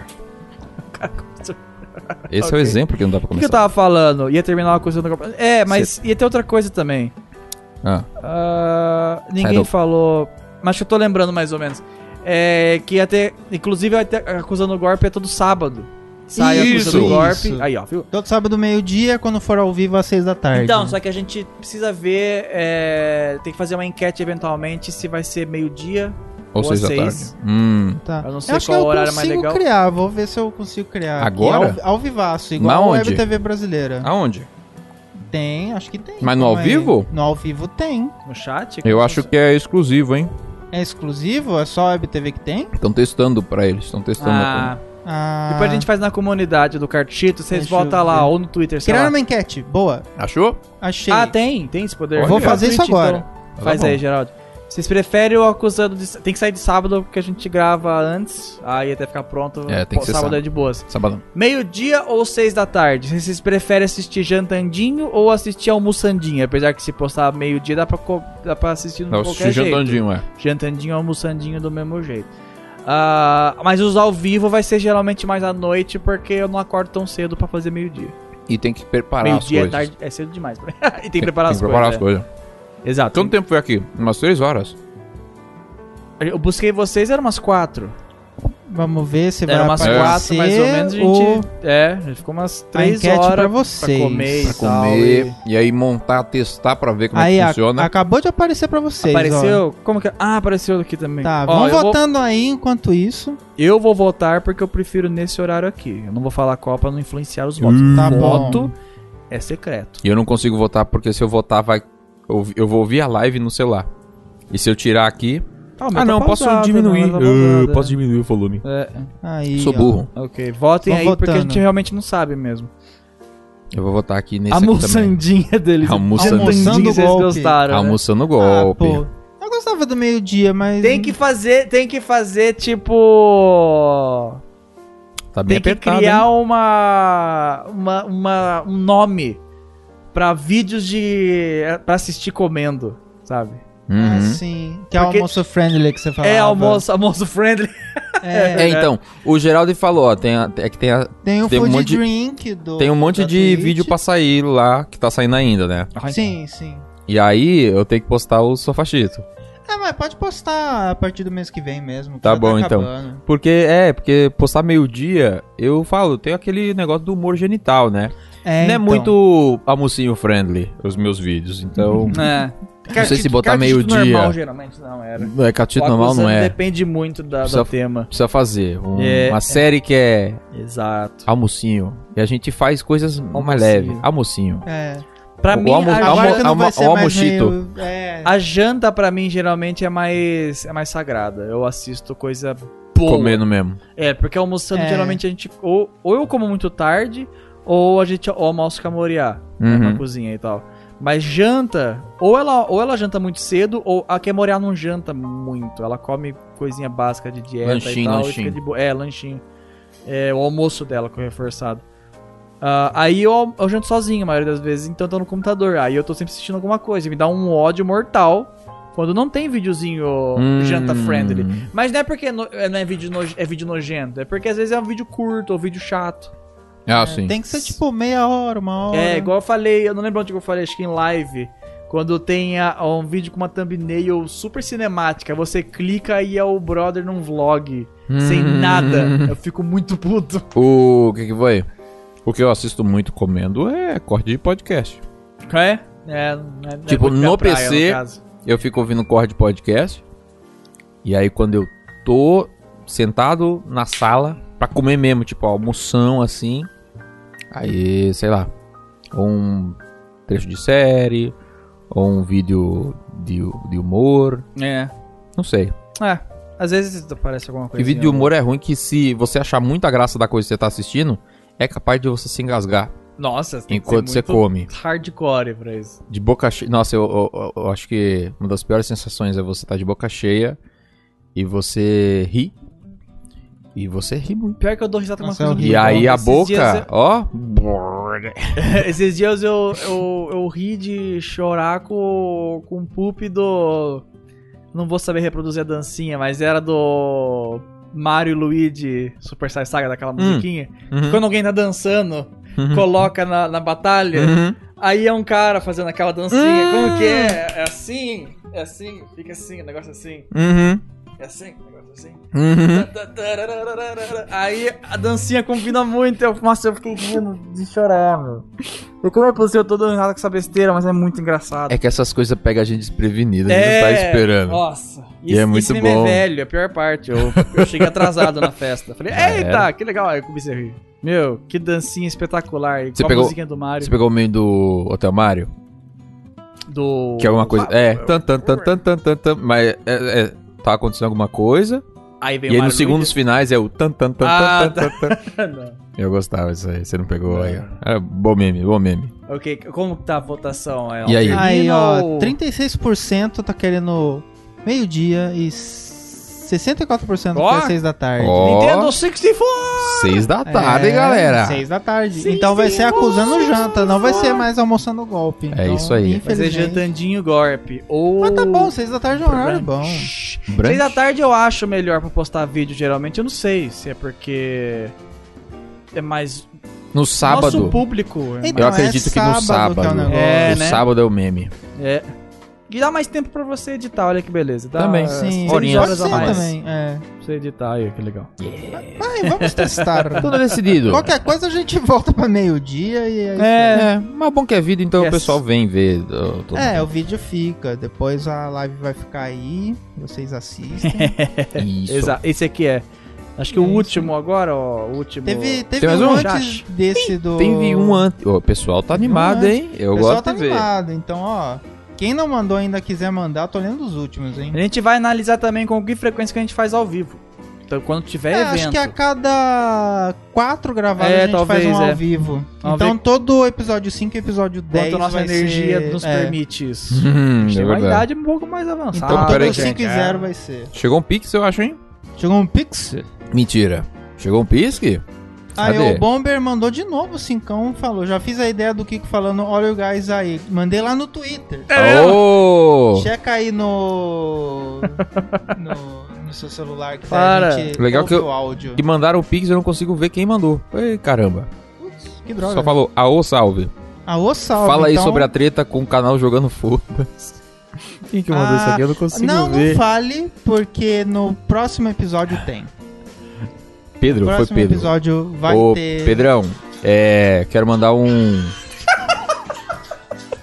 Speaker 1: Esse é o
Speaker 2: Ok.
Speaker 1: exemplo que não dá pra
Speaker 2: O que, tá?
Speaker 1: comer
Speaker 2: que eu tava falando? Ia terminar uma coisa... no- É, mas ia ter outra coisa também.
Speaker 1: saudável. Ah,
Speaker 2: Ah, ninguém
Speaker 1: Sai do-
Speaker 2: falou. Mas eu tô lembrando mais ou menos. É que ia ter. Inclusive, vai ter acusando o golpe é todo sábado. Sai
Speaker 3: Isso!
Speaker 2: acusando o golpe.
Speaker 3: Isso.
Speaker 2: Aí, ó, viu?
Speaker 3: Todo sábado, meio-dia, quando for ao vivo, às seis da tarde.
Speaker 2: Então, só que a gente precisa ver. é, tem que fazer uma enquete eventualmente se vai ser meio-dia.
Speaker 1: ou
Speaker 2: Boa
Speaker 1: seja, à
Speaker 2: seis.
Speaker 1: tarde. Hum.
Speaker 3: Tá.
Speaker 2: Eu não sei
Speaker 3: Eu acho
Speaker 2: qual
Speaker 3: que eu
Speaker 2: horário é
Speaker 3: consigo
Speaker 2: mais legal.
Speaker 3: criar, vou ver se eu consigo criar. aqui,
Speaker 1: Agora?
Speaker 3: Ao, ao vivaço, igual a
Speaker 1: Mas onde?
Speaker 3: Web TV brasileira.
Speaker 1: Aonde?
Speaker 3: Tem, acho que tem.
Speaker 1: Mas no ao
Speaker 3: Calma aí.
Speaker 1: vivo?
Speaker 3: No ao vivo tem.
Speaker 2: No chat?
Speaker 1: Eu
Speaker 2: Como
Speaker 1: acho
Speaker 2: funciona?
Speaker 1: que é exclusivo, hein?
Speaker 3: É exclusivo? É só a Web TV que tem?
Speaker 1: Estão testando pra eles, estão testando.
Speaker 2: Ah,
Speaker 3: Ah,
Speaker 2: depois a gente faz na comunidade do Cartito, vocês
Speaker 3: Deixa eu
Speaker 2: voltam lá,
Speaker 3: ver.
Speaker 2: ou no Twitter, sei
Speaker 3: Criar
Speaker 2: lá.
Speaker 3: uma enquete, boa.
Speaker 1: Achou?
Speaker 3: Achei.
Speaker 2: Ah, tem, tem esse poder.
Speaker 1: Eu vou
Speaker 2: Olha.
Speaker 3: fazer isso
Speaker 2: Twitch,
Speaker 3: agora.
Speaker 2: então. Faz
Speaker 1: Tá bom.
Speaker 2: aí, Geraldo. Vocês preferem o acusando de. Tem que sair de sábado porque a gente grava antes. Aí até ficar pronto.
Speaker 1: É, tem que ser
Speaker 2: sábado,
Speaker 1: sábado.
Speaker 2: é de boas.
Speaker 1: Sabadão.
Speaker 2: Meio-dia ou seis da tarde? Vocês preferem assistir jantandinho ou assistir almoçandinho? Apesar que se postar meio-dia dá pra, co- dá pra assistir no
Speaker 1: Não,
Speaker 2: qualquer
Speaker 1: se
Speaker 2: jeito. Jantandinho.
Speaker 1: jantandinho, é.
Speaker 2: Jantandinho ou almoçandinho do mesmo jeito. Ah, mas os ao vivo vai ser geralmente mais à noite porque eu não acordo tão cedo pra fazer meio-dia.
Speaker 1: E tem que preparar as
Speaker 2: Meio-dia é
Speaker 1: coisas.
Speaker 2: tarde, é cedo demais. pra mim. [LAUGHS] e tem que preparar
Speaker 1: tem
Speaker 2: as
Speaker 1: que preparar
Speaker 2: coisas.
Speaker 1: as coisas. Então
Speaker 2: é. Exato.
Speaker 1: Quanto tempo foi aqui? Umas três horas.
Speaker 2: Eu busquei vocês, eram umas quatro.
Speaker 3: Vamos ver se vai
Speaker 2: Eram umas
Speaker 3: aparecer
Speaker 2: quatro, mais ou menos. A gente.
Speaker 3: ou
Speaker 2: É, a gente ficou umas
Speaker 3: a
Speaker 2: três
Speaker 3: enquete pra
Speaker 2: horas
Speaker 3: vocês.
Speaker 2: comer e
Speaker 1: Pra
Speaker 2: tal,
Speaker 1: comer.
Speaker 2: e-
Speaker 1: E... aí montar, testar pra ver como
Speaker 3: Aí,
Speaker 1: é que
Speaker 3: a-
Speaker 1: funciona.
Speaker 3: acabou de aparecer pra vocês, ó.
Speaker 2: Apareceu? Como que. Ah, apareceu aqui também.
Speaker 3: Tá,
Speaker 2: Ó,
Speaker 3: vão
Speaker 2: eu vou-
Speaker 3: votando aí enquanto isso.
Speaker 2: eu vou votar porque eu prefiro nesse horário aqui. Eu não vou falar qual pra não influenciar os votos.
Speaker 1: Hum.
Speaker 3: tá bom.
Speaker 2: Voto é secreto.
Speaker 1: E eu não consigo votar porque se eu votar, vai. Eu, eu vou ouvir a live no celular. E se eu tirar aqui. ah,
Speaker 2: o meu tá pausado, né? Tá pausado, é.
Speaker 1: diminuir o volume.
Speaker 2: É,
Speaker 3: Aí,
Speaker 1: Sou
Speaker 3: ó.
Speaker 1: burro.
Speaker 2: ok, votem
Speaker 3: Vão
Speaker 2: aí porque a gente
Speaker 3: votando.
Speaker 2: realmente não sabe mesmo.
Speaker 1: Eu vou votar aqui nesse
Speaker 2: a
Speaker 1: aqui também.
Speaker 2: moçandinha deles.
Speaker 1: Almoçando-
Speaker 2: Jantandinho, vocês
Speaker 3: Almoçando
Speaker 2: gostaram. né?
Speaker 1: Almoçando
Speaker 3: Ah,
Speaker 1: golpe.
Speaker 3: pô. Eu gostava do meio-dia, mas.
Speaker 2: Tem que fazer, tem que fazer tipo.
Speaker 1: tá bem
Speaker 2: Tem que
Speaker 1: apertado. hein?
Speaker 2: criar uma, uma, uma- um nome pra vídeos de eh, Pra assistir comendo, sabe?
Speaker 3: Ah,
Speaker 1: Uhum.
Speaker 3: sim. Que é
Speaker 2: Porque-
Speaker 3: almoço friendly que você falava.
Speaker 2: É almoço, almoço friendly.
Speaker 3: É.
Speaker 1: É, então, o Geraldo falou, ó, tem, a- é que tem, a-
Speaker 3: Tem o
Speaker 1: Tem um
Speaker 3: food
Speaker 1: monte de-
Speaker 3: drink do.
Speaker 1: tem um monte
Speaker 3: da
Speaker 1: de vídeo pra
Speaker 3: Twitch.
Speaker 1: sair lá, que tá saindo ainda, né?
Speaker 3: Sim, sim.
Speaker 1: E aí, eu tenho que postar o Sofachito.
Speaker 3: É, mas pode postar a partir do mês que vem mesmo. que
Speaker 1: Tá
Speaker 3: já
Speaker 1: bom, então.
Speaker 3: acabando.
Speaker 1: Porque, é, porque postar meio-dia, eu falo, tem aquele negócio do humor genital, né?
Speaker 3: É,
Speaker 1: Não é
Speaker 3: então.
Speaker 1: muito almocinho friendly, os meus vídeos, então...
Speaker 2: [LAUGHS] É.
Speaker 1: Não sei se botar meio-dia.
Speaker 2: normal, geralmente não era.
Speaker 1: Não é catito
Speaker 2: O
Speaker 1: normal, não
Speaker 2: acusando
Speaker 1: é.
Speaker 2: Depende muito da, do
Speaker 1: Precisa-
Speaker 2: tema.
Speaker 1: Precisa fazer um-
Speaker 2: É.
Speaker 1: uma série que é
Speaker 2: Exato.
Speaker 1: almocinho. E a gente faz coisas mais
Speaker 2: Almocinho.
Speaker 1: leve. Almocinho.
Speaker 3: É.
Speaker 2: Pra
Speaker 1: O
Speaker 2: mim,
Speaker 1: almo-
Speaker 2: a,
Speaker 1: almo-
Speaker 2: janta-
Speaker 1: almo- almochito.
Speaker 3: meio- É,
Speaker 2: a janta pra mim geralmente é mais é mais sagrada. Eu assisto coisa boa.
Speaker 1: Comendo mesmo.
Speaker 2: É, porque almoçando
Speaker 3: É.
Speaker 2: geralmente a gente ou, ou eu como muito tarde ou a gente ou almoço com a Moriá né,
Speaker 1: Uhum.
Speaker 2: na cozinha e tal. Mas janta, ou ela, ou ela janta muito cedo, ou a que é Moriá não janta muito. Ela come coisinha básica de dieta e
Speaker 1: Lanchinho,
Speaker 2: tal. E
Speaker 1: lanchinho.
Speaker 2: fica de boa. É, lanchinho. É, o almoço dela que é reforçado. Ah, aí eu, eu janto sozinho a maioria das vezes, então eu tô no computador. Aí eu tô sempre assistindo alguma coisa. Me dá um ódio mortal quando não tem videozinho
Speaker 1: Hum.
Speaker 2: janta friendly. Mas não é porque no- é- não é vídeo, no- é vídeo nojento, é porque às vezes é um vídeo curto ou vídeo chato.
Speaker 1: Ah, sim.
Speaker 3: tem que ser tipo meia hora, uma hora.
Speaker 2: É, igual eu falei, eu não lembro onde que eu falei, acho que em live. Quando tem a- um vídeo com uma thumbnail super cinemática, você clica e é o brother num vlog, sem
Speaker 1: Hum.
Speaker 2: nada. Eu fico muito puto.
Speaker 1: O que que foi? O que eu assisto muito comendo é corte de podcast.
Speaker 2: É? É, não é- não é
Speaker 1: Tipo,
Speaker 2: muito da
Speaker 1: no
Speaker 2: praia,
Speaker 1: PC,
Speaker 2: caso.
Speaker 1: Eu fico ouvindo corte de podcast. E aí quando eu tô sentado na sala pra comer mesmo, tipo, almoção assim. Aí, sei lá, ou um trecho de série, ou um vídeo de, de humor,
Speaker 2: É.
Speaker 1: não sei.
Speaker 2: É, às vezes aparece alguma
Speaker 1: Porque
Speaker 2: coisa.
Speaker 1: vídeo de humor é ruim que se você achar muita graça da coisa que você tá assistindo, é capaz de você se engasgar
Speaker 2: Nossa, tem que
Speaker 1: enquanto
Speaker 2: ser
Speaker 1: você
Speaker 2: muito
Speaker 1: come.
Speaker 2: hardcore pra isso.
Speaker 1: De boca cheia. Nossa, eu, eu- eu- eu acho que uma das piores sensações é você estar de boca cheia e você ri. E você ri muito.
Speaker 2: Pior que eu dou risada com umas
Speaker 3: Nossa, é
Speaker 2: coisas
Speaker 1: E
Speaker 3: horrível.
Speaker 1: aí
Speaker 2: horríveis.
Speaker 1: a
Speaker 2: Esses dias eu-
Speaker 1: boca, ó.
Speaker 2: [LAUGHS] Esses dias eu, eu, eu ri de chorar com, com o poop do. Não vou saber reproduzir a dancinha, mas era do Mario e Luigi Super Sai Saga, daquela musiquinha. Quando alguém tá dançando, coloca na, na batalha,
Speaker 1: Uhum.
Speaker 2: aí é um cara fazendo aquela dancinha. Como que é? É assim? É assim? Fica assim, um negócio assim. É assim, um negócio assim.
Speaker 1: Hum?
Speaker 2: Aí a dancinha combina muito. Eu, nossa, eu fiquei rindo de chorar, meu. E como é possível? Eu tô dando nada com essa besteira, mas é muito engraçado.
Speaker 1: É que essas coisas pegam a gente desprevenida, a gente não tá
Speaker 2: É,
Speaker 1: esperando.
Speaker 2: Nossa,
Speaker 1: E é muito
Speaker 2: esse meme
Speaker 1: bom.
Speaker 2: é velho, é a pior parte. Eu, eu cheguei atrasado na festa. Falei, eita,
Speaker 1: era?
Speaker 2: que legal. Aí eu comecei a rir. Meu, que dancinha espetacular. E
Speaker 1: Você
Speaker 2: com
Speaker 1: pegou-
Speaker 2: a musiquinha do Mario.
Speaker 1: Você pegou o meio do Hotel Mario?
Speaker 2: Do...
Speaker 1: Que é alguma
Speaker 2: Ah,
Speaker 1: coisa. É, tan, tan, tan, tan, tan, tan, tan, mas é, é, tá acontecendo alguma coisa.
Speaker 2: Aí vem
Speaker 1: E
Speaker 2: o
Speaker 1: aí
Speaker 2: Mario
Speaker 1: nos segundos finais é o tan, tan, tan,
Speaker 2: Ah, É.
Speaker 1: tan, tan, tan, tan.
Speaker 2: Luigi. [LAUGHS] Não.
Speaker 1: Eu gostava disso aí, você não pegou
Speaker 2: Não.
Speaker 1: aí. ó. Era bom meme, bom meme.
Speaker 2: Ok, como que tá a votação? É
Speaker 1: E aí?
Speaker 3: Aí, ó,
Speaker 2: alterno?
Speaker 3: 36% tá querendo meio-dia e 64%
Speaker 2: Ó.
Speaker 3: quer 6 da tarde.
Speaker 1: Ó.
Speaker 2: Nintendo 64!
Speaker 1: Seis da
Speaker 2: É,
Speaker 1: tarde, galera.
Speaker 3: 6 da tarde.
Speaker 2: Sim,
Speaker 3: então vai
Speaker 2: sim,
Speaker 3: ser acusando
Speaker 2: sim,
Speaker 3: janta, não vai ser mais almoçando golpe.
Speaker 1: É
Speaker 3: Então,
Speaker 1: isso aí.
Speaker 2: Mas é
Speaker 3: infelizmente-
Speaker 2: jantandinho golpe. Ou...
Speaker 3: Mas tá bom, 6 da tarde é um horário bom.
Speaker 2: Brunch.
Speaker 1: Brunch?
Speaker 2: Seis da tarde eu acho melhor pra postar vídeo, geralmente. Eu não sei se é porque é mais
Speaker 1: No sábado.
Speaker 2: nosso público. É,
Speaker 1: eu
Speaker 3: Então, é
Speaker 1: acredito que no
Speaker 3: sábado que é o
Speaker 1: sábado.
Speaker 3: negócio.
Speaker 2: É,
Speaker 1: no
Speaker 2: né?
Speaker 1: sábado é o
Speaker 2: [LAUGHS]
Speaker 1: meme.
Speaker 2: é. E dá mais tempo pra você editar, olha que beleza. Dá
Speaker 1: Também.
Speaker 3: Sim,
Speaker 2: seis
Speaker 1: Horinha.
Speaker 2: horas a
Speaker 3: pode ser
Speaker 2: mais.
Speaker 3: também. É.
Speaker 2: Pra você editar aí, que legal.
Speaker 3: Vai, vamos testar.
Speaker 1: [LAUGHS] Tudo decidido.
Speaker 3: Qualquer coisa a gente volta pra meio-dia e aí.
Speaker 2: É.
Speaker 1: É, mas bom que é vida, então
Speaker 2: Yes.
Speaker 1: o pessoal vem ver. ó, todo-
Speaker 3: É, o vídeo fica, depois a live vai ficar aí, vocês
Speaker 2: É.
Speaker 3: assistem.
Speaker 1: Isso.
Speaker 2: Exato. Esse aqui é. Acho que
Speaker 3: É
Speaker 2: o
Speaker 3: isso.
Speaker 2: último agora, ó. O último.
Speaker 3: Teve, teve
Speaker 1: Tem mais
Speaker 3: um
Speaker 1: um?
Speaker 3: antes
Speaker 2: Chacho.
Speaker 3: desse do.
Speaker 1: Teve um antes. O pessoal tá animado,
Speaker 3: antes.
Speaker 1: hein? Eu
Speaker 3: O pessoal
Speaker 1: gosto
Speaker 3: tá
Speaker 1: de ver. [LAUGHS]
Speaker 3: animado, então, ó. Quem não mandou ainda quiser mandar, tô lendo os últimos, hein?
Speaker 2: A gente vai analisar também com que frequência que a gente faz ao vivo. Então, quando tiver
Speaker 3: É,
Speaker 2: evento.
Speaker 3: acho que a cada quatro gravadas
Speaker 2: É,
Speaker 3: a gente
Speaker 2: talvez,
Speaker 3: faz um
Speaker 2: é.
Speaker 3: ao vivo.
Speaker 2: Vamos
Speaker 3: então todo episódio 5 e episódio 10
Speaker 2: Quanto a nossa
Speaker 3: vai
Speaker 2: energia
Speaker 3: ser...
Speaker 2: nos
Speaker 3: é.
Speaker 2: permite isso.
Speaker 1: Hum,
Speaker 2: A gente
Speaker 1: é
Speaker 2: tem uma
Speaker 1: verdade.
Speaker 2: idade um pouco mais avançada.
Speaker 3: Então
Speaker 1: Ah,
Speaker 3: todo
Speaker 1: peraí,
Speaker 3: 5 e
Speaker 2: gente.
Speaker 3: 0 vai ser.
Speaker 1: Chegou um pix, eu acho, hein?
Speaker 3: Chegou um pix?
Speaker 1: Mentira. Chegou um pix?
Speaker 2: Ah,
Speaker 3: Aí
Speaker 1: Cadê?
Speaker 3: o Bomber mandou de novo o cincão, falou, já fiz a ideia do Kiko falando, olha o gás aí. Mandei lá no Twitter.
Speaker 2: É.
Speaker 1: Oh!
Speaker 3: Checa
Speaker 1: [LAUGHS]
Speaker 3: aí no... no, no seu celular que
Speaker 2: Para.
Speaker 3: tá a gente
Speaker 1: Legal
Speaker 3: ouve
Speaker 1: que eu-
Speaker 3: o áudio.
Speaker 2: É.
Speaker 1: Que mandaram o pix, eu não consigo ver quem mandou. Ei, caramba.
Speaker 3: Putz, que droga.
Speaker 2: né?
Speaker 1: Só falou, aô, salve.
Speaker 3: Ah, ô salve.
Speaker 1: Fala aí
Speaker 3: então-
Speaker 1: sobre a treta com o canal jogando foda. Quem que mandou
Speaker 3: Ah,
Speaker 1: isso aqui? Eu não consigo
Speaker 3: Não, não
Speaker 1: ver.
Speaker 3: fale, porque no próximo episódio tem.
Speaker 1: [LAUGHS] Pedro,
Speaker 3: No
Speaker 1: foi
Speaker 3: próximo
Speaker 1: Pedro.
Speaker 3: episódio vai
Speaker 1: Ô,
Speaker 3: ter...
Speaker 1: Pedrão, é. Quero mandar um.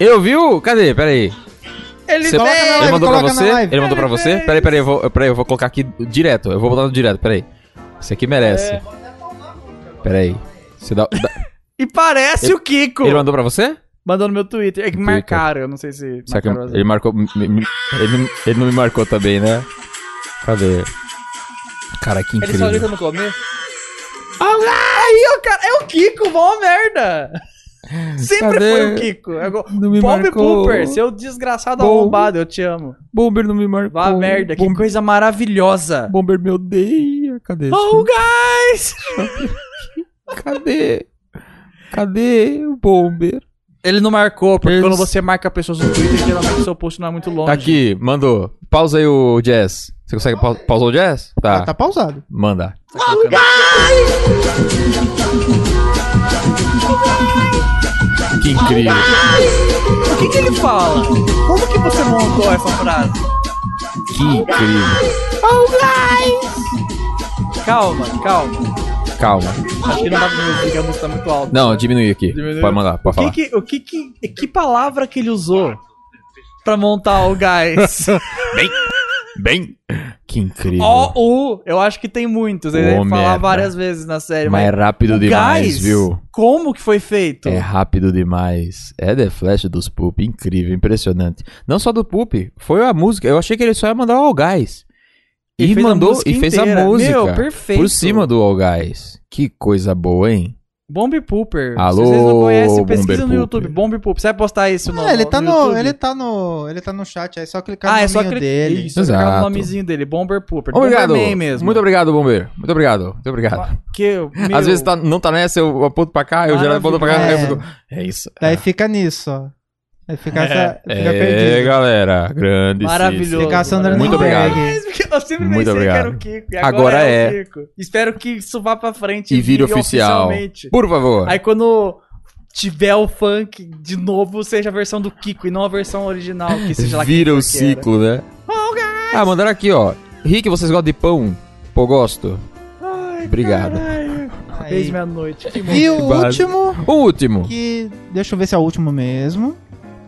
Speaker 1: Eu viu? Cadê? Pera aí.
Speaker 2: Ele
Speaker 1: Cê-
Speaker 3: fez!
Speaker 1: ele mandou pra
Speaker 3: Coloca na
Speaker 1: você?
Speaker 3: live.
Speaker 1: Ele mandou
Speaker 2: É,
Speaker 1: pra você? Pera aí, pera aí, eu vou, pera aí, eu vou colocar aqui direto. Eu vou botar no direto, pera aí. Isso aqui merece. Pera aí. Você dá- dá-
Speaker 2: E parece o Kiko.
Speaker 1: Ele mandou pra você?
Speaker 10: Mandou no meu Twitter. É que me marcaram, eu não sei se.
Speaker 1: Será que é
Speaker 10: marcaram
Speaker 1: ele marcou. me- me- Ele, ele não me marcou também, né? Cadê? Cara, que
Speaker 2: Ele só
Speaker 1: incrível.
Speaker 2: grita no começo. Ah, aí, ó, cara, é o Kiko, vó merda. Sempre
Speaker 1: Cadê?
Speaker 2: foi o Kiko. É Agora-
Speaker 1: Não me
Speaker 2: Bob
Speaker 1: marcou.
Speaker 2: Pooper, seu desgraçado
Speaker 1: Bom.
Speaker 2: arrombado, eu te amo.
Speaker 1: Bomber não me marcou.
Speaker 2: Vá merda, que coisa maravilhosa.
Speaker 1: Bomber me odeia. Cadê? esse
Speaker 2: Oh, guys!
Speaker 1: filme? Cadê? Cadê o Bomber?
Speaker 2: Ele não marcou, porque
Speaker 1: Eles-
Speaker 2: quando você marca pessoas no Twitter, geralmente o seu post não é muito longe.
Speaker 1: Tá aqui, mandou. Pausa aí o jazz. Você consegue pa pausar o jazz?
Speaker 3: Ah,
Speaker 1: Tá,
Speaker 3: tá pausado.
Speaker 1: manda. Que incrível.
Speaker 2: O que, que ele fala? Como que você montou essa frase?
Speaker 1: Que incrível.
Speaker 2: Calma, calma.
Speaker 1: Calma.
Speaker 2: Acho que não dá pra me ouvir, que a música tá muito alta.
Speaker 1: Não, diminui aqui.
Speaker 2: Diminuiu.
Speaker 1: Pode mandar, pode
Speaker 2: O
Speaker 1: falar.
Speaker 2: que que, o que que, que palavra que ele usou pra montar
Speaker 1: [LAUGHS]
Speaker 2: o gás?
Speaker 1: Bem. Que incrível.
Speaker 2: O, U, eu acho que tem muitos. Ele
Speaker 1: Ô,
Speaker 2: deve falar
Speaker 1: merda.
Speaker 2: várias vezes na série,
Speaker 1: Mas é
Speaker 2: mas...
Speaker 1: rápido
Speaker 2: o
Speaker 1: é demais,
Speaker 2: gás,
Speaker 1: viu?
Speaker 2: Como que foi feito?
Speaker 1: É rápido demais. É The Flash dos Poop, incrível, impressionante. Não só do Poop, foi a música. Eu achei que ele só ia mandar o All Guys. E,
Speaker 2: fez a
Speaker 1: mandou
Speaker 2: música
Speaker 1: e fez
Speaker 2: inteira.
Speaker 1: a música
Speaker 2: Meu, perfeito.
Speaker 1: por cima do All Guys. Que coisa boa, hein?
Speaker 2: Bomb Pooper.
Speaker 1: Alô,
Speaker 2: Se vocês não conhecem, pesquisa
Speaker 1: Bomber
Speaker 2: no YouTube.
Speaker 1: Pooper.
Speaker 2: Bomb Pooper. Você vai postar isso no
Speaker 3: Ah, ele tá no,
Speaker 2: YouTube?
Speaker 3: ele tá no, ele tá no chat, aí só clicar
Speaker 2: Ah,
Speaker 3: no
Speaker 2: é só
Speaker 3: nominho
Speaker 2: clicar
Speaker 3: dele.
Speaker 2: Isso, clicar
Speaker 1: Exato.
Speaker 2: no nomezinho dele. Bomber Pooper.
Speaker 1: Obrigado.
Speaker 2: Bomberman mesmo.
Speaker 1: Muito obrigado, Bombeiro. Muito obrigado. Muito obrigado.
Speaker 2: Que, meu,
Speaker 1: Às vezes tá- não tá nessa, eu aponto pra cá, eu já aponto pra cá.
Speaker 3: Maravilhoso.
Speaker 1: eu fico- É isso.
Speaker 3: Daí fica nisso, ó. Aí fica essa, fica
Speaker 1: É,
Speaker 3: perdido.
Speaker 1: galera. Grande.
Speaker 2: Maravilhoso.
Speaker 3: Fica a Sandra
Speaker 1: Muito
Speaker 3: Nuremberg.
Speaker 2: Mas porque eu sempre
Speaker 1: Muito
Speaker 2: pensei
Speaker 1: obrigado.
Speaker 2: que era o Kiko. E
Speaker 1: Agora
Speaker 2: agora,
Speaker 1: é.
Speaker 2: é, o Kiko. Espero que isso vá pra frente
Speaker 1: E vire oficial.
Speaker 2: oficialmente.
Speaker 1: Por favor.
Speaker 2: Aí quando tiver o funk de novo, seja a versão do Kiko e não a versão original, que seja lá
Speaker 1: Vira
Speaker 2: quem
Speaker 1: o
Speaker 2: for que era.
Speaker 1: ciclo, né? Ah, mandaram aqui, ó. Rick, vocês gostam de pão? Pô, gosto.
Speaker 2: Ai,
Speaker 1: Obrigado.
Speaker 2: caralho. Fez
Speaker 3: Aí.
Speaker 2: meia-noite. Que
Speaker 3: E o
Speaker 1: base.
Speaker 3: último,
Speaker 1: O Um último.
Speaker 3: que deixa eu ver se é o último mesmo.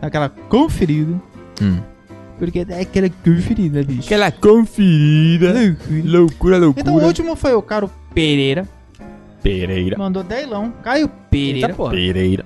Speaker 3: Aquela conferida.
Speaker 1: Hum.
Speaker 3: Porque é aquela conferida, bicho.
Speaker 1: Aquela conferida. Loucura, loucura.
Speaker 3: Então o último foi o Caro Pereira,
Speaker 1: Pereira.
Speaker 3: mandou 10 Caio
Speaker 2: Eita,
Speaker 3: Pereira.
Speaker 2: porra.
Speaker 1: Pereira.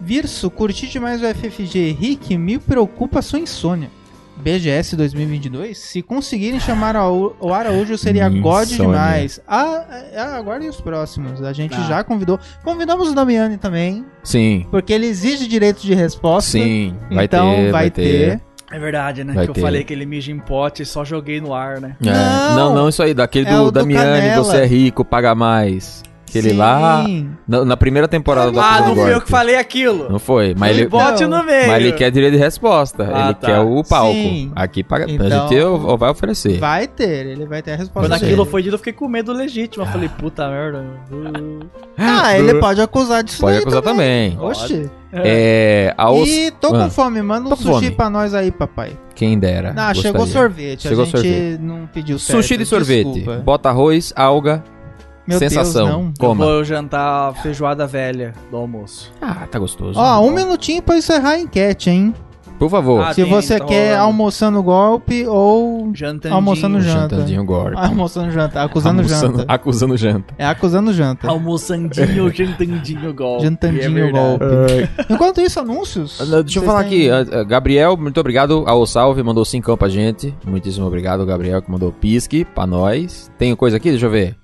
Speaker 3: Virso, curti demais o FFG. Rick, me preocupa sua insônia. BGS 2022? Se conseguirem chamar o o Araújo, seria
Speaker 1: Insônia.
Speaker 3: God demais. Ah, ah, aguardem os próximos. A gente já convidou. Convidamos o Damiani também,
Speaker 1: Sim.
Speaker 3: porque ele exige direito de resposta.
Speaker 1: Sim. Vai
Speaker 3: então
Speaker 1: ter, vai ter.
Speaker 2: É verdade, né?
Speaker 1: Vai
Speaker 2: que
Speaker 1: ter.
Speaker 2: eu falei que ele mija em pote e só joguei no ar, né?
Speaker 1: É.
Speaker 3: Não.
Speaker 1: Não, não, isso aí. Daquele
Speaker 3: É
Speaker 1: do,
Speaker 3: o do
Speaker 1: Damiani,
Speaker 3: Canela.
Speaker 1: você é rico, paga mais. Aquele lá.
Speaker 3: Sim.
Speaker 1: Na, na primeira temporada do
Speaker 2: Ah,
Speaker 1: Acusando
Speaker 2: não fui eu
Speaker 1: Golpe.
Speaker 2: que falei aquilo.
Speaker 1: Não foi, mas
Speaker 2: Me
Speaker 1: ele,
Speaker 2: bote
Speaker 3: Não.
Speaker 2: no meio.
Speaker 1: mas ele quer direito de resposta.
Speaker 2: Ah,
Speaker 1: ele
Speaker 2: tá.
Speaker 1: quer o palco.
Speaker 3: Sim.
Speaker 1: Aqui paga. a
Speaker 3: Então-
Speaker 1: gente o- vai oferecer.
Speaker 3: Vai ter, ele vai ter a resposta.
Speaker 2: Quando
Speaker 1: Posso
Speaker 2: aquilo
Speaker 3: dele.
Speaker 2: foi dito, eu fiquei com medo legítimo. Eu falei, puta merda. uh.
Speaker 3: Ah, ele pode acusar disso
Speaker 1: Pode
Speaker 3: daí
Speaker 1: acusar também.
Speaker 3: também. Oxi.
Speaker 1: É. A os...
Speaker 3: E tô
Speaker 1: Ah.
Speaker 3: com fome, manda um
Speaker 1: Tô com
Speaker 3: sushi
Speaker 1: fome.
Speaker 3: pra nós aí, papai.
Speaker 1: Quem dera.
Speaker 3: Ah, chegou
Speaker 1: gostaria.
Speaker 3: sorvete.
Speaker 1: Chegou
Speaker 3: a gente
Speaker 1: sorvete.
Speaker 3: não pediu certo.
Speaker 1: Sushi de sorvete.
Speaker 3: desculpa.
Speaker 1: Bota arroz, alga,
Speaker 3: Meu Deus,
Speaker 1: sensação.
Speaker 3: não.
Speaker 2: Eu
Speaker 1: Coma.
Speaker 2: vou jantar feijoada velha do almoço.
Speaker 1: Ah, tá gostoso.
Speaker 3: Ó, um minutinho pra encerrar a enquete, hein?
Speaker 1: Por favor.
Speaker 2: Ah,
Speaker 3: Se
Speaker 2: tem,
Speaker 3: você
Speaker 2: tá
Speaker 3: quer
Speaker 2: rolando.
Speaker 3: almoçando golpe ou
Speaker 2: Jantandinho.
Speaker 3: Almoçando um janta.
Speaker 1: Jantandinho gordo.
Speaker 3: [LAUGHS] almoçando janta, acusando
Speaker 1: Almoçando-
Speaker 3: janta.
Speaker 1: Acusando janta.
Speaker 3: É acusando janta.
Speaker 1: [LAUGHS]
Speaker 2: Almoçandinho, jantandinho, golpe. é
Speaker 3: Jantandinho
Speaker 2: verdade.
Speaker 3: golpe. Enquanto isso, anúncios.
Speaker 1: É. Deixa eu
Speaker 3: Vocês
Speaker 1: falar aqui.
Speaker 3: têm-
Speaker 1: ah, ah, Gabriel, muito obrigado ao Salve, mandou cincão pra gente. Muitíssimo obrigado, Gabriel, que mandou pisque pra nós. Tem coisa aqui? Deixa eu ver.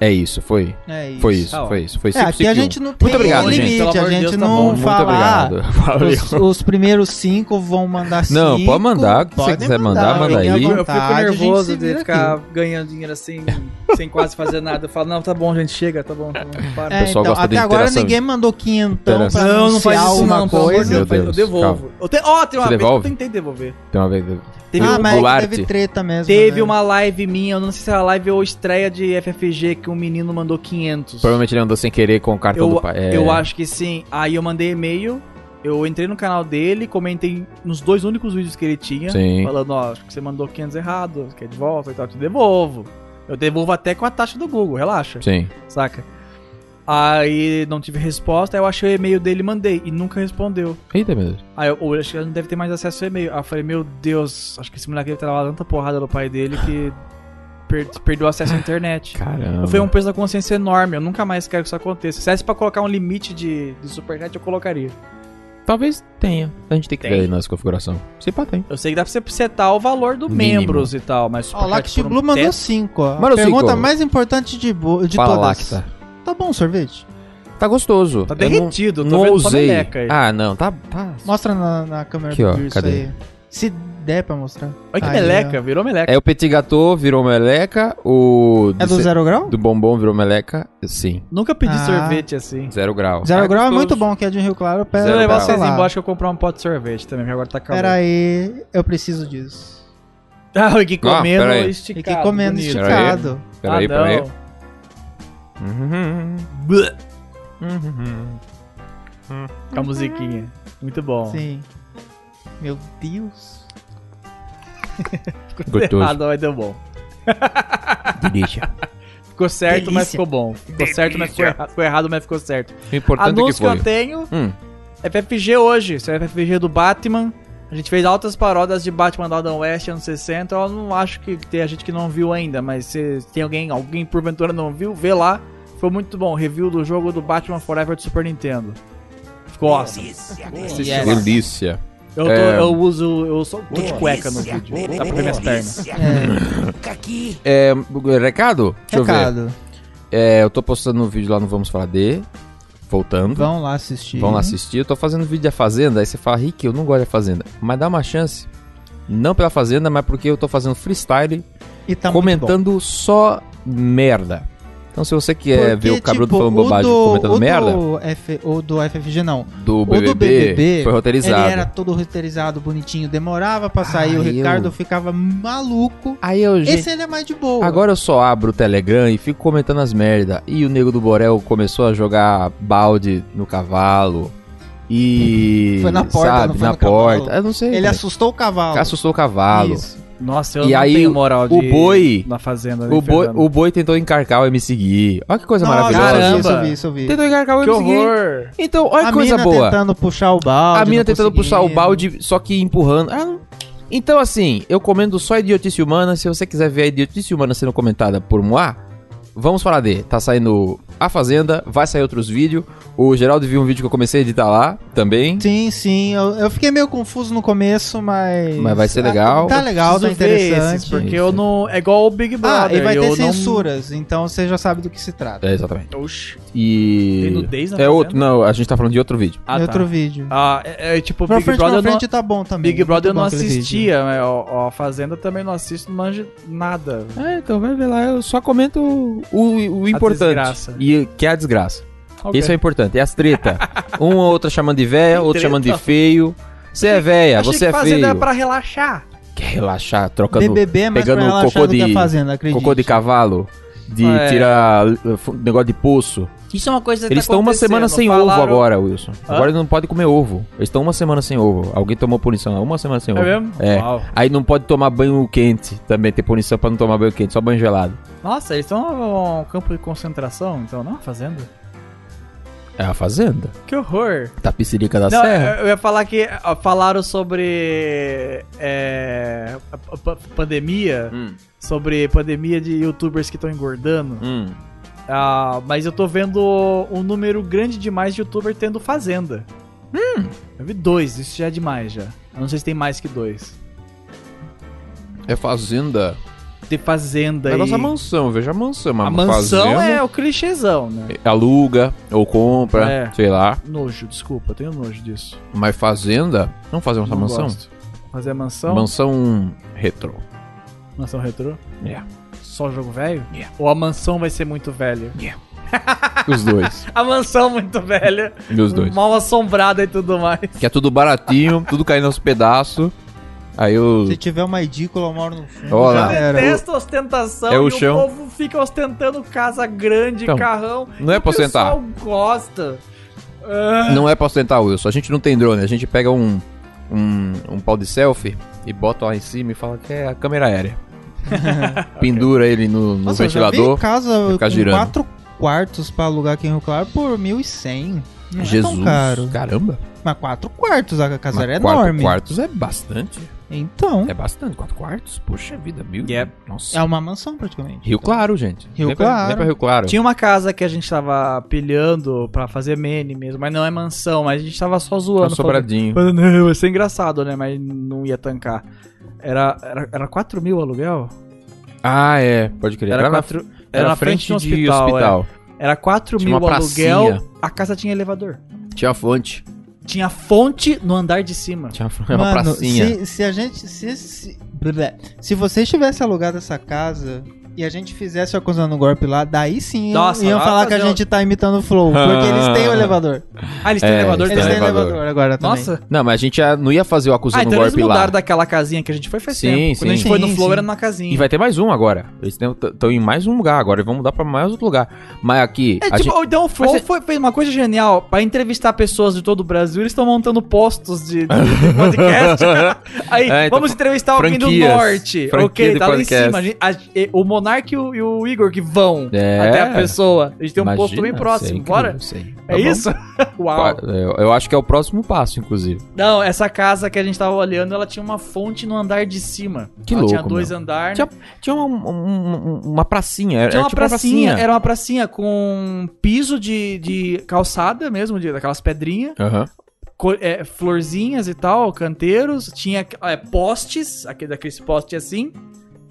Speaker 1: É isso, foi.
Speaker 3: É isso.
Speaker 1: Foi isso,
Speaker 2: Tá, ó.
Speaker 1: foi isso. Foi
Speaker 3: É,
Speaker 1: cinco,
Speaker 3: aqui
Speaker 1: cinco,
Speaker 3: a
Speaker 1: e um.
Speaker 3: gente não tem
Speaker 1: obrigado, gente.
Speaker 3: limite,
Speaker 2: Pelo
Speaker 3: a
Speaker 2: amor de
Speaker 3: gente
Speaker 2: Deus, tá
Speaker 3: não
Speaker 2: bom.
Speaker 1: Muito
Speaker 3: fala. ah,
Speaker 1: obrigado. Valeu.
Speaker 3: Os, os primeiros cinco vão mandar cinco.
Speaker 1: Não, pode mandar, o que você
Speaker 3: Podem
Speaker 1: quiser mandar, manda
Speaker 3: fiquem à
Speaker 1: aí.
Speaker 2: Eu fico
Speaker 3: vontade, tá, a gente se
Speaker 2: nervoso de
Speaker 3: vira
Speaker 2: ficar ganhando dinheiro assim, sem quase fazer nada. Eu falo, não, tá bom, gente, chega, tá bom, tá bom, para.
Speaker 3: É,
Speaker 1: pessoal
Speaker 3: então,
Speaker 1: gosta de
Speaker 3: até agora
Speaker 1: interação.
Speaker 3: ninguém mandou quinhentão pra
Speaker 1: Interação.
Speaker 3: não, não faz isso,
Speaker 2: não,
Speaker 3: alguma
Speaker 2: pelo amor de
Speaker 3: coisa.
Speaker 1: Meu
Speaker 2: Deus, faz- eu
Speaker 1: Deus,
Speaker 2: devolvo. Eu te- Ó, tem uma
Speaker 1: Você
Speaker 2: vez que eu
Speaker 1: devolve?
Speaker 2: tentei devolver.
Speaker 1: Tem uma vez.
Speaker 2: Teve,
Speaker 3: ah,
Speaker 1: um
Speaker 2: um-
Speaker 3: mas é que
Speaker 1: Goulart.
Speaker 3: teve treta mesmo.
Speaker 2: teve
Speaker 3: né?
Speaker 2: uma live minha, eu não sei se era live ou estreia de FFG, que um menino mandou 500.
Speaker 1: Provavelmente ele andou sem querer com o cartão do pai. É,
Speaker 2: Eu acho que sim. Aí eu mandei e-mail, eu entrei no canal dele, comentei nos dois únicos vídeos que ele tinha,
Speaker 1: Sim.
Speaker 2: falando, ó, acho que você mandou 500 errado, quer de volta e tal, eu te devolvo. Eu devolvo até com a taxa do Google, relaxa,
Speaker 1: Sim.
Speaker 2: saca? Aí não tive resposta, aí eu achei o e-mail dele e mandei, e nunca respondeu.
Speaker 1: Eita, meu Deus.
Speaker 2: Aí eu, eu acho que ele não deve ter mais acesso ao e-mail. Aí eu falei, meu Deus, acho que esse moleque deve ter levado tanta porrada no pai dele que per- perdeu acesso à internet.
Speaker 1: Caramba.
Speaker 2: Foi um peso da consciência enorme. Eu nunca mais quero que isso aconteça. Se desse pra colocar um limite de, de superchat, eu colocaria.
Speaker 1: Talvez tenha. A gente tem que
Speaker 5: Tem.
Speaker 1: ver aí nas configurações. Se pá, tem.
Speaker 5: Eu sei que dá pra você setar o valor do
Speaker 1: Mínimo.
Speaker 5: membros e tal, mas...
Speaker 3: Ó, o Lact
Speaker 5: por um
Speaker 3: Blue mandou
Speaker 5: teto-
Speaker 3: 5, ó.
Speaker 1: Manda
Speaker 3: A
Speaker 1: o cinco.
Speaker 3: pergunta mais importante de, bo- de
Speaker 1: Fala,
Speaker 3: todas.
Speaker 1: Lacta.
Speaker 3: Tá bom o sorvete?
Speaker 1: Tá gostoso.
Speaker 2: Tá
Speaker 1: Eu não-
Speaker 2: derretido, eu tô
Speaker 1: não
Speaker 2: vendo só
Speaker 1: usei.
Speaker 2: meleca aí.
Speaker 1: Ah, não, tá. tá.
Speaker 3: Mostra na, na câmera
Speaker 1: Aqui,
Speaker 3: do
Speaker 1: ó,
Speaker 3: Pierce
Speaker 1: cadê?
Speaker 3: aí. Se der pra mostrar.
Speaker 2: Olha que
Speaker 3: Aí,
Speaker 2: meleca, virou meleca.
Speaker 1: É o petit gâteau virou meleca, o
Speaker 3: É do zero grau?
Speaker 1: do bombom virou meleca, sim,
Speaker 2: Nunca pedi
Speaker 3: Ah.
Speaker 2: sorvete assim.
Speaker 1: zero grau.
Speaker 3: Zero
Speaker 2: Ah,
Speaker 3: grau é
Speaker 2: gostoso.
Speaker 3: muito bom, que é de Rio Claro. Pera,
Speaker 2: Se eu
Speaker 1: Zero
Speaker 2: levar
Speaker 1: grau.
Speaker 2: vocês
Speaker 3: sei lá.
Speaker 2: embora, acho que eu comprar um pote de sorvete também, porque agora tá calor.
Speaker 3: Pera aí, eu preciso disso.
Speaker 2: [LAUGHS] Ah, o que
Speaker 1: Ah,
Speaker 2: comendo
Speaker 1: pera aí.
Speaker 3: E
Speaker 2: esticado.
Speaker 3: que comendo
Speaker 2: bonito.
Speaker 1: Pera aí.
Speaker 3: esticado.
Speaker 1: Peraí,
Speaker 2: ah,
Speaker 1: peraí.
Speaker 2: não.
Speaker 1: Uhum,
Speaker 2: Bleh.
Speaker 1: uhum.
Speaker 2: uhum. Com a musiquinha. Muito bom.
Speaker 3: Sim. Meu
Speaker 1: [LAUGHS]
Speaker 3: Deus.
Speaker 2: Ficou
Speaker 1: [LAUGHS]
Speaker 2: [LAUGHS]
Speaker 1: Gostoso.
Speaker 2: errado, mas deu bom.
Speaker 1: Delícia.
Speaker 2: Ficou certo, mas
Speaker 3: Delícia.
Speaker 2: ficou bom. Ficou certo, mas ficou, erra- ficou errado, mas ficou certo.
Speaker 1: O importante é que
Speaker 2: Anúncio que,
Speaker 1: foi.
Speaker 2: eu tenho,
Speaker 1: Hum.
Speaker 2: FFG hoje. Isso é FFG do Batman. A gente fez altas paródias de Batman da Adam West anos 60. Eu não acho que tem gente que não viu ainda, mas se tem alguém, alguém porventura não viu, vê lá. Foi muito bom. Review do jogo do Batman Forever do Super Nintendo. Ficou awesome. Assiste lá.
Speaker 1: Delícia.
Speaker 2: Eu, tô-
Speaker 1: É.
Speaker 2: eu uso. Eu sou, tô de cueca no vídeo. Dá pra ver minhas pernas.
Speaker 3: É,
Speaker 1: É, recado? Deixa eu ver.
Speaker 3: recado.
Speaker 1: É, eu tô postando um vídeo lá no Vamos Falar de. Voltando.
Speaker 3: Vão lá assistir.
Speaker 1: Vão lá assistir. Eu tô fazendo vídeo da Fazenda, aí você fala, Rick, eu não gosto da Fazenda. Mas dá uma chance. Não pela Fazenda, mas porque eu tô fazendo freestyle,
Speaker 3: E tá muito bom.
Speaker 1: comentando só merda. Então se você quer
Speaker 3: Porque,
Speaker 1: ver o Cabrudo
Speaker 3: tipo,
Speaker 1: falando
Speaker 3: o
Speaker 1: bobagem
Speaker 3: do-
Speaker 1: comentando
Speaker 3: o
Speaker 1: merda,
Speaker 3: Do F, o do FFG não.
Speaker 1: do
Speaker 3: o do
Speaker 1: BBB,
Speaker 3: BBB,
Speaker 1: foi roteirizado.
Speaker 3: Ele era todo roteirizado, bonitinho, demorava pra sair,
Speaker 1: Ah,
Speaker 3: o Ricardo
Speaker 1: eu-
Speaker 3: ficava maluco.
Speaker 1: Aí eu, gente,
Speaker 3: Esse ele é mais de boa.
Speaker 1: agora eu só abro o Telegram e fico comentando as merda. E o Nego do Borel começou a jogar balde no cavalo. E.
Speaker 3: Foi na porta,
Speaker 1: sabe,
Speaker 3: não foi
Speaker 1: na
Speaker 3: no
Speaker 1: porta.
Speaker 3: cavalo.
Speaker 1: Eu não sei.
Speaker 3: ele
Speaker 1: como é.
Speaker 3: assustou o cavalo.
Speaker 1: assustou o cavalo.
Speaker 3: Isso.
Speaker 2: Nossa, eu
Speaker 1: E
Speaker 2: não
Speaker 1: aí,
Speaker 2: tenho moral de
Speaker 1: o boi-
Speaker 2: na fazenda. né,
Speaker 1: O
Speaker 2: nem
Speaker 1: boi,
Speaker 2: ferrando.
Speaker 1: o boi tentou encarcar o MC Gui. Olha que coisa
Speaker 3: Nossa,
Speaker 1: maravilhosa.
Speaker 2: caramba.
Speaker 3: Isso, eu vi, isso eu vi.
Speaker 1: Tentou encarcar o
Speaker 2: Que
Speaker 1: MC Gui.
Speaker 2: horror!
Speaker 1: Então, olha
Speaker 3: a
Speaker 1: que coisa
Speaker 3: mina
Speaker 1: boa.
Speaker 3: tentando puxar o balde.
Speaker 1: a mina
Speaker 3: não
Speaker 1: tentando puxar o
Speaker 3: conseguindo.
Speaker 1: balde, só que empurrando. Ah, não. Então, assim, eu comendo só idiotice humana. Se você quiser ver a idiotice humana sendo comentada por Moá, vamos falar de. Tá saindo A Fazenda, vai sair outros vídeos. O Geraldo viu um vídeo que eu comecei a editar lá também.
Speaker 3: Sim, sim. Eu, eu fiquei meio confuso no começo, mas.
Speaker 1: Mas vai ser legal.
Speaker 3: Tá legal, tá
Speaker 2: Preciso ver
Speaker 3: interessante.
Speaker 2: esses, porque
Speaker 1: Isso.
Speaker 2: eu não. É igual o Big
Speaker 3: Ah,
Speaker 2: Brother.
Speaker 3: e vai ter
Speaker 2: eu não-
Speaker 3: censuras, então você já sabe do que se trata.
Speaker 1: É, exatamente.
Speaker 2: Oxi. Tem
Speaker 1: E.
Speaker 2: nudez na
Speaker 1: É
Speaker 2: fazenda?
Speaker 1: outro. Não, a gente tá falando de outro vídeo.
Speaker 2: Ah,
Speaker 3: Em
Speaker 2: tá.
Speaker 3: outro vídeo.
Speaker 2: Ah, é, é tipo,
Speaker 3: pra
Speaker 2: Big
Speaker 3: frente,
Speaker 2: Brother,
Speaker 3: pra
Speaker 2: eu não,
Speaker 3: frente tá bom também.
Speaker 2: Big Brother eu
Speaker 3: Muito
Speaker 2: não
Speaker 3: bom aquele vídeo.
Speaker 2: assistia. né, ó, ó, a Fazenda também não assisto, não manjo nada.
Speaker 1: É, então vai ver lá. Eu só comento o, o importante.
Speaker 2: desgraça.
Speaker 1: E que é a desgraça.
Speaker 2: Ok.
Speaker 1: Isso é importante, é as [LAUGHS] treta. Uma ou outra chamando de véia, outra
Speaker 2: treta.
Speaker 1: chamando de feio. Você é véia,
Speaker 2: Achei
Speaker 1: você
Speaker 2: que
Speaker 1: é
Speaker 2: Fazenda
Speaker 1: feio.
Speaker 2: era pra relaxar.
Speaker 1: Quer relaxar, trocando
Speaker 3: BBB é mais pra
Speaker 1: pegando
Speaker 3: ela
Speaker 1: cocô
Speaker 3: achar do que
Speaker 1: de-
Speaker 3: a fazenda, acredito.
Speaker 1: cocô de cavalo, de
Speaker 2: Ah, é.
Speaker 1: tirar eh, fu- negócio de poço.
Speaker 2: Isso é uma coisa
Speaker 1: Eles estão uma semana sem ovo agora, Wilson.
Speaker 2: Hã?
Speaker 1: Agora eles não podem comer ovo. Eles estão uma semana sem ovo. Alguém tomou punição lá, uma semana sem
Speaker 2: É
Speaker 1: ovo.
Speaker 2: mesmo?
Speaker 1: É.
Speaker 2: Uau.
Speaker 1: Aí não pode tomar banho quente também, tem punição pra não tomar banho quente, só banho gelado.
Speaker 2: Nossa, eles estão num campo de concentração, então não, Fazenda?
Speaker 1: É a fazenda.
Speaker 2: Que horror.
Speaker 1: Tapicerica da
Speaker 2: Não, é-
Speaker 1: serra.
Speaker 2: eu eu ia falar que ah, falaram sobre é, a- a- a pandemia,
Speaker 1: Hum,
Speaker 2: sobre pandemia de youtubers que estão engordando.
Speaker 1: hum.
Speaker 2: Ah, mas eu tô vendo um número grande demais de youtuber tendo fazenda.
Speaker 1: Hum.
Speaker 2: Eu vi dois, isso já é demais já. Eu não sei se tem mais que dois.
Speaker 1: É fazenda.
Speaker 2: Tem fazenda
Speaker 1: É
Speaker 2: e...
Speaker 1: nossa mansão, veja a mansão.
Speaker 2: A
Speaker 1: uma
Speaker 2: mansão
Speaker 1: fazenda.
Speaker 2: é o clichêzão, né?
Speaker 1: aluga ou compra,
Speaker 2: É.
Speaker 1: sei lá.
Speaker 2: Nojo, desculpa, eu tenho nojo disso.
Speaker 1: Mas fazenda, vamos fazer uma
Speaker 2: Não
Speaker 1: mansão?
Speaker 2: gosto. Fazer a mansão,
Speaker 1: Mansão retrô.
Speaker 2: mansão retrô,
Speaker 1: Yeah.
Speaker 2: só jogo velho?
Speaker 1: Yeah.
Speaker 2: Ou a mansão vai ser muito velha?
Speaker 1: Os
Speaker 3: [LAUGHS]
Speaker 1: dois.
Speaker 2: A mansão é muito velha,
Speaker 1: Meus dois.
Speaker 2: mal assombrada e tudo mais.
Speaker 1: Que é tudo baratinho, tudo caindo aos pedaços. Aí eu.
Speaker 3: Se tiver uma edícula, eu moro no fundo.
Speaker 1: Olha
Speaker 3: já
Speaker 1: lá.
Speaker 3: era.
Speaker 2: Detesta ostentação
Speaker 1: É o
Speaker 2: e
Speaker 1: chão.
Speaker 2: o povo fica ostentando casa grande,
Speaker 1: Então,
Speaker 2: carrão.
Speaker 1: não é
Speaker 2: e
Speaker 1: pra ostentar.
Speaker 2: O pessoal gosta. Ah,
Speaker 1: Não é pra ostentar, Wilson. A gente não tem drone, a gente pega um. Um, um pau de selfie e bota lá em cima e fala que é a câmera
Speaker 3: [LAUGHS]
Speaker 1: aérea. Pendura ele no, no
Speaker 3: Nossa, eu já vi
Speaker 1: ventilador.
Speaker 3: casa
Speaker 1: ficar
Speaker 3: com
Speaker 1: girando.
Speaker 3: quatro quartos pra alugar aqui em Rio Claro por 1.100. Não é
Speaker 1: Jesus.
Speaker 3: tão caro.
Speaker 1: Caramba.
Speaker 3: Mas quatro quartos, a casa
Speaker 1: Mas
Speaker 3: era
Speaker 1: quatro
Speaker 3: enorme.
Speaker 1: quartos é bastante.
Speaker 3: Então,
Speaker 1: É bastante, quatro quartos? Poxa vida, mil.
Speaker 2: Yep.
Speaker 1: Nossa.
Speaker 3: é uma mansão praticamente.
Speaker 1: Rio Claro, gente.
Speaker 3: Rio
Speaker 1: Vem pra-
Speaker 3: Claro.
Speaker 1: vem pra Rio Claro.
Speaker 2: Tinha uma casa que a gente tava pilhando pra fazer meme mesmo, mas não é mansão, mas a gente tava só
Speaker 1: um
Speaker 2: zoando. falando-
Speaker 1: sobradinho.
Speaker 2: Falando, não, vai ser engraçado, né? Mas não ia tancar. Era, era, era 4 mil o aluguel?
Speaker 1: Ah, é. Pode crer.
Speaker 2: Era
Speaker 1: Era, na-
Speaker 2: 4
Speaker 1: era
Speaker 3: um
Speaker 1: na frente, de hospital.
Speaker 2: um é. Era 4
Speaker 1: Tinha
Speaker 2: mil o
Speaker 1: uma
Speaker 2: aluguel,
Speaker 1: pracinha.
Speaker 2: a casa tinha elevador.
Speaker 1: Tinha a fonte.
Speaker 2: Tinha fonte no andar de cima.
Speaker 1: Tinha uma era é uma
Speaker 3: Mano,
Speaker 1: pracinha.
Speaker 3: Se, se a gente. Se, se, blé. se vocês tivessem alugado essa casa e a gente fizesse o acusando um golpe lá, daí sim iam-
Speaker 2: Nossa,
Speaker 3: iam
Speaker 2: lá
Speaker 3: falar que a
Speaker 2: fazer um-
Speaker 3: gente tá imitando o Flow. Porque eles
Speaker 1: [LAUGHS]
Speaker 3: têm o elevador.
Speaker 2: Ah, eles têm
Speaker 1: É,
Speaker 2: elevador
Speaker 1: eles
Speaker 3: Eles
Speaker 1: têm
Speaker 3: têm
Speaker 2: também.
Speaker 1: elevador.
Speaker 3: elevador agora também.
Speaker 2: Nossa.
Speaker 1: Não, mas a gente já não ia fazer o
Speaker 2: Ah,
Speaker 1: acusando
Speaker 2: então eles
Speaker 1: um golpe
Speaker 2: mudaram
Speaker 1: lá.
Speaker 2: daquela casinha que a gente foi faz
Speaker 1: Sim,
Speaker 2: tempo. Quando a gente
Speaker 1: sim.
Speaker 2: foi no
Speaker 3: Sim,
Speaker 2: Flow
Speaker 3: sim.
Speaker 2: era numa casinha.
Speaker 1: E vai ter mais um agora. Eles estão em mais um lugar agora. Eles vão mudar pra mais outro lugar. Mas aqui.
Speaker 2: É,
Speaker 1: a
Speaker 2: tipo,
Speaker 1: gente-
Speaker 2: ou então o Flow
Speaker 1: Mas
Speaker 2: foi, fez uma coisa genial. Pra entrevistar pessoas de todo o Brasil, eles estão montando postos de, de- de
Speaker 1: [LAUGHS]
Speaker 2: podcast. Aí,
Speaker 1: É, então,
Speaker 2: vamos entrevistar alguém do
Speaker 1: franquias.
Speaker 2: norte.
Speaker 1: Franquia
Speaker 2: ok,
Speaker 1: de
Speaker 2: tá lá em
Speaker 1: podcast.
Speaker 2: cima. A gente- a- e- o Monark e o, e o Igor que vão
Speaker 1: É.
Speaker 2: até a pessoa. A gente tem um posto
Speaker 1: Imagina,
Speaker 2: bem
Speaker 1: sei,
Speaker 2: próximo.
Speaker 1: incrível,
Speaker 2: Bora?
Speaker 1: sei. Tá
Speaker 2: É
Speaker 1: bom.
Speaker 2: isso? [LAUGHS] Uau.
Speaker 1: Eu, eu acho que é o próximo passo, inclusive.
Speaker 2: Não, essa casa que a gente tava olhando, ela tinha uma fonte no andar de cima.
Speaker 1: Que
Speaker 2: ela
Speaker 1: louco,
Speaker 2: Tinha dois andares.
Speaker 1: Tinha- Tinha um- um- um- uma pracinha. Era,
Speaker 2: Tinha uma
Speaker 1: tipo
Speaker 2: pracinha, era uma pracinha com piso de, de calçada mesmo, de, daquelas pedrinhas,
Speaker 1: Aham.
Speaker 2: co- é, florzinhas e tal, canteiros, tinha é, postes, aquele, daqueles postes assim,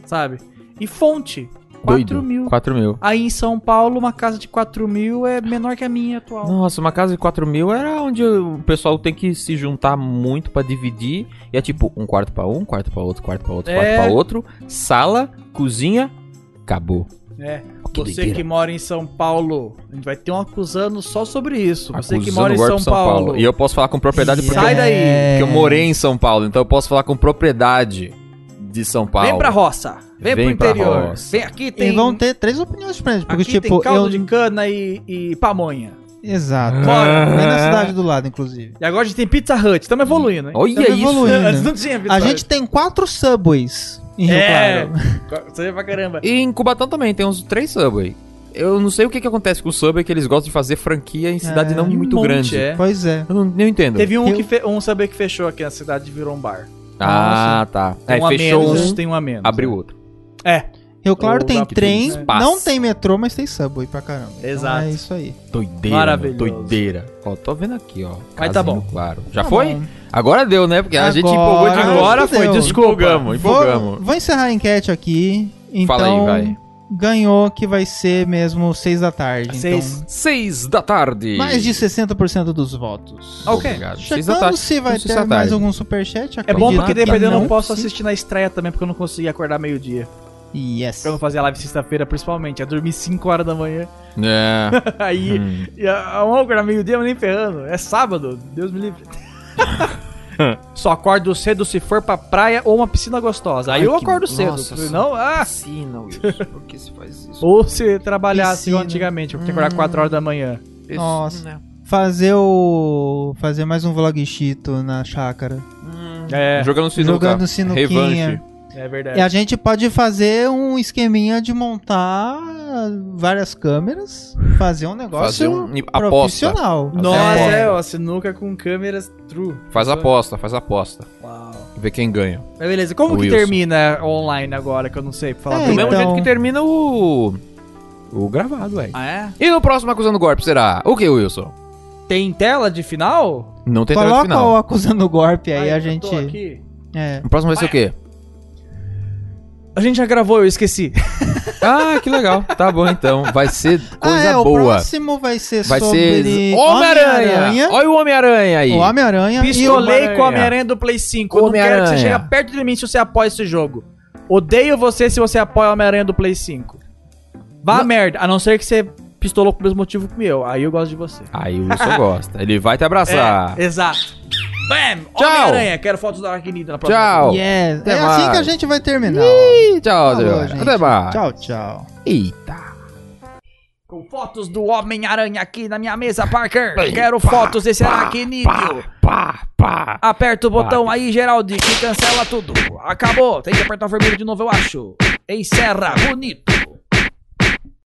Speaker 2: sabe? E fonte, 4
Speaker 1: Doido.
Speaker 2: mil.
Speaker 1: 4 mil.
Speaker 2: Aí em São Paulo, uma casa de 4 mil é menor que a minha atual.
Speaker 1: Nossa, uma casa de 4 mil era onde o pessoal tem que se juntar muito pra dividir. E é tipo, um quarto pra um, quarto pra outro, quarto pra outro,
Speaker 2: É.
Speaker 1: quarto pra outro. Sala, cozinha, acabou.
Speaker 2: É,
Speaker 1: Que
Speaker 2: você
Speaker 1: doideira.
Speaker 2: que mora em São Paulo, a gente vai ter um acusando só sobre isso. Você que
Speaker 1: Acusando
Speaker 2: mora em
Speaker 1: golpe
Speaker 2: São, Paulo.
Speaker 1: E eu posso falar com propriedade porque,
Speaker 2: Sai daí,
Speaker 3: é.
Speaker 1: porque eu morei em São Paulo. Então eu posso falar com propriedade de São Paulo.
Speaker 2: Vem pra roça, vem,
Speaker 1: Vem
Speaker 2: pro
Speaker 1: pra
Speaker 2: interior.
Speaker 1: roça.
Speaker 2: Vem aqui,
Speaker 3: E
Speaker 2: tem
Speaker 3: vão ter três opiniões diferentes. Porque,
Speaker 2: Aqui
Speaker 3: tipo,
Speaker 2: tem caldo
Speaker 3: eu.
Speaker 2: de cana e, e pamonha.
Speaker 1: Ah.
Speaker 3: Exato.
Speaker 2: Bora.
Speaker 3: Bem na cidade do lado, inclusive.
Speaker 2: E agora a gente tem Pizza Hut, estamos evoluindo, hein?
Speaker 1: Olha
Speaker 3: Tamo
Speaker 1: isso.
Speaker 2: [LAUGHS]
Speaker 3: evoluindo.
Speaker 2: Antes não tinha Pizza
Speaker 3: A
Speaker 2: Hut.
Speaker 3: gente tem quatro subways em Rio
Speaker 2: É.
Speaker 3: Claro.
Speaker 2: [LAUGHS] Você vê pra caramba.
Speaker 1: E em Cubatão também tem uns três Subway. Eu não sei o que, que acontece com o Subway, que eles gostam de fazer franquia em cidade não
Speaker 2: Um
Speaker 1: muito
Speaker 2: monte,
Speaker 1: grande.
Speaker 2: é.
Speaker 3: Pois é.
Speaker 1: Eu não eu entendo.
Speaker 2: Teve um,
Speaker 3: Eu-
Speaker 2: que fe- um saber que fechou aqui na cidade e virou um bar.
Speaker 1: Ah, tá.
Speaker 2: Tem
Speaker 1: É,
Speaker 2: um a
Speaker 1: fechou
Speaker 2: menos,
Speaker 1: um,
Speaker 2: tem um a menos.
Speaker 1: abriu
Speaker 2: né?
Speaker 1: outro.
Speaker 2: É,
Speaker 3: Rio Claro
Speaker 2: Ou
Speaker 3: tem
Speaker 2: dá-
Speaker 3: trem,
Speaker 2: tem
Speaker 1: espaço.
Speaker 3: não tem metrô, mas tem subway pra caramba. Então
Speaker 2: Exato.
Speaker 3: é isso aí.
Speaker 1: Doideira,
Speaker 2: Maravilhoso.
Speaker 1: meu, doideira. Ó, tô vendo aqui, ó.
Speaker 2: Mas
Speaker 1: Casinho
Speaker 2: tá bom.
Speaker 1: Claro. Já
Speaker 3: Tá
Speaker 1: foi?
Speaker 3: bom.
Speaker 1: Agora deu, né? Porque a gente
Speaker 3: Agora
Speaker 1: empolgou de
Speaker 3: acho
Speaker 1: novo.
Speaker 3: que deu.
Speaker 1: Empolgamos, empolgamos.
Speaker 3: Vou, vou encerrar a enquete aqui. Então,
Speaker 1: Fala aí, vai.
Speaker 3: ganhou que vai ser mesmo seis da tarde.
Speaker 2: seis.
Speaker 3: Então,
Speaker 1: Seis da tarde.
Speaker 3: mais de 60% dos votos.
Speaker 2: Ok.
Speaker 1: Obrigado. Ah, Seis da
Speaker 3: Checando
Speaker 1: tarde.
Speaker 3: se vai
Speaker 1: Então, seis
Speaker 3: ter
Speaker 1: da
Speaker 3: mais
Speaker 1: tarde.
Speaker 3: algum superchat.
Speaker 2: É bom
Speaker 3: acredito
Speaker 2: porque
Speaker 3: que
Speaker 2: dependendo eu não posso
Speaker 3: sim.
Speaker 2: assistir na estreia também, porque eu não consegui acordar meio-dia.
Speaker 3: Yes.
Speaker 2: Eu não fazia live sexta-feira, principalmente. Eu dormi 5 horas da manhã. [LAUGHS]
Speaker 1: É.
Speaker 2: Aí,
Speaker 1: Hum.
Speaker 2: e a a uma acordar meio-dia, mas nem ferrando. É sábado, Deus me [LAUGHS] livre. Só acordo cedo se for pra praia ou uma piscina gostosa. Aí
Speaker 1: Ai,
Speaker 2: eu
Speaker 1: que-
Speaker 2: acordo cedo.
Speaker 1: nossa
Speaker 2: Se não, ah,
Speaker 1: Ensina, Wilson. Por que se faz isso?
Speaker 2: Ou se trabalhasse igual
Speaker 3: Piscina.
Speaker 2: antigamente, eu tinha que acordar 4 horas da manhã.
Speaker 3: Nossa. Fazer o. Fazer mais um vlog chito na chácara.
Speaker 2: É,
Speaker 1: Jogando sinuca.
Speaker 3: Jogando sinuquinha.
Speaker 1: Revanche.
Speaker 2: é verdade.
Speaker 3: E a gente pode fazer um esqueminha de montar várias câmeras, fazer um
Speaker 1: Fazer
Speaker 3: negócio
Speaker 1: um- aposta. um
Speaker 3: profissional.
Speaker 2: Nossa,
Speaker 3: É.
Speaker 2: é. ó, sinuca com câmeras true.
Speaker 1: Faz aposta, faz aposta.
Speaker 2: Uau.
Speaker 1: Vê quem ganha.
Speaker 2: Mas beleza, como que
Speaker 1: Wilson.
Speaker 2: termina online agora, que eu não sei pra falar
Speaker 3: É,
Speaker 2: do
Speaker 1: Do mesmo
Speaker 3: então-
Speaker 1: jeito que termina o. O gravado, ué.
Speaker 2: Ah, é?
Speaker 1: E no próximo Acusando Golpe será o que, Wilson?
Speaker 2: Tem tela de final?
Speaker 1: Não tem tela de
Speaker 3: Coloca o
Speaker 1: final.
Speaker 3: acusando o golpe
Speaker 2: Ai,
Speaker 3: aí, a
Speaker 2: eu tô
Speaker 3: gente.
Speaker 2: aqui.
Speaker 3: É.
Speaker 1: O próximo vai ser o quê?
Speaker 2: A gente já gravou, eu esqueci.
Speaker 1: Ah, que legal. Tá bom então. Vai ser coisa
Speaker 3: ah, é, o
Speaker 1: boa.
Speaker 3: próximo vai ser
Speaker 1: Vai
Speaker 3: sobre
Speaker 1: ser Homem-Aranha. Olha o Homem-Aranha aí.
Speaker 3: o Homem-Aranha e o
Speaker 2: Pistolei com o
Speaker 1: Homem-Aranha.
Speaker 2: Homem-Aranha do Play 5. Eu não
Speaker 1: Homem-Aranha.
Speaker 2: quero que você chegue perto de mim se você apoia esse jogo. Odeio você se você apoia o Homem-Aranha do Play 5. Vá a merda, a não ser que você pistolou pro mesmo motivo que eu. Aí eu gosto de você.
Speaker 1: Aí o Wilson gosta. Ele vai te abraçar.
Speaker 2: É, exato. Bam!
Speaker 1: Tchau.
Speaker 2: Homem-Aranha, quero fotos da Arquinida na próxima.
Speaker 1: Tchau.
Speaker 3: Yes.
Speaker 1: Até
Speaker 3: É assim
Speaker 1: mais.
Speaker 3: que a gente vai terminar.
Speaker 1: Ih, tchau,
Speaker 3: Falou,
Speaker 1: tchau.
Speaker 3: gente.
Speaker 1: Até mais.
Speaker 3: Tchau, tchau.
Speaker 1: Eita.
Speaker 2: Com fotos do Homem-Aranha aqui na minha mesa, Parker. Quero fotos desse Aracnídeo.
Speaker 1: Pá, pá.
Speaker 2: Aperta o botão aí, Geraldi, que cancela tudo. Acabou. Tem que apertar o vermelho de novo, eu acho. Encerra. Bonito.